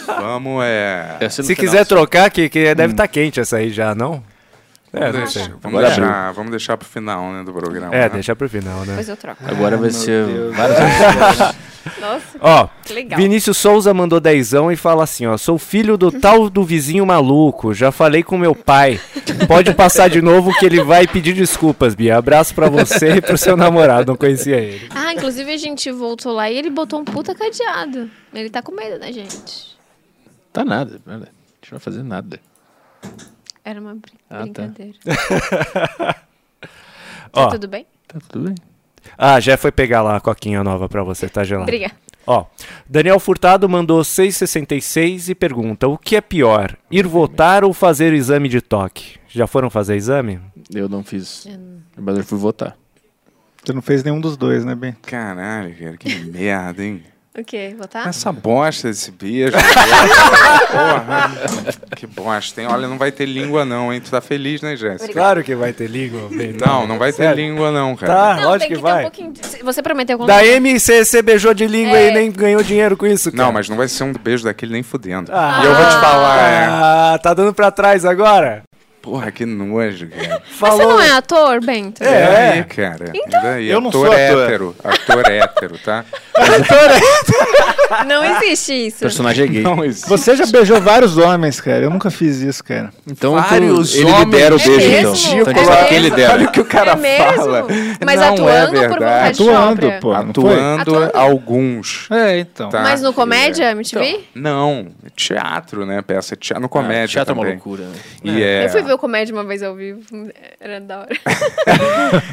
Speaker 8: Vamos é.
Speaker 9: Se quiser trocar, que, que deve estar quente essa aí já, não? É, não
Speaker 8: vamos,
Speaker 9: sei.
Speaker 8: deixar, vamos, deixar, vamos deixar pro final né, do programa.
Speaker 9: É,
Speaker 8: né?
Speaker 9: deixa pro final, né?
Speaker 12: Depois eu troco.
Speaker 10: Agora vai
Speaker 8: meu
Speaker 10: ser
Speaker 8: Deus.
Speaker 10: várias
Speaker 12: Nossa,
Speaker 9: Ó,
Speaker 12: que legal.
Speaker 9: Vinícius Souza mandou dezão e fala assim, ó, sou filho do tal do vizinho maluco, já falei com meu pai, pode passar de novo que ele vai pedir desculpas, Bia, abraço pra você e pro seu namorado, não conhecia ele.
Speaker 12: Ah, inclusive a gente voltou lá e ele botou um puta cadeado. Ele tá com medo da gente.
Speaker 10: Tá nada, nada. A gente não vai fazer nada.
Speaker 12: Era uma brin-
Speaker 10: Ah, tá.
Speaker 12: brincadeira.
Speaker 9: Ó,
Speaker 12: Tá tudo bem?
Speaker 10: Tá tudo bem.
Speaker 9: Ah, já foi pegar lá a coquinha nova pra você, tá gelada.
Speaker 12: Obrigada.
Speaker 9: Ó, Daniel Furtado mandou 666 e pergunta, o que é pior, ir votar ou fazer exame de toque? Já foram fazer exame?
Speaker 10: Eu não fiz. Mas eu fui votar.
Speaker 7: Você não fez nenhum dos dois, né, Ben?
Speaker 8: Caralho, cara, que merda, hein?
Speaker 12: O quê? Botar?
Speaker 8: Essa bosta desse beijo. Porra. Que bosta, hein? Olha, não vai ter língua, não, hein? Tu tá feliz, né, Jéssica?
Speaker 12: Obrigada. Claro
Speaker 8: que vai ter língua, Não, não vai ter
Speaker 9: Sério?
Speaker 8: língua, não, cara.
Speaker 9: Tá,
Speaker 12: Não, tem
Speaker 9: lógico que,
Speaker 12: que ter um
Speaker 9: vai.
Speaker 12: pouquinho. de- Você prometeu quando.
Speaker 9: Da M, você você beijou de língua e nem ganhou dinheiro com isso, cara.
Speaker 8: Não, mas não vai ser um beijo daquele nem fudendo.
Speaker 9: Ah.
Speaker 8: E eu vou te falar, é.
Speaker 9: Ah, tá dando pra trás agora?
Speaker 8: Porra, que nojo, cara.
Speaker 12: Mas Você não é ator, Bento?
Speaker 8: É, aí, cara.
Speaker 12: Então-
Speaker 8: Daí,
Speaker 12: Eu não
Speaker 8: ator
Speaker 12: sou ator.
Speaker 8: hétero. Ator hétero, tá?
Speaker 12: Não existe isso. É
Speaker 7: Personagem
Speaker 8: gay. Não existe.
Speaker 7: Você já beijou vários homens, cara. Eu nunca fiz isso, cara.
Speaker 10: Então,
Speaker 8: Vários ele homens. libera o beijo, É então. mesmo? Então, tipo, É ele mesmo? dera.
Speaker 7: Olha o que o cara
Speaker 8: É mesmo?
Speaker 7: fala.
Speaker 12: Mas
Speaker 8: não é
Speaker 12: atuando por vontade
Speaker 8: verdade.
Speaker 12: própria.
Speaker 8: Atuando, alguns.
Speaker 7: É, então.
Speaker 8: Tá.
Speaker 12: Mas no comédia, MTV?
Speaker 8: Não, é teatro, né? Peça de teatro. No comédia.
Speaker 10: teatro é uma
Speaker 8: também.
Speaker 10: loucura, né?
Speaker 8: E é.
Speaker 12: Eu fui ver o comédia uma vez ao vivo. Era da hora.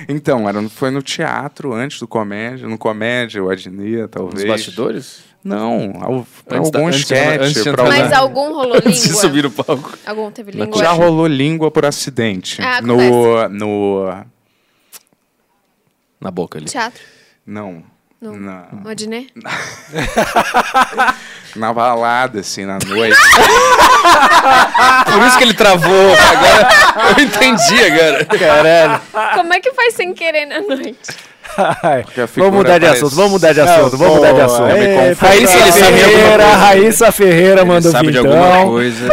Speaker 8: Então, era, foi no teatro antes do comédia. No comédia, o Adnet, talvez.
Speaker 10: Nos bastidores?
Speaker 8: Não, ao, pra
Speaker 10: Antes da-
Speaker 8: algum
Speaker 10: antes de- antes
Speaker 8: sketch.
Speaker 10: de
Speaker 8: pra
Speaker 10: entrar
Speaker 12: Mas algum rolou língua?
Speaker 8: Se subir no palco.
Speaker 12: Algum teve língua?
Speaker 8: Já rolou língua por acidente.
Speaker 12: Ah,
Speaker 8: no, no.
Speaker 10: Na boca ali.
Speaker 12: Teatro?
Speaker 8: Não.
Speaker 12: Não.
Speaker 8: Na,
Speaker 12: No Adnet?
Speaker 8: na balada, assim, na noite.
Speaker 10: Por isso que ele travou. Agora eu entendi agora. Caralho.
Speaker 12: Como é que faz sem querer na noite?
Speaker 9: Vamos mudar de assunto, vamos mudar de assunto, vamos mudar de assunto.
Speaker 10: É,
Speaker 9: Raíssa
Speaker 10: Ele sabe alguma
Speaker 9: Ferreira,
Speaker 10: coisa.
Speaker 9: Raíssa Ferreira mandou
Speaker 10: sabe de
Speaker 9: vintão.
Speaker 10: alguma coisa.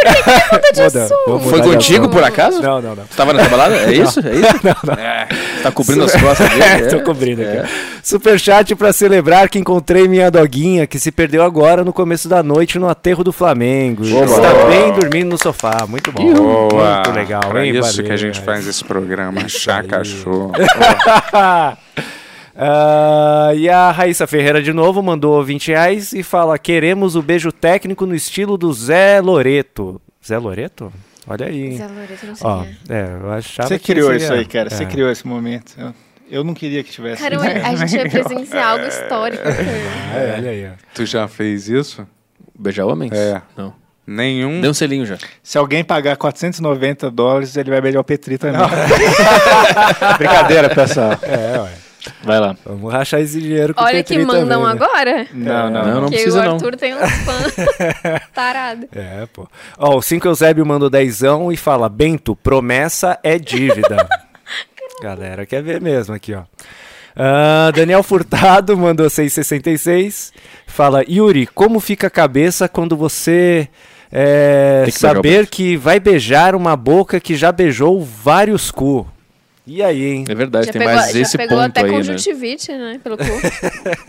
Speaker 10: Por
Speaker 9: que
Speaker 12: de
Speaker 10: Foi contigo, por acaso?
Speaker 9: Não, não, não.
Speaker 10: Você tava nessa balada? É
Speaker 9: Não.
Speaker 10: isso? É isso?
Speaker 9: Não, não.
Speaker 10: É. Tá cobrindo as costas dele?
Speaker 9: É, tô
Speaker 10: É.
Speaker 9: cobrindo aqui. Superchat pra celebrar que encontrei minha doguinha que se perdeu agora no começo da noite no aterro do Flamengo.
Speaker 8: Boa.
Speaker 9: Está bem dormindo no sofá. Muito bom.
Speaker 8: Boa.
Speaker 9: Muito legal,
Speaker 8: Pra
Speaker 9: hein?
Speaker 8: isso
Speaker 9: Valeu. né?
Speaker 8: que a gente faz esse programa, achar cachorro.
Speaker 9: Ah, e a Raíssa Ferreira de novo mandou 20 reais e fala: queremos o beijo técnico no estilo do Zé Loreto. Zé Loreto? Olha aí. hein?
Speaker 7: Zé Loreto, não sei
Speaker 9: Ó,
Speaker 7: quem
Speaker 9: é, eu achava
Speaker 7: Você
Speaker 9: que
Speaker 7: criou
Speaker 9: seria-
Speaker 7: isso aí, cara. Você
Speaker 9: É.
Speaker 7: criou esse momento. Eu, eu não queria que tivesse.
Speaker 12: Cara,
Speaker 7: isso.
Speaker 12: a gente ia presenciar algo histórico.
Speaker 9: É, olha aí, ó.
Speaker 8: Tu já fez isso?
Speaker 10: Beijar homens?
Speaker 8: É.
Speaker 10: Não.
Speaker 8: Nenhum.
Speaker 10: Deu um selinho já.
Speaker 7: Se alguém pagar 490 dólares, ele vai beijar o Petri também. Brincadeira, pessoal.
Speaker 9: É, ué.
Speaker 7: Vai lá.
Speaker 9: Vamos rachar esse dinheiro com o
Speaker 12: Olha que
Speaker 9: Petri
Speaker 12: mandam
Speaker 9: também, né?
Speaker 12: agora.
Speaker 9: Não, não, não
Speaker 12: Porque
Speaker 9: precisa,
Speaker 12: o
Speaker 9: não.
Speaker 12: Arthur tem uns fãs tarado.
Speaker 9: É, pô. Ó, o 5 Eusébio mandou dezão e fala: Bento, promessa é dívida. Galera quer ver mesmo aqui, ó. Ah, Daniel Furtado mandou 6,66. Fala, Yuri, como fica a cabeça quando você é,
Speaker 10: Tem que beijar o
Speaker 9: saber que vai beijar uma boca que já beijou vários cu? E aí, hein?
Speaker 10: É verdade,
Speaker 12: Já
Speaker 10: tem
Speaker 12: pegou,
Speaker 10: mais
Speaker 12: já
Speaker 10: esse
Speaker 12: pegou
Speaker 10: ponto
Speaker 12: até
Speaker 10: aí, né?
Speaker 12: conjuntivite, né? Pelo cu.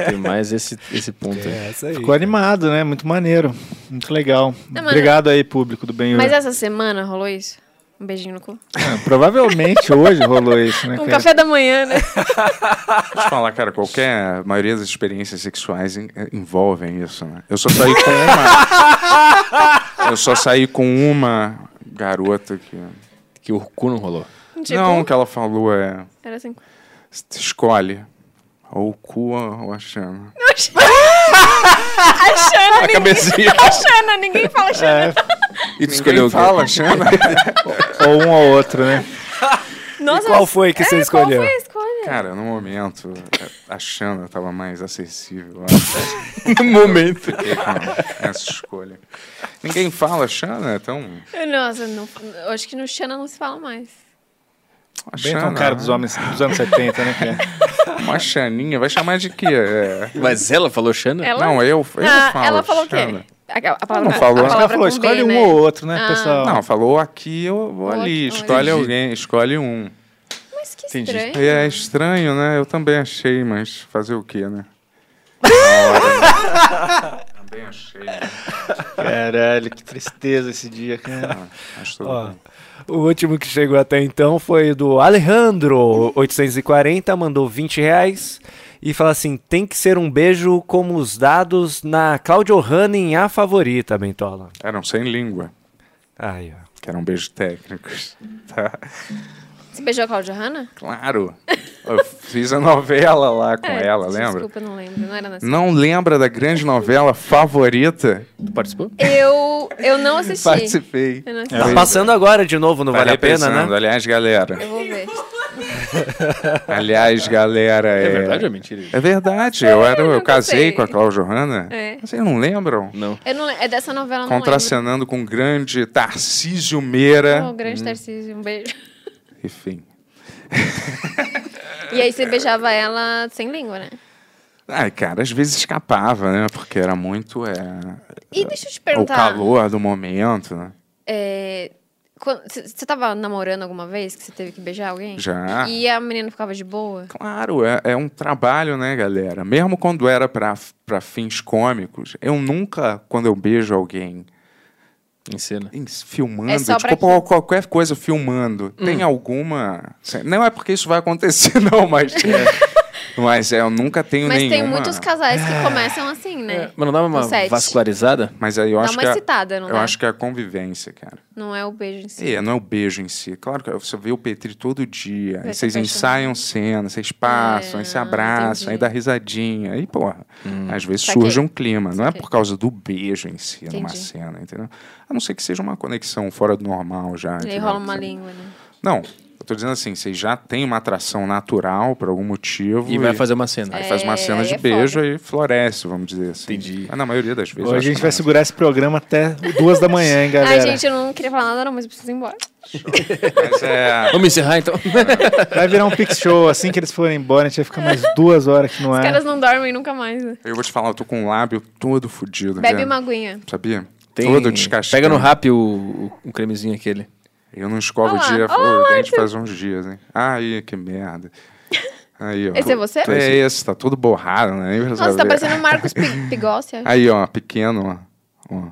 Speaker 10: Tem mais esse, esse ponto aí.
Speaker 7: Ficou animado, né? Muito maneiro. Muito legal.
Speaker 12: Não, mas-
Speaker 7: Obrigado aí, público do bem.
Speaker 8: É.
Speaker 12: Mas essa semana rolou isso? Um beijinho no cu?
Speaker 7: Provavelmente hoje rolou isso, né?
Speaker 12: Um
Speaker 7: cara?
Speaker 12: café da manhã, né?
Speaker 8: Deixa eu falar, cara, qualquer. A maioria das experiências sexuais en- eh, envolvem isso, né? Eu só saí com uma. eu só saí com uma garota que.
Speaker 10: Que o cu não rolou.
Speaker 12: Tipo?
Speaker 8: Não, o que ela falou é.
Speaker 12: Era assim.
Speaker 8: "S- Escolhe. Ou o cu ou a chama.
Speaker 12: A Xana, É.
Speaker 8: A
Speaker 12: ninguém...
Speaker 8: cabecinha.
Speaker 12: A Xana, ninguém fala Xana.
Speaker 8: E tu escolheu o quê?
Speaker 7: fala,
Speaker 8: Xana.
Speaker 7: ou um ou outro, né?
Speaker 12: Nossa,
Speaker 8: qual foi que você
Speaker 12: é, Qual
Speaker 8: escolheu?
Speaker 12: foi a escolha?
Speaker 8: Cara, no momento, a Xana tava mais acessível. no momento. Essa escolha. Ninguém fala Xana, então.
Speaker 12: Nossa, não, eu acho que no Xana não se fala mais.
Speaker 7: Bem com então, cara dos, homens, dos anos 70, né, cara?
Speaker 8: Uma Xaninha, vai chamar de quê? É...
Speaker 10: Mas ela falou Xana?
Speaker 12: Ela-
Speaker 8: Não, eu, eu
Speaker 12: Ah,
Speaker 8: falo.
Speaker 12: ela falou o
Speaker 8: Xana.
Speaker 12: quê? A, a
Speaker 8: Ela
Speaker 12: palavra,
Speaker 8: não falou.
Speaker 12: a
Speaker 8: Ela
Speaker 12: palavra com
Speaker 8: falou,
Speaker 12: B,
Speaker 8: escolhe
Speaker 12: né?
Speaker 8: um ou outro,
Speaker 12: né, Ah.
Speaker 8: pessoal?
Speaker 9: Então.
Speaker 12: pessoal?
Speaker 8: Não, falou aqui ou ou ali.
Speaker 12: Outro,
Speaker 8: escolhe
Speaker 12: olha.
Speaker 8: alguém, escolhe um.
Speaker 12: Mas que
Speaker 8: Entendi.
Speaker 12: estranho.
Speaker 8: E é estranho, né? Eu também achei, mas fazer o quê, né? Também achei. né?
Speaker 7: Caralho, que tristeza esse dia, cara.
Speaker 9: Ó, O último que chegou até então foi do Alejandro840, mandou 20 reais e fala assim: tem que ser um beijo como os dados na Claudio Hanna em A Favorita, Bentola.
Speaker 8: Eram sem língua.
Speaker 9: Ai, ó.
Speaker 8: Que eram beijos técnicos. Tá.
Speaker 12: Você beijou a Cláudia Hanna?
Speaker 8: Claro. Eu fiz a novela lá com
Speaker 12: É,
Speaker 8: ela, lembra?
Speaker 12: Desculpa, não lembro. Não era nessa.
Speaker 8: Não lembra da grande novela favorita?
Speaker 10: Tu participou?
Speaker 12: Eu, eu não assisti.
Speaker 8: Participei. É
Speaker 12: Eu não assisti.
Speaker 9: Tá passando agora de novo, não vale a pena, né?
Speaker 8: Aliás, galera,
Speaker 12: Eu vou ver.
Speaker 8: Aliás, galera.
Speaker 10: É verdade ou é mentira?
Speaker 8: É verdade. Eu, era, eu casei
Speaker 12: sei.
Speaker 8: com a Cláudia Johanna.
Speaker 12: É.
Speaker 8: Vocês não lembram?
Speaker 10: Não.
Speaker 12: Eu não, é dessa novela, eu não
Speaker 8: Contracenando com o grande Tarcísio
Speaker 12: lembro.
Speaker 8: Meira.
Speaker 12: Oh, grande Tarcísio, um beijo.
Speaker 8: Enfim.
Speaker 12: E aí você beijava ela sem língua, né?
Speaker 8: Ai, cara, às vezes escapava, né? Porque era muito. É,
Speaker 12: E deixa eu te
Speaker 8: o
Speaker 12: perguntar. é,
Speaker 8: calor do momento, né?
Speaker 12: Você tava namorando alguma vez que você teve que beijar alguém?
Speaker 8: Já.
Speaker 12: E a menina ficava de boa?
Speaker 8: Claro, é, é um trabalho, né, galera? Mesmo quando era pra pra fins cômicos, eu nunca, quando eu beijo alguém.
Speaker 10: Em cena.
Speaker 8: Filmando,
Speaker 12: É só pra Hum.
Speaker 8: tipo, qual- qualquer coisa filmando. Tem alguma. Não é porque isso vai acontecer, não, mas. Mas é, eu nunca tenho
Speaker 12: Mas
Speaker 8: nenhuma.
Speaker 12: tem muitos casais
Speaker 8: É.
Speaker 12: que começam assim, né?
Speaker 8: Mas não dá
Speaker 12: uma No set.
Speaker 8: vascularizada? Mas aí eu
Speaker 12: Dá
Speaker 8: acho
Speaker 12: uma
Speaker 8: que. é-
Speaker 12: excitada, não
Speaker 8: eu
Speaker 12: dá?
Speaker 8: acho que é a convivência, cara.
Speaker 12: Não é o beijo em si.
Speaker 8: É, não é o beijo em si. Claro que você vê o Petri todo dia.
Speaker 12: Vai
Speaker 8: Aí
Speaker 12: se Ah,
Speaker 8: vocês ensaiam cena, vocês passam, aí se abraçam, aí dá risadinha. Aí, porra,
Speaker 7: Hum.
Speaker 8: às vezes
Speaker 12: Saquei.
Speaker 8: surge um clima. Não é por causa do beijo em si numa
Speaker 12: Entendi.
Speaker 8: cena, entendeu? A não ser que seja uma conexão fora do normal já.
Speaker 12: E aí
Speaker 8: entendeu?
Speaker 12: rola uma língua, né?
Speaker 8: Não, eu tô dizendo assim, vocês já têm uma atração natural por algum motivo.
Speaker 10: E vai fazer uma cena.
Speaker 8: Aí faz uma
Speaker 10: É,
Speaker 8: cena
Speaker 10: aí
Speaker 8: de
Speaker 10: é
Speaker 8: beijo, aí floresce, vamos dizer assim. Entendi. Mas na maioria das vezes... é assim, né?
Speaker 7: Hoje a
Speaker 8: acho
Speaker 7: gente
Speaker 8: que
Speaker 7: vai segurar esse programa até duas da manhã, hein, galera?
Speaker 12: Ai, gente, eu não queria falar nada, não, mas eu preciso ir embora.
Speaker 8: não. Mas é...
Speaker 10: Vamos encerrar então.
Speaker 7: Vai virar um pix show. Assim que eles forem embora, a gente vai ficar mais duas horas aqui no
Speaker 8: é?
Speaker 12: Os
Speaker 7: ar.
Speaker 12: caras não dormem nunca mais, né?
Speaker 8: Eu vou te falar, eu tô com o lábio todo fudido.
Speaker 12: Bebe
Speaker 8: cara.
Speaker 12: uma aguinha.
Speaker 8: Sabia?
Speaker 10: Tem-
Speaker 8: Todo descascado.
Speaker 10: Pega no rap o, o, o cremezinho aquele.
Speaker 8: Eu não escovo
Speaker 12: Olha
Speaker 8: o
Speaker 12: lá,
Speaker 8: dia,
Speaker 12: olha
Speaker 8: o
Speaker 12: lá,
Speaker 8: dente
Speaker 12: tu-
Speaker 8: faz uns dias, hein? Aí, que merda. Aí, ó.
Speaker 12: Esse é você?
Speaker 8: É esse, tá todo borrado, né? Nem pra
Speaker 12: Nossa, tá
Speaker 8: saber.
Speaker 12: parecendo o Marcos Pi- Pigossi, acho.
Speaker 8: Aí, ó, pequeno, ó. ó.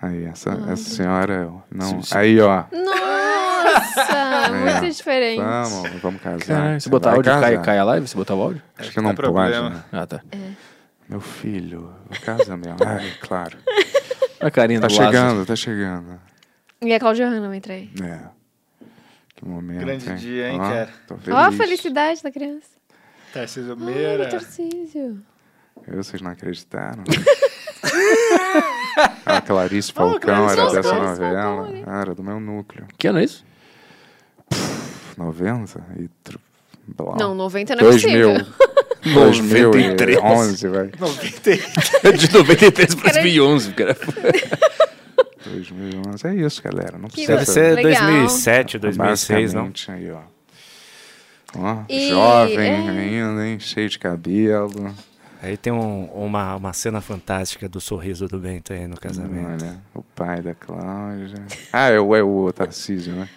Speaker 8: Aí, essa, essa senhora... é o- Não, aí, ó.
Speaker 12: Nossa,
Speaker 8: Aí, ó.
Speaker 12: muito diferente.
Speaker 8: É. Vamos, vamos casar.
Speaker 10: Caralho, se
Speaker 8: Você
Speaker 10: botar
Speaker 8: vai
Speaker 10: áudio,
Speaker 8: casar.
Speaker 10: cai, cai a live? Se botar o áudio?
Speaker 8: Acho que não pode, né?
Speaker 10: Ah, tá.
Speaker 12: É.
Speaker 8: Meu filho, casa mesmo. Ai, claro.
Speaker 10: A carinha
Speaker 8: Tá
Speaker 10: do Lázaro.
Speaker 8: chegando, tá chegando.
Speaker 12: E a Claudia Hanna vai entrar aí.
Speaker 8: É. Que momento.
Speaker 7: Grande
Speaker 8: hein?
Speaker 7: dia, hein,
Speaker 8: Ó,
Speaker 7: cara?
Speaker 8: tô
Speaker 12: Ó a
Speaker 8: feliz.
Speaker 12: felicidade da criança.
Speaker 7: Tarcísio
Speaker 12: Ai,
Speaker 7: Meira.
Speaker 12: Tarcísio.
Speaker 8: Eu, vocês não acreditaram? a Clarice Falcão
Speaker 12: Clarice
Speaker 8: era dessa
Speaker 12: Falcão.
Speaker 8: novela. Ah, era do meu núcleo.
Speaker 10: Que ano é isso?
Speaker 8: 90 e... tr- blá.
Speaker 12: Não, 90 não é possível.
Speaker 8: 2000,
Speaker 10: 93.
Speaker 8: 2011, vai.
Speaker 10: De 93 pra 2011, cara.
Speaker 8: 2011. É isso, galera. Não
Speaker 9: Que
Speaker 8: precisa...
Speaker 9: Deve ser legal. 2007,
Speaker 10: Tá
Speaker 9: 2006, não?
Speaker 8: Basicamente, Aí, ó. Ó,
Speaker 9: E-
Speaker 8: Jovem
Speaker 9: é.
Speaker 8: ainda, hein? Cheio de cabelo.
Speaker 9: Aí tem um- uma, uma cena fantástica do sorriso do Bento aí no
Speaker 12: é, né?
Speaker 9: casamento.
Speaker 8: Olha, o pai da Cláudia. Ah, é o, é o Tarcísio, né?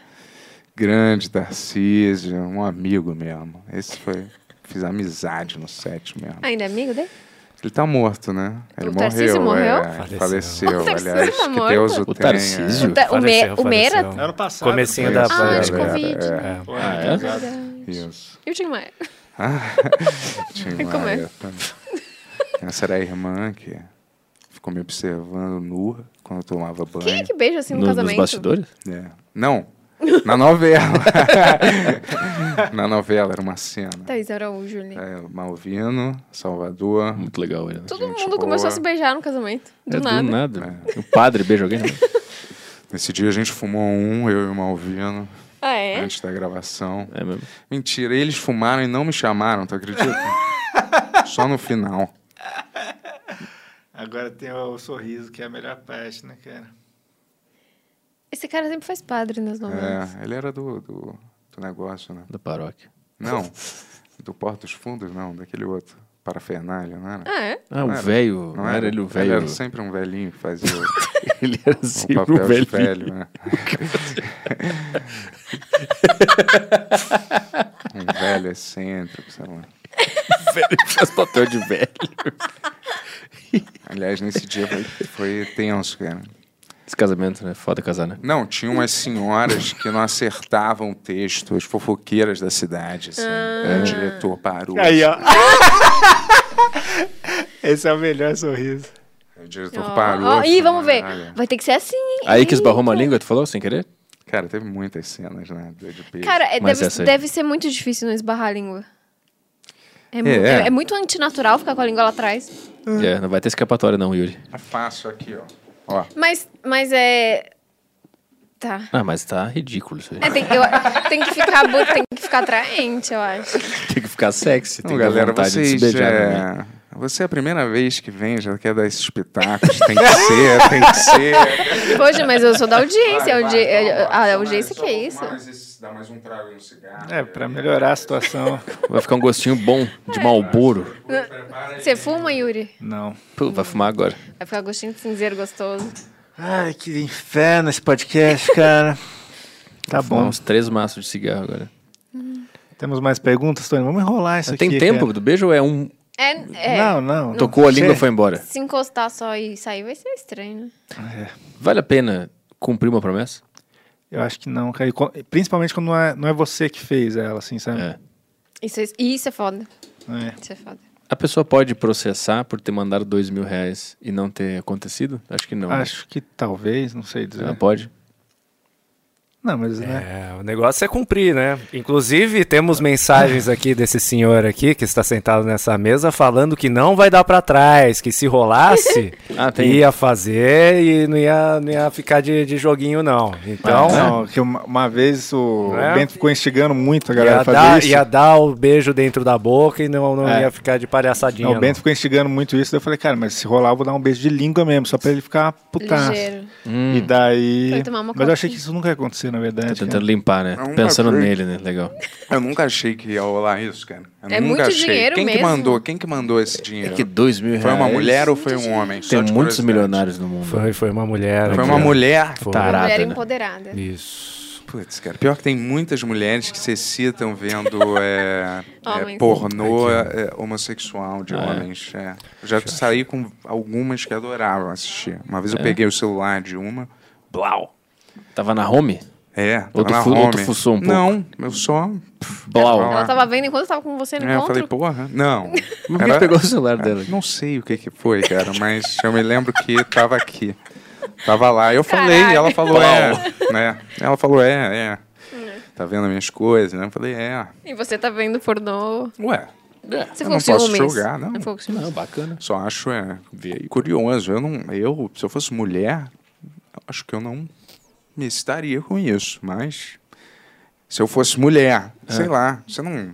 Speaker 8: Grande Tarcísio, um amigo mesmo. Esse foi. Fiz amizade no set mesmo.
Speaker 12: Ainda é amigo dele?
Speaker 8: Ele tá morto, né? Ele
Speaker 12: O Tarcísio
Speaker 8: é,
Speaker 12: morreu?
Speaker 8: ele
Speaker 12: Faleceu.
Speaker 8: faleceu.
Speaker 12: O Tarcísio
Speaker 8: aliás,
Speaker 12: tá
Speaker 8: que Deus o,
Speaker 9: morto? O
Speaker 8: tenha.
Speaker 9: Tarcísio? O Ta- o Me- Faleceu, o Meira? faleceu. Ano passado. Comecinho da
Speaker 8: Faleceu,
Speaker 9: Ah, de
Speaker 8: galera, é.
Speaker 9: Covid, né?
Speaker 8: É.
Speaker 9: Ah,
Speaker 12: é? Verdade.
Speaker 8: Isso.
Speaker 12: E o Tim Maia?
Speaker 8: Ah, Tim
Speaker 12: Como é?
Speaker 8: Maia também. Essa era a irmã que ficou me observando nua quando eu tomava banho.
Speaker 12: Quem é que beija assim no, casamento?
Speaker 8: É. Não, na novela. na novela era uma cena.
Speaker 12: Thaís Araújo ali.
Speaker 8: É, Malvino, Salvador. Muito legal ele.
Speaker 12: Todo mundo começou a se beijar no casamento.
Speaker 8: É
Speaker 12: Do nada.
Speaker 8: O padre beija alguém Nesse dia a gente fumou um, eu e o Malvino.
Speaker 12: Ah, é?
Speaker 8: Antes da gravação. É mesmo? Mentira, eles fumaram e não me chamaram, tu acredita? Só no final.
Speaker 7: Agora tem o sorriso, que é a melhor parte, né, cara?
Speaker 12: Esse cara sempre faz padre nas novelas.
Speaker 8: É, ele era do, do, do negócio, né?
Speaker 10: Da paróquia.
Speaker 8: Não, do Porto dos Fundos, não, daquele outro. Parafernália, não era?
Speaker 12: Ah, é?
Speaker 10: Ah, o
Speaker 8: Não era?
Speaker 10: velho,
Speaker 8: Não
Speaker 10: não era ele o velho.
Speaker 8: Ele era sempre um velhinho que fazia. o-
Speaker 10: Ele era
Speaker 8: o
Speaker 10: sempre um
Speaker 8: papel de
Speaker 10: velhinho.
Speaker 8: velho, né? um velho excêntrico, sei lá.
Speaker 10: Velho que faz papel de velho.
Speaker 8: Aliás, nesse dia foi, foi tenso, cara.
Speaker 10: Esse casamento, né? Foda casar, né?
Speaker 8: Não, tinha umas senhoras que não acertavam o texto, as fofoqueiras da cidade, assim.
Speaker 12: Ah.
Speaker 8: Aí O diretor parou.
Speaker 7: Aí, ó. Esse é o melhor sorriso.
Speaker 8: O É, diretor
Speaker 12: Ó,
Speaker 8: parou.
Speaker 12: ó, ih, vamos ver.
Speaker 8: caralho.
Speaker 12: Vai ter que ser assim, hein?
Speaker 10: Aí que esbarrou uma língua, tu falou sem querer?
Speaker 8: Cara, teve muitas cenas, né? De de beijo.
Speaker 12: Cara, é,
Speaker 10: Mas
Speaker 12: deve,
Speaker 10: essa aí-
Speaker 12: deve ser muito difícil não esbarrar a língua. É, mu-
Speaker 10: É.
Speaker 12: é- é muito antinatural ficar com a língua lá atrás.
Speaker 10: É, não vai
Speaker 8: Tá
Speaker 10: ter escapatória não, Yuri.
Speaker 8: É fácil aqui, ó. Ó.
Speaker 12: Mas, mas é. Tá.
Speaker 10: Ah, mas tá ridículo isso aí.
Speaker 12: É, tem, eu- tem que ficar bu- tem que ficar atraente, eu acho.
Speaker 10: Tem que ficar sexy, tem
Speaker 8: Não,
Speaker 10: que dar
Speaker 8: galera,
Speaker 10: vontade de
Speaker 8: vocês.
Speaker 10: se beijar.
Speaker 8: é,
Speaker 10: né?
Speaker 8: Você é a primeira vez que vem, já quer dar esses pitacos. tem que ser, tem que ser.
Speaker 12: Poxa, mas eu sou da audiência. audi- é, a audiência que é isso?
Speaker 8: Dá mais um trago no cigarro.
Speaker 7: É, pra melhorar a situação.
Speaker 10: Vai ficar um gostinho bom de malboro.
Speaker 12: Você fuma, Yuri?
Speaker 7: Não.
Speaker 10: Pô, vai fumar agora.
Speaker 12: Vai ficar um gostinho de cinzeiro gostoso.
Speaker 7: Ai, que inferno esse podcast, cara. Tá
Speaker 10: Fumar
Speaker 7: bom.
Speaker 10: uns três maços de cigarro agora.
Speaker 7: Temos mais perguntas, Tony? Vamos enrolar isso
Speaker 10: Tem
Speaker 7: aqui.
Speaker 10: tempo
Speaker 7: cara.
Speaker 10: do beijo ou é um...
Speaker 12: É, é,
Speaker 7: Não, não.
Speaker 10: Tocou a língua
Speaker 7: Chega.
Speaker 10: e foi embora?
Speaker 12: Se encostar só e sair vai ser estranho, né?
Speaker 10: Vale a pena cumprir uma promessa?
Speaker 7: Eu acho que não, cara. E co- Principalmente quando não é, não é você que fez ela, assim, sabe?
Speaker 10: É.
Speaker 12: Isso, é- isso é foda.
Speaker 7: É.
Speaker 12: Isso é foda.
Speaker 10: A pessoa pode processar por ter mandado dois mil reais e não ter acontecido? Acho que não. né?
Speaker 7: Acho que talvez, não sei dizer.
Speaker 10: Ela pode.
Speaker 7: Não, mas, né?
Speaker 9: É, o negócio é cumprir, né? Inclusive, temos mensagens aqui desse senhor aqui que está sentado nessa mesa falando que não vai dar pra trás, que se rolasse,
Speaker 10: Ah, tem.
Speaker 9: ia fazer e não ia, não ia ficar de, de joguinho, não. Então,
Speaker 7: não, que uma, uma vez o
Speaker 9: Né?
Speaker 7: Bento ficou instigando muito a galera
Speaker 9: ia,
Speaker 7: a fazer
Speaker 9: dar,
Speaker 7: isso.
Speaker 9: ia dar o beijo dentro da boca e não, não
Speaker 7: É.
Speaker 9: ia ficar de palhaçadinha.
Speaker 7: Não, o Bento ficou instigando muito isso, daí eu falei, cara, mas se rolar eu vou dar um beijo de língua mesmo, só pra ele ficar putaço.
Speaker 12: Ligeiro.
Speaker 7: Tá. E daí...
Speaker 12: Foi tomar uma
Speaker 7: Mas eu achei
Speaker 12: coquinha.
Speaker 7: que isso nunca ia acontecer, na verdade.
Speaker 10: Tá
Speaker 7: cara.
Speaker 10: Hum. tentando limpar, né?
Speaker 8: Não,
Speaker 10: Pensando
Speaker 8: tá
Speaker 10: nele, né? Legal.
Speaker 8: Eu nunca achei que ia rolar isso, cara. Eu
Speaker 12: É
Speaker 8: nunca
Speaker 12: muito
Speaker 8: achei.
Speaker 12: dinheiro
Speaker 8: Quem que
Speaker 12: mesmo.
Speaker 8: mandou? Quem que mandou esse dinheiro?
Speaker 10: É que dois mil
Speaker 8: Foi uma
Speaker 10: reais-
Speaker 8: mulher ou foi um homem? Só
Speaker 10: Tem
Speaker 8: de
Speaker 10: muitos
Speaker 8: curiosidade.
Speaker 10: milionários no mundo.
Speaker 9: Foi, foi uma mulher. né?
Speaker 8: Foi
Speaker 9: aqui.
Speaker 8: uma mulher
Speaker 9: Foi.
Speaker 8: tarada,
Speaker 12: Mulher
Speaker 8: né?
Speaker 12: empoderada.
Speaker 9: Isso.
Speaker 8: Putz, cara. Pior que tem muitas mulheres que se excitam vendo é, é,
Speaker 12: Homens.
Speaker 8: pornô é, homossexual de homens. é. Eu Já saí com algumas que adoravam assistir. Uma vez eu
Speaker 10: É?
Speaker 8: peguei o celular de uma, blau.
Speaker 10: Tava na home?
Speaker 8: É,
Speaker 10: Ou
Speaker 8: tava na
Speaker 10: tu, fu- ou tu
Speaker 8: home.
Speaker 10: fuçou um pouco?
Speaker 8: Não, eu só. pff,
Speaker 10: Blau.
Speaker 8: pra lá.
Speaker 12: Ela tava vendo enquanto eu tava com você no
Speaker 8: É, eu
Speaker 12: Um encontro.
Speaker 8: falei, porra, não. É,
Speaker 10: Mas por que que pegou o celular dela?
Speaker 8: Não sei o que, que foi, cara, mas eu me lembro que tava aqui. Tava lá, eu falei,
Speaker 12: Caralho.
Speaker 8: ela falou, é, né? Ela falou, é, é. Tá vendo as minhas coisas, né? Eu falei, é.
Speaker 12: E você tá vendo pornô.
Speaker 8: Ué.
Speaker 12: Você
Speaker 8: eu
Speaker 12: ficou com
Speaker 8: não posso
Speaker 12: ciúmes?
Speaker 8: julgar, não.
Speaker 12: Não ficou com ciúmes? Não,
Speaker 10: bacana.
Speaker 8: Só acho, é, curioso. Eu não, eu, se eu fosse mulher, acho que eu não me estaria com isso, mas se eu fosse mulher, sei lá, você não...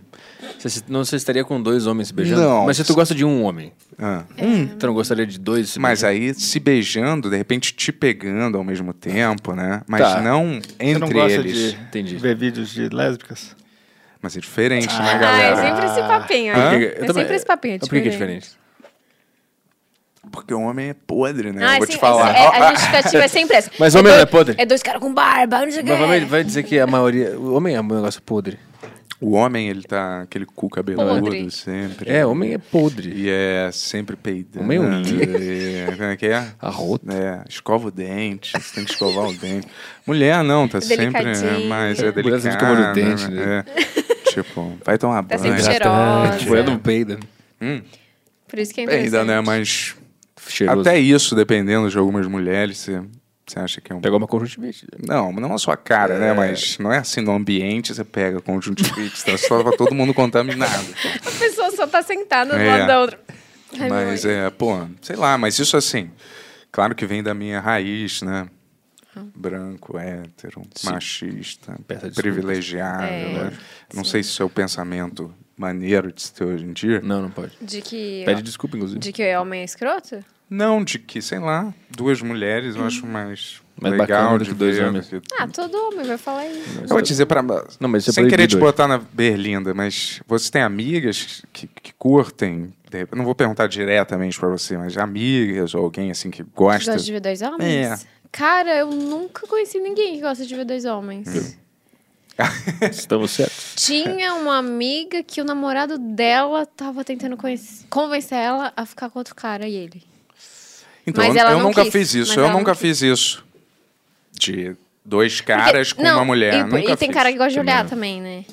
Speaker 10: Você se- não você estaria com dois homens se beijando?
Speaker 8: Não.
Speaker 10: Mas se tu gosta de um homem, um,
Speaker 8: Ah.
Speaker 10: tu não gostaria de dois se
Speaker 8: Mas aí se beijando, de repente te pegando ao mesmo tempo, né? Mas
Speaker 10: Tá.
Speaker 8: não
Speaker 7: Você não
Speaker 8: entre
Speaker 7: gosta
Speaker 8: eles.
Speaker 7: de ver vídeos de lésbicas?
Speaker 8: Mas é diferente,
Speaker 12: Ah,
Speaker 8: né,
Speaker 12: é
Speaker 8: galera?
Speaker 12: sempre esse papinho
Speaker 8: Hã?
Speaker 12: aí.
Speaker 8: Eu
Speaker 12: É
Speaker 8: também-
Speaker 12: sempre esse papinho.
Speaker 8: Mas por que que é diferente? Porque o homem é podre, né?
Speaker 12: Ah,
Speaker 8: Eu vou
Speaker 12: sim,
Speaker 8: te falar.
Speaker 12: sim, é- a justificativa é sempre essa.
Speaker 10: Mas
Speaker 12: é
Speaker 10: homem
Speaker 12: dois-
Speaker 10: não é podre?
Speaker 12: É dois caras com barba, não sei o
Speaker 10: Mas vai,
Speaker 12: que.
Speaker 10: vai dizer que a maioria. O homem é um negócio podre.
Speaker 8: O homem, ele tá aquele cu cabeludo
Speaker 10: Podre.
Speaker 8: sempre.
Speaker 10: É, homem é podre.
Speaker 8: E é sempre peidando.
Speaker 10: Homem é um lixo.
Speaker 8: e- Como é que é? Arroto. É, escova o dente, você tem que escovar o dente. Mulher não, tá sempre
Speaker 10: Delicadinho.
Speaker 8: mais é
Speaker 10: Mulher
Speaker 8: delicada.
Speaker 10: sempre escova o dente, né?
Speaker 8: é. Tipo, vai tomar
Speaker 12: Tá
Speaker 8: banho.
Speaker 12: sempre
Speaker 8: Ah, é.
Speaker 12: cheirosa.
Speaker 10: Mulher não peida.
Speaker 8: Hum.
Speaker 12: Por isso que é
Speaker 8: Ainda,
Speaker 12: interessante.
Speaker 8: né? Mas.
Speaker 10: Cheiroso.
Speaker 8: Até isso, dependendo de algumas mulheres, você, você acha que é um.
Speaker 10: Pegou uma conjuntivite.
Speaker 8: Não, não a sua cara, né? Mas não é assim no ambiente você pega conjuntivite, tá? Só tava todo mundo contaminado.
Speaker 12: A pessoa só tá sentada do
Speaker 8: É.
Speaker 12: lado da outra. Ai,
Speaker 8: mas é, pô, sei lá, mas isso assim. Claro que vem da minha raiz, né? Branco, hétero, machista, privilegiado.
Speaker 12: É,
Speaker 8: né? Não sei se isso é o pensamento maneiro de se ter hoje em dia.
Speaker 10: Não, não pode.
Speaker 12: De que.
Speaker 8: Pede desculpa, inclusive.
Speaker 12: De que homem é escroto?
Speaker 8: Não, de que, sei lá, duas mulheres eu acho mais,
Speaker 10: Mais
Speaker 8: legal
Speaker 10: bacana do
Speaker 8: de
Speaker 10: que dois
Speaker 8: ver,
Speaker 10: homens.
Speaker 8: do que-
Speaker 12: Ah, todo homem vai falar isso.
Speaker 8: Eu vou te dizer pra.
Speaker 10: Não, mas isso é
Speaker 8: sem querer te
Speaker 10: proibido hoje.
Speaker 8: botar na berlinda, mas você tem amigas que, que curtem. de repente- Não vou perguntar diretamente pra você, mas amigas ou alguém assim que
Speaker 12: Você
Speaker 8: gosta.
Speaker 12: gosta de ver dois homens?
Speaker 8: É.
Speaker 12: Cara, eu nunca conheci ninguém que gosta de ver dois homens.
Speaker 8: Hum. Então,
Speaker 10: Estamos certos.
Speaker 12: Tinha uma amiga que o namorado dela tava tentando conhec- convencer ela a ficar com outro cara e ele.
Speaker 8: Então,
Speaker 12: Mas
Speaker 8: eu,
Speaker 12: ela
Speaker 8: eu
Speaker 12: não
Speaker 8: nunca
Speaker 12: quis,
Speaker 8: fiz
Speaker 12: mas
Speaker 8: isso. Eu
Speaker 12: ela não
Speaker 8: nunca fiz isso. De dois caras com
Speaker 12: Não,
Speaker 8: uma mulher.
Speaker 12: E,
Speaker 8: nunca
Speaker 12: e tem
Speaker 8: fiz.
Speaker 12: cara que gosta de olhar também, né?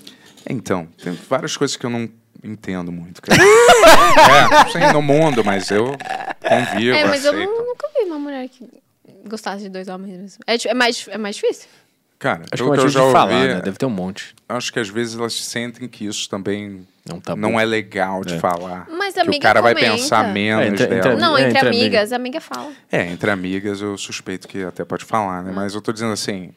Speaker 8: Então, tem várias coisas que eu não entendo muito, cara. é, sei no mundo, mas eu convivo,
Speaker 12: é, mas eu
Speaker 8: aceito.
Speaker 12: nu- nunca vi uma mulher que gostasse de dois homens mesmo. É, ti- é mais, é mais difícil?
Speaker 8: Cara,
Speaker 10: Acho
Speaker 8: pelo
Speaker 10: que é
Speaker 8: que eu já
Speaker 10: uma já de
Speaker 8: ouvi,
Speaker 10: falar, né? Deve ter um monte.
Speaker 8: acho que às vezes elas sentem que isso também
Speaker 10: não, tabu.
Speaker 8: é legal de falar.
Speaker 12: Mas
Speaker 8: que o
Speaker 12: amiga
Speaker 8: cara vai
Speaker 12: comenta.
Speaker 8: pensar menos
Speaker 10: É, entre- entre
Speaker 8: dela.
Speaker 10: ami-
Speaker 12: Não,
Speaker 10: É,
Speaker 12: entre,
Speaker 10: entre
Speaker 12: amigas, a amiga fala. Hum.
Speaker 8: É, entre amigas eu suspeito que até pode falar, né? Mas eu tô dizendo assim,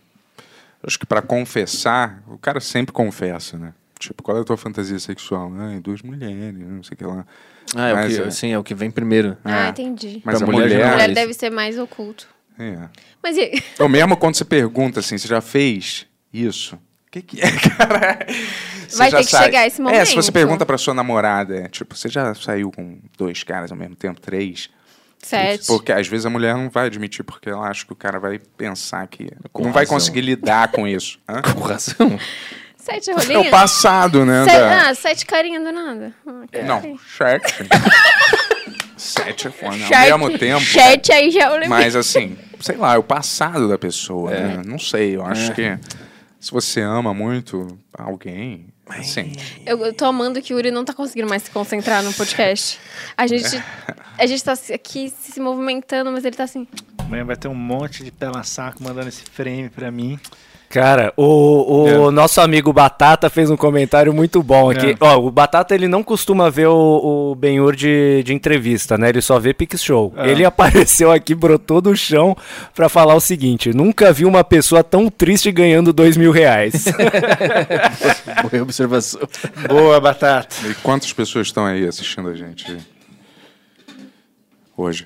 Speaker 8: Acho que para confessar, o cara sempre confessa, né? Tipo, qual é a tua fantasia sexual? Ai, duas mulheres, não sei o que lá.
Speaker 10: Ah, é o
Speaker 8: Mas
Speaker 10: que, sim, é o que vem primeiro.
Speaker 12: Ah, entendi.
Speaker 8: Mas
Speaker 10: Pra
Speaker 8: a
Speaker 10: mulher
Speaker 8: mulher...
Speaker 10: já é
Speaker 12: A
Speaker 10: não
Speaker 12: mulher deve ser mais oculto.
Speaker 8: É.
Speaker 12: Mas e...
Speaker 8: Então, mesmo quando você pergunta assim, você já fez isso? O que, que é, cara? Você
Speaker 12: Vai
Speaker 8: já
Speaker 12: ter que
Speaker 8: sai-
Speaker 12: chegar esse
Speaker 8: É, se você
Speaker 12: momento.
Speaker 8: pergunta pra sua namorada, é, tipo, você já saiu com dois caras ao mesmo tempo, três?
Speaker 12: Sete.
Speaker 8: Porque às vezes a mulher não vai admitir, porque ela acha que o cara vai pensar que.
Speaker 10: Com
Speaker 8: não vai
Speaker 10: razão.
Speaker 8: conseguir lidar com isso. Com razão.
Speaker 12: Sete
Speaker 8: É
Speaker 12: rolinhas?
Speaker 8: o passado, né?
Speaker 12: Sete,
Speaker 8: da-
Speaker 12: ah, sete carinhas do nada. Ah, que
Speaker 8: Não,
Speaker 12: assim.
Speaker 8: sete. sete é foda. né?
Speaker 12: Sete-
Speaker 8: Ao mesmo tempo.
Speaker 12: Sete aí já é eu lembrei.
Speaker 8: Mas assim, sei lá, é o passado da pessoa. né? Não sei, eu acho
Speaker 10: É.
Speaker 8: que se você ama muito alguém,
Speaker 10: É.
Speaker 8: assim.
Speaker 12: Eu, eu tô amando que o Yuri não tá conseguindo mais se concentrar no podcast. A gente, a gente tá se- aqui se movimentando, mas ele tá assim.
Speaker 7: Amanhã vai ter um monte de pela saco mandando esse frame pra mim.
Speaker 9: Cara,
Speaker 8: É.
Speaker 9: o, o nosso amigo Batata fez um comentário muito bom aqui.
Speaker 7: É.
Speaker 9: Ó, o Batata ele não costuma ver o, o Benhur de, de entrevista, né? Ele só vê Pix Show.
Speaker 7: É.
Speaker 9: Ele apareceu aqui, brotou do chão pra falar o seguinte: nunca vi uma pessoa tão triste ganhando dois mil reais.
Speaker 8: Boa observação. Boa, Batata. E quantas pessoas estão aí assistindo a gente hoje?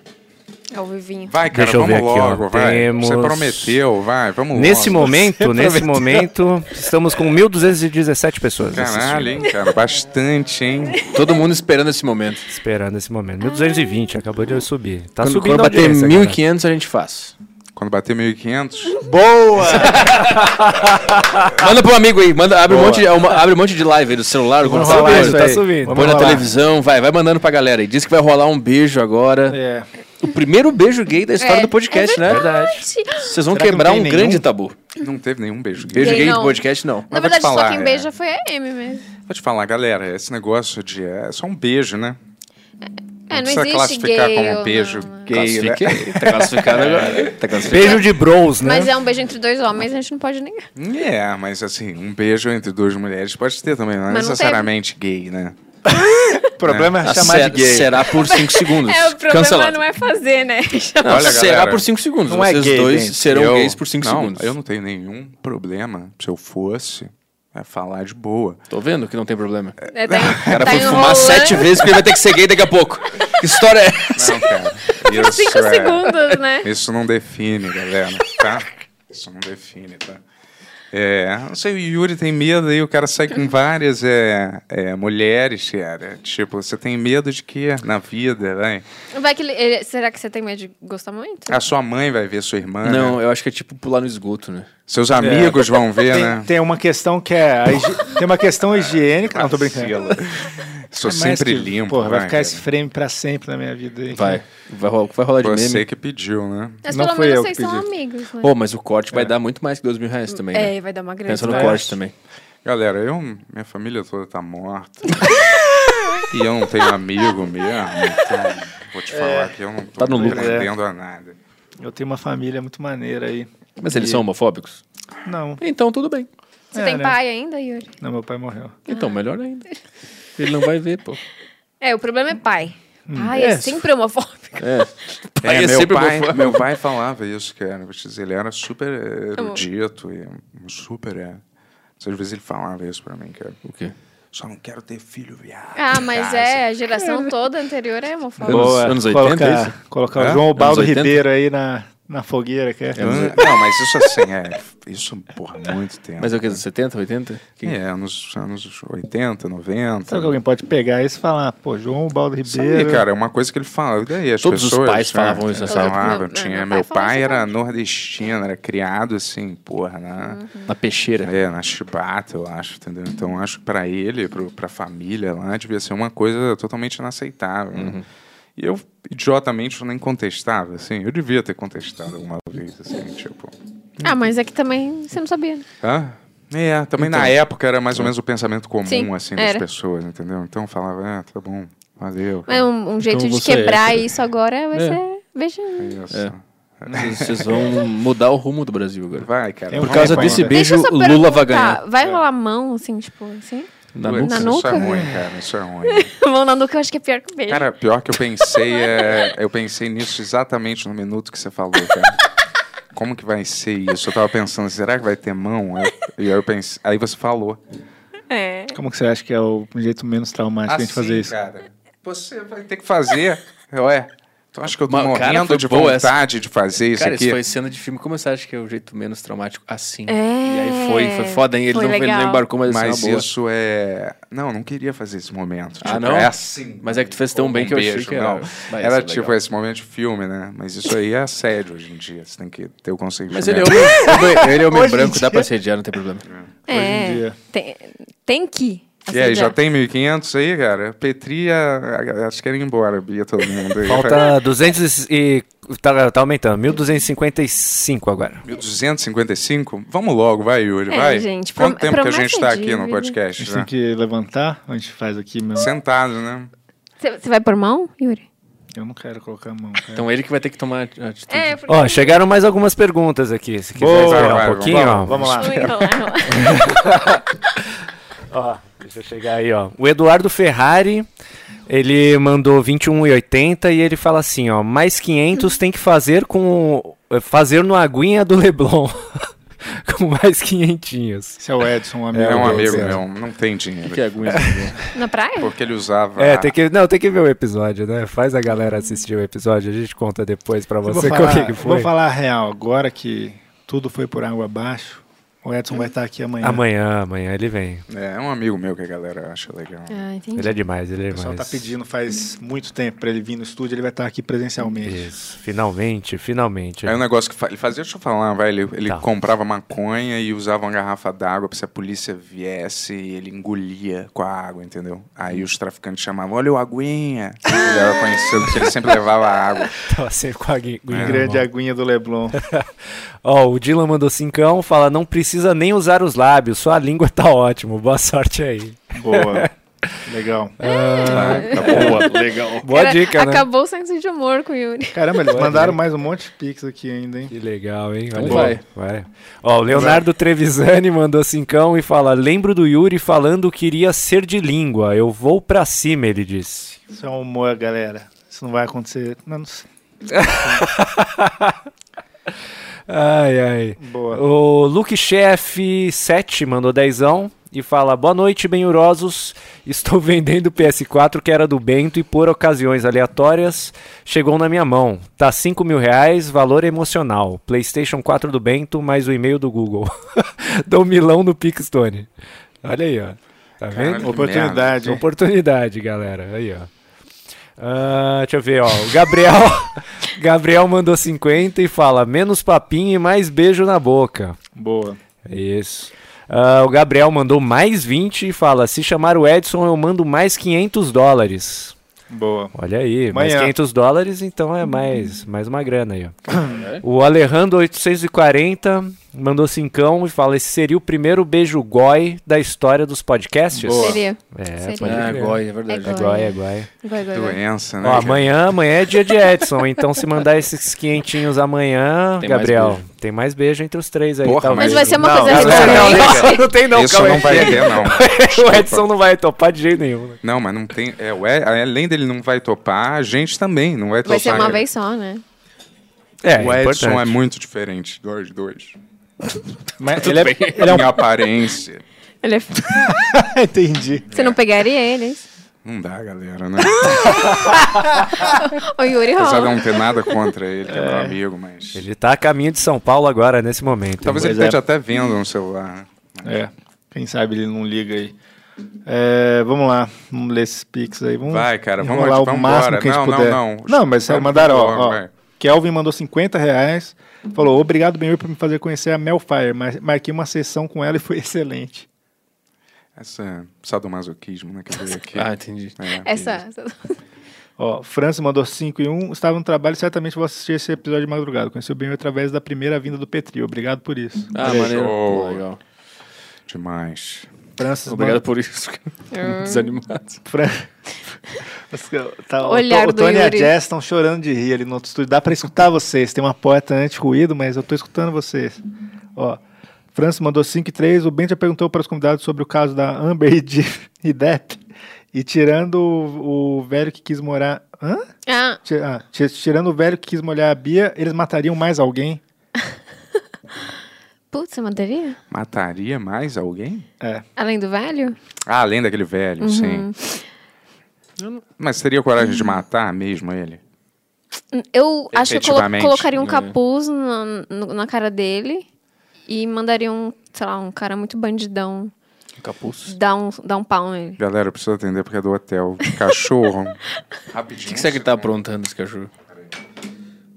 Speaker 12: É o Vivinho.
Speaker 8: Vai, cara,
Speaker 9: Deixa eu
Speaker 8: vamos
Speaker 9: ver aqui, ó.
Speaker 8: logo, vai. Você
Speaker 9: Temos-
Speaker 8: prometeu, vai, vamos
Speaker 9: nesse
Speaker 8: logo. Você
Speaker 9: momento, nesse
Speaker 8: prometeu.
Speaker 9: momento, estamos com 1.217 pessoas.
Speaker 8: Caralho, hein,
Speaker 9: assistindo.
Speaker 8: cara, bastante, hein?
Speaker 9: Todo mundo esperando esse momento. Esperando esse momento.
Speaker 12: Ah.
Speaker 9: 1220, acabou de subir. Tá
Speaker 8: Quando-
Speaker 9: subindo
Speaker 8: quando bater
Speaker 9: a audiência,
Speaker 8: 1.500,
Speaker 9: a gente faz.
Speaker 8: Quando bater 1.500.
Speaker 9: Boa!
Speaker 10: Manda pro amigo aí, manda, abre, um
Speaker 8: Boa.
Speaker 10: monte de, uma- abre um monte de live aí do celular, do
Speaker 7: Vamos
Speaker 10: computador.
Speaker 7: rolar isso aí.
Speaker 10: Põe
Speaker 7: Vamos
Speaker 10: na
Speaker 7: rolar.
Speaker 10: televisão, vai, vai mandando pra galera aí. Diz que vai rolar um beijo agora.
Speaker 7: É.
Speaker 10: O primeiro beijo gay da história
Speaker 12: É,
Speaker 10: do podcast,
Speaker 12: é
Speaker 10: né?
Speaker 12: verdade.
Speaker 10: Vocês vão
Speaker 8: Será que
Speaker 10: quebrar
Speaker 8: não
Speaker 10: um
Speaker 8: tem
Speaker 10: grande
Speaker 8: nenhum?
Speaker 10: tabu.
Speaker 8: Não teve nenhum beijo gay.
Speaker 10: Beijo
Speaker 12: Gay
Speaker 10: gay
Speaker 12: não.
Speaker 10: do podcast, não.
Speaker 12: Na
Speaker 8: vou te
Speaker 12: verdade,
Speaker 8: falar,
Speaker 12: só quem
Speaker 8: é.
Speaker 12: beija foi a M mesmo.
Speaker 8: Vou te falar, galera, esse negócio de. É só um beijo, né?
Speaker 12: É, não
Speaker 8: precisa
Speaker 12: existe
Speaker 8: classificar
Speaker 12: gay.
Speaker 8: como
Speaker 12: ou-
Speaker 8: um beijo gay, né?
Speaker 10: Classifiquei, tá classificado agora. Tá classificado.
Speaker 9: Beijo de bros, né?
Speaker 12: Mas é um beijo entre dois homens, a gente não pode negar.
Speaker 8: É, mas assim, um beijo entre duas mulheres pode ter também, não
Speaker 12: Mas
Speaker 8: é
Speaker 12: não teve.
Speaker 8: necessariamente gay, né?
Speaker 7: O problema é chamar de gay.
Speaker 10: Será por 5 segundos.
Speaker 12: É, o problema
Speaker 10: Cancelado.
Speaker 12: não é fazer, né?
Speaker 10: Olha, será por cinco segundos.
Speaker 8: Não
Speaker 10: Vocês
Speaker 8: é gay,
Speaker 10: dois
Speaker 8: gente.
Speaker 10: serão
Speaker 8: Eu-
Speaker 10: gays por cinco
Speaker 8: não,
Speaker 10: segundos.
Speaker 8: Eu não tenho nenhum problema. Se eu fosse, é falar de boa.
Speaker 10: Tô vendo que não tem problema.
Speaker 12: É, tá,
Speaker 10: O cara
Speaker 12: tá
Speaker 10: foi
Speaker 12: enrolando.
Speaker 10: fumar sete vezes porque ele vai ter que ser gay daqui a pouco. Que história é essa?
Speaker 8: Não, cara. é
Speaker 12: Por cinco segundos, né?
Speaker 8: Isso não define, galera, tá? Isso não define, tá? É, não sei, o Yuri tem medo aí, o cara sai com várias é, é, mulheres, cara. Tipo, você tem medo de quê na vida, velho?
Speaker 12: Vai que ele- ele- será que você tem medo de gostar muito?
Speaker 8: A sua mãe vai ver sua irmã,
Speaker 10: Não,
Speaker 8: né?
Speaker 10: eu acho que é tipo pular no esgoto, né?
Speaker 8: Seus
Speaker 12: É.
Speaker 8: amigos vão ver,
Speaker 7: tem,
Speaker 8: né?
Speaker 7: Tem uma questão que é. a higi- tem uma questão higiênica. Não, tô brincando.
Speaker 8: Sou
Speaker 7: É mais
Speaker 8: sempre
Speaker 7: que,
Speaker 8: limpo,
Speaker 7: Porra, vai
Speaker 8: vai,
Speaker 7: ficar
Speaker 8: cara.
Speaker 7: esse frame pra sempre na minha vida. aí.
Speaker 10: Vai. Vai rolar, vai rolar de
Speaker 8: Você
Speaker 10: meme.
Speaker 8: que pediu, né?
Speaker 12: Mas
Speaker 10: Não
Speaker 12: pelo
Speaker 10: fui
Speaker 12: menos
Speaker 10: eu
Speaker 12: vocês
Speaker 10: que
Speaker 12: são
Speaker 10: pedi.
Speaker 12: amigos, né?
Speaker 10: Pô, mas o corte
Speaker 7: É.
Speaker 10: vai dar muito mais que dois mil reais também, né?
Speaker 12: É, vai dar uma grande
Speaker 10: Pensa no
Speaker 12: parte.
Speaker 10: corte também.
Speaker 8: Galera, eu, minha família toda tá morta. e eu não tenho amigo mesmo. Então, vou te falar
Speaker 7: É.
Speaker 8: que eu não tô
Speaker 7: Tá no lucro.
Speaker 8: pretendendo a nada.
Speaker 7: Eu tenho uma família muito maneira aí.
Speaker 10: Mas eles
Speaker 7: E-
Speaker 10: são homofóbicos?
Speaker 7: Não.
Speaker 10: Então tudo bem.
Speaker 12: Você
Speaker 7: É,
Speaker 12: tem
Speaker 7: né?
Speaker 12: pai ainda, Yuri?
Speaker 7: Não, meu pai morreu.
Speaker 10: Então, melhor ainda. Ele não vai ver, pô.
Speaker 12: É, o problema é pai. Pai é,
Speaker 8: É.
Speaker 12: sempre homofóbico.
Speaker 8: É,
Speaker 10: Pai é
Speaker 8: meu,
Speaker 10: sempre
Speaker 8: pai,
Speaker 10: homofóbico.
Speaker 8: meu pai falava isso, cara. Vou te dizer, ele era super
Speaker 12: Tá
Speaker 8: erudito e um super. É. Às vezes ele falava isso pra mim, cara.
Speaker 10: O quê?
Speaker 8: Só não quero ter filho, viado.
Speaker 12: Ah, mas
Speaker 8: Casa.
Speaker 12: é, a geração toda anterior é homofóbica.
Speaker 7: colocar, Colocar o João Baldo
Speaker 8: Anos né? 80?
Speaker 7: Ribeiro aí na, na fogueira, que é.
Speaker 8: Não, mas isso assim, é. Isso, porra, muito tempo. né?
Speaker 10: Mas é o que? 70, 80? Que-
Speaker 8: É, anos, anos 80, 90.
Speaker 7: Será que alguém pode pegar isso e falar, pô, João Baldo
Speaker 8: Isso aí,
Speaker 7: Ribeiro.
Speaker 8: cara, é uma coisa que ele fala. E daí, as
Speaker 7: Todos os
Speaker 8: pessoas,
Speaker 7: pais
Speaker 8: né,
Speaker 7: falavam isso, né?
Speaker 8: Falavam,
Speaker 7: Meu-
Speaker 8: tinha.
Speaker 7: meu
Speaker 8: Meu,
Speaker 7: pai falava
Speaker 8: pai era nordestino, era criado assim, porra, na...
Speaker 10: Uhum. Na peixeira.
Speaker 8: É, na chibata, eu acho, entendeu? Então, acho que pra ele, pro, pra família lá, devia ser uma coisa totalmente inaceitável. né?
Speaker 10: Uhum.
Speaker 8: E eu, idiotamente, eu nem contestava, assim. Eu devia ter contestado alguma vez, assim, tipo...
Speaker 12: Ah, mas é que também você não sabia. né?
Speaker 8: Hã? É, também na
Speaker 10: Então.
Speaker 8: época era mais ou menos o pensamento comum,
Speaker 12: Sim,
Speaker 8: assim,
Speaker 12: era.
Speaker 8: das pessoas, entendeu? Então, eu falava, ah, tá bom, valeu.
Speaker 12: Mas um,
Speaker 8: Então
Speaker 12: um jeito de quebrar
Speaker 8: é,
Speaker 12: isso agora vai ser beijando.
Speaker 8: Isso.
Speaker 10: Mas Vocês vão mudar o rumo do Brasil agora.
Speaker 8: Vai, cara.
Speaker 7: um
Speaker 10: Por causa desse
Speaker 12: Deixa
Speaker 10: beijo,
Speaker 12: eu só
Speaker 10: Lula
Speaker 12: perguntar,
Speaker 10: vai ganhar. É.
Speaker 12: Vai rolar mão, assim, tipo, assim?
Speaker 8: Na
Speaker 12: Na
Speaker 8: nuca? Isso
Speaker 12: nuca?
Speaker 8: é ruim, cara. Isso é ruim.
Speaker 12: mão na nuca eu acho que é pior que o beijo.
Speaker 8: Cara, pior que eu pensei é. Eu pensei nisso exatamente no minuto que você falou, cara. como que vai ser isso? Eu tava pensando, será que vai ter mão? Aí- E aí, eu pense, aí você falou.
Speaker 12: É.
Speaker 7: Como que você acha que é o jeito menos traumático de a gente
Speaker 8: Assim,
Speaker 7: fazer isso?
Speaker 8: cara. Você vai ter que fazer. Ué, tu acha que eu tô
Speaker 10: Mano, cara,
Speaker 8: morrendo
Speaker 10: foi
Speaker 8: de
Speaker 7: é
Speaker 10: boa essa.
Speaker 8: vontade de fazer isso
Speaker 10: Cara,
Speaker 8: aqui?
Speaker 10: isso foi
Speaker 7: assim.
Speaker 10: cena de filme. Como você acha que é o jeito menos traumático assim?
Speaker 8: É,
Speaker 10: e aí foi,
Speaker 12: É,
Speaker 10: foi foda, hein? Ele, não, ele não embarcou, mas,
Speaker 8: Mas
Speaker 10: isso é uma boa.
Speaker 8: isso é. Não, eu não queria fazer esse momento.
Speaker 10: Ah,
Speaker 8: Tipo,
Speaker 10: não?
Speaker 8: É assim.
Speaker 10: Mas é que tu fez tão
Speaker 8: Um
Speaker 10: bem que eu achei
Speaker 8: beijo,
Speaker 10: que era-
Speaker 8: não.
Speaker 10: Vai,
Speaker 8: Era
Speaker 10: isso é
Speaker 8: tipo
Speaker 10: legal.
Speaker 8: esse momento de filme, né? Mas isso aí é assédio hoje em dia. Você né? tem que ter o consentimento.
Speaker 10: Mas ele é homem, ele é homem branco, dá pra sediar, não tem problema.
Speaker 12: É,
Speaker 8: dia.
Speaker 12: Tem, tem que. assim,
Speaker 8: E aí, já
Speaker 12: assediar.
Speaker 8: tem 1.500 aí, cara? Petri, a- a- acho que era ir embora, Bia, todo mundo. aí.
Speaker 9: Falta 200 e... e- Tá, tá aumentando, 1.255 agora.
Speaker 8: 1.255? Vamos logo, vai, Yuri,
Speaker 12: É,
Speaker 8: vai.
Speaker 12: gente,
Speaker 8: Quanto
Speaker 12: prom-
Speaker 8: tempo que a
Speaker 12: promessa
Speaker 8: gente
Speaker 12: é
Speaker 8: tá aqui no
Speaker 12: dívida.
Speaker 7: A gente
Speaker 8: podcast,
Speaker 7: tem
Speaker 8: né?
Speaker 7: que levantar? Ou a gente faz aqui mesmo?
Speaker 8: Sentado, né?
Speaker 12: Você você vai por mão, Yuri?
Speaker 7: Eu não quero colocar a mão.
Speaker 10: Então ele que vai ter que tomar a atitude.
Speaker 12: É,
Speaker 9: Ó, chegaram mais algumas perguntas aqui. Se quiser
Speaker 10: Boa,
Speaker 9: esperar
Speaker 10: vai,
Speaker 9: um
Speaker 10: vai,
Speaker 9: pouquinho,
Speaker 10: vamos,
Speaker 9: ó.
Speaker 10: vamos lá. Ui,
Speaker 12: vamos lá,
Speaker 9: ó, deixa eu chegar aí, ó. O Eduardo Ferrari, ele mandou 21,80 e ele fala assim, ó, mais 500 tem que fazer com fazer no aguinha do Leblon. com mais quinhentinhos.
Speaker 7: Esse é o Edson, um
Speaker 8: É um amigo
Speaker 9: dele.
Speaker 8: meu, não tem dinheiro.
Speaker 9: Que que é aguinha do
Speaker 12: Na praia?
Speaker 8: Porque ele usava...
Speaker 9: É, tem que, não, tem que ver o episódio, né? Faz a galera assistir o episódio, a gente conta depois pra
Speaker 7: Eu
Speaker 9: você
Speaker 7: vou
Speaker 9: como
Speaker 7: falar,
Speaker 9: é que
Speaker 7: eu
Speaker 9: foi.
Speaker 7: Vou falar a real, agora que tudo foi por água abaixo, o Edson vai estar aqui amanhã.
Speaker 9: Amanhã, amanhã ele vem.
Speaker 8: É, é um amigo meu que a galera acha legal.
Speaker 12: Ah, entendi.
Speaker 9: Ele é demais, ele é
Speaker 7: O pessoal
Speaker 9: demais.
Speaker 7: tá pedindo faz muito tempo pra ele vir no estúdio, ele vai estar aqui presencialmente.
Speaker 9: Isso, finalmente, finalmente.
Speaker 8: Aí o um negócio que fa- ele fazia, deixa eu falar, vai, ele, ele
Speaker 9: Tá.
Speaker 8: comprava maconha e usava uma garrafa d'água pra se a polícia viesse ele engolia com a água, entendeu? Aí os traficantes chamavam, olha o aguinha. Ele era conhecido porque ele sempre levava água.
Speaker 9: Tava sempre com a aguinha.
Speaker 8: é
Speaker 9: na
Speaker 7: grande
Speaker 9: mão.
Speaker 7: aguinha do Leblon.
Speaker 9: Ó, o Dylan mandou cincão, fala, não precisa nem usar os lábios, só a língua tá ótimo, boa sorte aí.
Speaker 7: Boa. Legal.
Speaker 9: Ah,
Speaker 7: Tá, tá boa, legal.
Speaker 9: Boa
Speaker 12: Cara,
Speaker 9: dica, né?
Speaker 12: Acabou o senso de humor com o Yuri.
Speaker 7: Caramba, eles mandaram mais um monte de pix aqui ainda, hein? Que
Speaker 9: legal, hein?
Speaker 7: Então
Speaker 9: Olha
Speaker 7: vai.
Speaker 9: aí, vai. Ó, o Leonardo Trevisani mandou cincão e fala, lembro do Yuri falando que iria ser de língua, eu vou pra cima, ele disse.
Speaker 7: Isso é um humor, galera. Isso não vai acontecer. Não, não sei.
Speaker 9: Ai, ai.
Speaker 7: Boa.
Speaker 9: O Luke Chef 7 mandou dezão e fala: Boa noite, benhurosos. Estou vendendo o PS4 que era do Bento e por ocasiões aleatórias chegou na minha mão. Tá 5 mil reais, valor emocional. PlayStation 4 do Bento mais o e-mail do Google. Dou milão no Pixstone. Olha aí, ó. Tá
Speaker 7: Caralho,
Speaker 9: vendo?
Speaker 7: que Oportunidade, merda. hein?
Speaker 9: Oportunidade, galera. Aí, ó. Ah, deixa eu ver, ó. O Gabriel, Gabriel mandou 50 e fala: menos papinho e mais beijo na boca.
Speaker 7: Boa.
Speaker 9: É Isso. Ah, o Gabriel mandou mais 20 e fala: se chamar o Edson, eu mando mais 500 dólares.
Speaker 7: Boa.
Speaker 9: Olha aí, mais
Speaker 7: Amanhã.
Speaker 9: 500 dólares, então é mais, mais uma grana aí, ó.
Speaker 8: É.
Speaker 9: O Alejandro 840 mandou cincão e fala: esse seria o primeiro beijo goi da história dos podcasts?
Speaker 10: Boa. Seria.
Speaker 9: É,
Speaker 10: Seria.
Speaker 9: pode
Speaker 10: Ah,
Speaker 9: crer.
Speaker 10: goi, é verdade.
Speaker 9: É
Speaker 10: É
Speaker 9: goi,
Speaker 10: goi.
Speaker 9: é goi.
Speaker 10: Goi, goi, goi. Doença, né,
Speaker 9: Ó,
Speaker 10: cara?
Speaker 9: amanhã, amanhã é dia de Edson, então se mandar esses quinhentinhos amanhã,
Speaker 10: Tem mais
Speaker 9: Gabriel,
Speaker 10: beijo.
Speaker 9: tem mais beijo entre os três aí,
Speaker 8: Porra,
Speaker 9: talvez.
Speaker 12: mas vai ser uma
Speaker 9: Não,
Speaker 12: coisa
Speaker 9: galera, não,
Speaker 12: recorrente.
Speaker 9: não, não tem não,
Speaker 8: Isso
Speaker 9: calma aí.
Speaker 8: não vai ter, não.
Speaker 9: o Edson não vai topar de jeito nenhum. né?
Speaker 8: Não, mas não tem. É, o Ed- além dele não vai topar, a gente também não vai topar.
Speaker 12: Vai ser uma
Speaker 8: cara.
Speaker 12: vez só, né?
Speaker 9: É,
Speaker 8: o Edson
Speaker 9: importante.
Speaker 8: é muito diferente dos dois.
Speaker 7: Mas
Speaker 8: ele, é, ele
Speaker 9: um
Speaker 8: é aparência.
Speaker 12: Ele é-
Speaker 7: Entendi.
Speaker 12: Você não pegaria eles?
Speaker 8: Não dá, galera, né?
Speaker 12: o Yuri
Speaker 8: Apesar de
Speaker 12: rola.
Speaker 8: não ter nada contra ele, que é, meu amigo, mas.
Speaker 9: Ele tá a caminho de São Paulo agora, nesse momento.
Speaker 8: Talvez ele esteja até vendo no celular.
Speaker 7: É. Quem sabe ele não liga aí. É, vamos lá, vamos ler esses pics aí. Vamos
Speaker 8: Vai, cara, vamos-
Speaker 7: enrolar o
Speaker 8: vambora.
Speaker 7: máximo que a gente
Speaker 8: Não, não,
Speaker 7: puder.
Speaker 8: não.
Speaker 7: mas sério,
Speaker 8: Vamos
Speaker 7: mandaram, ó,
Speaker 8: embora,
Speaker 7: ó.
Speaker 8: vai.
Speaker 7: Kelvin mandou 50 reais. Falou, obrigado, Benhur, por me fazer conhecer a Melfire. Mas marquei uma sessão com ela e foi excelente.
Speaker 8: Essa sadomasoquismo, né? Que veio aqui.
Speaker 10: Ah, entendi.
Speaker 8: É,
Speaker 12: Essa. essa-
Speaker 7: Ó, Francis mandou 5 e 1. Estava no trabalho e certamente vou assistir esse episódio de madrugada. Conheci o Benhur através da primeira vinda do Petri. Obrigado por isso.
Speaker 10: Ah,
Speaker 7: Olha aí.
Speaker 10: maneiro.
Speaker 8: Show.
Speaker 10: Pô, legal.
Speaker 8: Demais.
Speaker 7: Francis
Speaker 10: Obrigado
Speaker 7: Ban-
Speaker 10: por isso.
Speaker 12: Hum.
Speaker 10: Desanimado.
Speaker 7: Fran- Os ca- tá- o
Speaker 12: Olhar
Speaker 7: To- o
Speaker 12: do
Speaker 7: Tony e a
Speaker 12: Yuri.
Speaker 7: Jess estão chorando de rir ali no outro estúdio. Dá pra escutar vocês. Tem uma porta anti-ruído, mas eu tô escutando vocês. Ó, Francis mandou 5 e 3. O Ben já perguntou para os convidados sobre o caso da Amber e, de, e Depp. E tirando o, o velho que quis morar. Hã?
Speaker 12: Ah,
Speaker 7: Ti- ah, ti- tirando o velho que quis molhar a Bia, eles matariam mais alguém.
Speaker 12: Putz, você manteria?
Speaker 8: Mataria mais alguém?
Speaker 7: É.
Speaker 12: Além do velho?
Speaker 8: Ah, além daquele velho, sim.
Speaker 12: Uhum.
Speaker 8: Mas teria coragem de matar mesmo ele?
Speaker 12: Eu acho que eu colo-
Speaker 8: Efetivamente,
Speaker 12: colocaria um
Speaker 8: né?
Speaker 12: capuz na, no- na cara dele e mandaria um, sei lá, um cara muito bandidão
Speaker 8: Capuz.
Speaker 12: dar um, dar um pau nele.
Speaker 8: Galera, eu preciso atender porque é do hotel. Cachorro. Rapidinho. O que, que você tá aprontando esse cachorro?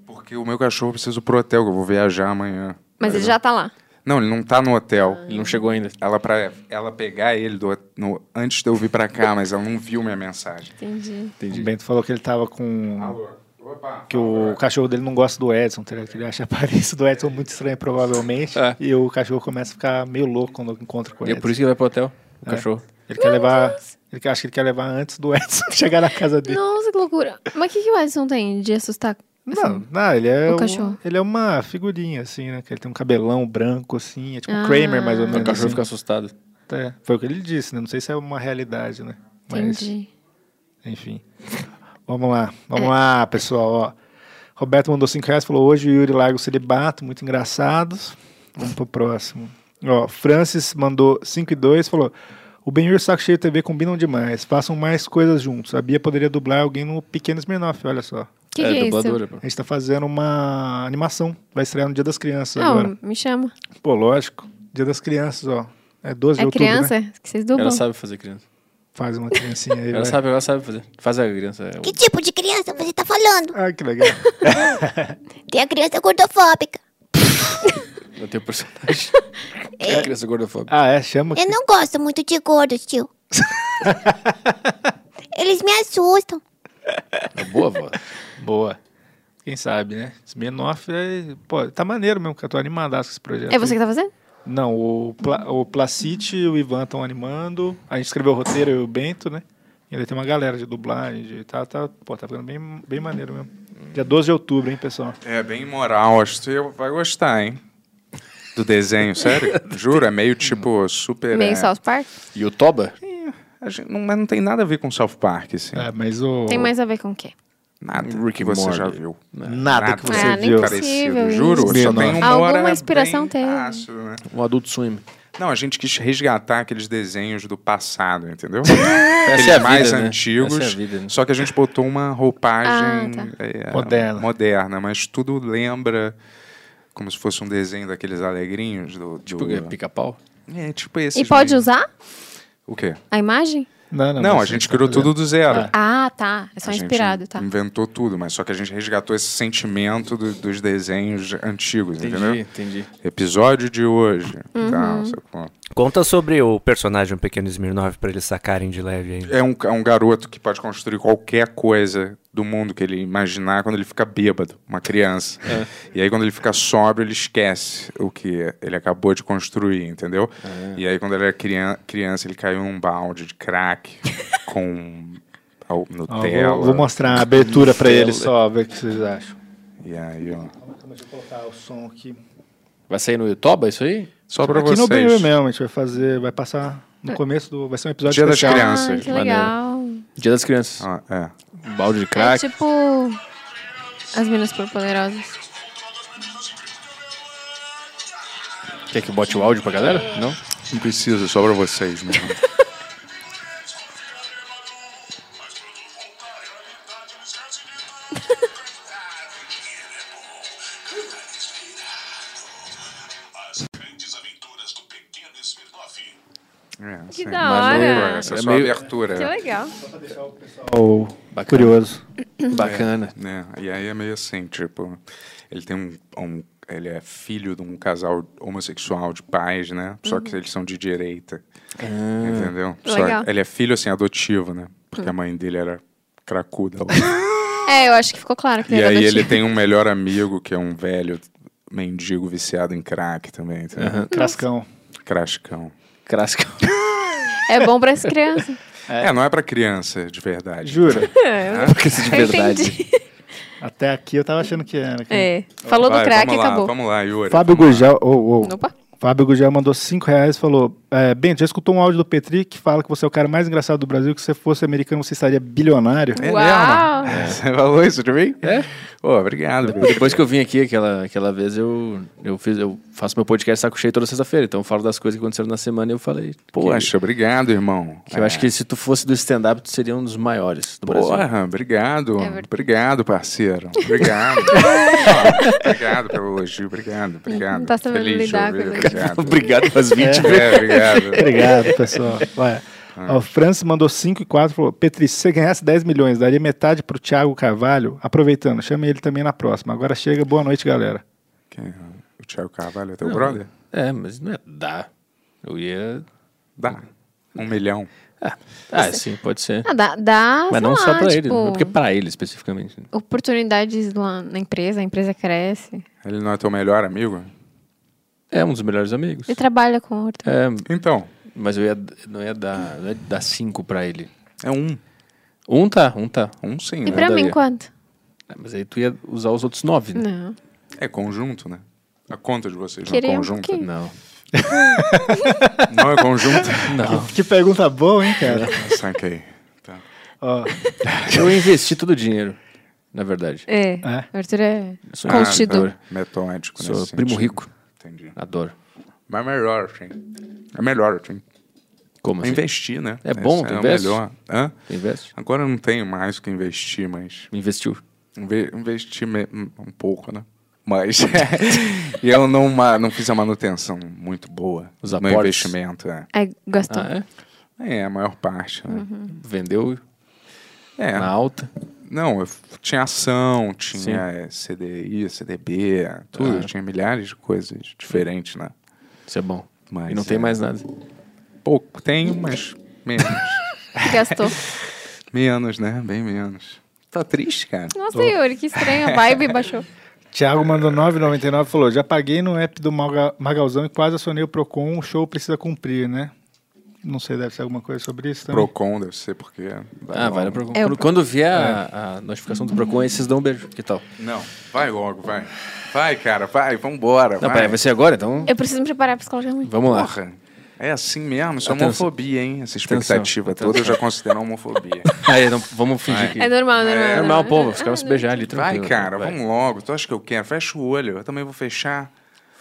Speaker 8: Porque o meu cachorro precisa ir pro hotel, que eu vou viajar amanhã.
Speaker 12: Mas ele já tá lá.
Speaker 8: Não, ele não tá no
Speaker 12: Ah.
Speaker 8: hotel. Ele não chegou ainda. Ela pra ela pegar ele do, no- antes de eu vir pra cá, mas ela não viu minha mensagem.
Speaker 12: Entendi.
Speaker 7: O Bento falou que ele tava com. Um Que o cachorro dele não gosta do Edson, tá ligado? que ele acha a aparência do Edson muito estranha, provavelmente.
Speaker 10: É.
Speaker 7: E o cachorro começa a ficar meio louco quando encontra com
Speaker 10: E
Speaker 7: ele.
Speaker 10: é por isso que vai pro hotel, o
Speaker 7: É.
Speaker 10: cachorro.
Speaker 7: Ele quer levar. Ele quer- acha que ele quer levar antes do Edson chegar na casa dele.
Speaker 12: Nossa, que loucura. Mas o que, que o Edson tem de assustar?
Speaker 7: Não, não, ele é.
Speaker 12: O
Speaker 7: um-
Speaker 12: cachorro.
Speaker 7: Ele é uma figurinha, assim, né? Que ele tem um cabelão branco, assim. É tipo
Speaker 12: Ah.
Speaker 7: Kramer, mais ou
Speaker 12: O
Speaker 7: menos.
Speaker 10: cachorro
Speaker 7: assim.
Speaker 10: fica assustado.
Speaker 7: É, foi o que ele disse, né? Não sei se é uma realidade, né?
Speaker 12: Entendi. É.
Speaker 7: Enfim. Vamos lá, vamos lá, pessoal. ó. Roberto mandou 5 reais, falou hoje o Yuri larga o celibato, muito engraçado. Vamos pro próximo. Ó, Francis mandou 5 e 2, falou: O Ben Yuri e o Saco Cheio TV combinam demais, façam mais coisas juntos. A Bia poderia dublar alguém no Pequeno Smirnoff, olha só.
Speaker 12: Que É, que é isso? dubladora, pô.
Speaker 7: A gente tá fazendo uma animação, vai estrear no Dia das Crianças agora.
Speaker 12: Não, me chama.
Speaker 7: Pô, lógico. Dia das Crianças, ó. É 12 de
Speaker 12: É
Speaker 7: outubro, né?
Speaker 12: criança que vocês dublam?
Speaker 10: Ela sabe fazer criança.
Speaker 7: Faz uma criancinha aí,
Speaker 10: Ela
Speaker 7: vai.
Speaker 10: sabe, ela sabe fazer. Faz a criança. é
Speaker 2: Que tipo de criança você tá falando?
Speaker 7: Ah, que legal.
Speaker 2: Tem a criança gordofóbica.
Speaker 10: Eu tenho personagem. É a criança gordofóbica.
Speaker 7: Ah, é? Chama.
Speaker 2: Eu não gosto muito de gordos, tio. Eles me assustam.
Speaker 10: Boa, vó.
Speaker 7: Boa. Quem sabe, né? Smirnoff é. Pô, tá maneiro mesmo, que eu tô animadaço com esse projeto.
Speaker 12: É você que tá fazendo?
Speaker 7: Não, o, Pla... o Placite e o Ivan estão animando. A gente escreveu o roteiro eu e o Bento, né? E ainda tem uma galera de dublagem. De... Tá, tá... Pô, tá ficando bem, bem maneiro mesmo. Dia 12 de outubro, hein, pessoal?
Speaker 8: É bem moral, acho que você vai gostar, hein? Do desenho, sério? Juro, é meio tipo super.
Speaker 12: Meio
Speaker 8: é...
Speaker 12: South Park?
Speaker 8: E o Toba? não, mas não tem nada a ver com South Park, assim.
Speaker 7: É, mas o.
Speaker 12: Tem mais a ver com o quê?
Speaker 8: Nada
Speaker 7: Rick
Speaker 8: que
Speaker 7: and
Speaker 8: você
Speaker 7: Morty.
Speaker 8: já viu.
Speaker 7: Nada que
Speaker 12: você Ah, nem viu. possível
Speaker 8: Parecido,
Speaker 12: isso.
Speaker 8: Juro, só tem
Speaker 2: Ah,
Speaker 8: humor.
Speaker 12: Alguma
Speaker 8: é
Speaker 12: inspiração
Speaker 8: bem
Speaker 12: teve.
Speaker 8: fácil, né?
Speaker 10: Um adulto swim.
Speaker 8: Não, a gente quis resgatar aqueles desenhos do passado, entendeu?
Speaker 10: é a
Speaker 8: aqueles
Speaker 10: vida,
Speaker 8: mais
Speaker 10: né?
Speaker 8: antigos.
Speaker 10: Essa é a vida, né?
Speaker 8: Só que a gente botou uma roupagem
Speaker 10: Ah,
Speaker 12: tá.
Speaker 8: é,
Speaker 7: Moderna.
Speaker 8: moderna, mas tudo lembra como se fosse um desenho daqueles alegrinhos do, do
Speaker 10: Tipo, pica-pau?
Speaker 8: É, tipo esse.
Speaker 12: E pode usar
Speaker 8: O quê?
Speaker 12: a imagem?
Speaker 8: Não,
Speaker 7: mas
Speaker 8: a
Speaker 7: você
Speaker 8: gente
Speaker 7: tá
Speaker 8: criou tudo
Speaker 7: fazendo.
Speaker 8: do zero.
Speaker 12: Ah, tá. É só
Speaker 8: A gente
Speaker 12: inspirado, tá.
Speaker 8: Inventou tudo, mas só que a gente resgatou esse sentimento do- dos desenhos antigos,
Speaker 10: Entendi,
Speaker 8: entendeu?
Speaker 10: entendi.
Speaker 8: Episódio de hoje. Tá,
Speaker 10: Uhum.
Speaker 8: Tal, sacou?
Speaker 9: Conta sobre o personagem um Pequeno Smirnov pra eles sacarem de leve aí.
Speaker 8: É um, é um garoto que pode construir qualquer coisa do mundo que ele imaginar quando ele fica bêbado, uma criança.
Speaker 7: É.
Speaker 8: E aí, quando ele fica sóbrio, ele esquece o que ele acabou de construir, entendeu?
Speaker 7: É.
Speaker 8: E aí, quando ele era crian- criança, ele caiu num balde de crack com al-
Speaker 7: Ó,
Speaker 8: Nutella.
Speaker 7: Ah, vou, vou mostrar a abertura pra
Speaker 8: Nutella.
Speaker 7: eles só, ver o que vocês acham.
Speaker 8: E aí, ó.
Speaker 7: Deixa eu colocar o som aqui.
Speaker 10: Vai sair no YouTube isso aí?
Speaker 8: Só
Speaker 7: Aqui no é Banheiro mesmo, a gente vai fazer. Vai passar no começo do. Vai ser um episódio
Speaker 10: Dia das
Speaker 7: especial.
Speaker 10: Crianças.
Speaker 12: Ah, que legal.
Speaker 10: Dia das Crianças.
Speaker 8: é.
Speaker 10: Ah. Balde de
Speaker 12: É
Speaker 10: crack.
Speaker 12: tipo as meninas por poderosas.
Speaker 10: Quer que bote o áudio pra galera? Não?
Speaker 8: Não precisa, é só pra vocês mesmo. É,
Speaker 12: Que
Speaker 8: sim,
Speaker 12: da
Speaker 8: mas não
Speaker 12: hora.
Speaker 8: é, Essa é
Speaker 10: É
Speaker 8: só a
Speaker 10: meio-
Speaker 8: abertura.
Speaker 12: Que
Speaker 8: é.
Speaker 12: legal.
Speaker 7: Oh, curioso.
Speaker 10: Bacana.
Speaker 8: É, é, E aí é meio assim, tipo, ele tem um, um- ele é filho de um casal homossexual de pais, né? Só que
Speaker 10: Uhum.
Speaker 8: eles são de direita.
Speaker 10: Ah.
Speaker 8: Entendeu?
Speaker 12: Legal.
Speaker 8: Só ele é filho assim adotivo, né? Porque a
Speaker 12: Hum.
Speaker 8: mãe dele era cracuda. lá.
Speaker 12: É, eu acho que ficou claro que
Speaker 8: e aí
Speaker 12: adotivo.
Speaker 8: ele tem um melhor amigo que é um velho mendigo viciado em crack também, entendeu?
Speaker 7: Aham. Crascão.
Speaker 8: Crascão.
Speaker 10: Crascão.
Speaker 12: É bom pra as crianças.
Speaker 8: É, não é pra criança de verdade.
Speaker 7: Jura?
Speaker 12: É, eu-
Speaker 8: Não é pra criança de
Speaker 12: eu
Speaker 8: verdade.
Speaker 12: entendi.
Speaker 7: Até aqui eu tava achando que era. cara.
Speaker 12: É, falou do
Speaker 8: Vai,
Speaker 12: crack
Speaker 8: vamos
Speaker 12: e
Speaker 8: lá,
Speaker 12: acabou.
Speaker 8: Vamos lá, Yuri.
Speaker 7: Fábio
Speaker 8: vamos lá.
Speaker 7: Gugel. Oh, oh. Fábio Gugel mandou 5 reais e falou: É, ben, já escutou um áudio do Petri que fala que você é o cara mais engraçado do Brasil, que se você fosse americano você estaria bilionário.
Speaker 8: É Uau! mesmo? Você falou isso de mim? É. Pô, obrigado.
Speaker 10: Depois que eu vim aqui aquela, aquela vez, eu, eu, fiz, eu faço meu podcast saco cheio toda sexta-feira. Então eu falo das coisas que aconteceram na semana e eu falei.
Speaker 8: Poxa, obrigado, irmão.
Speaker 10: que eu acho que se tu fosse do stand-up, tu seria um dos maiores do
Speaker 8: É.
Speaker 10: Brasil.
Speaker 8: Porra, Ah,
Speaker 12: É
Speaker 8: obrigado. obrigado, parceiro. Obrigado. Ó, obrigado pelo elogio. Obrigado, obrigado.
Speaker 12: Não tá sabendo lidar com
Speaker 8: obrigado.
Speaker 12: isso.
Speaker 8: obrigado.
Speaker 7: Obrigado
Speaker 8: pelas 20 É, obrigado. Ah.
Speaker 7: obrigado, pessoal. Vai. Ó, o Francis mandou 5 e 4 falou: Petri, se você ganhasse 10 milhões, daria metade pro Thiago Carvalho? Aproveitando, chame ele também na próxima. Agora chega, boa noite, galera.
Speaker 8: Quem? O Thiago Carvalho é teu
Speaker 10: Não,
Speaker 8: brother?
Speaker 10: É, mas não é dar. Eu ia.
Speaker 8: Dar. Um milhão.
Speaker 10: Ah, sim, pode ser.
Speaker 12: Ah, dá, dá, sei
Speaker 10: Mas não
Speaker 12: lá,
Speaker 10: só pra ele,
Speaker 12: tipo,
Speaker 10: não é porque pra ele especificamente.
Speaker 12: Oportunidades lá na empresa, a empresa cresce.
Speaker 8: Ele não é teu melhor amigo?
Speaker 10: É um dos melhores amigos.
Speaker 12: Ele trabalha com outro.
Speaker 10: É.
Speaker 8: então.
Speaker 10: Mas eu ia, não ia dar, não ia dar cinco pra ele.
Speaker 8: É um. né?
Speaker 10: Um tá, um tá. Um sim.
Speaker 12: E pra mim, quanto?
Speaker 10: mas aí tu ia usar os outros nove, né?
Speaker 12: Não.
Speaker 8: É conjunto, né? A conta de vocês não é
Speaker 12: Queria um
Speaker 8: conjunto?
Speaker 12: pouquinho.
Speaker 10: Não.
Speaker 8: Não é conjunto?
Speaker 7: Que, que pergunta boa, hein, cara?
Speaker 8: Saquei. Tá.
Speaker 7: Ó,
Speaker 10: Eu investi todo o dinheiro, na verdade.
Speaker 12: É.
Speaker 7: É.
Speaker 12: Arthur é constido.
Speaker 10: Sou
Speaker 8: Ah,
Speaker 10: investidor.
Speaker 8: Metódico
Speaker 10: Sou
Speaker 8: então, nesse
Speaker 10: primo
Speaker 8: sentido.
Speaker 10: rico.
Speaker 8: Entendi.
Speaker 10: Adoro.
Speaker 8: Mas é melhor, sim. É melhor, sim.
Speaker 10: Como assim?
Speaker 8: Investir, né?
Speaker 10: É bom,
Speaker 8: Esse
Speaker 10: tu
Speaker 8: é o
Speaker 10: investe?
Speaker 8: melhor. Hã?
Speaker 10: Investe?
Speaker 8: Agora eu não tenho mais o que investir, mas...
Speaker 10: Investiu?
Speaker 8: investi me- um pouco, né? Mas e eu não, ma- não fiz a manutenção muito boa
Speaker 10: Os
Speaker 8: no
Speaker 10: aportes?
Speaker 8: investimento. É.
Speaker 12: Ai, gastou.
Speaker 10: Ah,
Speaker 8: É, a maior parte. Né?
Speaker 12: Uhum.
Speaker 10: Vendeu
Speaker 8: é.
Speaker 10: na alta.
Speaker 8: Não, eu f- tinha ação, tinha eh, CDI, CDB, tudo.
Speaker 10: Ah.
Speaker 8: Tinha milhares de coisas diferentes, né?
Speaker 10: Isso é bom.
Speaker 8: Mas,
Speaker 10: E não tem
Speaker 8: eh,
Speaker 10: mais nada.
Speaker 8: Pouco tenho, mas menos.
Speaker 12: Gastou.
Speaker 8: menos, né? Bem menos. Tá triste, cara?
Speaker 12: Nossa, Yuri, que estranho. A vibe baixou.
Speaker 7: Thiago mandou 9,99 e falou: Já paguei no app do Maga- Magalzão e quase acionei o Procon, o show precisa cumprir, né? Não sei, deve ser alguma coisa sobre isso também.
Speaker 8: Procon, deve ser porque...
Speaker 10: Ah, vai no Procon.
Speaker 7: É,
Speaker 10: quando,
Speaker 7: o Pro-
Speaker 10: quando vier a, a notificação do Procon, aí vocês dão um beijo. Que tal?
Speaker 8: Não, vai logo, vai. Vai, cara, vai, vambora.
Speaker 10: Não,
Speaker 8: vai.
Speaker 10: peraí, vai ser agora, então?
Speaker 12: Eu preciso me preparar psicologicamente.
Speaker 10: Vamos lá.
Speaker 8: Porra. É assim mesmo, isso é
Speaker 10: Atenção.
Speaker 8: homofobia, hein? Essa
Speaker 10: Atenção,
Speaker 8: expectativa toda eu já considero homofobia.
Speaker 10: Aí, não, vamos fingir que...
Speaker 12: É normal, normal. Ah,
Speaker 10: É normal, pô, os caras se beijar ali,
Speaker 8: Vai,
Speaker 10: tranquilo.
Speaker 8: cara, vamos logo. Tu acha que eu quero? Fecha o olho, eu também vou fechar.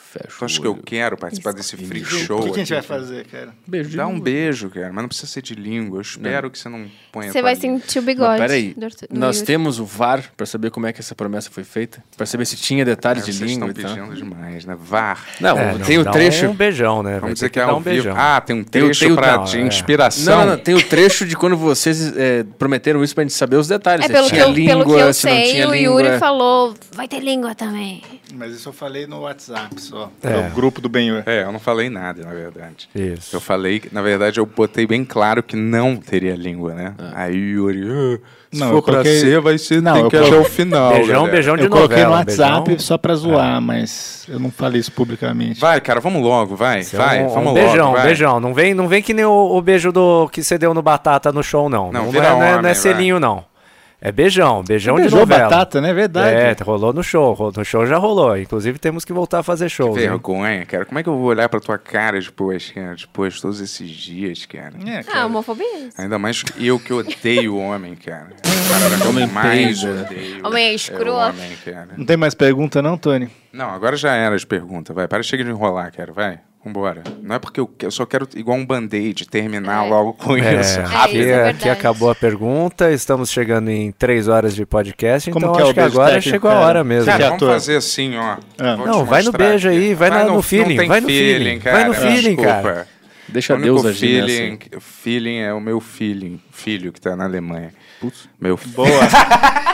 Speaker 10: Fecha
Speaker 8: tu acha que eu quero participar desse free show?
Speaker 7: O que, que a gente vai
Speaker 8: aqui, cara?
Speaker 7: fazer, cara?
Speaker 10: Beijo de
Speaker 8: Dá um
Speaker 10: língua.
Speaker 8: beijo, cara, mas não precisa ser de língua. Eu espero que você não ponha.
Speaker 12: Você
Speaker 8: tua
Speaker 12: vai
Speaker 8: língua.
Speaker 12: sentir o bigode.
Speaker 10: Peraí,
Speaker 12: do Arthur- do
Speaker 10: nós
Speaker 12: Yuri.
Speaker 10: temos o VAR pra saber como é que essa promessa foi feita? Pra saber se tinha detalhes
Speaker 8: Cara,
Speaker 10: de
Speaker 8: vocês
Speaker 10: língua e
Speaker 8: estão
Speaker 10: tal.
Speaker 8: pedindo demais, né? Var.
Speaker 10: Não,
Speaker 8: É,
Speaker 10: tem
Speaker 8: dá
Speaker 10: o trecho.
Speaker 8: um
Speaker 9: beijão, né?
Speaker 8: Vamos dizer que é ao vivo. Ah, tem um trecho
Speaker 10: o-
Speaker 8: pra
Speaker 10: não,
Speaker 8: de
Speaker 10: é.
Speaker 8: inspiração.
Speaker 10: Não, não, tem o trecho de quando vocês é, prometeram isso pra gente saber os detalhes.
Speaker 12: É
Speaker 10: se
Speaker 12: pelo que,
Speaker 10: tinha
Speaker 12: eu,
Speaker 10: língua,
Speaker 12: pelo que eu
Speaker 10: se não
Speaker 12: sei,
Speaker 10: tinha
Speaker 12: o
Speaker 10: língua.
Speaker 12: Yuri falou, vai ter língua também.
Speaker 7: Mas isso eu falei no WhatsApp só.
Speaker 8: É.
Speaker 7: O grupo do Benhur.
Speaker 8: É, eu não falei nada, na verdade. Isso. Eu falei, que- na verdade, eu botei bem claro que não teria língua, né? Aí o Yuri, "Ah, se
Speaker 7: Não, eu
Speaker 8: for pra
Speaker 7: coloquei-
Speaker 8: ser, vai ser,
Speaker 7: Não,
Speaker 8: tem
Speaker 7: eu
Speaker 8: que até o
Speaker 7: coloquei-
Speaker 8: final. galera."
Speaker 7: Eu coloquei
Speaker 9: um
Speaker 7: no WhatsApp só pra zoar, mas eu não falei isso publicamente.
Speaker 8: Vai, cara, vamos logo, vai,
Speaker 7: Isso é
Speaker 8: vai,
Speaker 7: um- um
Speaker 8: vamos
Speaker 9: beijão,
Speaker 8: logo, vai.
Speaker 9: beijão. Não vem, não vem que nem o, o beijo do que você deu no Batata no show, não.
Speaker 8: Não, né,
Speaker 9: Não,
Speaker 8: vira
Speaker 9: é, não é-
Speaker 8: homem,
Speaker 9: não é
Speaker 8: vai.
Speaker 9: selinho, não. É beijão, beijão
Speaker 7: Você
Speaker 9: de
Speaker 7: beijou
Speaker 9: novela.
Speaker 7: Batata, né? Verdade.
Speaker 9: É, rolou no show. ro- No show já rolou. Inclusive temos que voltar a fazer shows. hein?
Speaker 8: Vergonha, cara. Como é que eu vou olhar pra tua cara depois, cara, depois todos esses dias, cara?
Speaker 10: É.
Speaker 12: Ah, homofobia.
Speaker 8: Ainda mais eu que odeio o homem, cara. Cara, eu mais
Speaker 7: peido, né?
Speaker 8: odeio.
Speaker 12: Homem é
Speaker 8: o
Speaker 12: escroto.
Speaker 8: homem, cara.
Speaker 7: Não tem mais pergunta, não, Tony?
Speaker 8: Não, agora já era as perguntas, vai. Para, chega de enrolar, cara, vai. Vambora. Não é porque eu, que- eu só quero, igual um band-aid, terminar logo com
Speaker 9: É,
Speaker 8: isso.
Speaker 9: aqui,
Speaker 8: Rápido.
Speaker 9: aqui acabou a pergunta. Estamos chegando em três horas de podcast.
Speaker 8: Como
Speaker 9: Então
Speaker 8: que é
Speaker 9: acho
Speaker 8: o
Speaker 9: que
Speaker 8: beijo
Speaker 9: agora
Speaker 8: técnico,
Speaker 9: chegou a
Speaker 8: cara?
Speaker 9: hora mesmo.
Speaker 8: Cara, vamos fazer assim, ó. Vou te
Speaker 9: Não, vai no
Speaker 8: mostrar
Speaker 9: beijo
Speaker 8: aqui.
Speaker 9: aí, vai na- no feeling,
Speaker 8: Não tem
Speaker 9: vai no feeling, vai no feeling,
Speaker 8: desculpa.
Speaker 9: cara.
Speaker 10: Deixa
Speaker 8: O único
Speaker 10: Deus agir nessa.
Speaker 8: feeling, feeling é o meu feeling, filho que tá na Alemanha. Meu
Speaker 7: Boa.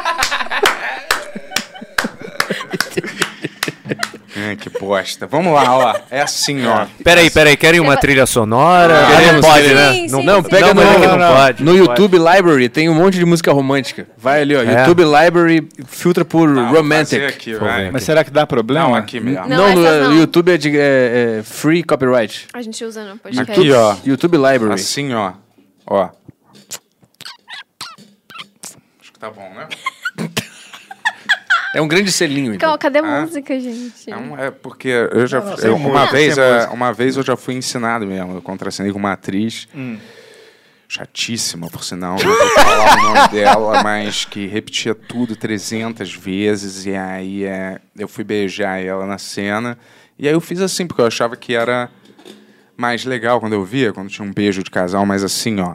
Speaker 8: Ai, Ah, que bosta. Vamos lá, ó. É assim, ó.
Speaker 9: Peraí, peraí, querem
Speaker 12: É,
Speaker 9: uma trilha sonora?
Speaker 10: Ah,
Speaker 9: não pode,
Speaker 10: queremos,
Speaker 9: né?
Speaker 10: queremos.
Speaker 9: não,
Speaker 10: Não, pega
Speaker 9: não,
Speaker 10: no,
Speaker 9: mas é que não,
Speaker 10: no-
Speaker 9: pode.
Speaker 10: no
Speaker 9: não pode.
Speaker 10: YouTube Library, tem um monte de música romântica. Vai ali, ó.
Speaker 9: É.
Speaker 10: YouTube Library filtra por romantic.
Speaker 8: Tá, fazer aqui, vai. Vou ver
Speaker 7: Mas será que dá problema?
Speaker 8: Não, aqui mesmo.
Speaker 10: Não,
Speaker 12: Não,
Speaker 10: no,
Speaker 12: essas não.
Speaker 10: YouTube é, de, é- é free copyright.
Speaker 12: A gente usa no podcast.
Speaker 8: Aqui, ó.
Speaker 10: YouTube Library.
Speaker 8: Assim, ó. Ó. Acho que tá bom, né?
Speaker 10: É um grande selinho.
Speaker 12: Calma, cadê a
Speaker 8: Ah.
Speaker 12: música, gente?
Speaker 10: um-
Speaker 8: É porque eu já
Speaker 12: Não, não,
Speaker 8: eu-
Speaker 12: sem
Speaker 8: uma
Speaker 12: música,
Speaker 8: vez
Speaker 12: sem
Speaker 8: eh,
Speaker 12: música.
Speaker 8: uma vez eu já fui ensinado mesmo. Eu contracenei com uma atriz
Speaker 7: Hum.
Speaker 8: chatíssima, por sinal, não vou falar o nome dela, mas que repetia tudo 300 vezes e aí eh, eu fui beijar ela na cena e aí eu fiz assim porque eu achava que era mais legal quando eu via, quando tinha um beijo de casal, mas assim, ó.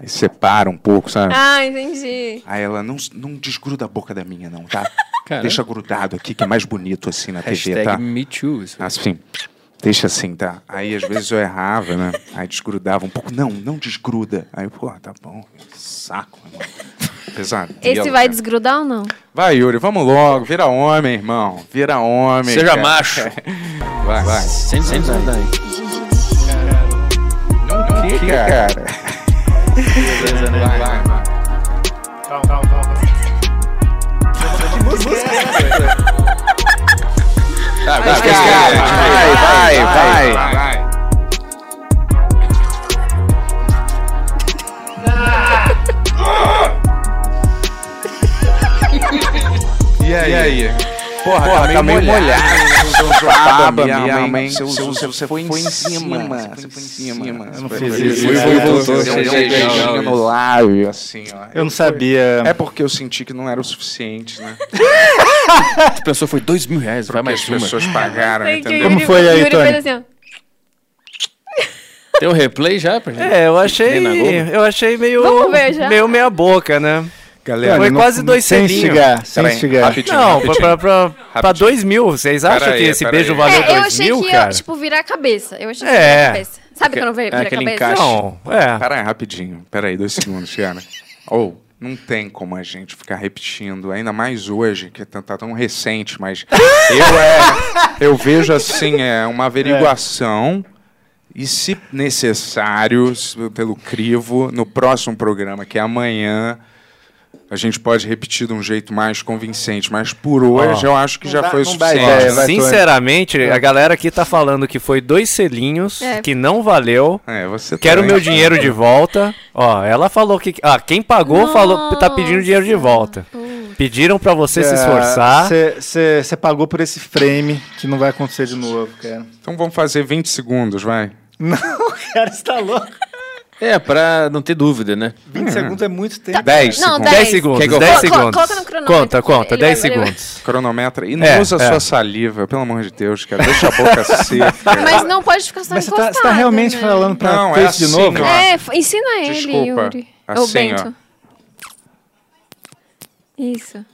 Speaker 8: Aí separa um pouco, sabe?
Speaker 12: Ah, entendi.
Speaker 8: Aí ela, não, não desgruda a boca da minha, não, tá?
Speaker 10: Caramba.
Speaker 8: Deixa grudado aqui, que é mais bonito assim na TV,
Speaker 10: Hashtag
Speaker 8: tá?
Speaker 10: Me Too, isso.
Speaker 8: Assim, deixa assim, tá? Aí às vezes eu errava, né? Aí desgrudava um pouco. Não, não desgruda. Aí, pô, tá bom. Saco, irmão. Pesado.
Speaker 12: Esse vai desgrudar ou não?
Speaker 8: Vai, Yuri, vamos logo. Vira homem, irmão. Vira homem.
Speaker 10: Seja macho.
Speaker 8: Vai, vai.
Speaker 10: Sem- sem desgrudar, hein?
Speaker 8: O que, cara?
Speaker 7: Beleza, né? Vai, vai,
Speaker 8: vai.
Speaker 7: Calma, calma, calma. Que música é essa?
Speaker 8: Vai, vai, vai,
Speaker 7: vai,
Speaker 8: vai, vai, vai, E aí? Porra, tá, meio molhado. Seu sua baba mesmo, hein? Seu- seu- Você foi em cima. Você foi em cima. Eu não
Speaker 7: fiz isso.
Speaker 8: Foi,
Speaker 7: Eu
Speaker 8: foi,
Speaker 7: não
Speaker 8: foi.
Speaker 7: fiz
Speaker 8: Deu um
Speaker 7: isso.
Speaker 8: beijinho no lábio, assim, ó.
Speaker 7: Eu não sabia.
Speaker 8: É porque eu senti que não era o suficiente, né?
Speaker 10: A pessoa foi dois mil reais, vai mais
Speaker 8: as
Speaker 10: uma.
Speaker 8: pessoas pagaram,
Speaker 12: Sei que o
Speaker 10: entendeu?
Speaker 12: Yuri- Yuri fez assim, ó.
Speaker 10: Tem um replay já pra gente?
Speaker 9: É, eu achei.
Speaker 10: Tem na Globo?
Speaker 9: Eu achei meio.
Speaker 12: Vamos ver já.
Speaker 9: Meio meia boca, né?
Speaker 10: É,
Speaker 8: Galera,
Speaker 9: foi
Speaker 8: não-
Speaker 9: quase dois
Speaker 8: sem
Speaker 9: selinhos.
Speaker 8: instigar, sem Peraí, instigar. rapidinho,
Speaker 9: Não,
Speaker 8: rapidinho.
Speaker 9: pra, pra, pra, pra
Speaker 8: Rapidinho.
Speaker 9: dois mil. Vocês acham
Speaker 8: Pera aí,
Speaker 9: que esse
Speaker 8: pera
Speaker 9: beijo
Speaker 8: aí.
Speaker 9: valeu
Speaker 12: É, eu
Speaker 9: dois
Speaker 12: achei
Speaker 9: mil,
Speaker 12: que
Speaker 9: cara?
Speaker 12: ia, tipo, virar a cabeça. Eu achei que
Speaker 9: É.
Speaker 12: ia virar a cabeça. Sabe quando vira a cabeça?
Speaker 8: Não.
Speaker 9: É.
Speaker 8: Peraí, Ah, rapidinho. Peraí, dois segundos, Tiana. Ou, não tem como a gente ficar repetindo, ainda mais hoje, que tá, tá tão recente, mas eu, é, eu vejo assim, é uma averiguação. E se necessário, se- pelo crivo, no próximo programa, que é amanhã, a gente pode repetir de um jeito mais convincente. Mas por hoje,
Speaker 9: Ó.
Speaker 8: eu acho que já foi o
Speaker 7: É,
Speaker 8: suficiente.
Speaker 9: né? Sinceramente, a galera aqui tá falando que foi dois selinhos,
Speaker 8: É.
Speaker 9: que não valeu. Quero
Speaker 8: também.
Speaker 9: meu dinheiro de volta. Ó, ela falou que. Ah, quem pagou falou tá pedindo dinheiro de volta. Pediram pra você
Speaker 8: É,
Speaker 9: se esforçar.
Speaker 7: Você pagou por esse frame que não vai acontecer de novo, cara.
Speaker 8: Então vamos fazer 20 segundos, vai.
Speaker 7: O cara está louco.
Speaker 10: É, pra não ter dúvida, né?
Speaker 7: 20 segundos é muito tempo.
Speaker 10: Tá. Dez Não, segundos. dez.
Speaker 9: 10 segundos.
Speaker 10: Quer que eu
Speaker 9: 10
Speaker 10: colo-
Speaker 9: segundos.
Speaker 10: coloca no cronômetro,
Speaker 9: Conta, conta,
Speaker 10: ele
Speaker 9: 10
Speaker 10: vai- ele vai-
Speaker 9: segundos.
Speaker 8: Cronometra. E não
Speaker 9: É,
Speaker 8: usa
Speaker 9: é.
Speaker 8: sua saliva, pelo amor de Deus, cara. Deixa a boca seca.
Speaker 12: Mas não pode ficar só
Speaker 7: Ah, Mas você tá-
Speaker 12: encostado.
Speaker 7: você tá realmente
Speaker 12: né?
Speaker 7: falando pra
Speaker 8: Não,
Speaker 7: ter
Speaker 8: é
Speaker 7: isso de
Speaker 8: assim,
Speaker 7: novo?
Speaker 8: ó.
Speaker 12: É, f- ensina ele,
Speaker 8: Desculpa.
Speaker 12: Yuri. Ô,
Speaker 8: Assim, ó.
Speaker 12: Bento. Isso.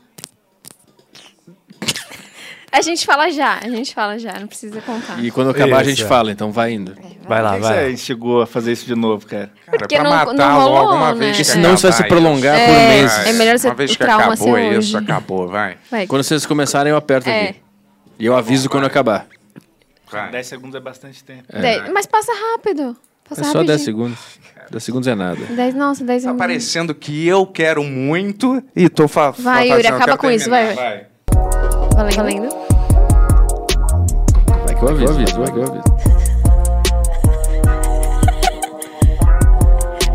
Speaker 12: A gente fala já, a gente fala já, não precisa contar.
Speaker 10: E quando acabar a gente
Speaker 7: Isso.
Speaker 10: fala, então vai indo.
Speaker 9: Vai
Speaker 7: Por que que Você instigou a fazer isso de novo, cara.
Speaker 12: Porque pra não- matar não rolou, logo uma né? vez que
Speaker 10: Porque senão isso vai se
Speaker 12: acabar
Speaker 10: prolongar
Speaker 12: isso.
Speaker 10: por
Speaker 12: É,
Speaker 10: meses.
Speaker 12: é melhor Uma você- vez o que trauma acabou ser é isso, hoje.
Speaker 8: acabou, vai.
Speaker 12: Vai.
Speaker 10: Quando vocês começarem, eu aperto
Speaker 12: É.
Speaker 10: aqui. E eu aviso quando acabar.
Speaker 7: 10 segundos é bastante tempo.
Speaker 12: Dez- Mas passa rápido. Passa
Speaker 10: É só 10
Speaker 12: rapidinho.
Speaker 10: segundos. 10 segundos é nada.
Speaker 12: Dez- nossa, 10
Speaker 8: Tá
Speaker 12: segundos.
Speaker 8: parecendo que eu quero muito e tô fa fa-
Speaker 12: Vai, Yuri,
Speaker 8: fazendo,
Speaker 12: acaba
Speaker 8: quero
Speaker 12: com isso, vai,
Speaker 8: terminar,
Speaker 12: vai. Valendo. Valendo.
Speaker 10: Vai que eu aviso, vai que eu aviso.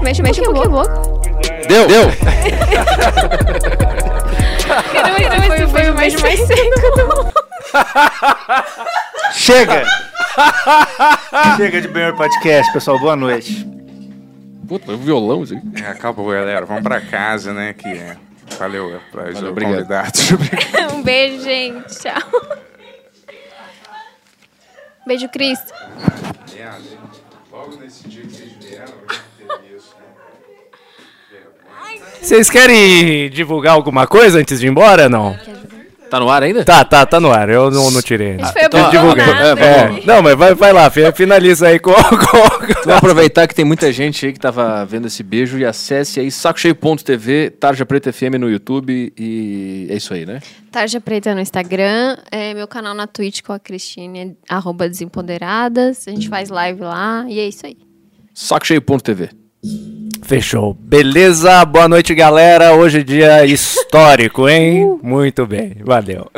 Speaker 12: Mexe, mexe um pouquinho a boca.
Speaker 10: Deu! Deu!
Speaker 12: Foi o beijo mais seco do mundo.
Speaker 7: Chega! Chega de Banner Podcast, pessoal. Boa noite.
Speaker 10: Puta, mas violão, isso
Speaker 8: É, acabou, galera. Vamos pra casa, né? Que é. Valeu, pra os
Speaker 10: obrigado.
Speaker 8: convidados.
Speaker 12: um beijo, gente. Tchau. Beijo, Cris.
Speaker 8: Logo nesse dia que vocês vieram, isso, né?
Speaker 9: Vocês querem divulgar alguma coisa antes de ir embora não?
Speaker 10: Tá no ar ainda?
Speaker 9: Tá, tá, tá no ar. Eu não, não tirei.
Speaker 10: Isso foi abandonado,
Speaker 9: divulguei.
Speaker 10: né?
Speaker 9: É. Não, mas vai, vai lá, fi- finaliza aí com. com...
Speaker 10: Vamos aproveitar que tem muita gente aí que tava vendo esse beijo e acesse aí sacocheio.tv, Tarja Preta FM no YouTube e é isso aí, né?
Speaker 12: Tarja Preta no Instagram, é, meu canal na Twitch com a Cristine, é arroba Desempoderadas. A
Speaker 10: Hum.
Speaker 12: gente faz live lá e é isso aí.
Speaker 10: Sacocheio.tv.
Speaker 9: Fechou. Beleza? Boa noite, galera. Hoje é dia histórico, hein? Muito bem. Valeu.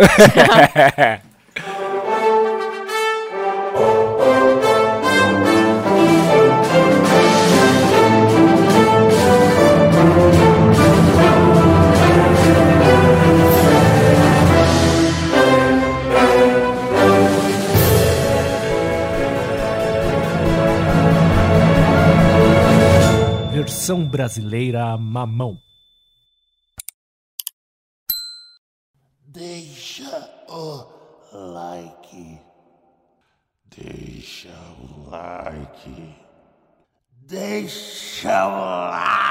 Speaker 9: Versão brasileira mamão.
Speaker 2: Deixa o like. Deixa o like. Deixa o like.